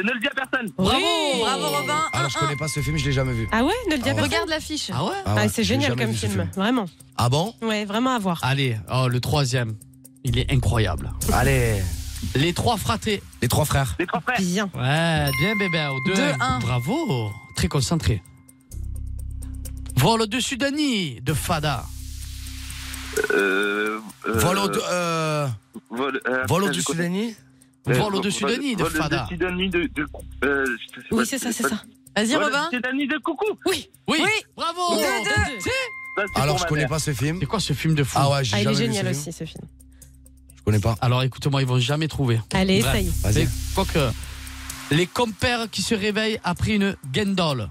Speaker 9: ne le dis à personne.
Speaker 4: Bravo, bravo Robin.
Speaker 6: Alors, Ah, je connais pas ce film, je l'ai jamais vu.
Speaker 5: Ah ouais, ne le dis à
Speaker 6: Ah ouais.
Speaker 5: personne.
Speaker 4: Regarde l'affiche.
Speaker 7: Ah ouais
Speaker 6: Ah ouais,
Speaker 5: Ah, c'est
Speaker 6: j'ai
Speaker 5: génial
Speaker 6: jamais
Speaker 5: comme
Speaker 6: vu ce
Speaker 5: film. vraiment.
Speaker 6: Ah bon
Speaker 5: Ouais, vraiment à voir.
Speaker 7: Allez, oh, le troisième. Il est incroyable.
Speaker 6: Allez,
Speaker 7: Les trois fratés.
Speaker 6: les trois frères.
Speaker 9: Les trois frères.
Speaker 5: Bien.
Speaker 7: Ouais, bien bébé. Au deux,
Speaker 4: Deux,
Speaker 7: un.
Speaker 4: un.
Speaker 7: Bravo. Très concentré. Vol au-dessus d'Annie de Fada.
Speaker 9: Euh, euh,
Speaker 6: Vol au- euh,
Speaker 9: vol, euh,
Speaker 6: Vol
Speaker 9: putain, j'ai
Speaker 6: au-dessus
Speaker 9: connu-
Speaker 6: de nuit
Speaker 9: Euh,
Speaker 7: Vol au-dessus
Speaker 9: vol-
Speaker 7: d'Annie de
Speaker 9: vol
Speaker 7: Fada.
Speaker 9: au-dessus d'Annie de. de- euh, je- je-
Speaker 5: Oui,
Speaker 9: ouais,
Speaker 5: c'est ça, c'est
Speaker 9: vol-
Speaker 5: ça.
Speaker 4: Vas-y
Speaker 9: vol
Speaker 4: Robin.
Speaker 9: au-dessus d'Annie de coucou.
Speaker 5: Oui.
Speaker 7: Oui.
Speaker 4: Oui.
Speaker 7: Bravo.
Speaker 4: Deux, deux.
Speaker 7: C'est-
Speaker 9: Ça, c'est
Speaker 6: Alors,
Speaker 9: pour
Speaker 6: je
Speaker 9: ma
Speaker 6: connais
Speaker 9: mère.
Speaker 6: pas ce film.
Speaker 7: C'est quoi ce film de fou
Speaker 6: Ah ouais, j'ai
Speaker 5: Ah, il est
Speaker 6: jamais vu ce
Speaker 5: génial
Speaker 6: film.
Speaker 5: aussi ce film.
Speaker 6: Je connais pas.
Speaker 7: Alors écoute-moi, ils vont jamais trouver.
Speaker 5: Allez,
Speaker 7: Bref.
Speaker 5: essaye.
Speaker 6: Vas-y.
Speaker 7: Mais quoi que les compères qui se réveillent après une
Speaker 5: *laughs*
Speaker 7: gendole.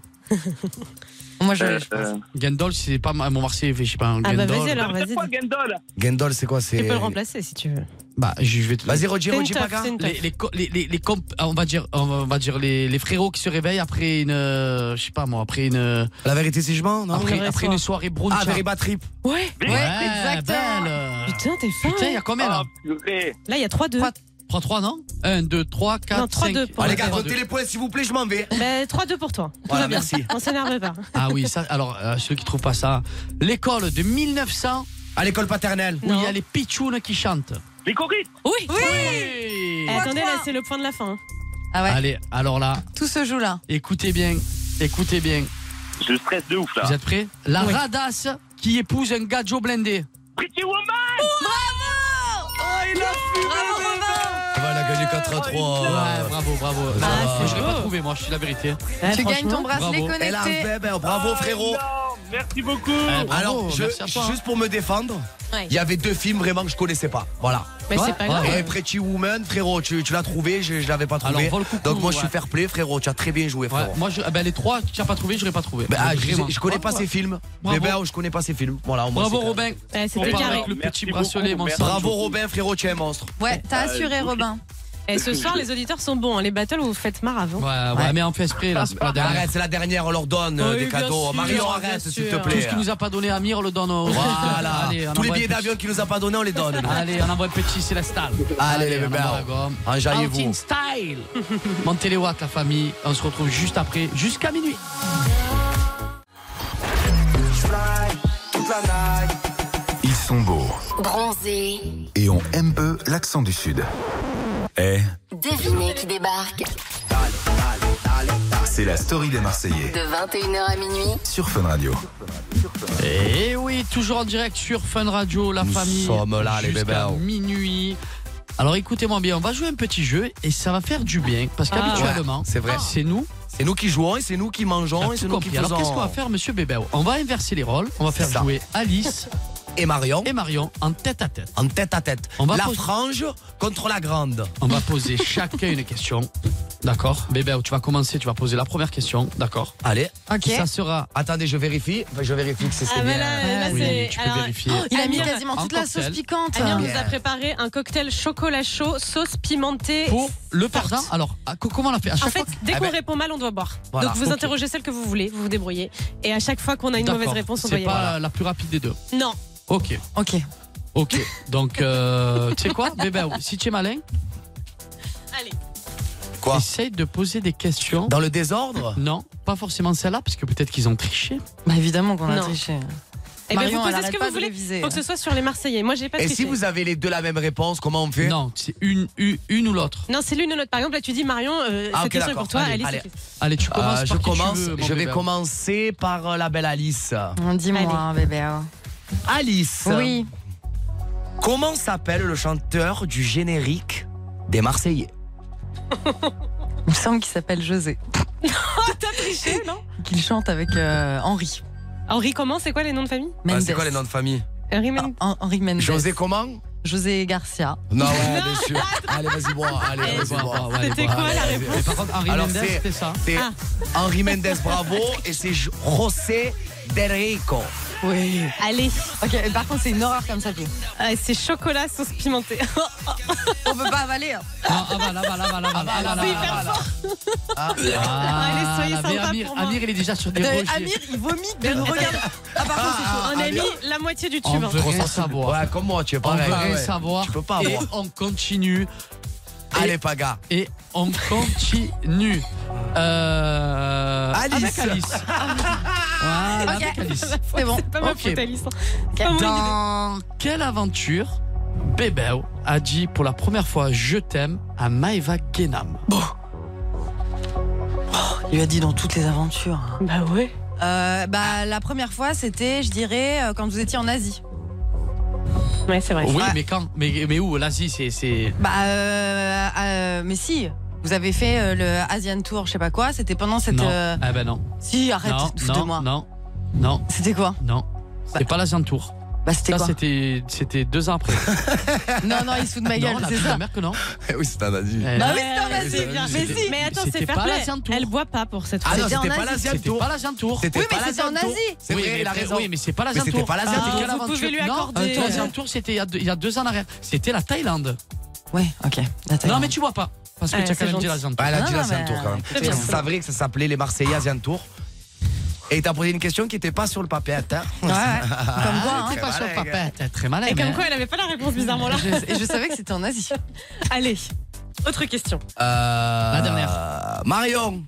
Speaker 4: Moi je.
Speaker 9: Euh,
Speaker 4: je-
Speaker 9: euh,
Speaker 7: Gendole, c'est pas mon Marseille, je sais pas un
Speaker 5: Ah bah
Speaker 7: gendol.
Speaker 5: vas-y alors,
Speaker 9: C'est
Speaker 5: vas-y.
Speaker 9: quoi, Gendol
Speaker 6: Gendol, c'est quoi C'est
Speaker 5: Tu peux le remplacer si tu veux.
Speaker 7: Bah, je vais te
Speaker 6: Vas-y, Roger, Roger Paga.
Speaker 7: Les, les, co- les, les, les comp- ah, on va dire, on va dire les, les frérots qui se réveillent après une, euh, je sais pas moi, après une. euh,
Speaker 6: La vérité, c'est je mens, non
Speaker 7: Après,
Speaker 6: Après
Speaker 7: après une soirée Eh, brunch.
Speaker 6: Ah, Veriba Trip.
Speaker 7: Ouais,
Speaker 5: Ouais, exactement. Putain, t'es fort.
Speaker 7: Putain, il y a combien là
Speaker 5: Là, il y a 3-2.
Speaker 7: 3-3, non 1, 2, 3, 4,
Speaker 5: Non, 3-2
Speaker 7: 5.
Speaker 5: pour Ah, les gars,
Speaker 6: comptez les points, s'il vous plaît, je m'en vais.
Speaker 5: Bah, 3-2 pour toi. Tout
Speaker 7: Voilà,
Speaker 5: va bien.
Speaker 7: merci.
Speaker 5: On s'énerve pas.
Speaker 7: Ah oui, ça, alors, euh, ceux qui trouvent pas ça. L'école de 1900.
Speaker 6: À l'école paternelle.
Speaker 7: Où il y a les pitchounes qui chantent.
Speaker 9: Les coquilles
Speaker 5: Oui.
Speaker 7: Oui.
Speaker 5: Eh, attendez, là, c'est le point de la fin.
Speaker 4: Ah ouais.
Speaker 7: Allez, alors là,
Speaker 4: Tout se joue là.
Speaker 7: écoutez bien, écoutez bien.
Speaker 9: Je stresse de ouf là.
Speaker 7: Vous êtes prêts La
Speaker 9: Oui.
Speaker 7: radasse qui épouse un gajo blindé.
Speaker 9: Pretty Woman
Speaker 4: Bravo
Speaker 9: Oh, il a fumé
Speaker 4: Bravo, Romain
Speaker 6: On va Ah bah, a gagné 4 à 3.
Speaker 7: Ouais, bravo, bravo.
Speaker 6: Ah,
Speaker 7: Ah,
Speaker 6: c'est
Speaker 7: je l'ai pas
Speaker 6: beau.
Speaker 7: trouvé, moi, je suis la vérité.
Speaker 4: Tu gagnes ton bracelet
Speaker 7: Eh, Bravo.
Speaker 4: connecté.
Speaker 6: Elle a un bébé, oh, bravo
Speaker 5: Ah,
Speaker 6: frérot.
Speaker 9: Merci beaucoup.
Speaker 7: Ah, bravo,
Speaker 6: Alors, je-
Speaker 7: merci à toi. hein.
Speaker 6: juste pour me défendre, il
Speaker 4: Ouais.
Speaker 6: y avait deux films vraiment que je connaissais pas. Voilà.
Speaker 5: Mais c'est pas grave.
Speaker 6: Et Pretty Woman, frérot, tu, tu l'as trouvé, je, je l'avais pas trouvé.
Speaker 7: Alors, vaut le coucou,
Speaker 6: Donc moi je
Speaker 7: ouais.
Speaker 6: suis fair play, frérot, tu as très bien joué,
Speaker 7: Ouais,
Speaker 6: frérot.
Speaker 7: moi, je, ah ben, les trois, tu n'as pas trouvé, je l'ai pas trouvé.
Speaker 6: Bah, ah, je,
Speaker 7: Vraiment.
Speaker 6: je connais pas
Speaker 7: Bravo.
Speaker 6: ces films.
Speaker 7: Bravo.
Speaker 6: Mais ben, je connais pas ces films. Voilà, au moins,
Speaker 7: Bravo
Speaker 6: c'est
Speaker 7: Robin.
Speaker 6: clair.
Speaker 4: Eh,
Speaker 5: Ouais, c'était
Speaker 7: On part
Speaker 5: carré.
Speaker 7: avec le
Speaker 5: Merci
Speaker 7: petit bracelet, mon sang.
Speaker 6: Bravo Robin, frérot, tu es un monstre.
Speaker 4: Ouais, t'as
Speaker 6: Bah,
Speaker 7: Euh,
Speaker 4: assuré, Robin.
Speaker 5: Et ce soir, les auditeurs sont bons. hein. Les battles, vous faites marre avant.
Speaker 7: Ouais, ouais, mais on fait esprit là, c'est pas la dernière. Ah
Speaker 6: Arrête, c'est la dernière, on leur donne euh,
Speaker 7: Oui,
Speaker 6: des
Speaker 7: bien
Speaker 6: cadeaux.
Speaker 7: sûr,
Speaker 6: Marion,
Speaker 7: bien
Speaker 6: arrête, s'il te
Speaker 7: sûr.
Speaker 6: plaît.
Speaker 7: Tout ce qu'il nous a pas donné à Mire, on le donne aux *laughs*
Speaker 6: Voilà,
Speaker 7: Allez, on
Speaker 6: Ah tous les
Speaker 7: envoie
Speaker 6: billets
Speaker 7: un petit-
Speaker 6: d'avion qu'il nous a pas donné, on les donne.
Speaker 7: *laughs*
Speaker 6: nous.
Speaker 7: Allez, on envoie le petit Célestal.
Speaker 6: Allez, les
Speaker 7: on
Speaker 6: bébés.
Speaker 7: envoie la gomme.
Speaker 6: Enjaillez-vous.
Speaker 7: Out in *laughs* style. Montez les watts, la famille. On se retrouve juste après, jusqu'à minuit.
Speaker 1: Ils sont beaux
Speaker 3: Bronzé,
Speaker 1: et ont un peu l'accent du Sud. Eh,
Speaker 3: devinez qui débarque
Speaker 1: c'est la story des Marseillais
Speaker 3: de 21h à minuit.
Speaker 1: sur Fun Radio.
Speaker 7: Et Eh oui, toujours en direct sur Fun Radio, la
Speaker 6: Nous
Speaker 7: famille.
Speaker 6: sommes là, les
Speaker 7: jusqu'à
Speaker 6: bébés.
Speaker 7: minuit. Alors écoutez-moi bien, on va jouer un petit jeu et ça va faire du bien parce
Speaker 6: Ah.
Speaker 7: qu'habituellement,
Speaker 6: Ouais, c'est vrai.
Speaker 7: C'est nous.
Speaker 6: C'est nous qui jouons et c'est nous qui mangeons et
Speaker 7: T'as
Speaker 6: c'est
Speaker 7: tout
Speaker 6: nous qui
Speaker 7: compris.
Speaker 6: faisons.
Speaker 7: Alors qu'est-ce qu'on va faire, Monsieur Bébéo On va inverser les rôles. On va faire
Speaker 6: C'est ça.
Speaker 7: jouer Alice
Speaker 6: et Marion.
Speaker 7: et Marion en tête à tête.
Speaker 6: En tête à tête.
Speaker 7: On va
Speaker 6: la
Speaker 7: poser-
Speaker 6: frange contre la grande.
Speaker 7: On va poser chacun une question. D'accord. Bébéo, tu vas commencer. Tu vas poser la première question. D'accord.
Speaker 6: Allez.
Speaker 4: Ok.
Speaker 7: Ça sera.
Speaker 6: Attendez, je vérifie. Enfin, Je vérifie que euh, c'est
Speaker 5: Ah,
Speaker 6: c'est
Speaker 5: mais
Speaker 6: bien.
Speaker 5: là, là,
Speaker 7: Oui,
Speaker 5: c'est.
Speaker 7: tu peux
Speaker 5: alors,
Speaker 7: vérifier.
Speaker 5: oh,
Speaker 4: Il a mis
Speaker 5: Amir-
Speaker 4: quasiment
Speaker 7: un
Speaker 4: toute la sauce
Speaker 7: cocktail.
Speaker 4: piquante.
Speaker 5: Amir nous
Speaker 6: Bien.
Speaker 5: a préparé un cocktail chocolat chaud, sauce pimentée.
Speaker 7: Pour le
Speaker 5: Tarte.
Speaker 7: pardon. Alors, à- co- comment on l'appelle À
Speaker 5: En
Speaker 7: chaque
Speaker 5: fait,
Speaker 7: fois que-
Speaker 5: dès
Speaker 7: Ah
Speaker 5: qu'on
Speaker 7: ben,
Speaker 5: répond mal, on doit boire.
Speaker 7: Voilà,
Speaker 5: Donc vous
Speaker 7: ok.
Speaker 5: interrogez celle que vous voulez, vous vous débrouillez. Et à chaque fois qu'on a une
Speaker 7: d'accord.
Speaker 5: mauvaise réponse, on doit
Speaker 7: C'est
Speaker 5: y
Speaker 7: pas
Speaker 5: aller.
Speaker 7: la plus rapide des deux.
Speaker 5: Non,
Speaker 7: Ok.
Speaker 4: Ok.
Speaker 7: Ok. Donc, euh, tu sais quoi, Bébéo Si tu es malin,
Speaker 5: allez.
Speaker 6: Quoi
Speaker 7: essaye de poser des questions.
Speaker 6: Dans le désordre
Speaker 7: Non, pas forcément celle-là, parce que peut-être qu'ils ont triché.
Speaker 4: Bah évidemment qu'on a
Speaker 5: Non.
Speaker 4: triché.
Speaker 5: Eh ben,
Speaker 4: Marion,
Speaker 5: vous posez
Speaker 4: elle arrête
Speaker 5: ce que
Speaker 4: pas
Speaker 5: vous
Speaker 4: de hein. les
Speaker 5: voulez.
Speaker 4: viser.
Speaker 5: Faut que ce soit sur les Marseillais. Moi, j'ai pas
Speaker 6: Et
Speaker 5: triché.
Speaker 6: si vous avez les deux la même réponse, comment on fait
Speaker 7: Non, c'est une, une, une ou l'autre.
Speaker 5: Non, c'est l'une ou l'autre. Par exemple, là, tu dis Marion, euh,
Speaker 6: Ah, ok,
Speaker 5: cette question est pour
Speaker 6: d'accord.
Speaker 5: toi.
Speaker 6: Allez,
Speaker 5: Alice,
Speaker 6: allez.
Speaker 5: c'est-
Speaker 7: Allez, tu
Speaker 6: Euh,
Speaker 7: commences
Speaker 6: je
Speaker 7: par qui tu
Speaker 6: commence,
Speaker 7: veux, mon
Speaker 6: je vais
Speaker 7: bébé.
Speaker 6: commencer par euh, la belle Alice.
Speaker 4: Dis-moi, bébé.
Speaker 6: Alice,
Speaker 4: Oui.
Speaker 6: comment s'appelle le chanteur du générique des Marseillais
Speaker 4: Il me semble qu'il s'appelle José.
Speaker 5: T'as triché, non
Speaker 4: Qu'il chante avec euh, Henri.
Speaker 5: Henri, comment C'est quoi les noms de famille
Speaker 6: Ah,
Speaker 4: Mendes.
Speaker 6: C'est quoi les noms de famille
Speaker 5: Henri Mendes.
Speaker 4: Hen- Henri Mendes.
Speaker 6: José comment
Speaker 4: José Garcia.
Speaker 7: *laughs*
Speaker 4: *laughs*
Speaker 6: Non, ouais, bien sûr. Allez, vas-y, bois. Allez, vas-y, bois.
Speaker 7: Ouais,
Speaker 5: C'était
Speaker 7: voilà,
Speaker 5: quoi la
Speaker 6: allez,
Speaker 5: réponse
Speaker 7: Mais par contre, Henri
Speaker 6: Alors,
Speaker 7: Mendes,
Speaker 6: c'est-
Speaker 7: c'était ça.
Speaker 6: C'est
Speaker 5: Ah.
Speaker 6: Henri Mendes Bravo et c'est Jo- José Del Rico.
Speaker 4: Oui.
Speaker 5: Allez,
Speaker 4: Ok, mais par contre, c'est une horreur comme ça. puis.
Speaker 5: Ah, c'est chocolat sauce pimentée.
Speaker 4: *laughs* On peut pas avaler. hein. Ah,
Speaker 7: Non, avale, avale, avale, avale, avale, avale,
Speaker 5: C'est hyper
Speaker 7: avale.
Speaker 5: fort.
Speaker 6: Ah,
Speaker 7: Ah,
Speaker 5: Allez, soyez
Speaker 7: mais
Speaker 5: sympas
Speaker 7: Amir,
Speaker 5: pour moi.
Speaker 7: Amir, il est déjà sur des
Speaker 4: Euh,
Speaker 7: rochers.
Speaker 4: Amir, il vomit de nous regarder.
Speaker 5: Ah, par contre, c'est chaud. On a mis la moitié du
Speaker 7: on
Speaker 5: tube. hein.
Speaker 7: veut rien savoir.
Speaker 6: ouais, comme moi, tu es
Speaker 7: On veut
Speaker 6: pareil.
Speaker 7: rien
Speaker 6: Ouais.
Speaker 7: savoir.
Speaker 6: Tu peux pas
Speaker 7: Et
Speaker 6: avoir.
Speaker 7: on continue.
Speaker 6: Allez, Paga.
Speaker 7: Et on continue. Euh,
Speaker 6: Alice.
Speaker 7: Avec
Speaker 4: *laughs*
Speaker 7: Alice. Voilà,
Speaker 4: Ah, Ok.
Speaker 7: avec Alice.
Speaker 4: C'est bon.
Speaker 5: C'est pas ma
Speaker 7: Ok.
Speaker 5: faute, Alice. C'est
Speaker 7: Ah
Speaker 5: pas mon idée.
Speaker 7: Dans quelle aventure Bébéo a dit pour la première fois je t'aime à Maeva Guénam
Speaker 4: Oh, Il lui a dit dans toutes les aventures.
Speaker 5: Bah ouais.
Speaker 4: Euh, bah, la première fois, c'était, je dirais, euh, quand vous étiez en Asie.
Speaker 5: Ouais, c'est vrai.
Speaker 7: Oui,
Speaker 4: Ouais.
Speaker 7: mais quand mais, mais où L'Asie, c'est- c'est.
Speaker 4: Bah, euh, euh, mais si. Vous avez fait euh, le Asian Tour, je sais pas quoi. C'était pendant cette.
Speaker 7: Non.
Speaker 4: euh,
Speaker 7: Ah ben non.
Speaker 4: Si, arrête,
Speaker 7: non,
Speaker 4: tout de
Speaker 7: non,
Speaker 4: moi.
Speaker 7: non, non,
Speaker 4: C'était quoi
Speaker 7: non. C'est pas l'Asie en tour.
Speaker 4: Bah, c'était
Speaker 7: Ça,
Speaker 4: quoi
Speaker 7: c'était, c'était deux ans après.
Speaker 4: Non, non, Ah, il se fout de ma gueule,
Speaker 7: Non, Oh, la
Speaker 4: c'est ça.
Speaker 7: première que
Speaker 6: *laughs*
Speaker 7: non.
Speaker 6: Eh
Speaker 7: Eh
Speaker 6: oui, c'est un adulte.
Speaker 4: Bah oui, c'est un adulte.
Speaker 5: Mais si, mais attends, c'est
Speaker 7: C'était
Speaker 5: fair
Speaker 7: pas
Speaker 5: play.
Speaker 7: l'Asian
Speaker 5: Elle boit pas pour cette
Speaker 7: Ah
Speaker 5: fois.
Speaker 7: non, c'était pas
Speaker 5: l'Asian
Speaker 7: l'Asian Tour. C'était
Speaker 5: Oui, mais
Speaker 7: pas
Speaker 5: c'était
Speaker 7: l'Asian
Speaker 5: en
Speaker 7: Tour.
Speaker 5: Asie.
Speaker 7: C'est
Speaker 6: Oui,
Speaker 7: vrai,
Speaker 6: mais
Speaker 7: il a
Speaker 6: frère,
Speaker 7: raison.
Speaker 6: oui,
Speaker 7: mais c'est pas l'Asian
Speaker 6: l'Asian Tour. Ah, vous
Speaker 7: Tour.
Speaker 6: pouvez
Speaker 5: lui
Speaker 7: Non,
Speaker 5: accorder,
Speaker 7: euh, l'Asian
Speaker 5: euh,
Speaker 7: Tour, c'était il y a deux- il y a deux ans en arrière. C'était la Thaïlande.
Speaker 4: Ouais, ok.
Speaker 7: Non, mais tu vois pas. Parce que
Speaker 6: Ouais,
Speaker 7: tu as
Speaker 6: c'est
Speaker 7: quand même dit
Speaker 6: gentil.
Speaker 7: l'Asian Tour.
Speaker 6: Ouais, Elle a dit l'Asian Tour quand même. Parce que C'est vrai que ça s'appelait les Marseillais Asian Tour. Et t'as posé une question qui n'était pas sur le hein. papier. Attends. *laughs*
Speaker 4: Ouais, ouais.
Speaker 6: Comme
Speaker 4: quoi, hein.
Speaker 7: T'es pas sur le papier. T'es très
Speaker 5: Et
Speaker 7: malade.
Speaker 5: comme quoi, elle avait pas la réponse bizarrement là.
Speaker 4: Je- Et je savais que c'était en Asie.
Speaker 5: *laughs* Allez, autre question.
Speaker 6: La dernière. Euh, Marion.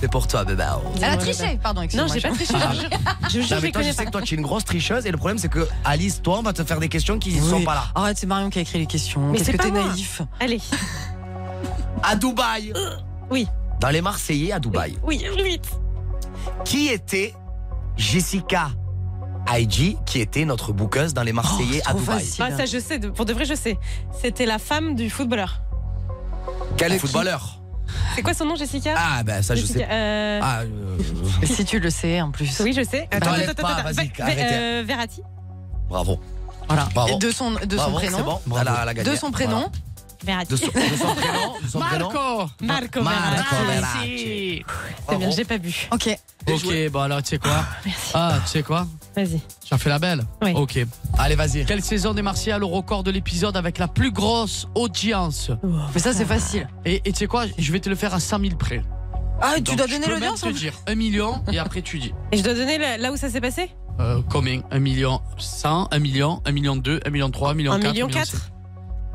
Speaker 6: C'est pour toi, bébé.
Speaker 4: Elle a triché, pardon, excuse-moi.
Speaker 5: Non, j'ai pas triché.
Speaker 6: Ah.
Speaker 4: *laughs*
Speaker 5: Je
Speaker 6: Non, mais toi, je sais que toi, tu es une grosse tricheuse et le problème, c'est que Alice, toi, on va te faire des questions qui ne sont pas là.
Speaker 4: Arrête, c'est Marion qui a écrit les questions.
Speaker 5: Mais
Speaker 4: Qu'est-ce
Speaker 5: c'est
Speaker 4: que
Speaker 5: pas
Speaker 4: t'es
Speaker 5: moi.
Speaker 4: naïf
Speaker 5: Allez.
Speaker 6: À Dubaï.
Speaker 5: Oui.
Speaker 6: Dans les Marseillais à Dubaï.
Speaker 5: Oui, vite.
Speaker 6: Qui était Jessica Haidji, qui était notre bouqueuse dans les Marseillais à Dubaï
Speaker 5: Ah, ça, je sais. de- Pour de vrai, je sais. C'était la femme du footballeur.
Speaker 6: Quel footballeur
Speaker 5: C'est quoi son nom, Jessica
Speaker 6: Ah, ben ça, je
Speaker 5: Jessica,
Speaker 6: sais.
Speaker 5: euh,
Speaker 6: Ah, euh,
Speaker 4: Si tu le sais, en plus.
Speaker 5: Oui, je sais.
Speaker 6: Attends, lève pas, vas-y,
Speaker 5: Ve-
Speaker 6: arrêtez.
Speaker 5: euh, Verratti.
Speaker 6: bravo.
Speaker 4: Voilà.
Speaker 6: Bravo.
Speaker 4: Et de son, de son
Speaker 6: Bravo,
Speaker 4: prénom.
Speaker 6: C'est bon, elle a- elle a gagné.
Speaker 4: De son prénom.
Speaker 5: Verratti.
Speaker 6: De son- de son prénom, de son prénom.
Speaker 5: Marco
Speaker 6: Marco
Speaker 5: Verratti.
Speaker 6: Verratti.
Speaker 5: C'est bien, j'ai pas bu.
Speaker 4: Ok.
Speaker 7: Ok, bah alors tu sais quoi Ah, tu sais quoi
Speaker 5: Vas-y.
Speaker 7: J'en fais la belle
Speaker 5: Oui.
Speaker 7: Ok.
Speaker 6: Allez, vas-y.
Speaker 7: Quelle saison des Marseillais a le record de l'épisode avec la plus grosse audience
Speaker 4: Oh, Mais ça, c'est facile.
Speaker 7: Et et tu sais quoi Je vais te le faire à 100 000 près.
Speaker 4: Ah, tu
Speaker 7: Donc,
Speaker 4: dois
Speaker 7: je
Speaker 4: donner
Speaker 7: peux
Speaker 4: l'audience,
Speaker 7: même
Speaker 4: en
Speaker 7: te
Speaker 4: fait.
Speaker 7: dire 1 million et après tu dis.
Speaker 5: Et je dois donner le- là où ça s'est passé
Speaker 7: Euh, combien 1 million 100, 1 million, 1 million 2, 1 million 3, 1 million
Speaker 5: Un
Speaker 7: 4.
Speaker 5: million quatre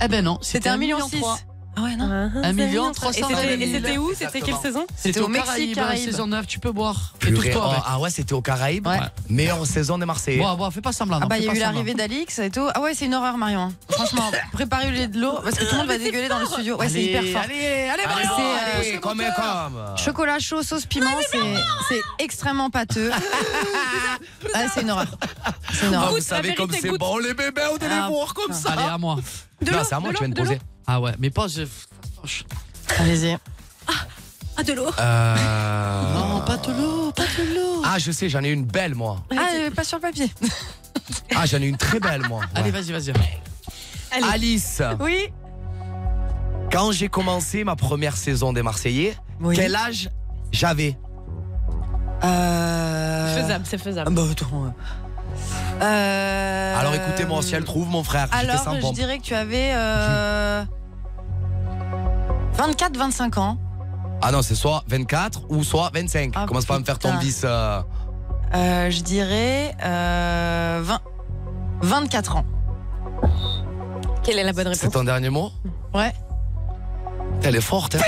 Speaker 7: Eh ben non,
Speaker 4: C'était 1,6 million.
Speaker 7: trois.
Speaker 4: Ah ouais, non.
Speaker 7: Un million
Speaker 5: trois cent
Speaker 7: trois cent
Speaker 5: vingt mille. Et
Speaker 7: mille.
Speaker 5: c'était où C'était quelle saison
Speaker 7: C'était au Mexique, à la
Speaker 4: Caraïbes.
Speaker 7: saison 9, tu peux boire. Et
Speaker 6: Purée.
Speaker 7: touche-toi
Speaker 6: Oh,
Speaker 7: avec.
Speaker 6: ah ouais, c'était aux Caraïbes.
Speaker 7: Ouais.
Speaker 6: Meilleure saison des Marseillais.
Speaker 7: Bois, bois, fais pas semblant.
Speaker 4: Ah
Speaker 7: non,
Speaker 4: bah
Speaker 7: fais
Speaker 4: il y a
Speaker 7: pas
Speaker 4: eu
Speaker 7: semblant.
Speaker 6: hein.
Speaker 4: l'arrivée d'Alix et tout. Ah ouais c'est une horreur Marion.
Speaker 6: *laughs*
Speaker 4: Franchement, préparez les de l'eau parce que tout le monde va dégueuler dans le studio. Ouais c'est
Speaker 6: Allez,
Speaker 4: hyper fort.
Speaker 6: Allez, allez,
Speaker 4: Allez,
Speaker 6: Marion,
Speaker 4: c'est, euh,
Speaker 6: allez, comme, comme.
Speaker 4: Chocolat chaud, sauce piment, c'est c'est extrêmement
Speaker 6: *laughs*
Speaker 4: pâteux. Ah, c'est une horreur. C'est une
Speaker 6: Ah,
Speaker 4: horreur.
Speaker 6: vous savez comme c'est bon, les bébés, on devait
Speaker 4: Ah,
Speaker 6: voir comme ça.
Speaker 7: Allez, à moi.
Speaker 5: De
Speaker 6: non,
Speaker 5: l'eau,
Speaker 6: c'est à moi
Speaker 5: de
Speaker 6: que tu viens de
Speaker 5: l'eau, de
Speaker 6: poser.
Speaker 7: Ah ouais, mais pas. je-
Speaker 4: Allez-y.
Speaker 5: Ah, de l'eau.
Speaker 6: Euh...
Speaker 7: Non, pas de l'eau, pas de l'eau.
Speaker 6: Ah, je sais, j'en ai une belle, moi.
Speaker 4: Ah euh, pas sur le papier.
Speaker 6: Ah, j'en ai une très belle, moi. Ouais.
Speaker 7: Allez, vas-y, vas-y.
Speaker 5: Allez.
Speaker 6: Alice,
Speaker 5: Oui.
Speaker 6: quand j'ai commencé ma première saison des Marseillais,
Speaker 4: Oui.
Speaker 6: quel âge j'avais
Speaker 4: Euh...
Speaker 5: Faisable, c'est
Speaker 4: Ah
Speaker 5: faisable.
Speaker 4: bah attends. euh. Euh...
Speaker 6: Alors écoutez-moi, si elle trouve, mon frère, j'étais
Speaker 4: Alors
Speaker 6: sans
Speaker 4: je
Speaker 6: pompe.
Speaker 4: dirais que tu avais euh... 24-25 ans.
Speaker 6: Ah non, c'est soit 24 ou soit 25.
Speaker 4: Ah,
Speaker 6: Commence pas à me faire ton
Speaker 4: putain.
Speaker 6: vice. euh.
Speaker 4: Euh, je dirais euh, 20, 24 ans.
Speaker 5: Quelle est la bonne
Speaker 6: C'est
Speaker 5: réponse
Speaker 6: ton dernier mot
Speaker 4: Ouais.
Speaker 6: Elle est forte, hein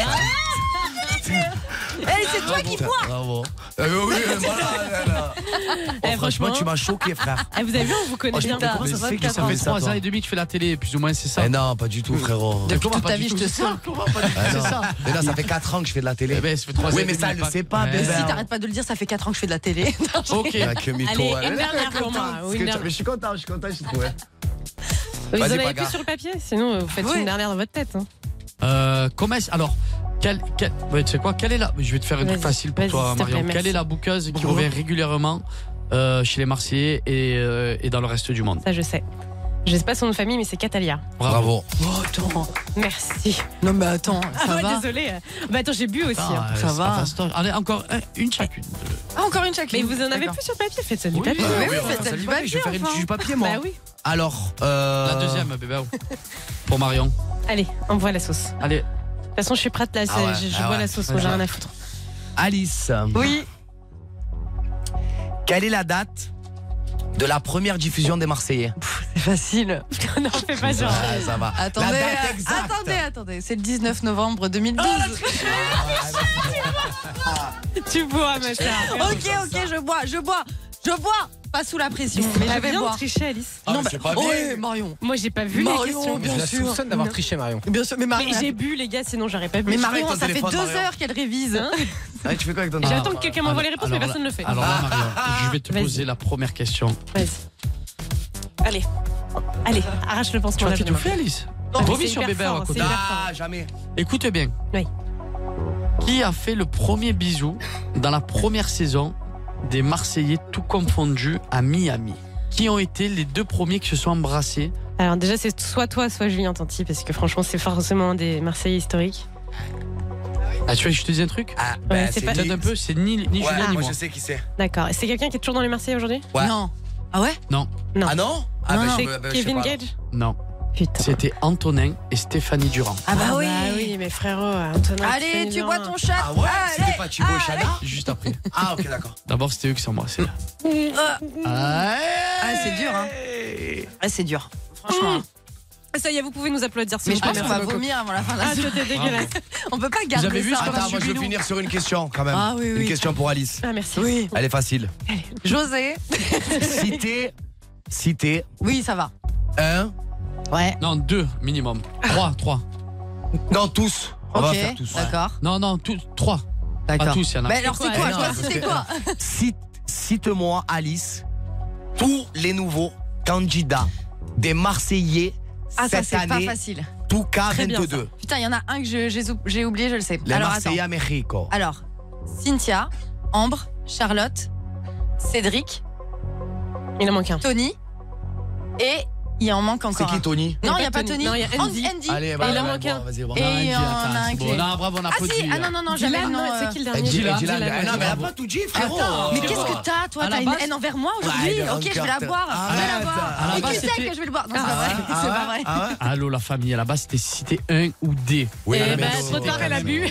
Speaker 5: Ah,
Speaker 4: c'est toi qui
Speaker 6: Putain, Bravo. Euh,
Speaker 5: *laughs*
Speaker 6: oui, euh, voilà, elle, euh. Oh,
Speaker 5: Eh,
Speaker 6: franchement,
Speaker 5: franchement.
Speaker 6: tu m'as choqué, frère.
Speaker 5: Eh, Vous avez vu, on vous connaît
Speaker 6: Oh, je
Speaker 5: bien.
Speaker 6: peux pas,
Speaker 5: Mais
Speaker 6: ça fait que
Speaker 7: Ça
Speaker 6: ça
Speaker 7: fait
Speaker 6: fait ça,
Speaker 7: 3 ans
Speaker 6: toi.
Speaker 7: et demi que tu fais la télé, plus ou moins, c'est ça.
Speaker 6: Mais non, pas du tout, frérot.
Speaker 4: Depuis
Speaker 7: Comment
Speaker 4: toute
Speaker 7: pas
Speaker 4: ta
Speaker 7: du
Speaker 4: vie, je
Speaker 7: tout,
Speaker 4: te
Speaker 7: c'est ça,
Speaker 4: saoule.
Speaker 7: comment pas du tout,
Speaker 6: Ah
Speaker 7: c'est
Speaker 6: non.
Speaker 7: ça.
Speaker 6: Mais non, ça fait 4 ans que je fais de la télé.
Speaker 7: Eh ben, ça fait trois ans
Speaker 6: oui,
Speaker 7: et
Speaker 6: mais
Speaker 7: demi,
Speaker 6: ça, elle
Speaker 7: pas-
Speaker 6: le sait pas,
Speaker 7: Ouais.
Speaker 6: bébé.
Speaker 4: Si t'arrêtes pas de le dire, ça fait 4 ans que je fais de la télé.
Speaker 7: Ok.
Speaker 6: Ah, que mytho,
Speaker 5: Allez,
Speaker 6: elle.
Speaker 5: une dernière pour
Speaker 7: Ah,
Speaker 5: moi.
Speaker 6: Parce
Speaker 5: ou
Speaker 6: que
Speaker 5: une
Speaker 6: t'as-
Speaker 5: dernière.
Speaker 6: mais je suis content, je suis content, je suis trouvé.
Speaker 5: Vous en
Speaker 6: Vas-y,
Speaker 5: avez plus
Speaker 6: bagarre.
Speaker 5: sur le papier Sinon, euh, vous faites
Speaker 4: Oui.
Speaker 5: une dernière dans votre tête. hein.
Speaker 7: Euh, comment est-ce- Alors, quel, quel- ouais, tu sais quoi Quelle est la Je vais te faire une
Speaker 5: Vas-y,
Speaker 7: truc facile pour
Speaker 5: vas-y,
Speaker 7: toi,
Speaker 5: s'il te
Speaker 7: Marion.
Speaker 5: plaît,
Speaker 7: Quelle
Speaker 5: merci.
Speaker 7: est la bouqueuse qui
Speaker 5: Bonjour.
Speaker 7: revient régulièrement euh, chez les Marseillais et, euh, et dans le reste du monde
Speaker 5: Ça, je sais. Je sais pas son nom de famille, mais c'est Catalia.
Speaker 6: Bravo.
Speaker 4: Oh, attends.
Speaker 5: Merci.
Speaker 4: Non, mais attends,
Speaker 5: ah
Speaker 4: ça
Speaker 5: ouais,
Speaker 4: va.
Speaker 5: désolé. Bah attends, j'ai bu aussi. hein.
Speaker 7: Ah,
Speaker 4: ça
Speaker 7: c'est
Speaker 4: va.
Speaker 7: pas fastoche. Allez, encore un- une chacune.
Speaker 4: Ah, encore une chacune.
Speaker 5: Mais vous en avez
Speaker 4: D'accord.
Speaker 5: plus sur le papier, faites celle du
Speaker 7: Oui,
Speaker 5: papier.
Speaker 7: bah
Speaker 6: Euh,
Speaker 4: Mais oui,
Speaker 6: oui, on va faire
Speaker 4: faites du
Speaker 6: ça du papier, je vais
Speaker 4: papier,
Speaker 6: faire une
Speaker 4: enfin.
Speaker 6: du papier, moi. hein.
Speaker 5: Bah oui.
Speaker 6: Alors, euh...
Speaker 7: La deuxième, bébé. Pour Marion.
Speaker 5: Allez, envoie la sauce. De
Speaker 7: Allez,
Speaker 5: toute façon, je suis prête là.
Speaker 6: Ah
Speaker 5: c'est-
Speaker 6: ouais,
Speaker 5: je je
Speaker 6: ah
Speaker 5: vois
Speaker 6: ouais.
Speaker 5: la sauce, moi j'ai rien à foutre.
Speaker 6: Alice,
Speaker 4: Oui,
Speaker 6: quelle est la date de la première diffusion des Marseillais
Speaker 4: c'est facile.
Speaker 5: *laughs* non, fais pas genre.
Speaker 6: Ah, Ça va.
Speaker 4: Attendez,
Speaker 6: La date
Speaker 4: euh,
Speaker 6: exacte.
Speaker 4: attendez, attendez. C'est le 19 novembre 2012.
Speaker 5: Ah, tu bois, ma chère.
Speaker 4: Ah, ok, ok, je bois, je bois, je bois. Pas sous la pression, mais
Speaker 5: T'as
Speaker 4: je vais
Speaker 5: bien
Speaker 4: boire.
Speaker 5: triché, Alice.
Speaker 6: Ah, mais c'est pas bien.
Speaker 4: Oui, Marion.
Speaker 5: Moi, j'ai pas vu
Speaker 4: Marion,
Speaker 5: les questions.
Speaker 4: bien
Speaker 8: Je la
Speaker 4: sûr.
Speaker 8: soupçonne d'avoir
Speaker 5: Non.
Speaker 8: triché, Marion.
Speaker 4: Bien sûr, mais Marion.
Speaker 5: Mais j'ai bu, les gars, sinon j'aurais pas bu.
Speaker 4: Mais
Speaker 6: Je
Speaker 5: J'ai-
Speaker 4: Marion,
Speaker 6: hein. ton
Speaker 4: ça fait
Speaker 6: téléphone,
Speaker 4: deux
Speaker 6: Marion.
Speaker 4: heures qu'elle révise. hein.
Speaker 6: Ah, tu fais quoi avec ton
Speaker 5: J'attends
Speaker 6: Ah,
Speaker 5: que quelqu'un m'envoie les réponses, mais
Speaker 7: alors
Speaker 5: personne ne le fait.
Speaker 7: alors là, Marion, je vais te
Speaker 5: Vas-y.
Speaker 7: poser la première question.
Speaker 5: Vas-y. *laughs* Allez. Allez, arrache le
Speaker 7: Tu
Speaker 5: pansement.
Speaker 7: vas
Speaker 5: là,
Speaker 7: t'étouffer, Alice
Speaker 5: Non,
Speaker 7: Vomis
Speaker 5: c'est
Speaker 7: sur
Speaker 5: hyper
Speaker 7: bébé
Speaker 5: fort,
Speaker 7: à côté.
Speaker 5: c'est hyper
Speaker 6: Ah, jamais.
Speaker 7: Écoute bien.
Speaker 5: Oui.
Speaker 7: Qui a fait le premier bisou dans la première saison des Marseillais tout confondus à Miami qui ont été les deux premiers qui se sont embrassés
Speaker 5: Alors déjà, c'est soit toi, soit Julien Tanti, parce que franchement, c'est forcément des Marseillais historiques.
Speaker 7: Ah, tu vois, je te dis un truc
Speaker 6: Ah,
Speaker 5: ben, c'est pas-
Speaker 7: peut-être un peu, c'est ni, ni
Speaker 6: Ouais,
Speaker 7: Julien ni moi.
Speaker 6: moi, je sais qui c'est.
Speaker 5: D'accord. Et c'est quelqu'un qui est toujours dans les Marseillais aujourd'hui
Speaker 6: Ouais.
Speaker 4: Non. Ah ouais
Speaker 7: Non.
Speaker 5: Non.
Speaker 6: Ah non
Speaker 7: Ah bah, je
Speaker 5: c'est
Speaker 7: me- bah, je sais
Speaker 5: Kevin
Speaker 7: pas, alors.
Speaker 5: Gage
Speaker 7: Non. C'était Antonin et Stéphanie Durand.
Speaker 4: Ah bah oui.
Speaker 5: mais frérot, Antonin.
Speaker 4: Allez, tu bois ton chat.
Speaker 6: Ah ouais
Speaker 4: Allez.
Speaker 6: C'était pas Thibaut Chana
Speaker 7: Juste après.
Speaker 6: Ah, ok, d'accord.
Speaker 7: D'abord, c'était eux qui
Speaker 5: *laughs*
Speaker 7: sont embrassés.
Speaker 4: Ah,
Speaker 7: Ah,
Speaker 4: c'est dur, hein. Ah, c'est dur. Franchement. hein.
Speaker 5: Mm. Ça y est, vous pouvez nous applaudir si
Speaker 4: Mais
Speaker 5: vous
Speaker 4: je pense qu'on
Speaker 5: plaît,
Speaker 4: va
Speaker 5: merci beaucoup.
Speaker 4: vomir avant la fin de la
Speaker 5: Ah,
Speaker 4: soirée.
Speaker 5: c'était dégueulasse.
Speaker 4: On peut pas
Speaker 6: Vous
Speaker 4: garder
Speaker 6: avez vu
Speaker 4: ça.
Speaker 6: ce Attends, moi, je vais finir sur une question quand même.
Speaker 4: Ah oui,
Speaker 6: une
Speaker 4: oui.
Speaker 6: question pour Alice.
Speaker 5: Ah, merci.
Speaker 4: Oui.
Speaker 6: Elle est facile.
Speaker 4: José.
Speaker 6: Citer, citer
Speaker 4: Oui, ça va.
Speaker 6: un.
Speaker 4: Ouais.
Speaker 7: Non, deux minimum. *laughs* Trois, trois.
Speaker 6: Non, tous. On va faire tous.
Speaker 4: D'accord.
Speaker 7: Non, non, tous, trois. Pas tous, il y en a.
Speaker 4: Mais alors, c'est quoi, toi, c'est quoi
Speaker 6: Cite- Cite-moi, Alice, tous les nouveaux candidats des Marseillais
Speaker 4: Ah, ça,
Speaker 6: cette
Speaker 4: c'est pas
Speaker 6: année.
Speaker 4: facile.
Speaker 6: Tout cas,
Speaker 4: Très bien,
Speaker 6: 22.
Speaker 4: ça. Putain, il y en a un que je- j'ai zou- j'ai oublié, je le sais.
Speaker 6: Les
Speaker 4: alors,
Speaker 6: Marseillais à
Speaker 4: attends.
Speaker 6: Mexico.
Speaker 4: Alors, Cynthia, Ambre, Charlotte, Cédric,
Speaker 5: Il en manque un.
Speaker 4: Tony, et il en manque encore
Speaker 6: C'est Ah. qui,
Speaker 4: un.
Speaker 6: Tony
Speaker 4: Non, il n'y a pas Tony.
Speaker 5: Non, il y a Andy.
Speaker 4: Andy.
Speaker 6: Allez, bah,
Speaker 4: et il en
Speaker 6: bah,
Speaker 4: manque
Speaker 6: bon,
Speaker 4: un.
Speaker 6: vas-y, bon.
Speaker 4: Et
Speaker 6: Andy,
Speaker 4: il y en
Speaker 6: attends,
Speaker 4: a
Speaker 6: c'est
Speaker 4: un
Speaker 6: bon.
Speaker 4: clé.
Speaker 6: Non, bravo, on
Speaker 4: Ah si,
Speaker 6: applaudit,
Speaker 4: ah non, non, non, j'avais
Speaker 5: Dylan,
Speaker 4: non,
Speaker 5: non,
Speaker 4: euh,
Speaker 5: c'est qui le
Speaker 6: Eh,
Speaker 5: dernier
Speaker 6: Dylan,
Speaker 5: Dylan,
Speaker 6: Dylan,
Speaker 5: ouais,
Speaker 6: eh, non, mais elle a
Speaker 5: bravo.
Speaker 6: pas tout dit, frérot.
Speaker 4: Mais qu'est-ce que t'as, toi
Speaker 7: À la
Speaker 4: T'as une
Speaker 7: base-
Speaker 4: haine envers moi aujourd'hui
Speaker 6: Ouais,
Speaker 4: Ok, je vais la
Speaker 6: regarde.
Speaker 4: boire. Je vais la
Speaker 6: Arrête.
Speaker 7: À
Speaker 4: boire.
Speaker 7: la
Speaker 4: Et
Speaker 7: base,
Speaker 4: tu sais
Speaker 7: c'était-
Speaker 4: que je vais le boire. Non, c'est pas vrai.
Speaker 6: Ah
Speaker 4: C'est
Speaker 6: ouais,
Speaker 4: pas vrai.
Speaker 6: ah ouais.
Speaker 7: *laughs* Allô, la famille, à la base, c'était cité 1 ou D.
Speaker 6: Oui,
Speaker 5: Eh
Speaker 6: elle a
Speaker 5: ben,
Speaker 6: bien
Speaker 5: trop
Speaker 6: dit.
Speaker 5: tard, elle a bu.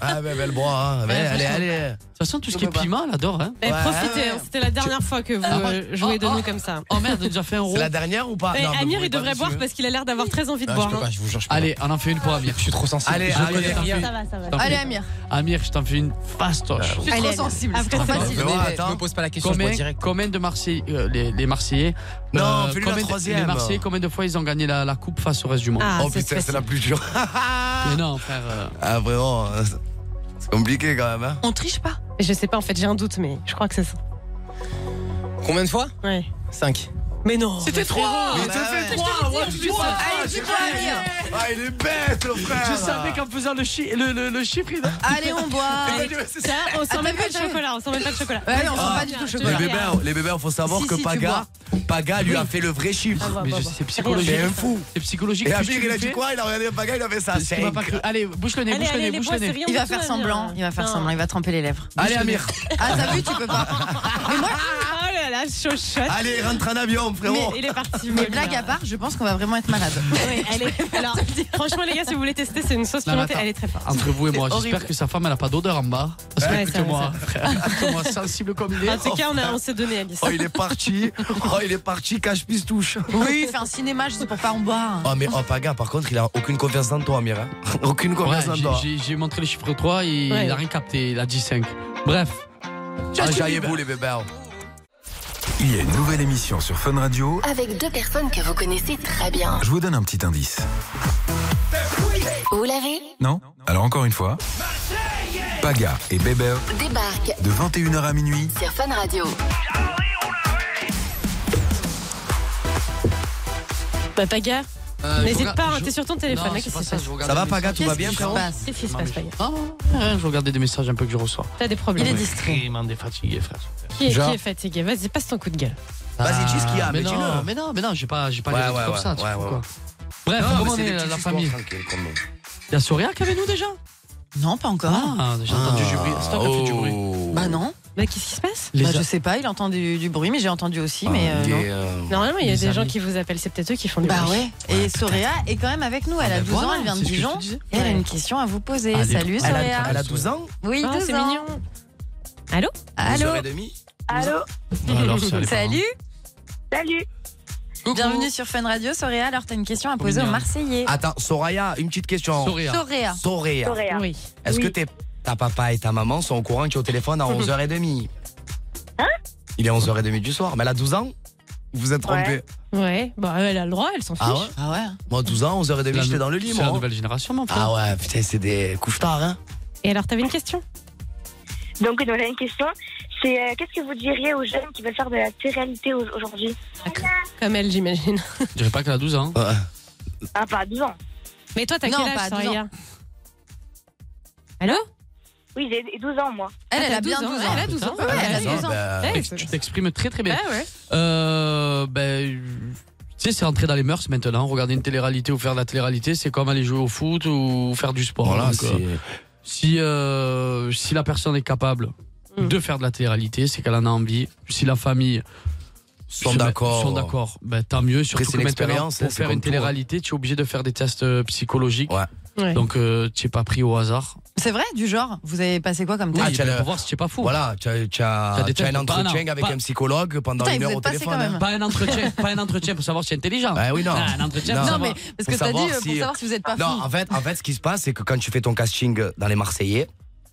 Speaker 6: Ah, ben, elle boit, hein.
Speaker 7: Ouais,
Speaker 6: Allez,
Speaker 7: je
Speaker 6: allez, allez.
Speaker 7: De toute façon, tout ce qui est piment, elle adore. Hein.
Speaker 5: Eh,
Speaker 6: Ouais.
Speaker 5: Profitez, hein, c'était la dernière fois que vous
Speaker 7: Ah,
Speaker 5: euh, jouez de
Speaker 7: oh,
Speaker 5: nous
Speaker 7: oh.
Speaker 5: comme ça.
Speaker 7: Oh merde, on a déjà fait un rond.
Speaker 6: C'est la dernière
Speaker 7: Bah,
Speaker 6: ou pas
Speaker 5: Eh,
Speaker 6: Non, mais vous
Speaker 5: Amir,
Speaker 6: pouvez
Speaker 5: il
Speaker 6: pas,
Speaker 5: devrait
Speaker 6: monsieur.
Speaker 5: boire parce qu'il a l'air d'avoir très envie de
Speaker 27: Non, je
Speaker 5: boire.
Speaker 27: peux
Speaker 5: hein.
Speaker 27: pas, je vous jure, je peux
Speaker 7: Allez, on en fait une pour Amir.
Speaker 27: pas. Je suis trop sensible.
Speaker 6: Allez,
Speaker 27: je
Speaker 6: allez,
Speaker 27: connais
Speaker 6: rien.
Speaker 5: Ça va, ça va.
Speaker 7: T'en
Speaker 4: Allez,
Speaker 7: prie.
Speaker 4: Amir.
Speaker 7: Amir, je t'en fais une fastoche.
Speaker 4: Je suis trop sensible. C'est
Speaker 5: Après,
Speaker 4: trop
Speaker 5: ça,
Speaker 4: facile.
Speaker 6: Mais ouais,
Speaker 27: Je me
Speaker 6: attends.
Speaker 27: pose pas la question, je
Speaker 7: Combien,
Speaker 27: bois direct.
Speaker 7: combien de Marseillais, euh, les, les Marseillais,
Speaker 6: Non,
Speaker 7: euh,
Speaker 6: fais-lui la
Speaker 7: combien de-
Speaker 6: troisième.
Speaker 7: les Marseillais, combien de fois ils ont gagné la, la coupe face au reste du monde
Speaker 5: Ah,
Speaker 6: Oh
Speaker 5: ça,
Speaker 6: putain, c'est la plus dure.
Speaker 7: Mais non, frère. euh,
Speaker 6: Ah, vraiment, euh, c'est compliqué quand même, hein.
Speaker 4: On triche pas.
Speaker 5: Je sais pas, en fait, j'ai un doute, mais je crois que c'est ça.
Speaker 27: Combien de fois
Speaker 5: Ouais.
Speaker 27: 5.
Speaker 5: Mais non.
Speaker 7: C'était trois.
Speaker 5: Ah,
Speaker 6: Mais il te
Speaker 5: bah
Speaker 6: fait trois, ouais, putain,
Speaker 4: Allez, tu
Speaker 6: j'ai
Speaker 4: peux
Speaker 6: cru.
Speaker 4: Amir.
Speaker 6: Ah, il est bête, le frère.
Speaker 7: Je savais qu'en faisant le, chi- le, le, le chiffre, il
Speaker 4: Allez, on boit.
Speaker 6: Mais c'est ça.
Speaker 5: Ça, on sent
Speaker 4: Ah,
Speaker 5: même
Speaker 4: t'as
Speaker 5: pas
Speaker 4: vu,
Speaker 5: de
Speaker 4: j'ai-
Speaker 5: chocolat, on sent même pas de chocolat.
Speaker 4: Ouais, on sent pas du tout le
Speaker 5: je te
Speaker 6: Les
Speaker 4: chocolat.
Speaker 5: jure.
Speaker 6: bébés, on- les bébés, il faut savoir
Speaker 4: Si,
Speaker 6: que
Speaker 4: si, tu
Speaker 6: Paga, Paga lui a fait le vrai chiffre.
Speaker 5: Ah,
Speaker 7: Mais
Speaker 5: bah,
Speaker 7: je-
Speaker 5: bah.
Speaker 7: c'est psychologique.
Speaker 6: C'est un fou.
Speaker 7: C'est psychologique.
Speaker 6: Et
Speaker 7: plus
Speaker 6: Amir,
Speaker 7: tu
Speaker 6: il a
Speaker 7: le
Speaker 6: dit
Speaker 7: fais,
Speaker 6: quoi Il a regardé Paga, il a fait ça.
Speaker 7: plus tu vas pas
Speaker 6: Cinq.
Speaker 7: cre- Allez, bouche le nez,
Speaker 5: Allez,
Speaker 7: bouche le
Speaker 5: allez,
Speaker 7: nez,
Speaker 5: les
Speaker 7: bouche
Speaker 5: bois,
Speaker 7: le
Speaker 5: c'est
Speaker 7: nez.
Speaker 5: rien.
Speaker 4: Il
Speaker 5: du
Speaker 4: va
Speaker 5: tout,
Speaker 4: faire
Speaker 5: Amir.
Speaker 4: semblant. Il va faire
Speaker 5: Non.
Speaker 4: semblant. Il va tremper les lèvres.
Speaker 7: bah
Speaker 6: Allez, Amir.
Speaker 4: *laughs* Ah, t'as vu, tu
Speaker 5: *laughs*
Speaker 4: peux pas.
Speaker 5: Oh là là, chochotte.
Speaker 6: Allez, rentre en avion,
Speaker 5: Mais
Speaker 6: frérot.
Speaker 5: il est parti.
Speaker 4: Mais
Speaker 5: Molina.
Speaker 4: blague à part, je pense qu'on va vraiment être malade.
Speaker 5: Ouais, elle est- Alors, franchement, les gars, si vous voulez tester, c'est une sauce
Speaker 7: Non, mais
Speaker 5: pimentée,
Speaker 7: attends.
Speaker 5: elle est très forte.
Speaker 7: Entre vous et moi,
Speaker 4: C'est horrible.
Speaker 7: j'espère que sa femme, elle a pas d'odeur en bas. Parce
Speaker 5: Ouais,
Speaker 7: que
Speaker 5: c'est vrai,
Speaker 7: moi,
Speaker 6: *laughs*
Speaker 7: frère, moi, sensible comme il est.
Speaker 5: En tout cas, on, a- on s'est donné, Alice.
Speaker 6: Oh, il est parti. Oh, il est parti, cache-pisse touche.
Speaker 4: Oui, fais un cinéma juste pour pas en boire.
Speaker 6: Oh, mais oh, Paga, par contre, il a aucune confiance en toi, Amir. hein. *laughs* Aucune
Speaker 7: Ouais,
Speaker 6: confiance en
Speaker 7: j'ai-
Speaker 6: toi.
Speaker 7: j'ai- J'ai montré le chiffre 3 et
Speaker 5: Ouais.
Speaker 7: il a rien capté, il a dit 5. Bref.
Speaker 6: Ah, jaillez-vous, les bébés.
Speaker 1: Il y a une nouvelle émission sur Fun Radio.
Speaker 3: Avec deux personnes que vous connaissez très bien.
Speaker 1: Je vous donne un petit indice.
Speaker 3: Vous l'avez
Speaker 1: Non Alors encore une fois. Paga et Bébert
Speaker 3: Débarque
Speaker 1: de 21h à minuit
Speaker 3: sur Fun Radio.
Speaker 5: Bah, Paga,
Speaker 7: Euh, je
Speaker 5: n'hésite
Speaker 7: regarde-
Speaker 5: pas, hein,
Speaker 7: je-
Speaker 5: t'es sur ton téléphone.
Speaker 7: Non,
Speaker 5: là,
Speaker 7: c'est
Speaker 5: Qu'est-ce
Speaker 7: pas
Speaker 5: qui se
Speaker 7: ça,
Speaker 5: passe
Speaker 7: je regardais
Speaker 6: Ça va,
Speaker 7: mes
Speaker 6: Paga,
Speaker 7: messages.
Speaker 6: tout va bien,
Speaker 5: Qu'est-ce qui se
Speaker 6: frérot
Speaker 5: passe Qu'est-ce qui se
Speaker 7: Non,
Speaker 5: passe,
Speaker 7: mais-
Speaker 5: Paga
Speaker 7: Ah, rien, je regardais des messages un peu que je reçois.
Speaker 5: T'as des
Speaker 4: Il est
Speaker 5: problèmes.
Speaker 4: distrait.
Speaker 7: Vraiment des fatigués, frère.
Speaker 5: Qui est,
Speaker 27: Genre-
Speaker 5: qui est fatigué Vas-y, passe ton coup de gueule.
Speaker 6: Vas-y, dis ce qu'il y a,
Speaker 7: Ah, mais,
Speaker 6: mais
Speaker 7: non,
Speaker 6: dis-le.
Speaker 7: mais non, mais non, j'ai pas, j'ai pas
Speaker 6: Ouais,
Speaker 7: les trucs
Speaker 6: ouais,
Speaker 7: comme
Speaker 6: ouais,
Speaker 7: ça. tu
Speaker 6: ouais,
Speaker 7: fous,
Speaker 6: ouais,
Speaker 7: quoi.
Speaker 6: ouais.
Speaker 7: Bref,
Speaker 6: Non, mais
Speaker 7: comment on
Speaker 6: c'est
Speaker 7: est
Speaker 6: des
Speaker 7: la,
Speaker 6: petits
Speaker 7: la
Speaker 6: histoires
Speaker 7: famille
Speaker 6: tranquilles, comme nous.
Speaker 7: Il y a Soria qui est avec nous déjà
Speaker 4: Non, pas encore.
Speaker 7: Ah, j'ai entendu du bruit. C'est toi qui as fait du bruit.
Speaker 6: Oh.
Speaker 4: Bah non.
Speaker 5: Mais qu'est-ce qui se passe
Speaker 7: Les
Speaker 4: Bah,
Speaker 7: a-
Speaker 4: je sais pas, il entend du, du bruit, mais j'ai entendu
Speaker 7: Ah,
Speaker 4: aussi, mais euh,
Speaker 6: Et,
Speaker 4: non.
Speaker 6: euh,
Speaker 5: Normalement, il y a
Speaker 7: Les
Speaker 5: des gens
Speaker 7: amis.
Speaker 5: qui vous appellent, c'est peut-être eux qui font du
Speaker 4: Bah
Speaker 5: bruit.
Speaker 4: ouais. Et Soréa est quand même avec nous. Elle
Speaker 7: Ah,
Speaker 4: a
Speaker 7: bah
Speaker 4: 12 ans,
Speaker 7: voilà,
Speaker 4: elle vient de
Speaker 7: c'est ce que je
Speaker 4: Dijon.
Speaker 7: te disais.
Speaker 4: Et elle a une question à vous poser.
Speaker 7: Allez,
Speaker 4: Salut
Speaker 7: elle a-
Speaker 4: Soréa.
Speaker 6: Elle a 12 ans
Speaker 4: Oui,
Speaker 5: Ah,
Speaker 4: 12
Speaker 5: c'est
Speaker 4: ans.
Speaker 5: mignon. Allô
Speaker 4: Allô.
Speaker 6: 12 et demie
Speaker 9: Allô
Speaker 7: Alors, ça, elle est pas-
Speaker 4: Salut.
Speaker 9: Salut
Speaker 4: Bienvenue sur Fun Radio, Soréa. Alors, t'as une question à poser aux
Speaker 7: Mignonne.
Speaker 4: Marseillais.
Speaker 6: Attends, Soraya, une petite question.
Speaker 7: Soria.
Speaker 4: Soréa.
Speaker 6: Soraya,
Speaker 9: Doréa.
Speaker 5: Oui.
Speaker 6: est-ce que
Speaker 9: Oui.
Speaker 6: t'es- ta papa et ta maman sont au courant que tu es au téléphone à 11h30 Hein Il est 11h30 du soir, mais elle a 12 ans Vous êtes trompés.
Speaker 9: Ouais.
Speaker 5: Ouais, bah elle a le droit, elle s'en fiche.
Speaker 6: Ah ouais
Speaker 4: Ah ouais.
Speaker 6: Moi, 12 ans, 11h30, j'étais dans le lit,
Speaker 7: C'est la
Speaker 6: moi.
Speaker 7: nouvelle génération, mon frère.
Speaker 6: Ah ouais, putain, c'est des couches tard, hein
Speaker 5: Et alors, t'avais une question
Speaker 9: Donc, donc, j'ai une question. C'est euh, qu'est-ce que vous diriez aux jeunes qui veulent faire de la télé-réalité au- aujourd'hui
Speaker 5: Comme elle, j'imagine.
Speaker 7: Je dirais pas qu'elle a hein. 12 ans.
Speaker 6: Ouais.
Speaker 9: Ah, pas à 12 ans.
Speaker 5: Mais toi, t'as
Speaker 4: Non,
Speaker 5: quel
Speaker 4: pas
Speaker 5: âge,
Speaker 4: à 12 ans.
Speaker 5: Soria Allô
Speaker 11: Oui, j'ai 12 ans, moi.
Speaker 4: Elle,
Speaker 6: Ah,
Speaker 4: elle a bien 12 ans.
Speaker 24: Ah,
Speaker 4: Elle a 12 ans. Ouais, elle a 12 ans.
Speaker 7: Ben,
Speaker 4: Ouais,
Speaker 7: tu t'exprimes très très bien.
Speaker 4: Ah ouais.
Speaker 7: Euh, ben, tu sais, c'est rentré dans les mœurs maintenant. Regarder une télé-réalité ou faire de la télé-réalité, c'est comme aller jouer au foot ou faire du sport.
Speaker 6: Voilà,
Speaker 7: Donc, euh,
Speaker 6: c'est-
Speaker 7: si, euh, si la personne est capable
Speaker 4: Mm.
Speaker 7: de faire de la télé-réalité, c'est qu'elle en a envie. Si la famille
Speaker 6: Sont
Speaker 7: se met-
Speaker 6: d'accord.
Speaker 7: sont d'accord, ben, tant mieux. Surtout
Speaker 6: Après, c'est
Speaker 7: que maintenant,
Speaker 6: l'expérience, hein,
Speaker 7: pour
Speaker 6: c'est
Speaker 7: faire
Speaker 6: comme
Speaker 7: une
Speaker 6: tout, hein.
Speaker 7: télé-réalité, tu es obligé de faire des tests euh, psychologiques.
Speaker 4: Ouais.
Speaker 7: Donc, euh, tu n'es pas pris au hasard.
Speaker 4: C'est vrai, du genre, vous avez passé quoi comme
Speaker 7: Oui,
Speaker 4: test
Speaker 7: ben, pour voir si tu n'es pas fou.
Speaker 6: Voilà, tu as, tu as-
Speaker 7: T'as des
Speaker 6: tu as un
Speaker 7: tests de- pas
Speaker 6: entretien
Speaker 7: un an,
Speaker 6: avec
Speaker 7: pas-
Speaker 6: un psychologue pendant
Speaker 4: Putain,
Speaker 6: une
Speaker 4: vous
Speaker 6: heure
Speaker 4: êtes
Speaker 6: au
Speaker 4: passé
Speaker 6: téléphone. hein.
Speaker 4: quand même.
Speaker 7: Pas un
Speaker 4: *laughs*
Speaker 7: entretien, pas un entretien pour savoir si tu es intelligent.
Speaker 6: Ah oui, non.
Speaker 7: Ah, un entretien pour
Speaker 4: Non,
Speaker 7: savoir.
Speaker 4: mais parce que
Speaker 6: Faut
Speaker 4: t'as dit
Speaker 6: savoir
Speaker 4: euh, pour
Speaker 6: si-
Speaker 4: savoir si vous êtes pas
Speaker 6: Non,
Speaker 4: fou.
Speaker 6: en fait, en fait, ce qui se passe, c'est que quand tu fais ton casting dans les Marseillais,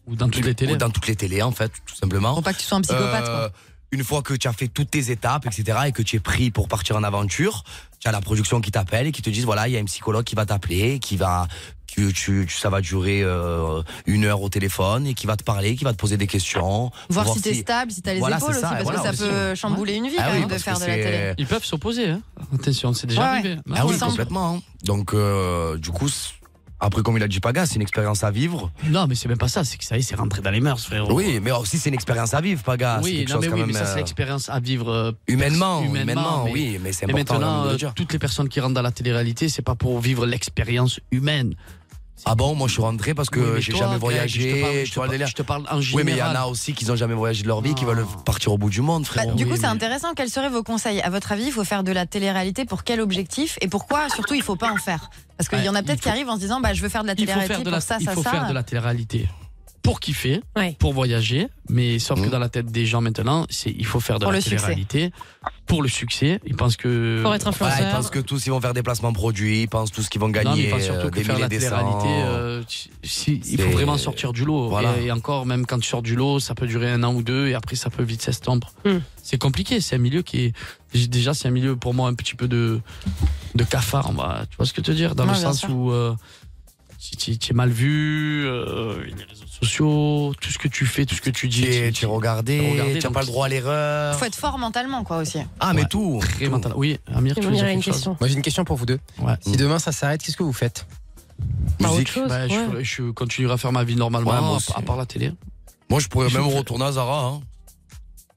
Speaker 7: ou dans toutes les télés,
Speaker 6: dans toutes les télés, en fait, tout simplement. Euh,
Speaker 4: Pour pas que tu sois un psychopathe, quoi.
Speaker 6: Une fois que tu as fait toutes tes étapes, etc., et que tu es pris pour partir en aventure, tu as la production qui t'appelle et qui te dit voilà, il y a un psychologue qui va t'appeler, qui va, que tu, tu- ça va durer euh, une heure au téléphone et qui va te parler, qui va te poser des questions,
Speaker 4: Voir si t'es stable, si t'as les
Speaker 6: Voilà,
Speaker 4: épaules
Speaker 6: c'est
Speaker 4: aussi,
Speaker 6: ça,
Speaker 4: parce
Speaker 6: voilà,
Speaker 4: que ça
Speaker 6: aussi.
Speaker 4: peut chambouler une vie
Speaker 6: Ah
Speaker 4: quand
Speaker 6: oui,
Speaker 4: même de
Speaker 6: parce
Speaker 4: faire
Speaker 6: que
Speaker 4: de la
Speaker 6: c'est-
Speaker 4: télé.
Speaker 7: Ils peuvent s'opposer. hein. Attention, c'est déjà
Speaker 4: Ouais,
Speaker 7: arrivé. Bah
Speaker 4: ouais.
Speaker 6: Ah oui,
Speaker 4: Ensemble.
Speaker 6: complètement. hein. Donc, euh, du coup, c'est- après, comme il a dit Paga, c'est une expérience à vivre.
Speaker 7: Non, mais c'est même pas ça, c'est que ça y est, c'est rentré dans les mœurs, frère.
Speaker 6: Oui, mais aussi, c'est une expérience à vivre, Paga. Ah, c'est
Speaker 7: Oui,
Speaker 6: quelque
Speaker 7: non,
Speaker 6: chose
Speaker 7: mais
Speaker 6: quand
Speaker 7: oui,
Speaker 6: même,
Speaker 7: mais ça, c'est
Speaker 6: euh,
Speaker 7: l'expérience à vivre. euh, pers-
Speaker 6: Humainement, humainement, oui, mais c'est
Speaker 7: Et
Speaker 6: important,
Speaker 7: maintenant,
Speaker 6: de le
Speaker 7: euh,
Speaker 6: dire.
Speaker 7: toutes les personnes qui rentrent dans la télé-réalité, c'est pas pour vivre l'expérience humaine.
Speaker 6: Ah bon, moi je suis rentré parce que
Speaker 7: Oui, mais
Speaker 6: j'ai
Speaker 7: toi,
Speaker 6: jamais
Speaker 7: Greg,
Speaker 6: voyagé.
Speaker 7: je te parle- je
Speaker 6: tu
Speaker 7: te
Speaker 6: vois le
Speaker 7: parle-
Speaker 6: délire.
Speaker 7: je te parle en
Speaker 6: Oui, mais il y en
Speaker 7: général.
Speaker 6: a aussi qui n'ont jamais voyagé de leur vie, qui veulent partir au bout du monde,
Speaker 4: Bah,
Speaker 6: frère.
Speaker 4: du coup, c'est intéressant. Quels seraient vos conseils À votre avis, il faut faire de la télé-réalité pour quel objectif Et pourquoi, surtout, il faut pas en faire Parce qu'il
Speaker 7: Ouais,
Speaker 4: y en a
Speaker 7: il
Speaker 4: peut-être qui
Speaker 7: faut-
Speaker 4: arrivent en se disant bah, Je veux faire de la
Speaker 7: Il faut
Speaker 4: télé-réalité
Speaker 7: faire de
Speaker 4: pour
Speaker 7: la,
Speaker 4: ça,
Speaker 7: il
Speaker 4: ça,
Speaker 7: faut
Speaker 4: ça.
Speaker 7: faire de la télé-réalité pour kiffer,
Speaker 4: Ouais.
Speaker 7: pour voyager, mais sauf
Speaker 6: Mmh.
Speaker 7: que dans la tête des gens maintenant, c'est il faut faire de
Speaker 6: Pour
Speaker 7: la
Speaker 6: le succès.
Speaker 7: télé-réalité pour le succès. Ils pensent que
Speaker 6: Ouais, ils pensent que tous ils vont faire des placements produits, ils pensent tous qu'ils vont gagner
Speaker 7: Non, mais enfin, surtout
Speaker 6: euh,
Speaker 7: que
Speaker 6: des
Speaker 7: faire
Speaker 6: milliers
Speaker 7: la
Speaker 6: des
Speaker 7: télé-réalité,
Speaker 6: cents.
Speaker 7: euh, tu- si- il
Speaker 6: C'est-
Speaker 7: faut vraiment sortir du lot.
Speaker 6: Voilà.
Speaker 7: Et, et encore, même quand tu sors du lot, ça peut durer un an ou deux et après ça peut vite s'estomper.
Speaker 16: Hmm.
Speaker 7: C'est compliqué, c'est un milieu qui est. j'ai- Déjà, c'est un milieu pour moi un petit peu de, de cafard, on va- tu vois ce que je veux te dire Dans
Speaker 16: Ouais,
Speaker 7: le
Speaker 16: bien
Speaker 7: sens
Speaker 16: sûr.
Speaker 7: où euh, tu- tu tu es mal vu, euh, il y a les réseaux sociaux, tout ce que tu fais, tout ce que tu dis. Tu es
Speaker 6: regardé,
Speaker 7: regardé,
Speaker 6: tu n'as
Speaker 7: donc
Speaker 6: pas le droit à l'erreur.
Speaker 4: faut être fort mentalement, quoi, aussi.
Speaker 6: Ah, mais tout.
Speaker 7: Très mental. Oui, Amir, tu
Speaker 4: Et
Speaker 7: veux
Speaker 4: on
Speaker 7: dire
Speaker 4: irait à une
Speaker 7: quelque chose
Speaker 4: question.
Speaker 8: Moi, j'ai une question pour vous deux. Si demain ça s'arrête, qu'est-ce que vous faites
Speaker 7: Bah, je, ferai- je continuerai à faire ma vie normalement,
Speaker 8: Ouais, Bah, moi
Speaker 7: à-
Speaker 8: aussi.
Speaker 7: à, part la télé.
Speaker 6: Moi, je pourrais
Speaker 7: Je
Speaker 6: même
Speaker 7: fais-
Speaker 6: retourner à Zara. hein.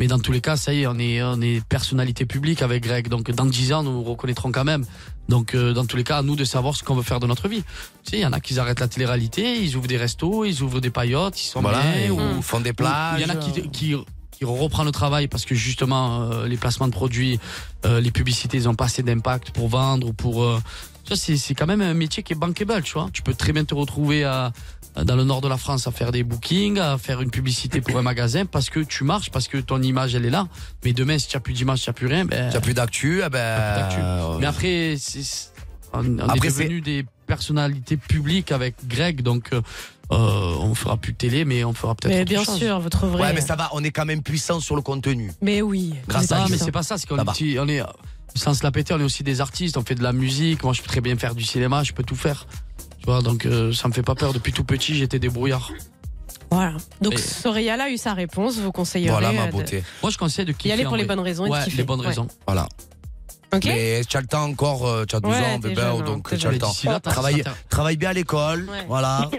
Speaker 7: Mais dans tous les cas, ça y est, on est, on est personnalité publique avec Greg. Donc dans 10 ans, nous nous reconnaîtrons quand même. Donc euh, dans tous les cas, à nous de savoir ce qu'on veut faire de notre vie. Tu sais, il y en a qui arrêtent la télé-réalité, ils ouvrent des restos, ils ouvrent des paillotes, ils sont
Speaker 6: Voilà,
Speaker 7: bien,
Speaker 6: et
Speaker 7: ou-
Speaker 6: ils font des
Speaker 7: ou- Il y en a qui,
Speaker 6: plages.
Speaker 7: qui, qui reprend le travail parce que justement euh, les placements de produits, euh, les publicités, ils ont pas assez d'impact pour vendre ou pour. euh, ça, c'est c'est quand même un métier qui est bankable, tu vois. Tu peux très bien te retrouver à, à- dans le nord de la France à faire des bookings, à faire une publicité pour un magasin parce que tu marches, parce que ton image elle est là. Mais demain, si tu n'as plus d'image, tu n'as plus rien. Ben,
Speaker 6: Tu n'as plus d'actu, eh ben.
Speaker 7: d'actu.
Speaker 6: euh,
Speaker 7: Mais après, c'est- c'est- on, on
Speaker 6: Après,
Speaker 7: est devenus des personnalités publiques avec Greg, donc euh, euh, on fera plus de télé, mais on fera peut-être.
Speaker 5: Mais
Speaker 7: autre
Speaker 5: bien
Speaker 7: chose.
Speaker 5: sûr, votre vrai.
Speaker 6: Ouais, mais ça va, on est quand même puissant sur le contenu.
Speaker 5: Mais oui.
Speaker 7: Grâce
Speaker 5: vous
Speaker 7: à
Speaker 5: êtes
Speaker 7: mais
Speaker 5: puissant.
Speaker 7: c'est pas ça, c'est qu'on est, petit- on est, sans se la péter, on est aussi des artistes, on fait de la musique, moi je peux très bien faire du cinéma, je peux tout faire. Tu vois, donc euh, ça me fait pas peur, depuis tout petit j'étais débrouillard.
Speaker 5: Voilà. Donc
Speaker 7: Et-
Speaker 5: Soraya a eu sa réponse, vous conseillerez. euh, de-
Speaker 7: Moi je conseille de kiffer.
Speaker 5: aller pour
Speaker 7: en
Speaker 5: les
Speaker 7: vrai.
Speaker 5: bonnes raisons et de
Speaker 7: Ouais,
Speaker 5: kiffer,
Speaker 7: les bonnes
Speaker 5: ouais.
Speaker 7: raisons.
Speaker 6: Voilà.
Speaker 5: Ok.
Speaker 6: Mais tu as le temps encore, euh, tu as 12
Speaker 5: Ouais,
Speaker 6: ans,
Speaker 5: t'es
Speaker 6: bébé,
Speaker 5: jeune, hein,
Speaker 6: donc
Speaker 5: t'es
Speaker 6: tu as le
Speaker 5: jeune.
Speaker 6: temps.
Speaker 5: D'ici là, t'as-
Speaker 6: Travaille,
Speaker 5: t'as-
Speaker 6: travaille bien à
Speaker 10: *laughs*
Speaker 6: l'école,
Speaker 4: *laughs*
Speaker 6: voilà.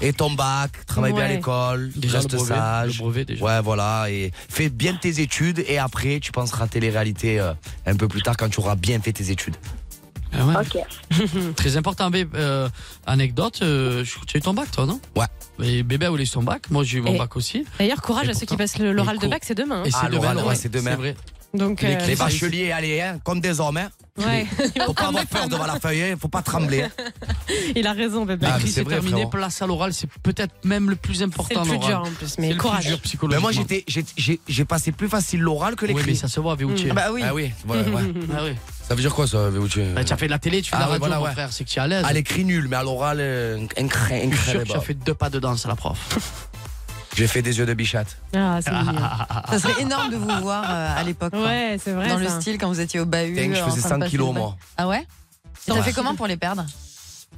Speaker 6: Et ton bac, travaille bien à
Speaker 5: Ouais.
Speaker 6: l'école,
Speaker 7: Déjà,
Speaker 6: reste
Speaker 7: le brevet,
Speaker 6: sage.
Speaker 7: le brevet, déjà.
Speaker 6: Ouais, voilà. Et fais bien tes études et après, tu penseras à télé-réalité euh, un peu plus tard quand tu auras bien fait tes études.
Speaker 7: Ah ouais. *laughs* Très important, bébé. euh, anecdote, euh, je- tu as eu ton bac toi, non
Speaker 6: Ouais.
Speaker 7: Mais bébé a eu son bac, moi j'ai eu mon
Speaker 5: Et-
Speaker 7: bac aussi.
Speaker 5: D'ailleurs, courage
Speaker 7: Et
Speaker 5: à ceux qui
Speaker 7: pourtant-
Speaker 5: passent le- l'oral de
Speaker 7: cour-
Speaker 5: bac, c'est demain. hein.
Speaker 7: Et c'est demain, ouais,
Speaker 6: c'est demain.
Speaker 7: vrai.
Speaker 5: Donc,
Speaker 6: les,
Speaker 5: euh,
Speaker 6: les bacheliers, allez, hein, comme des hommes. Hein.
Speaker 5: *laughs* Ah, Ouais. bah.
Speaker 6: Faut pas avoir peur devant la feuille, hein, faut pas trembler.
Speaker 5: *laughs* Il a raison, bébé.
Speaker 6: Ah, mais
Speaker 7: L'écrit
Speaker 6: c'est
Speaker 7: c'est
Speaker 6: vrai,
Speaker 7: terminé,
Speaker 6: frérot.
Speaker 7: place à l'oral, c'est peut-être même le plus important.
Speaker 5: C'est le plus
Speaker 7: l'oral.
Speaker 5: dur, en plus, mais
Speaker 7: C'est le
Speaker 5: courage.
Speaker 7: dur
Speaker 6: Mais
Speaker 7: psychologiquement.
Speaker 6: moi, j'étais, j'ai- j'ai j'ai passé plus facile l'oral que l'écrit.
Speaker 7: Oui, mais ça se voit, Véoutier.
Speaker 6: Mm. Ah bah oui. Ah oui,
Speaker 5: *laughs*
Speaker 6: ouais,
Speaker 7: *laughs*
Speaker 6: ouais.
Speaker 7: Ah oui.
Speaker 6: Ça veut dire quoi, ça, Véoutier
Speaker 7: Bah, tu as fait de la télé, tu fais de
Speaker 6: Ah
Speaker 7: la
Speaker 6: ouais,
Speaker 7: radio,
Speaker 6: voilà,
Speaker 7: mon
Speaker 6: ouais. Ah,
Speaker 7: frère, c'est que tu es à l'aise.
Speaker 6: À l'écrit nul, mais à l'oral, euh, incré-
Speaker 7: Je suis sûr que tu as
Speaker 6: incroyable.
Speaker 7: fait deux pas de danse à la prof.
Speaker 6: J'ai fait des yeux de bichette.
Speaker 5: Ah, c'est mignon.
Speaker 4: *laughs* Ça serait énorme de vous voir euh, à l'époque. quoi.
Speaker 5: Ouais, c'est vrai,
Speaker 4: Dans le
Speaker 5: ça.
Speaker 4: style, quand vous étiez au bahut.
Speaker 6: Dingue, je
Speaker 4: en train
Speaker 6: faisais
Speaker 4: de
Speaker 6: 100
Speaker 4: passer
Speaker 6: kilos,
Speaker 4: le bac.
Speaker 6: moi.
Speaker 4: Ah ouais Et
Speaker 6: Ouais.
Speaker 4: T'as fait comment pour les perdre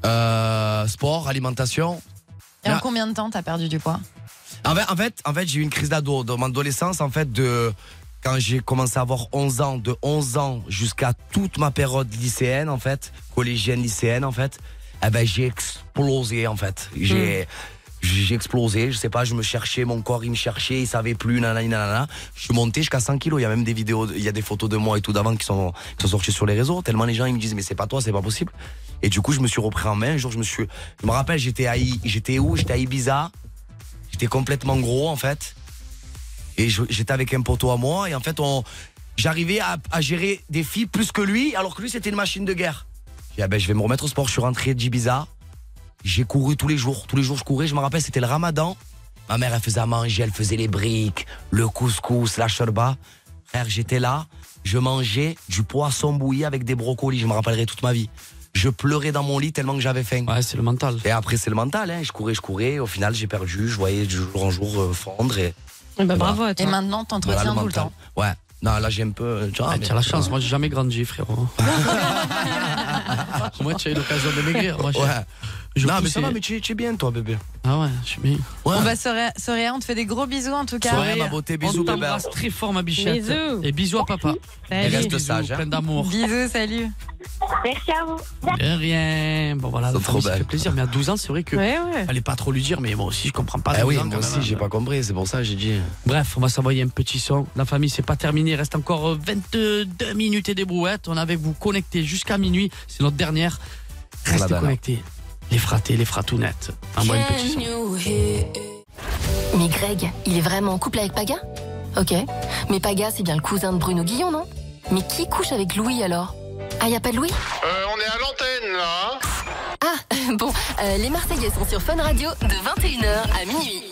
Speaker 6: Euh, sport, alimentation.
Speaker 4: Et
Speaker 7: Bah.
Speaker 4: en combien de temps t'as perdu du poids
Speaker 6: En fait, en fait, en fait j'ai eu une crise d'ado. Dans mon adolescence, en fait, de, quand j'ai commencé à avoir 11 ans, de 11 ans jusqu'à toute ma période lycéenne, en fait, collégienne, lycéenne, en fait, eh ben, j'ai explosé, en fait. J'ai. J'ai explosé, je sais pas, je me cherchais, mon corps il me cherchait, il savait plus, nanana, nanana. Je suis monté jusqu'à 100 kilos. Il y a même des vidéos, il y a des photos de moi et tout d'avant qui sont, qui sont sorties sur les réseaux. Tellement les gens ils me disent, mais c'est pas toi, c'est pas possible. Et du coup, je me suis repris en main. Un jour, je me suis, je me rappelle, j'étais à, I- j'étais où? J'étais à Ibiza. J'étais complètement gros, en fait. Et je- j'étais avec un poteau à moi. Et en fait, on, j'arrivais à, à gérer des filles plus que lui, alors que lui, c'était une machine de guerre. J'ai dit, ah ben, je vais me remettre au sport. Je suis rentré d'Ibiza. J'ai couru tous les jours. Tous les jours, je courais. Je me rappelle, c'était le ramadan. Ma mère, elle faisait à manger, elle faisait les briques, le couscous, la shorba. Frère, j'étais là. Je mangeais du poisson bouilli avec des brocolis. Je me rappellerai toute ma vie. Je pleurais dans mon lit tellement que j'avais faim.
Speaker 7: Ouais, c'est le mental.
Speaker 6: Et après, c'est le mental. hein. Je courais, je courais. Au final, j'ai perdu. Je voyais du jour en jour euh, fondre. Et,
Speaker 5: Eh ben,
Speaker 6: Voilà.
Speaker 4: Et maintenant, t'entretiens
Speaker 6: Voilà,
Speaker 7: Bah,
Speaker 4: tout le
Speaker 6: mental.
Speaker 4: temps.
Speaker 6: Ouais. Non, là, j'ai un peu. euh, Tu vois,
Speaker 7: Ah,
Speaker 6: mais-
Speaker 7: t'as la chance, moi j'ai jamais grandi,
Speaker 6: *laughs*
Speaker 7: frérot. moi, tu as eu l'occasion de maigrir. Moi, je-
Speaker 6: Ouais.
Speaker 7: je
Speaker 6: non, mais
Speaker 7: poussais.
Speaker 6: ça va, mais tu, tu es bien, toi, bébé.
Speaker 7: Ah ouais, je suis bien.
Speaker 4: On va se ré- se réa- bah, on te fait des gros bisous en tout cas.
Speaker 7: Soria, ma beauté, bisous, bébé. très fort, ma bichette.
Speaker 4: Bisous.
Speaker 7: Et bisous à papa.
Speaker 4: Salut.
Speaker 7: Et reste
Speaker 4: Bisous,
Speaker 6: hein.
Speaker 7: sage. hein. Plein d'amour.
Speaker 4: Bisous, salut.
Speaker 11: Merci à vous.
Speaker 7: De rien. Bon, voilà,
Speaker 6: trop
Speaker 7: ça me fait plaisir. Mais à 12 ans, c'est vrai que.
Speaker 6: Ouais, ouais.
Speaker 7: Fallait pas trop lui dire, mais moi aussi, je comprends pas.
Speaker 6: Ah
Speaker 7: 12
Speaker 6: oui,
Speaker 7: ans,
Speaker 6: moi
Speaker 7: quand
Speaker 6: aussi,
Speaker 7: même.
Speaker 6: j'ai pas compris. C'est pour ça que j'ai dit.
Speaker 7: Bref, on va s'envoyer un petit son. La famille, c'est pas terminé. Il reste encore euh, 22 minutes et des brouettes. On est avec vous connectés jusqu'à minuit. C'est notre dernière.
Speaker 6: la
Speaker 7: Restez
Speaker 6: dalle.
Speaker 7: connectés. Les fratés, les fratounettes. Un Ah, moi, une petite.
Speaker 3: Mais Greg, il est vraiment en couple avec Paga Ok. Mais Paga, c'est bien le cousin de Bruno Guillon, non Mais qui couche avec Louis alors Ah, y a pas de Louis
Speaker 12: Euh, on est à l'antenne là.
Speaker 3: Ah, *laughs* bon, euh, les Marseillais sont sur Fun Radio de 21h à minuit.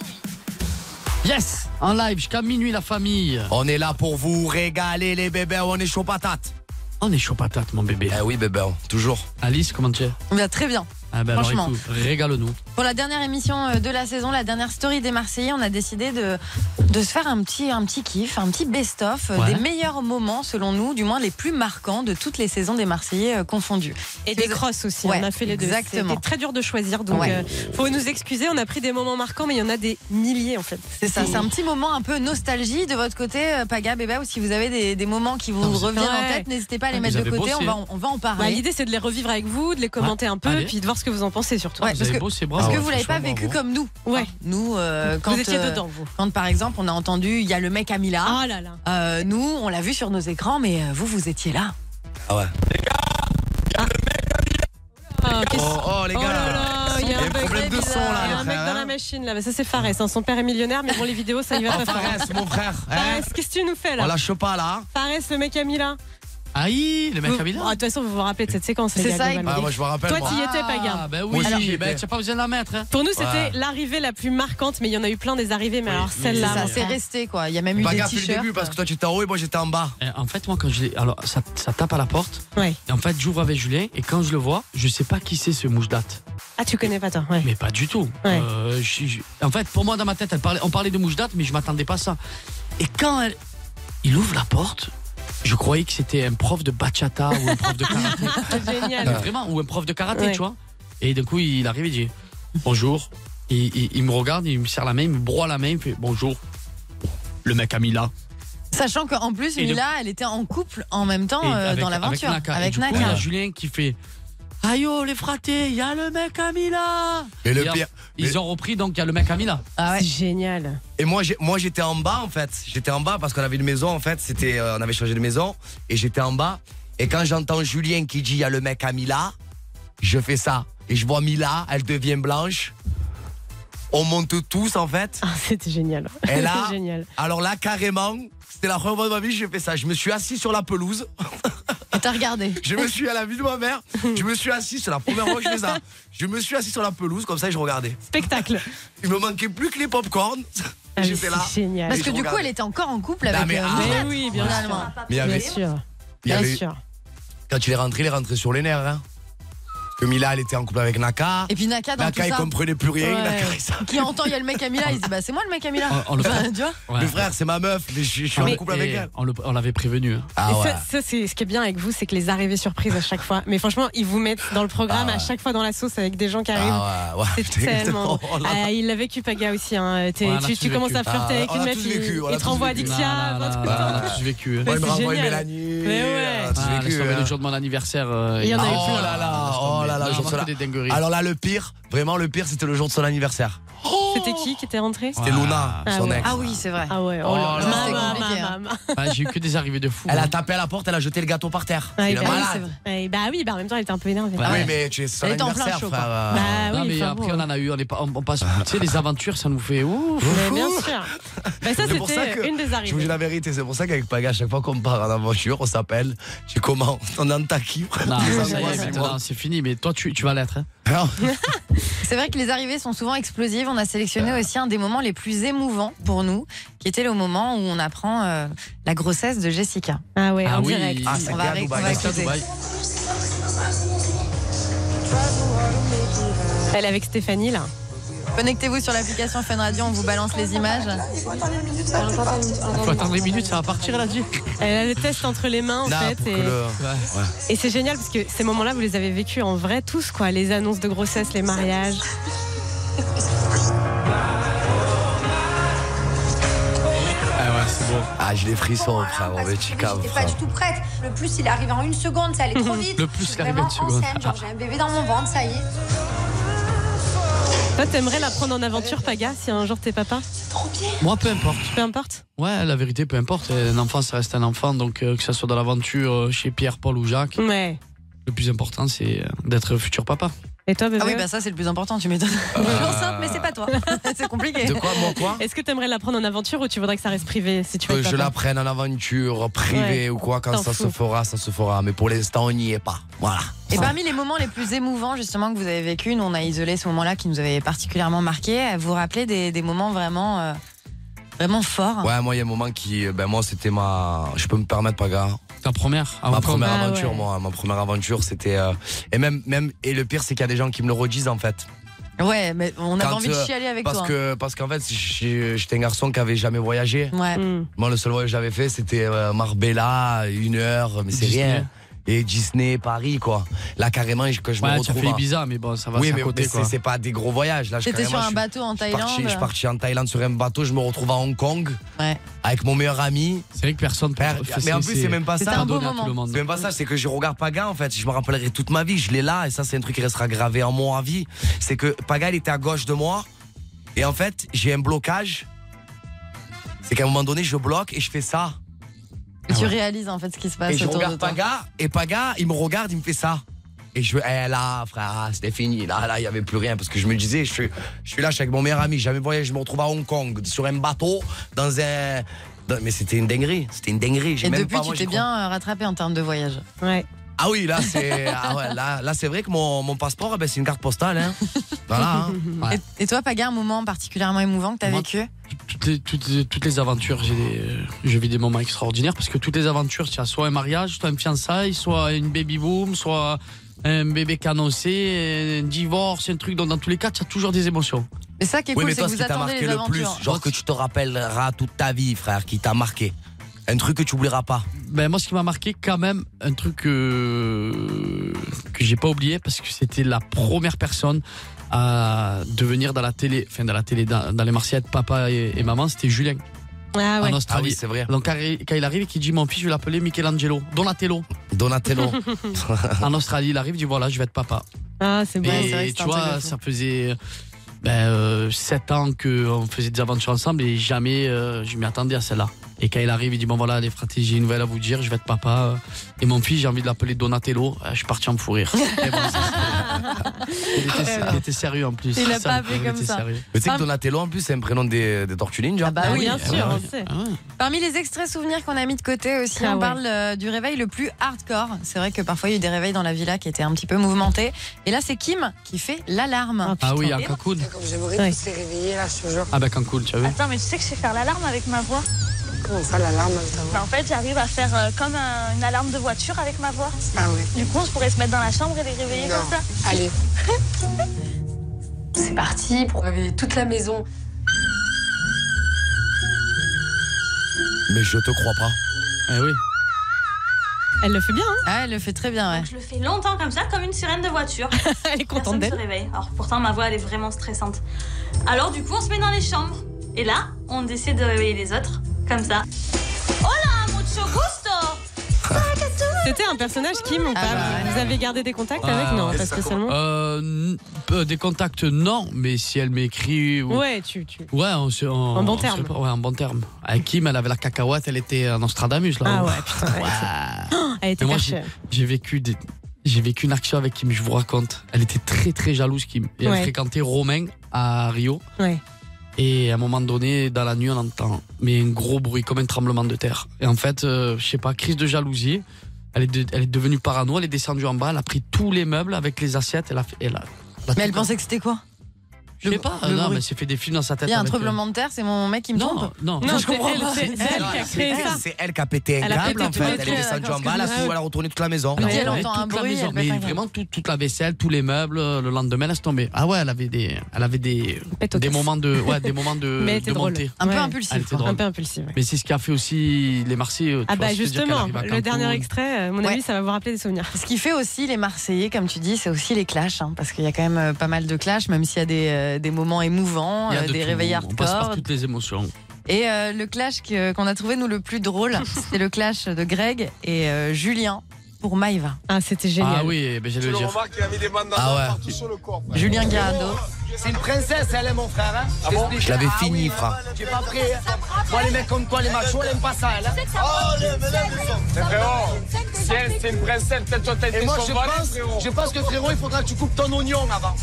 Speaker 7: Yes En live jusqu'à minuit, la famille.
Speaker 6: On est là pour vous régaler, les bébés. On est chaud patate.
Speaker 7: On est chaud patate, mon bébé.
Speaker 6: Eh oui, bébé, toujours.
Speaker 7: Alice, comment tu es
Speaker 4: Bah, très bien.
Speaker 7: ah ben alors,
Speaker 4: Franchement.
Speaker 7: écoute, régale-nous.
Speaker 4: Pour la dernière émission euh, de la saison, la dernière story des Marseillais, on a décidé de, de se faire un petit, un petit kiff, un petit best-of euh,
Speaker 5: Ouais.
Speaker 4: des meilleurs moments, selon nous, du moins les plus marquants de toutes les saisons des Marseillais euh, confondues.
Speaker 5: Et des crosses aussi, hein. on a fait les deux.
Speaker 4: Exactement.
Speaker 5: C'était très dur de choisir, donc
Speaker 4: Ouais.
Speaker 5: euh, faut nous excuser. On a pris des moments marquants, mais il y en a des milliers en fait.
Speaker 4: C'est ça, c'est un petit moment un peu nostalgie de votre côté, euh, Paga, Bébé, ou si vous avez des, des moments qui vous
Speaker 5: Non, c'est- Ah,
Speaker 4: reviennent en
Speaker 5: Ouais.
Speaker 4: tête, n'hésitez pas à les
Speaker 5: Vous
Speaker 4: mettre de
Speaker 5: avez
Speaker 4: côté, on
Speaker 5: bossé.
Speaker 4: va, en- on va en parler.
Speaker 5: Bah, L'idée, c'est de les revivre avec vous, de les commenter un peu,
Speaker 4: Allez.
Speaker 5: puis de voir ce que vous en pensez surtout.
Speaker 4: Ouais, parce que, parce que vous l'avez pas vécu comme nous.
Speaker 5: hein. Ouais.
Speaker 4: Enfin, nous, euh,
Speaker 5: Vous
Speaker 4: quand,
Speaker 5: étiez
Speaker 4: euh,
Speaker 5: dedans, vous.
Speaker 4: Quand par exemple, on a entendu il y a le mec à Mila. Euh, nous, on l'a vu sur nos écrans, mais euh, vous, vous étiez là.
Speaker 6: Ah ouais.
Speaker 5: Ah, qu'est-ce-
Speaker 6: Oh, oh, les gars.
Speaker 5: Oh là là, il y a un
Speaker 6: un
Speaker 5: bug
Speaker 6: problème de son, là,
Speaker 5: Il y a un mec
Speaker 6: les frères,
Speaker 5: dans
Speaker 6: hein.
Speaker 5: la machine, là. Mais ça, c'est Fares. hein. Son père est millionnaire, mais bon, les vidéos, ça y va
Speaker 6: Oh,
Speaker 5: pas fort.
Speaker 6: Fares, mon frère. hein. Oh,
Speaker 5: Fares, qu'est-ce que tu nous fais, là
Speaker 6: On lâche pas, là.
Speaker 5: Fares, le mec à Mila.
Speaker 7: Aïe, le mec
Speaker 5: Vous-
Speaker 7: à Milan.
Speaker 5: Ah, De toute façon, vous vous rappelez de cette séquence, les
Speaker 7: C'est
Speaker 5: gars,
Speaker 7: ça,
Speaker 5: globalement.
Speaker 7: Ah, moi, je me rappelle,
Speaker 5: Toi,
Speaker 7: moi.
Speaker 5: tu y étais,
Speaker 7: Ah,
Speaker 5: Paga.
Speaker 7: ben oui, Alors, j'y ben, étais. t'as pas besoin de la mettre. hein.
Speaker 5: Pour nous,
Speaker 7: Ouais.
Speaker 5: c'était l'arrivée la plus marquante, mais il y en a eu plein des arrivées, mais alors
Speaker 4: C'est
Speaker 5: celle-là.
Speaker 4: ça,
Speaker 5: mon
Speaker 4: c'est
Speaker 5: frère.
Speaker 4: resté quoi. Il y a même eu
Speaker 6: Pas
Speaker 4: des
Speaker 6: gaffe le début
Speaker 7: *laughs*
Speaker 4: t-shirts.
Speaker 6: parce que toi tu étais en haut et moi j'étais en bas.
Speaker 7: Euh, En fait, moi, quand je l'ai. Alors, ça, ça tape à la porte. Et en fait, j'ouvre avec Julien. Et quand je le vois, je sais pas qui c'est ce mouche date.
Speaker 5: Ah, tu connais pas, toi ouais.
Speaker 7: Mais pas du tout.
Speaker 5: Ouais.
Speaker 7: Euh, je- je- en fait, pour moi, dans ma tête, elle parlait- on parlait de mouche date, mais je m'attendais pas à ça. Et quand elle- il ouvre la porte, je croyais que c'était un prof de bachata ou un prof
Speaker 5: *laughs*
Speaker 7: de karaté.
Speaker 5: *laughs* Génial.
Speaker 7: Mais vraiment, ou un prof de karaté,
Speaker 5: Ouais.
Speaker 7: tu vois. Et d'un coup, il arrive et dit bonjour. Il, il- il me regarde, il me serre la main, il me broie la main, il me fait bonjour. Le mec a mis là.
Speaker 4: Sachant qu'en plus,
Speaker 7: Et le-
Speaker 4: Mila, elle était en couple en même temps
Speaker 7: Et
Speaker 4: euh,
Speaker 7: avec-
Speaker 4: dans l'aventure.
Speaker 7: Avec Naka. Et
Speaker 4: Avec
Speaker 7: du coup,
Speaker 4: Naka.
Speaker 7: il y a Julien qui fait. Aïe, oh, les fratés, il y a le mec à Mila.
Speaker 6: Et le
Speaker 7: en-
Speaker 6: pire-
Speaker 7: Ils ont repris, donc il y a le mec à Mila.
Speaker 4: Ah
Speaker 5: C'est génial.
Speaker 6: Et moi, j'ai- moi j'étais en bas en fait. J'étais en bas parce qu'on avait une maison en fait. C'était, euh, on avait changé de maison et j'étais en bas. Et quand j'entends Julien qui dit il y a le mec à Mila, je fais ça. Et je vois Mila, elle devient blanche. On monte tous en fait.
Speaker 5: Ah, C'était génial. *laughs*
Speaker 6: Et là,
Speaker 5: C'était génial.
Speaker 6: alors là carrément, c'était la première fois de ma vie que j'ai fait ça. Je me suis assis sur la pelouse.
Speaker 4: T'as regardé
Speaker 6: Je me suis à la vie de ma mère. Je me suis assis, c'est la première fois que je fais ça. Je me suis assis sur la pelouse comme ça et je regardais.
Speaker 5: Spectacle.
Speaker 6: Il me manquait plus que les popcorns.
Speaker 5: Ah, mais
Speaker 6: J'étais
Speaker 5: c'est
Speaker 6: là.
Speaker 5: génial.
Speaker 4: Parce
Speaker 6: Et
Speaker 4: que
Speaker 6: je
Speaker 4: du coup,
Speaker 6: regardais.
Speaker 4: elle était encore en couple
Speaker 6: Bah,
Speaker 4: avec
Speaker 6: mais
Speaker 4: euh,
Speaker 6: ah.
Speaker 4: Mouchette,
Speaker 6: Mais oui, bien
Speaker 4: finalement.
Speaker 6: Mais il y avait-
Speaker 5: Bien sûr.
Speaker 6: il y avait-
Speaker 5: Bien sûr.
Speaker 6: Quand il est rentré, il est rentré sur les nerfs. hein. que Mila, elle était en couple avec Naka.
Speaker 4: Et puis Naka, dans tout
Speaker 6: Naka, il
Speaker 4: ça.
Speaker 6: comprenait plus rien.
Speaker 4: Ouais.
Speaker 6: Naka, il s'en-
Speaker 4: Qui entend, il y a le mec Amila, il se dit Bah, c'est moi le mec Amila.
Speaker 5: Ah.
Speaker 7: On-
Speaker 5: *laughs*
Speaker 7: on le
Speaker 4: Bah,
Speaker 7: fait. Ah,
Speaker 4: tu vois
Speaker 6: Le frère, c'est ma meuf, mais je, je suis en
Speaker 5: Mais-
Speaker 6: couple avec
Speaker 7: Et
Speaker 6: elle. Ah
Speaker 7: on le- On l'avait prévenu. hein.
Speaker 5: Et ça, ça, c'est ce qui est bien avec vous, c'est que les arrivées surprises à chaque fois. Mais franchement, ils vous mettent dans le programme
Speaker 6: Ah ouais.
Speaker 5: à chaque fois dans la sauce avec des gens qui arrivent.
Speaker 6: Ah ouais, ouais,
Speaker 7: *laughs*
Speaker 5: C'est
Speaker 6: putain,
Speaker 5: tellement drôle.
Speaker 6: oh là là.
Speaker 5: Ah, il l'a vécu, Paga aussi. hein. T'es-
Speaker 7: Ouais, on l'a
Speaker 5: tu
Speaker 7: tous
Speaker 5: tu commences
Speaker 7: vécu.
Speaker 5: à flirter
Speaker 7: Ah,
Speaker 5: avec
Speaker 7: on
Speaker 5: une
Speaker 7: l'a
Speaker 5: meuf,
Speaker 7: tous
Speaker 5: il,
Speaker 7: vécu, on l'a
Speaker 5: il te
Speaker 7: tous
Speaker 5: renvoie à
Speaker 7: vécu.
Speaker 5: Dixia.
Speaker 7: Non, non, non,
Speaker 5: n'importe
Speaker 7: non, on a tous vécu. hein.
Speaker 5: Mais c'est génial. Mais ouais.
Speaker 7: Ah,
Speaker 6: Ah,
Speaker 7: laisse
Speaker 6: vécu,
Speaker 7: tomber
Speaker 6: hein.
Speaker 7: le jour de mon anniversaire. euh,
Speaker 5: Il y en a eu
Speaker 6: Oh
Speaker 5: plein.
Speaker 6: là là, oh là là, le
Speaker 7: Non,
Speaker 6: jour de
Speaker 7: moi,
Speaker 6: son-
Speaker 7: que des dingueries.
Speaker 6: Alors là, le pire, vraiment le pire, c'était le jour de son anniversaire.
Speaker 7: Oh.
Speaker 5: C'était qui qui était rentré
Speaker 6: C'était Luna,
Speaker 5: Ah
Speaker 6: son
Speaker 5: ouais.
Speaker 6: ex.
Speaker 5: Ah
Speaker 4: oui, c'est vrai.
Speaker 5: Ah ouais,
Speaker 6: Oh
Speaker 5: oh là là.
Speaker 6: là là.
Speaker 5: Maman,
Speaker 4: C'est compliqué, hein.
Speaker 5: maman, maman.
Speaker 7: Ah, J'ai eu que des arrivées de fou. hein.
Speaker 6: Elle a tapé à la porte, elle a jeté le gâteau par terre.
Speaker 5: Ouais,
Speaker 6: Il est
Speaker 5: bah, oui,
Speaker 6: malade.
Speaker 5: c'est vrai. Ouais, bah oui, bah en même temps, elle était un peu énervée.
Speaker 7: Ah
Speaker 6: Bah oui, mais tu es son
Speaker 5: Elle était en plein
Speaker 6: anniversaire,
Speaker 5: show,
Speaker 6: frère.
Speaker 5: quoi.
Speaker 6: euh,
Speaker 5: Bah
Speaker 7: non,
Speaker 5: oui,
Speaker 7: mais
Speaker 5: enfin
Speaker 7: après,
Speaker 5: bon.
Speaker 7: on en a eu. On, est pas, on, on passe. tu sais, les aventures, ça nous fait ouf.
Speaker 5: Mais bien
Speaker 17: hein.
Speaker 5: sûr. Bah, ça,
Speaker 6: C'est pour ça que
Speaker 5: c'était une des
Speaker 6: Je vous dis
Speaker 5: arrivées.
Speaker 6: la vérité, c'est pour ça qu'avec Paga, à chaque fois qu'on part en aventure, on s'appelle. Tu dis, comment On entend qui
Speaker 7: Non, ça
Speaker 6: Des
Speaker 7: y est,
Speaker 6: endroits, c'est
Speaker 7: maintenant,
Speaker 6: moi.
Speaker 7: c'est fini. Mais toi, tu, tu vas l'être. hein.
Speaker 6: Alors,
Speaker 4: C'est vrai que les arrivées sont souvent explosives. On a sélectionné aussi un des moments les plus émouvants pour nous, qui était le moment où on apprend euh, la grossesse de Jessica.
Speaker 5: Ah ouais,
Speaker 7: Ah bah,
Speaker 5: en
Speaker 7: oui.
Speaker 5: direct.
Speaker 6: Ah, ça
Speaker 4: on
Speaker 6: gare
Speaker 4: va, ré- on
Speaker 6: Dubaï.
Speaker 4: va
Speaker 6: Ça
Speaker 4: écouter.
Speaker 7: Dubaï.
Speaker 5: Elle est avec Stéphanie, là.
Speaker 4: Connectez-vous sur l'application Fun Radio, on vous balance les images.
Speaker 7: Faut attendre les minutes, ça va partir, elle a dit.
Speaker 5: Elle a le test entre les mains, en
Speaker 6: là,
Speaker 5: fait.
Speaker 6: pour que
Speaker 5: et-
Speaker 6: le- Ouais.
Speaker 5: Et c'est génial parce que ces moments-là, vous les avez vécus en vrai tous, quoi. Les annonces de grossesse, les mariages.
Speaker 7: Ah ouais, c'est beau.
Speaker 6: Ah, j'ai des frissons, frère. On est chica, frère.
Speaker 15: tout prête. Le plus, il est arrivé en une seconde, ça allait
Speaker 7: *laughs*
Speaker 15: trop vite.
Speaker 7: Le plus, il est arrivé en une
Speaker 15: Vraiment
Speaker 7: seconde.
Speaker 15: enceinte, genre,
Speaker 5: Ah.
Speaker 15: j'ai un bébé dans mon ventre, ça y est.
Speaker 5: Toi, t'aimerais la prendre en aventure, Paga, si un jour t'es papa
Speaker 7: Moi, peu importe.
Speaker 5: Peu importe.
Speaker 7: Ouais, la vérité, peu importe. Un enfant, ça reste un enfant. Donc, euh, que ça soit dans l'aventure euh, chez Pierre, Paul ou Jacques,
Speaker 5: Ouais.
Speaker 7: le plus important, c'est euh, d'être futur papa.
Speaker 5: Et toi, bébé
Speaker 4: Ah oui, bah ça c'est le plus important, tu m'étonnes.
Speaker 7: Ah.
Speaker 4: Je suis *laughs* enceinte, mais c'est pas
Speaker 5: *laughs*
Speaker 4: toi. c'est compliqué.
Speaker 6: De quoi, moi, quoi
Speaker 5: Est-ce que t'aimerais la prendre en aventure ou tu voudrais que ça reste privé si tu veux
Speaker 6: que
Speaker 5: être
Speaker 6: je la
Speaker 5: papa
Speaker 6: prenne en aventure
Speaker 5: Ouais.
Speaker 6: privée ou quoi, quand
Speaker 5: T'en
Speaker 6: ça se
Speaker 5: fous.
Speaker 6: fera, ça se fera. Mais pour l'instant, on n'y est pas. Voilà.
Speaker 4: Et parmi les moments les plus émouvants justement que vous avez vécu, nous on a isolé ce moment-là qui nous avait particulièrement marqué. Vous vous rappelez des, des moments vraiment, euh, vraiment forts
Speaker 6: Ouais, moi, il y a un moment qui. Ben, moi, c'était ma. Je peux me permettre, Paga.
Speaker 7: Ta première avant
Speaker 6: Ma
Speaker 7: qu'on-
Speaker 6: première
Speaker 5: Ah
Speaker 6: aventure,
Speaker 5: ouais.
Speaker 6: moi. Ma première aventure, c'était. euh, Et même, même. Et le pire, c'est qu'il y a des gens qui me le redisent, en fait.
Speaker 4: Ouais, mais on avait
Speaker 6: Quand,
Speaker 4: envie de
Speaker 6: euh,
Speaker 4: chialer avec
Speaker 6: parce
Speaker 4: toi. hein.
Speaker 6: Que, parce qu'en fait, j'ai- j'étais un garçon qui avait jamais voyagé.
Speaker 4: Ouais.
Speaker 5: Mm.
Speaker 6: Moi, le seul voyage que j'avais fait, c'était euh, Marbella, une heure, mais c'est
Speaker 7: Disney.
Speaker 6: rien. Et Disney, Paris, quoi. Là, carrément, je- quand je me
Speaker 7: Ouais, tu as
Speaker 6: retrouve.
Speaker 7: fait
Speaker 6: à-
Speaker 7: Ibiza, mais bon, ça va
Speaker 6: oui,
Speaker 7: c'est à
Speaker 6: mais,
Speaker 7: côté,
Speaker 6: mais
Speaker 7: quoi.
Speaker 6: c'est c'est pas des gros voyages. Là, je-
Speaker 4: T'étais sur
Speaker 6: carrément,
Speaker 4: un
Speaker 6: je-
Speaker 4: bateau en
Speaker 6: je suis parti-
Speaker 4: Thaïlande.
Speaker 6: Je suis parti en Thaïlande sur un bateau, je me retrouve à Hong Kong
Speaker 4: Ouais.
Speaker 6: avec mon meilleur ami.
Speaker 7: C'est vrai que personne.
Speaker 6: Frère, mais en plus, c'est même pas
Speaker 4: C'était
Speaker 6: ça.
Speaker 4: un beau
Speaker 7: donné à
Speaker 4: moment.
Speaker 7: tout le monde.
Speaker 6: C'est même pas ça, c'est que je regarde Paga en fait, je me rappellerai toute ma vie, je l'ai là et ça c'est un truc qui restera gravé en moi à vie. C'est que Paga il était à gauche de moi et en fait j'ai un blocage. C'est qu'à un moment donné je bloque et je fais ça.
Speaker 4: euh, Et tu réalises en fait ce qui se passe
Speaker 6: et je
Speaker 4: autour de
Speaker 6: regarde
Speaker 4: toi.
Speaker 6: Paga et Paga il me regarde, il me fait ça. Et je veux, eh là frère, c'était fini, là là il y avait plus rien parce que je me disais je suis, je suis là je suis avec mon meilleur ami, j'ai jamais voyagé, je me retrouve à Hong Kong sur un bateau dans un... dans- mais c'était une dinguerie, c'était une dinguerie. j'ai
Speaker 4: Et
Speaker 6: même
Speaker 4: depuis,
Speaker 6: pas-
Speaker 4: tu
Speaker 6: moi, j'y
Speaker 4: t'es
Speaker 6: crois-
Speaker 4: bien euh, rattrapé en termes de voyage.
Speaker 5: Ouais.
Speaker 6: Ah oui, là, c'est ah ouais, là, là, c'est vrai que mon, mon passeport, eh ben, c'est une carte postale. Hein. Voilà. hein.
Speaker 7: Ouais.
Speaker 4: *laughs* Et, et toi, Paga, un moment particulièrement émouvant que t'as
Speaker 7: Moi-
Speaker 4: vécu
Speaker 7: toutes les, toutes les- toutes les aventures, j'ai des- euh, je vis des moments extraordinaires parce que toutes les aventures, tu as soit un mariage, soit un fiançailles, soit une baby boom, soit un bébé canoncé, un divorce, un truc. Donc, dans tous les cas, tu as toujours des émotions.
Speaker 4: Mais ça qui est
Speaker 6: Oui, mais
Speaker 4: cool, c'est
Speaker 6: toi,
Speaker 4: que
Speaker 6: ce
Speaker 4: vous
Speaker 6: qui t'a
Speaker 4: attendez
Speaker 6: marqué
Speaker 4: les
Speaker 6: le plus,
Speaker 4: aventures.
Speaker 6: genre que tu te rappelleras toute ta vie, frère, qui t'a marqué. Un truc que tu oublieras pas.
Speaker 7: Ben, moi, ce qui m'a marqué, quand même, un truc euh, que j'ai pas oublié parce que c'était la première personne à devenir dans la télé, enfin, dans la télé, dans, dans les Marseillais, papa et, et maman, c'était Julien
Speaker 5: Ah ouais.
Speaker 7: en
Speaker 6: Ah
Speaker 7: Australie.
Speaker 6: oui, c'est vrai.
Speaker 7: Donc, quand il quand il arrive et qu'il dit mon fils, je vais l'appeler Michelangelo, Donatello.
Speaker 6: Donatello.
Speaker 7: en Australie, il arrive, il dit voilà, je vais être papa.
Speaker 5: Ah, c'est bon.
Speaker 4: Ouais, c'est vrai
Speaker 7: et
Speaker 4: que c'est
Speaker 7: tu
Speaker 4: un truc
Speaker 7: vois,
Speaker 4: de fou.
Speaker 7: ça faisait ben, euh, 7 ans qu'on faisait des aventures ensemble et jamais euh, je m'y attendais à celle-là. Et quand il arrive, il dit Bon, voilà, les fratés, j'ai une nouvelle à vous dire, je vais être papa. Euh, Et mon fils, j'ai envie de l'appeler Donatello. Ah, Je suis parti en fou rire. Et bon, ça, c'était- il, était, il était sérieux en plus.
Speaker 4: Il l'a pas
Speaker 7: me-
Speaker 4: appelé
Speaker 7: il
Speaker 4: comme
Speaker 7: était
Speaker 4: ça.
Speaker 7: sérieux.
Speaker 6: Mais tu sais
Speaker 4: Ah,
Speaker 6: que Donatello, en plus, c'est un prénom des, des tortulines, genre.
Speaker 4: bah
Speaker 5: Ah
Speaker 4: oui.
Speaker 5: bien sûr, on sait.
Speaker 7: Ah ouais.
Speaker 4: Parmi les extraits souvenirs qu'on a mis de côté aussi,
Speaker 5: Ah
Speaker 4: on
Speaker 5: ouais.
Speaker 4: parle euh, du réveil le plus hardcore. C'est vrai que parfois il y a eu des réveils dans la villa qui étaient un petit peu mouvementés. Et là, c'est Kim qui fait l'alarme.
Speaker 7: Ah oui, à Cancun.
Speaker 14: J'aimerais
Speaker 5: Ouais.
Speaker 14: tous ces réveillés là, je te jure.
Speaker 7: Ah ben Cancun, tu as vu
Speaker 14: Attends, mais tu sais que je sais faire l'alarme avec ma voix Comment ça, l'alarme avec ta voix
Speaker 21: Bah, en fait, j'arrive à faire euh, comme un- une alarme de voiture avec ma voix.
Speaker 14: Ah ouais.
Speaker 21: Du coup, on se pourrait se mettre dans la chambre et les réveiller
Speaker 14: Non.
Speaker 21: comme ça.
Speaker 14: Allez. C'est parti pour réveiller toute la maison.
Speaker 6: Mais je te crois pas.
Speaker 7: Eh oui.
Speaker 4: Elle le fait bien, hein Ah, elle le fait très bien, ouais.
Speaker 21: Je le fais longtemps comme ça, comme une sirène de voiture. *laughs*
Speaker 4: elle est
Speaker 21: contente
Speaker 4: d'elle.
Speaker 21: se réveille. Alors pourtant, ma voix, elle est vraiment stressante. Alors du coup, on se met dans les chambres. Et là, on décide de réveiller les autres, comme ça. Hola, mucho gusto
Speaker 5: C'était un personnage Kim ou pas Vous avez gardé des contacts avec Non, pas spécialement.
Speaker 7: Euh, n- euh, des contacts, non, mais si elle m'écrit. ou-
Speaker 5: Ouais, tu. tu...
Speaker 7: Ouais, on se. on-
Speaker 5: En bon
Speaker 7: on se-
Speaker 5: terme.
Speaker 7: ouais, en bon terme. Avec Kim, elle avait la cacahuète, elle était en Nostradamus, là.
Speaker 5: Ah ouais, putain. ouais, c'est- Oh, *gasps* Elle était
Speaker 7: Ah. Mais moi,
Speaker 5: cachée.
Speaker 7: j'ai- j'ai vécu des- J'ai vécu une action avec Kim, je vous raconte. Elle était très très jalouse, Kim. Et
Speaker 5: Ouais.
Speaker 7: elle fréquentait Romain à Rio.
Speaker 5: Ouais.
Speaker 7: Et à un moment donné, dans la nuit, on entend mais un gros bruit, comme un tremblement de terre. Et en fait, euh, je sais pas, crise de jalousie. Elle est, de- elle est devenue parano, elle est descendue en bas, elle a pris tous les meubles avec les assiettes, elle a fait. Elle a,
Speaker 4: Mais elle pensait que c'était quoi
Speaker 7: je sais pas,
Speaker 4: le
Speaker 7: non,
Speaker 4: bruit.
Speaker 7: mais elle s'est fait des films dans sa tête.
Speaker 4: Il y a un
Speaker 7: avec, euh,
Speaker 4: tremblement de terre, c'est mon mec qui me trompe
Speaker 7: non,
Speaker 6: je comprends pas.
Speaker 4: *laughs* ça.
Speaker 6: C'est elle qui a pété un
Speaker 4: Elle a
Speaker 6: câble
Speaker 4: pété
Speaker 6: en
Speaker 4: tout
Speaker 6: fait.
Speaker 4: le
Speaker 6: Elle
Speaker 4: truc,
Speaker 6: est descendue
Speaker 4: d'accord,
Speaker 6: en bas, elle a
Speaker 4: excuse-moi.
Speaker 6: fou, elle a retourné toute la maison.
Speaker 4: Elle dit, elle entend un
Speaker 7: toute la
Speaker 4: bruit,
Speaker 7: maison,
Speaker 4: elle
Speaker 7: mais
Speaker 4: pète un câble.
Speaker 7: vraiment tout- toute la vaisselle, tous les meubles. euh, Le lendemain, elle se tombée. Ah ouais, elle avait des, elle avait des, des moments de, ouais, des moments de,
Speaker 5: *laughs* Mais elle
Speaker 7: de
Speaker 5: était drôle.
Speaker 7: montée.
Speaker 5: Un peu
Speaker 7: Ouais.
Speaker 5: impulsive,
Speaker 7: Elle était
Speaker 5: quoi.
Speaker 7: drôle.
Speaker 5: Un peu impulsive, ouais.
Speaker 7: Mais c'est ce qui a fait aussi les Marseillais. euh, tu
Speaker 5: Ah bah
Speaker 7: vois, c'est-à-dire qu'elle
Speaker 5: justement,
Speaker 7: arrive à
Speaker 5: le
Speaker 7: Cancun.
Speaker 5: dernier extrait, euh, mon
Speaker 4: Ouais.
Speaker 5: avis, ça va vous rappeler des souvenirs.
Speaker 4: Ce qui fait aussi les Marseillais, comme tu dis, c'est aussi les clashs, hein, parce qu'il y a quand même euh, pas mal de clashs, même s'il y a des, euh, des moments émouvants,
Speaker 7: Il y a
Speaker 4: euh,
Speaker 7: de
Speaker 4: des
Speaker 7: tout.
Speaker 4: réveils
Speaker 7: On passe par
Speaker 4: hardcore.
Speaker 7: toutes les émotions.
Speaker 4: Et euh, le clash que- qu'on a trouvé, nous, le plus
Speaker 7: *laughs*
Speaker 4: drôle, c'était le clash de Greg et euh, Julien pour Maïva.
Speaker 5: Ah, c'était
Speaker 7: Ah oui, ben, j'allais le dire.
Speaker 17: il avait des bandanas
Speaker 7: Ah ouais.
Speaker 17: partout sur le corps. frère.
Speaker 4: Julien Garado.
Speaker 17: C'est une princesse, elle est mon frère. Hein.
Speaker 6: Ah bon Je l'avais fini, frère.
Speaker 17: J'ai pas pris. hein. Moi, les mecs comme toi, les machos, elle aime pas ça. Elle, hein. Oh, les Mais frérot, si elle, c'est une princesse, peut-être toi, t'as Et été moi, je son valet, frérot. pense, je pense que frérot, il faudra que tu coupes ton oignon *laughs* avant.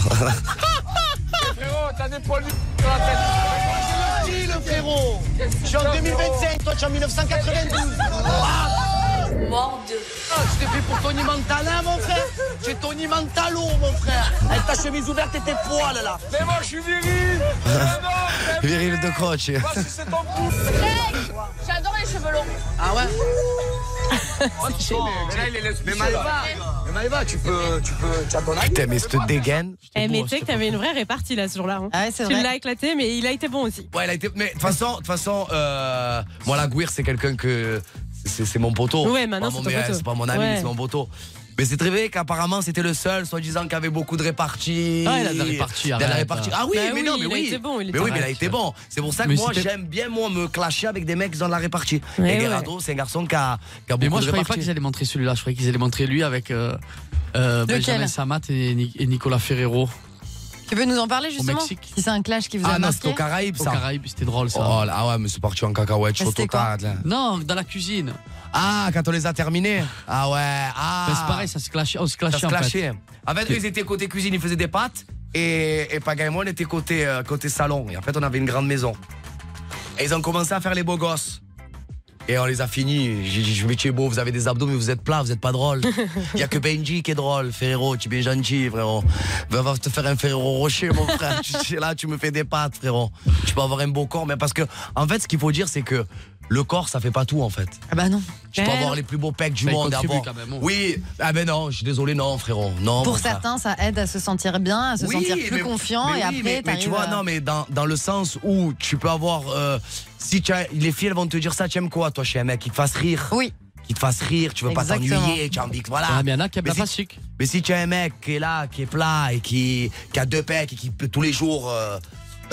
Speaker 17: Mais frérot, t'as des poils sur la tête. Je le dis, le frérot. Je suis en 2025, toi, tu es en 1992. Ah, Mort de. tu t'es Ah, fait pour Tony Montana, mon frère. J'ai Tony Mantalo, mon frère. Avec ta chemise ouverte et tes poils, là. Mais moi, je suis *laughs* viril. Ah
Speaker 6: Viril de croche.
Speaker 17: c'est ton coup.
Speaker 10: J'adore les cheveux longs.
Speaker 17: Ah ouais
Speaker 10: *laughs*
Speaker 17: Mais là, il les laisse Mais Maëva, mais Maëva, tu peux, tu peux, tu as ton avis.
Speaker 6: Putain, mais cette dégaine.
Speaker 5: Eh, mais tu sais que t'avais une vraie répartie là ce jour-là. hein.
Speaker 4: c'est
Speaker 5: tu
Speaker 4: vrai.
Speaker 5: l'as éclaté, mais il a été bon aussi.
Speaker 6: Ouais, elle a été. Mais de toute façon, de toute façon, euh, moi, la Guir, c'est quelqu'un que. C'est c'est mon poteau.
Speaker 5: Ouais, maintenant,
Speaker 6: Pas
Speaker 5: c'est
Speaker 6: mon-
Speaker 5: ton
Speaker 6: mais, euh,
Speaker 5: poteau.
Speaker 6: C'est pas mon ami,
Speaker 5: Ouais.
Speaker 6: c'est mon poteau. Mais c'est très vrai qu'apparemment, c'était le seul, soi-disant, qui avait beaucoup de réparties.
Speaker 7: Ah, il a des réparties,
Speaker 6: Il a des
Speaker 7: arrête.
Speaker 6: réparties. Ah oui,
Speaker 7: Bah
Speaker 6: mais
Speaker 7: oui,
Speaker 6: non, mais
Speaker 7: il a
Speaker 6: oui.
Speaker 7: été bon, il était
Speaker 6: mais oui, mais il a
Speaker 7: arrête.
Speaker 6: été bon. C'est pour ça que
Speaker 7: Mais
Speaker 6: moi,
Speaker 7: c'était-
Speaker 6: j'aime bien, moi, me clasher avec des mecs qui ont de la répartie.
Speaker 7: Ouais,
Speaker 6: Et
Speaker 7: ouais.
Speaker 6: Guerrado, c'est un garçon qui a, qui a
Speaker 7: Mais
Speaker 6: beaucoup
Speaker 7: moi, je
Speaker 6: de
Speaker 7: croyais pas
Speaker 6: réparties.
Speaker 7: qu'ils allaient montrer celui-là. Je croyais qu'ils allaient montrer lui avec euh, euh,
Speaker 4: Lequel
Speaker 7: Benjamin Samat et, Ni- et Nicolas Ferrero.
Speaker 4: Tu peux nous en parler justement
Speaker 7: Mexique.
Speaker 4: Si c'est un clash qui vous a
Speaker 6: Ah non,
Speaker 4: marqué
Speaker 6: c'était aux Caraïbes,
Speaker 7: Aux
Speaker 6: ça.
Speaker 7: Caraïbes, c'était drôle, ça.
Speaker 6: Oh, là, ah ouais, mais c'est parti en cacahuète,
Speaker 7: Mais
Speaker 6: chaud
Speaker 7: Ah, c'était
Speaker 6: totale, là.
Speaker 7: Non, dans la cuisine.
Speaker 6: Ah, quand on les a terminés Ah ouais, ah.
Speaker 7: Ben, c'est pareil, ça se clashait, on se
Speaker 6: Ça
Speaker 7: clashait
Speaker 6: se
Speaker 7: en
Speaker 6: clashait.
Speaker 7: *laughs* fait.
Speaker 6: En fait, eux, ils étaient côté cuisine, ils faisaient des pâtes. Et, et Paga et moi, on était côté, euh, côté salon. Et en fait, on avait une grande maison. Et ils ont commencé à faire les beaux gosses. Et on les a finis. J'ai dit, je me es beau, vous avez des abdos, mais vous êtes plat, vous êtes pas
Speaker 7: *laughs*
Speaker 6: drôle. Il y a que Benji qui est drôle, Ferrero, tu es bien gentil, frérot. Va, va te faire un Ferrero Rocher,
Speaker 7: *laughs*
Speaker 6: mon frère. Tu- tu es là, tu me fais des pâtes, frérot. Tu peux avoir un beau corps, mais parce que, en fait, ce qu'il faut dire, c'est que le corps, ça fait pas tout, en fait.
Speaker 4: Ah bah non.
Speaker 6: Tu peux avoir les plus beaux pecs du
Speaker 7: Ça y
Speaker 6: monde
Speaker 7: Ben, contribue
Speaker 6: avant.
Speaker 7: quand même, hein.
Speaker 6: Oui, ah ben non, je suis désolé, non, frérot.
Speaker 7: Oh,
Speaker 6: Non, mon
Speaker 4: Pour
Speaker 6: frère.
Speaker 4: certains, ça aide à se sentir bien, à se
Speaker 6: Oui,
Speaker 4: sentir plus
Speaker 6: mais-
Speaker 4: confiant
Speaker 6: mais
Speaker 4: et
Speaker 6: oui,
Speaker 4: après,
Speaker 6: mais, mais tu
Speaker 4: t'arrives
Speaker 6: vois,
Speaker 4: à-
Speaker 6: non, mais dans, dans le sens où tu peux avoir. euh, si tu as- les filles, elles vont te dire ça, tu aimes quoi, toi, chez un mec Qui te fasse rire
Speaker 4: Oui.
Speaker 6: Qui te fasse rire, tu veux pas
Speaker 7: Exactement.
Speaker 6: t'ennuyer, tu as envie que voilà.
Speaker 7: Ah, mais il y en a qui aiment la
Speaker 6: si-
Speaker 7: plastique.
Speaker 6: Mais si tu as un mec qui est là, qui est plat et qui, qui a deux pecs et qui peut tous les jours. euh,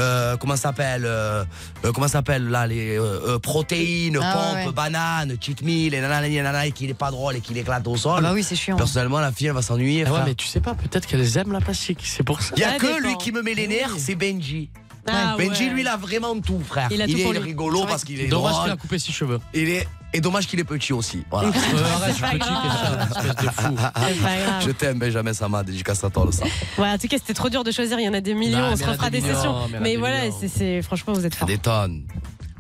Speaker 6: euh, comment ça s'appelle euh, euh, Comment ça s'appelle là les euh, euh, protéines,
Speaker 4: Ah,
Speaker 6: pompes,
Speaker 4: ouais, ouais.
Speaker 6: bananes, cheat meal et nanana, et nanana, et qu'il est pas drôle et qu'il éclate au sol.
Speaker 4: Ah bah oui, c'est chiant.
Speaker 6: Personnellement, la fille elle va s'ennuyer.
Speaker 7: Ah ouais,
Speaker 6: frère.
Speaker 7: mais tu sais pas, peut-être qu'elles aiment la plastique, c'est pour ça.
Speaker 6: Il y a que lui qui me met les nerfs, c'est Benji.
Speaker 7: Ah
Speaker 6: Benji,
Speaker 7: ouais.
Speaker 6: lui, il a vraiment tout, frère.
Speaker 7: Il a tout
Speaker 6: est
Speaker 7: pour lui. C'est
Speaker 6: rigolo
Speaker 7: vrai.
Speaker 6: parce qu'il est
Speaker 7: Dommage
Speaker 6: drôle.
Speaker 7: qu'il a coupé ses cheveux.
Speaker 6: Il est et dommage qu'il est petit aussi. Voilà.
Speaker 7: Euh, arrête, je suis petit,
Speaker 6: Ah,
Speaker 7: qu'est-ce que c'est, espèce de fou.
Speaker 5: C'est pas grave.
Speaker 6: Je t'aime, Benjamin Sama, dédicace à toi, le sang.
Speaker 5: Ouais, en tout cas, c'était trop dur de choisir. Il y en a des millions.
Speaker 7: Bah,
Speaker 6: Non,
Speaker 5: on
Speaker 6: mais
Speaker 5: se
Speaker 6: il y en a
Speaker 5: refera
Speaker 6: des
Speaker 5: des,
Speaker 6: millions,
Speaker 5: sessions.
Speaker 6: mais il y en a
Speaker 5: Mais
Speaker 6: des
Speaker 5: voilà,
Speaker 6: millions.
Speaker 5: c'est c'est- franchement, vous êtes forts.
Speaker 6: Des tonnes.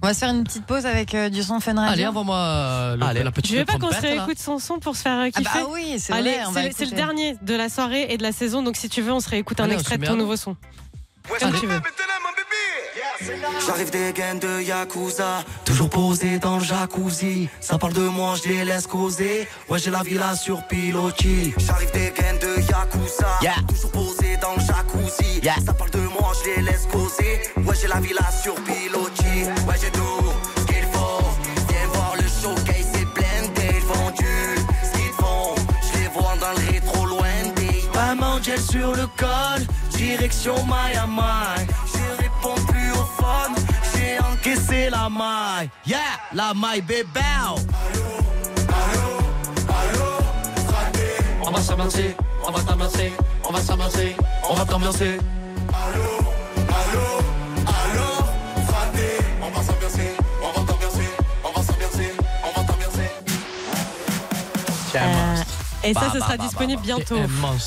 Speaker 4: On va se faire une petite pause avec euh, du son Fun Radio.
Speaker 7: Allez, envoie-moi euh,
Speaker 6: Ah,
Speaker 7: le- la petite
Speaker 5: Je veux pas qu'on
Speaker 7: trompette,
Speaker 5: se
Speaker 7: là.
Speaker 5: réécoute son son pour se faire euh,
Speaker 4: Ah
Speaker 5: kiffer.
Speaker 4: bah oui, c'est
Speaker 5: Allez,
Speaker 4: vrai, on va
Speaker 5: c'est le- c'est le
Speaker 4: écouter.
Speaker 5: dernier de la soirée et de la saison. Donc si tu veux, on se réécoute
Speaker 7: Ah
Speaker 5: un
Speaker 7: non,
Speaker 5: extrait
Speaker 7: c'est
Speaker 5: de ton
Speaker 7: merde.
Speaker 5: nouveau son. Comme tu veux.
Speaker 13: J'arrive des gaines de Yakuza, toujours posé dans le jacuzzi. Ça parle de moi, je les laisse causer. Ouais, j'ai la villa sur pilotis. J'arrive des gaines de Yakuza,
Speaker 22: Yeah.
Speaker 13: toujours posé dans le jacuzzi.
Speaker 22: Yeah.
Speaker 13: Ça parle de moi, je les laisse causer. Ouais, j'ai la villa sur pilotis. Ouais, j'ai tout ce qu'il faut. Viens voir le showcase, c'est plein de vendus. Ce qu'ils font, je les vois dans le rétro loin des.
Speaker 22: Pas manger sur le col, direction Miami. Je réponds plus au phone, j'ai encaissé la maille. Yeah, la maille bébé.
Speaker 13: On va s'amasser, on va s'amasser, on va s'amasser, on va t'ambiancer.
Speaker 5: Euh, Et
Speaker 6: Bah,
Speaker 5: ça, ce sera disponible bientôt.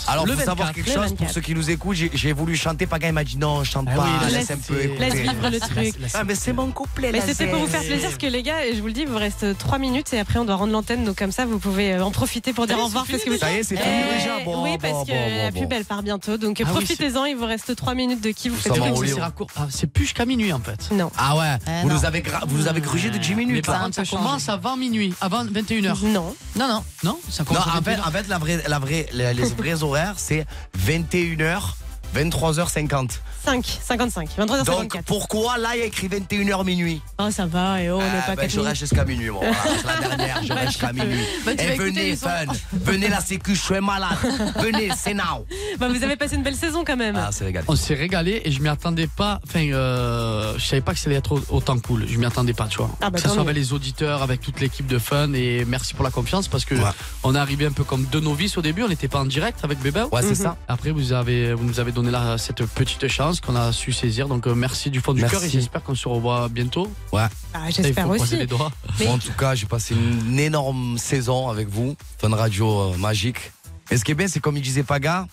Speaker 6: Alors,
Speaker 5: Le
Speaker 6: pour savoir
Speaker 5: 24,
Speaker 6: quelque
Speaker 5: le
Speaker 6: chose,
Speaker 5: 24.
Speaker 6: pour ceux qui nous écoutent, j'ai- j'ai voulu chanter. Paga, il m'a dit non, je
Speaker 7: Ah
Speaker 6: chante
Speaker 5: oui,
Speaker 6: pas.
Speaker 5: laisse-
Speaker 6: laisse un peu écouter.
Speaker 5: laisse vivre le truc.
Speaker 6: Ah, mais c'est mon couplet.
Speaker 5: Mais
Speaker 6: là,
Speaker 5: c'était pour vous faire
Speaker 6: c'est-
Speaker 5: plaisir parce que les gars, et je vous le dis, il vous reste 3 minutes et après on doit rendre l'antenne, donc comme ça vous pouvez euh, en profiter pour dire
Speaker 6: Ça y est,
Speaker 5: au revoir.
Speaker 6: c'est
Speaker 5: parce que
Speaker 6: fini
Speaker 5: vous-
Speaker 6: déjà Ça y est, c'est fini
Speaker 5: Eh,
Speaker 6: déjà. Bon,
Speaker 5: oui,
Speaker 6: bon,
Speaker 5: parce que
Speaker 6: bon, bon,
Speaker 5: la
Speaker 6: bon.
Speaker 5: pub elle part bientôt, donc euh,
Speaker 7: Ah oui,
Speaker 5: profitez-en, il vous reste 3 minutes de qui vous faites
Speaker 6: Ça
Speaker 5: plaisir.
Speaker 6: m'a enlevé.
Speaker 7: ah, C'est plus qu'à minuit en fait.
Speaker 5: Non.
Speaker 6: Ah ouais,
Speaker 7: Eh
Speaker 6: vous,
Speaker 7: non.
Speaker 6: nous avez gra- vous nous avez grugé de 10
Speaker 7: Mais
Speaker 6: minutes
Speaker 7: par
Speaker 6: là.
Speaker 7: contre, ça commence à 20 minuit, à 20, 21h.
Speaker 5: Non. Ah,
Speaker 4: Non, non.
Speaker 7: Non, ça
Speaker 6: Non,
Speaker 7: commence à
Speaker 6: en fait,
Speaker 7: 21h.
Speaker 6: en fait, la vraie, la vraie, les,
Speaker 5: *laughs*
Speaker 6: les vrais horaires, c'est 21h, 23h50.
Speaker 5: 5, 55, 23h54.
Speaker 6: Donc pourquoi là il y a écrit 21h minuit
Speaker 5: Oh, ça va, et oh, on n'est
Speaker 6: Ah,
Speaker 5: pas
Speaker 6: ben, Je reste jusqu'à
Speaker 5: *laughs*
Speaker 6: minuit, moi. Voilà, c'est la dernière, je reste jusqu'à minuit.
Speaker 5: Bah, tu
Speaker 6: Et
Speaker 5: vas écouter
Speaker 6: venez,
Speaker 5: les sons. *laughs*
Speaker 6: fun. Venez la sécu, je suis malade. Venez, c'est now. Ah,
Speaker 5: Bah, vous avez passé une belle saison quand même.
Speaker 6: c'est régalé.
Speaker 7: On s'est régalé et je m'y attendais pas. Enfin, euh, je savais pas que ça allait être au- autant cool. Je m'y attendais pas, tu vois.
Speaker 5: Ah bah,
Speaker 7: que ce
Speaker 5: tant
Speaker 7: soit
Speaker 5: mieux.
Speaker 7: avec les auditeurs, avec toute l'équipe de fun et merci pour la confiance parce que on est arrivé un peu comme deux novices au début. On n'était pas en direct avec Bébé.
Speaker 6: Ouais, c'est Mhm. ça.
Speaker 7: Après, vous avez, vous nous avez donné là cette petite chance qu'on a su saisir. Donc euh, merci du fond du
Speaker 6: Merci.
Speaker 7: cœur et j'espère qu'on se revoit bientôt.
Speaker 6: Ouais.
Speaker 5: Ah,
Speaker 7: Il
Speaker 5: j'espère
Speaker 7: faut
Speaker 5: aussi.
Speaker 7: croiser les doigts.
Speaker 5: Mais-
Speaker 6: En tout cas, j'ai passé une énorme saison avec vous. Fun Radio euh, magique. Et ce qui est bien, c'est comme il disait Paga,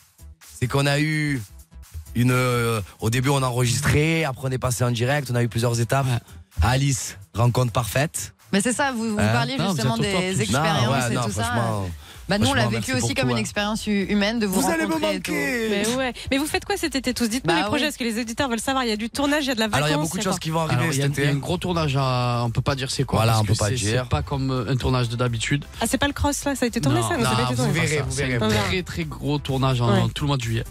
Speaker 6: c'est qu'on a eu une. euh, au début, on a enregistré, après, on est passé en direct, on a eu plusieurs étapes. Alice, rencontre parfaite.
Speaker 4: Mais c'est ça, vous, vous
Speaker 6: Hein
Speaker 4: parliez
Speaker 6: Non, vous
Speaker 4: justement
Speaker 6: êtes au top,
Speaker 4: des
Speaker 6: tout de suite.
Speaker 4: expériences
Speaker 6: Non, ouais,
Speaker 4: et
Speaker 6: non,
Speaker 4: tout ça.
Speaker 6: franchement,
Speaker 4: Bah nous on l'a
Speaker 6: franchement, merci
Speaker 4: vécu
Speaker 6: pour
Speaker 4: aussi comme
Speaker 6: tout,
Speaker 4: une
Speaker 6: hein.
Speaker 4: expérience hu- humaine de vous,
Speaker 6: Vous allez me
Speaker 4: rencontrer et tout.
Speaker 5: Mais ouais. Mais vous faites quoi cet été tous Dites-nous
Speaker 4: Bah
Speaker 5: les
Speaker 4: oui.
Speaker 5: projets, parce que les auditeurs veulent savoir. Il y a du tournage, il y a de la vacance.
Speaker 7: Alors, il y a
Speaker 6: beaucoup de
Speaker 5: il y a
Speaker 6: choses
Speaker 5: quoi
Speaker 6: qui vont arriver
Speaker 7: Alors, il y a-
Speaker 6: cet été.
Speaker 7: Il y a un gros tournage, à- on peut pas dire c'est quoi.
Speaker 6: Voilà,
Speaker 7: parce
Speaker 6: on
Speaker 7: que
Speaker 6: peut pas
Speaker 7: c'est-
Speaker 6: dire.
Speaker 7: C'est pas comme euh, un tournage de d'habitude.
Speaker 5: Ah, c'est pas le cross là, ça a été tourné ça Non, ça a pas été
Speaker 7: vous
Speaker 5: tourné.
Speaker 7: verrez, vous verrez.
Speaker 5: Ah,
Speaker 7: Très très gros tournage en
Speaker 5: Ouais.
Speaker 7: tout le mois de juillet.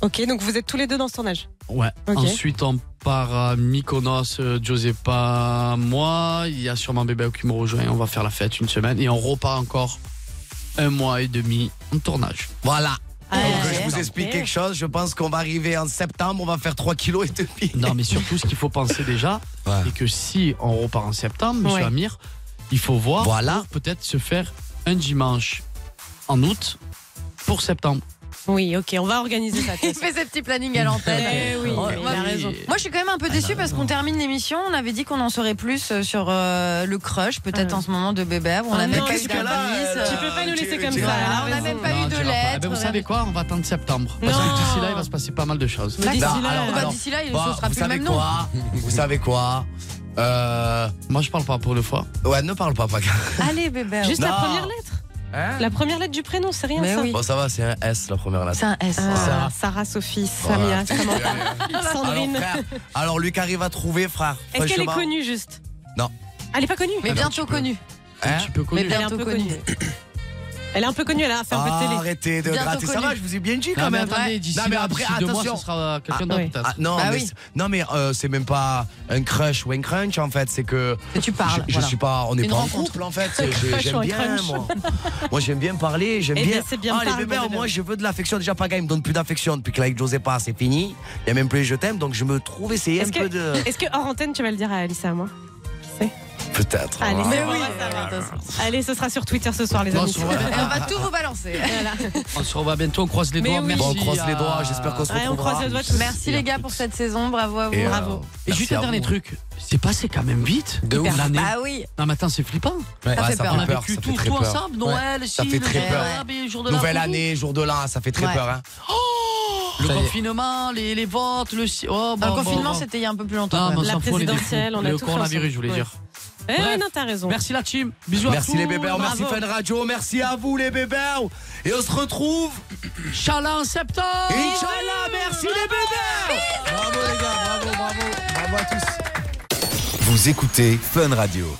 Speaker 5: Ok, donc vous êtes tous les deux dans ce tournage.
Speaker 7: Ouais.
Speaker 5: Ok.
Speaker 7: Ensuite, on part à Mykonos, euh, Giuseppa, moi. Il y a sûrement bébé qui me rejoint. On va faire la fête une semaine et on repart encore un mois et demi en tournage.
Speaker 6: Voilà. Donc, je vous explique quelque chose. Je pense qu'on va arriver en septembre, on va faire 3 kilos et demi.
Speaker 7: Non, mais surtout, ce qu'il faut penser déjà, c'est que si on repart en septembre, monsieur
Speaker 6: Ouais.
Speaker 7: Amir, il faut voir
Speaker 6: Voilà.
Speaker 7: pour peut-être se faire un dimanche en août pour septembre.
Speaker 5: Oui, ok, on va organiser
Speaker 4: *laughs*
Speaker 5: ça.
Speaker 4: Il fait ses petits plannings à l'antenne.
Speaker 5: Eh oui,
Speaker 4: Oh,
Speaker 5: il
Speaker 4: moi-
Speaker 5: a raison.
Speaker 4: Moi, je suis quand même
Speaker 6: Ah,
Speaker 4: un peu déçue parce qu'on termine l'émission. On avait dit qu'on en saurait plus euh, sur euh, le crush, peut-être en ce moment de bébé. On
Speaker 5: Ah
Speaker 4: avait
Speaker 5: non,
Speaker 4: pas eu
Speaker 5: qu'est-ce que
Speaker 7: Bah,
Speaker 5: là,
Speaker 4: d'indice,
Speaker 5: euh,
Speaker 4: euh,
Speaker 5: tu peux pas nous laisser comme
Speaker 4: tu-
Speaker 5: ça,
Speaker 6: Ah,
Speaker 4: voilà,
Speaker 5: elle a
Speaker 4: on n'a
Speaker 5: raison.
Speaker 4: même pas
Speaker 7: Non,
Speaker 4: eu de
Speaker 7: tu vas pas. Eh ben,
Speaker 4: lettres.
Speaker 7: vous savez quoi On va attendre septembre. Parce que d'ici là, il va se passer pas mal de choses.
Speaker 4: Mais d'ici là,
Speaker 7: alors,
Speaker 4: bah,
Speaker 7: alors,
Speaker 4: d'ici là, il-
Speaker 7: bah,
Speaker 4: ce sera
Speaker 7: vous
Speaker 4: plus le
Speaker 7: savez
Speaker 4: même nom.
Speaker 6: quoi *laughs* Vous savez quoi Euh,
Speaker 7: Moi, je parle pas pour le fois.
Speaker 6: Ouais, ne parle pas, Paga.
Speaker 4: Allez, bébé.
Speaker 5: Juste la
Speaker 6: Non.
Speaker 5: première lettre
Speaker 6: Hein
Speaker 5: La première lettre du prénom, c'est
Speaker 7: Bah
Speaker 5: rien ça.
Speaker 6: Bon, ça va, c'est un S la première lettre.
Speaker 4: C'est un S.
Speaker 5: Ah,
Speaker 6: Sarah.
Speaker 5: Sarah, Sophie, Samia,
Speaker 6: Voilà.
Speaker 5: Samantha,
Speaker 6: *laughs*
Speaker 5: Sandrine.
Speaker 6: Alors, frère, alors, lui qui arrive à trouver, frère.
Speaker 5: Est-ce qu'elle est
Speaker 6: franchement,
Speaker 5: connue juste
Speaker 6: Non.
Speaker 5: Elle est pas connue
Speaker 4: Mais bientôt connue.
Speaker 6: Hein
Speaker 5: Mais elle est un peu connue. Elle est un peu connue, elle a fait un peu de télé.
Speaker 6: Arrêtez de
Speaker 5: Bientôt
Speaker 6: gratter. Ça
Speaker 5: connue.
Speaker 6: va, je vous ai bien dit quand
Speaker 7: Non, mais
Speaker 6: même.
Speaker 7: attendez,
Speaker 6: Ouais.
Speaker 7: d'ici
Speaker 6: non, mais
Speaker 7: là,
Speaker 6: après,
Speaker 7: d'ici deux mois,
Speaker 6: attention.
Speaker 7: ce sera euh, quelqu'un
Speaker 6: Ah,
Speaker 7: d'autre,
Speaker 6: oui.
Speaker 7: peut-être.
Speaker 6: Ah, non,
Speaker 7: Bah
Speaker 6: mais
Speaker 7: oui.
Speaker 6: c'est- non, mais euh, c'est même pas un crush ou un crunch en fait. C'est que.
Speaker 4: tu parles.
Speaker 6: Je, je
Speaker 4: voilà.
Speaker 6: suis pas. On n'est
Speaker 4: Une
Speaker 6: pas en
Speaker 4: rencontre.
Speaker 6: couple en fait.
Speaker 5: *laughs*
Speaker 6: c'est- j'ai-
Speaker 4: Crush ou
Speaker 6: J'aime
Speaker 4: un
Speaker 6: bien,
Speaker 4: crunch.
Speaker 6: moi. Moi, j'aime bien parler. J'aime
Speaker 4: Eh
Speaker 6: bien.
Speaker 4: ben, c'est bien,
Speaker 6: ah,
Speaker 4: parle,
Speaker 6: les bébés,
Speaker 4: bébé.
Speaker 6: moi, je veux de l'affection. Déjà, Paga, il me donne plus d'affection depuis que avec Josépa, c'est fini. Il n'y a même plus les je t'aime. Donc, je me trouve essayer un
Speaker 5: Est-ce *laughs*
Speaker 6: peu de.
Speaker 5: que, est-ce que hors antenne, tu vas le dire à Alice et à moi
Speaker 6: Peut-être. hein.
Speaker 5: Allez,
Speaker 6: Voilà.
Speaker 5: c'est bon, ça va. Allez, ce sera sur Twitter ce soir, les
Speaker 7: Non,
Speaker 5: amis.
Speaker 7: sur- ouais.
Speaker 4: On
Speaker 6: Ah.
Speaker 4: va tout vous balancer. *laughs*
Speaker 7: On se revoit bientôt, on croise les
Speaker 4: Mais
Speaker 7: doigts.
Speaker 4: oui.
Speaker 7: Merci. euh,
Speaker 4: Bon, on croise
Speaker 7: à-
Speaker 6: les doigts, j'espère qu'on se
Speaker 7: Ouais, on
Speaker 6: retrouvera.
Speaker 7: croise les doigts tous.
Speaker 4: Merci les gars pour cette saison. Bravo à vous.
Speaker 7: Et, euh, Bravo. Et juste un dernier truc, c'est passé quand même vite.
Speaker 6: De ouf.
Speaker 7: l'année.
Speaker 4: Bah oui.
Speaker 7: Non, mais attends, c'est flippant.
Speaker 6: Ouais, ça fait peur,
Speaker 7: On a
Speaker 6: ça
Speaker 7: vécu
Speaker 6: fait
Speaker 7: tout,
Speaker 6: très
Speaker 7: tout
Speaker 6: peur.
Speaker 7: ensemble, Noël,
Speaker 6: ça
Speaker 7: si,
Speaker 6: fait
Speaker 7: le
Speaker 6: très peur.
Speaker 7: kebab et jour de l'an,
Speaker 6: Nouvelle
Speaker 7: tout.
Speaker 6: année, jour de l'an, ça fait très
Speaker 4: Ouais.
Speaker 6: peur. Hein.
Speaker 7: Oh Le
Speaker 6: Ça y est.
Speaker 7: confinement, les, les votes, le. si- Oh, bon,
Speaker 4: Un
Speaker 7: bon,
Speaker 4: confinement,
Speaker 7: bon.
Speaker 4: c'était il y a un peu plus
Speaker 7: Ah,
Speaker 4: longtemps.
Speaker 7: mais
Speaker 4: quand
Speaker 7: on
Speaker 4: même.
Speaker 7: s'en fout, les deux. Le coronavirus, je voulais dire.
Speaker 5: Eh
Speaker 7: Bref.
Speaker 5: ouais, non, t'as raison.
Speaker 7: Merci la team. Bisous à
Speaker 6: Merci
Speaker 7: tous.
Speaker 6: les bébés, merci Fun Radio, merci à vous les bébés. Et on se retrouve.
Speaker 7: Inch'Allah en septembre.
Speaker 6: Inch'Allah, merci les bébés. Bravo les gars, bravo, bravo, bravo à tous.
Speaker 1: Vous écoutez Fun Radio.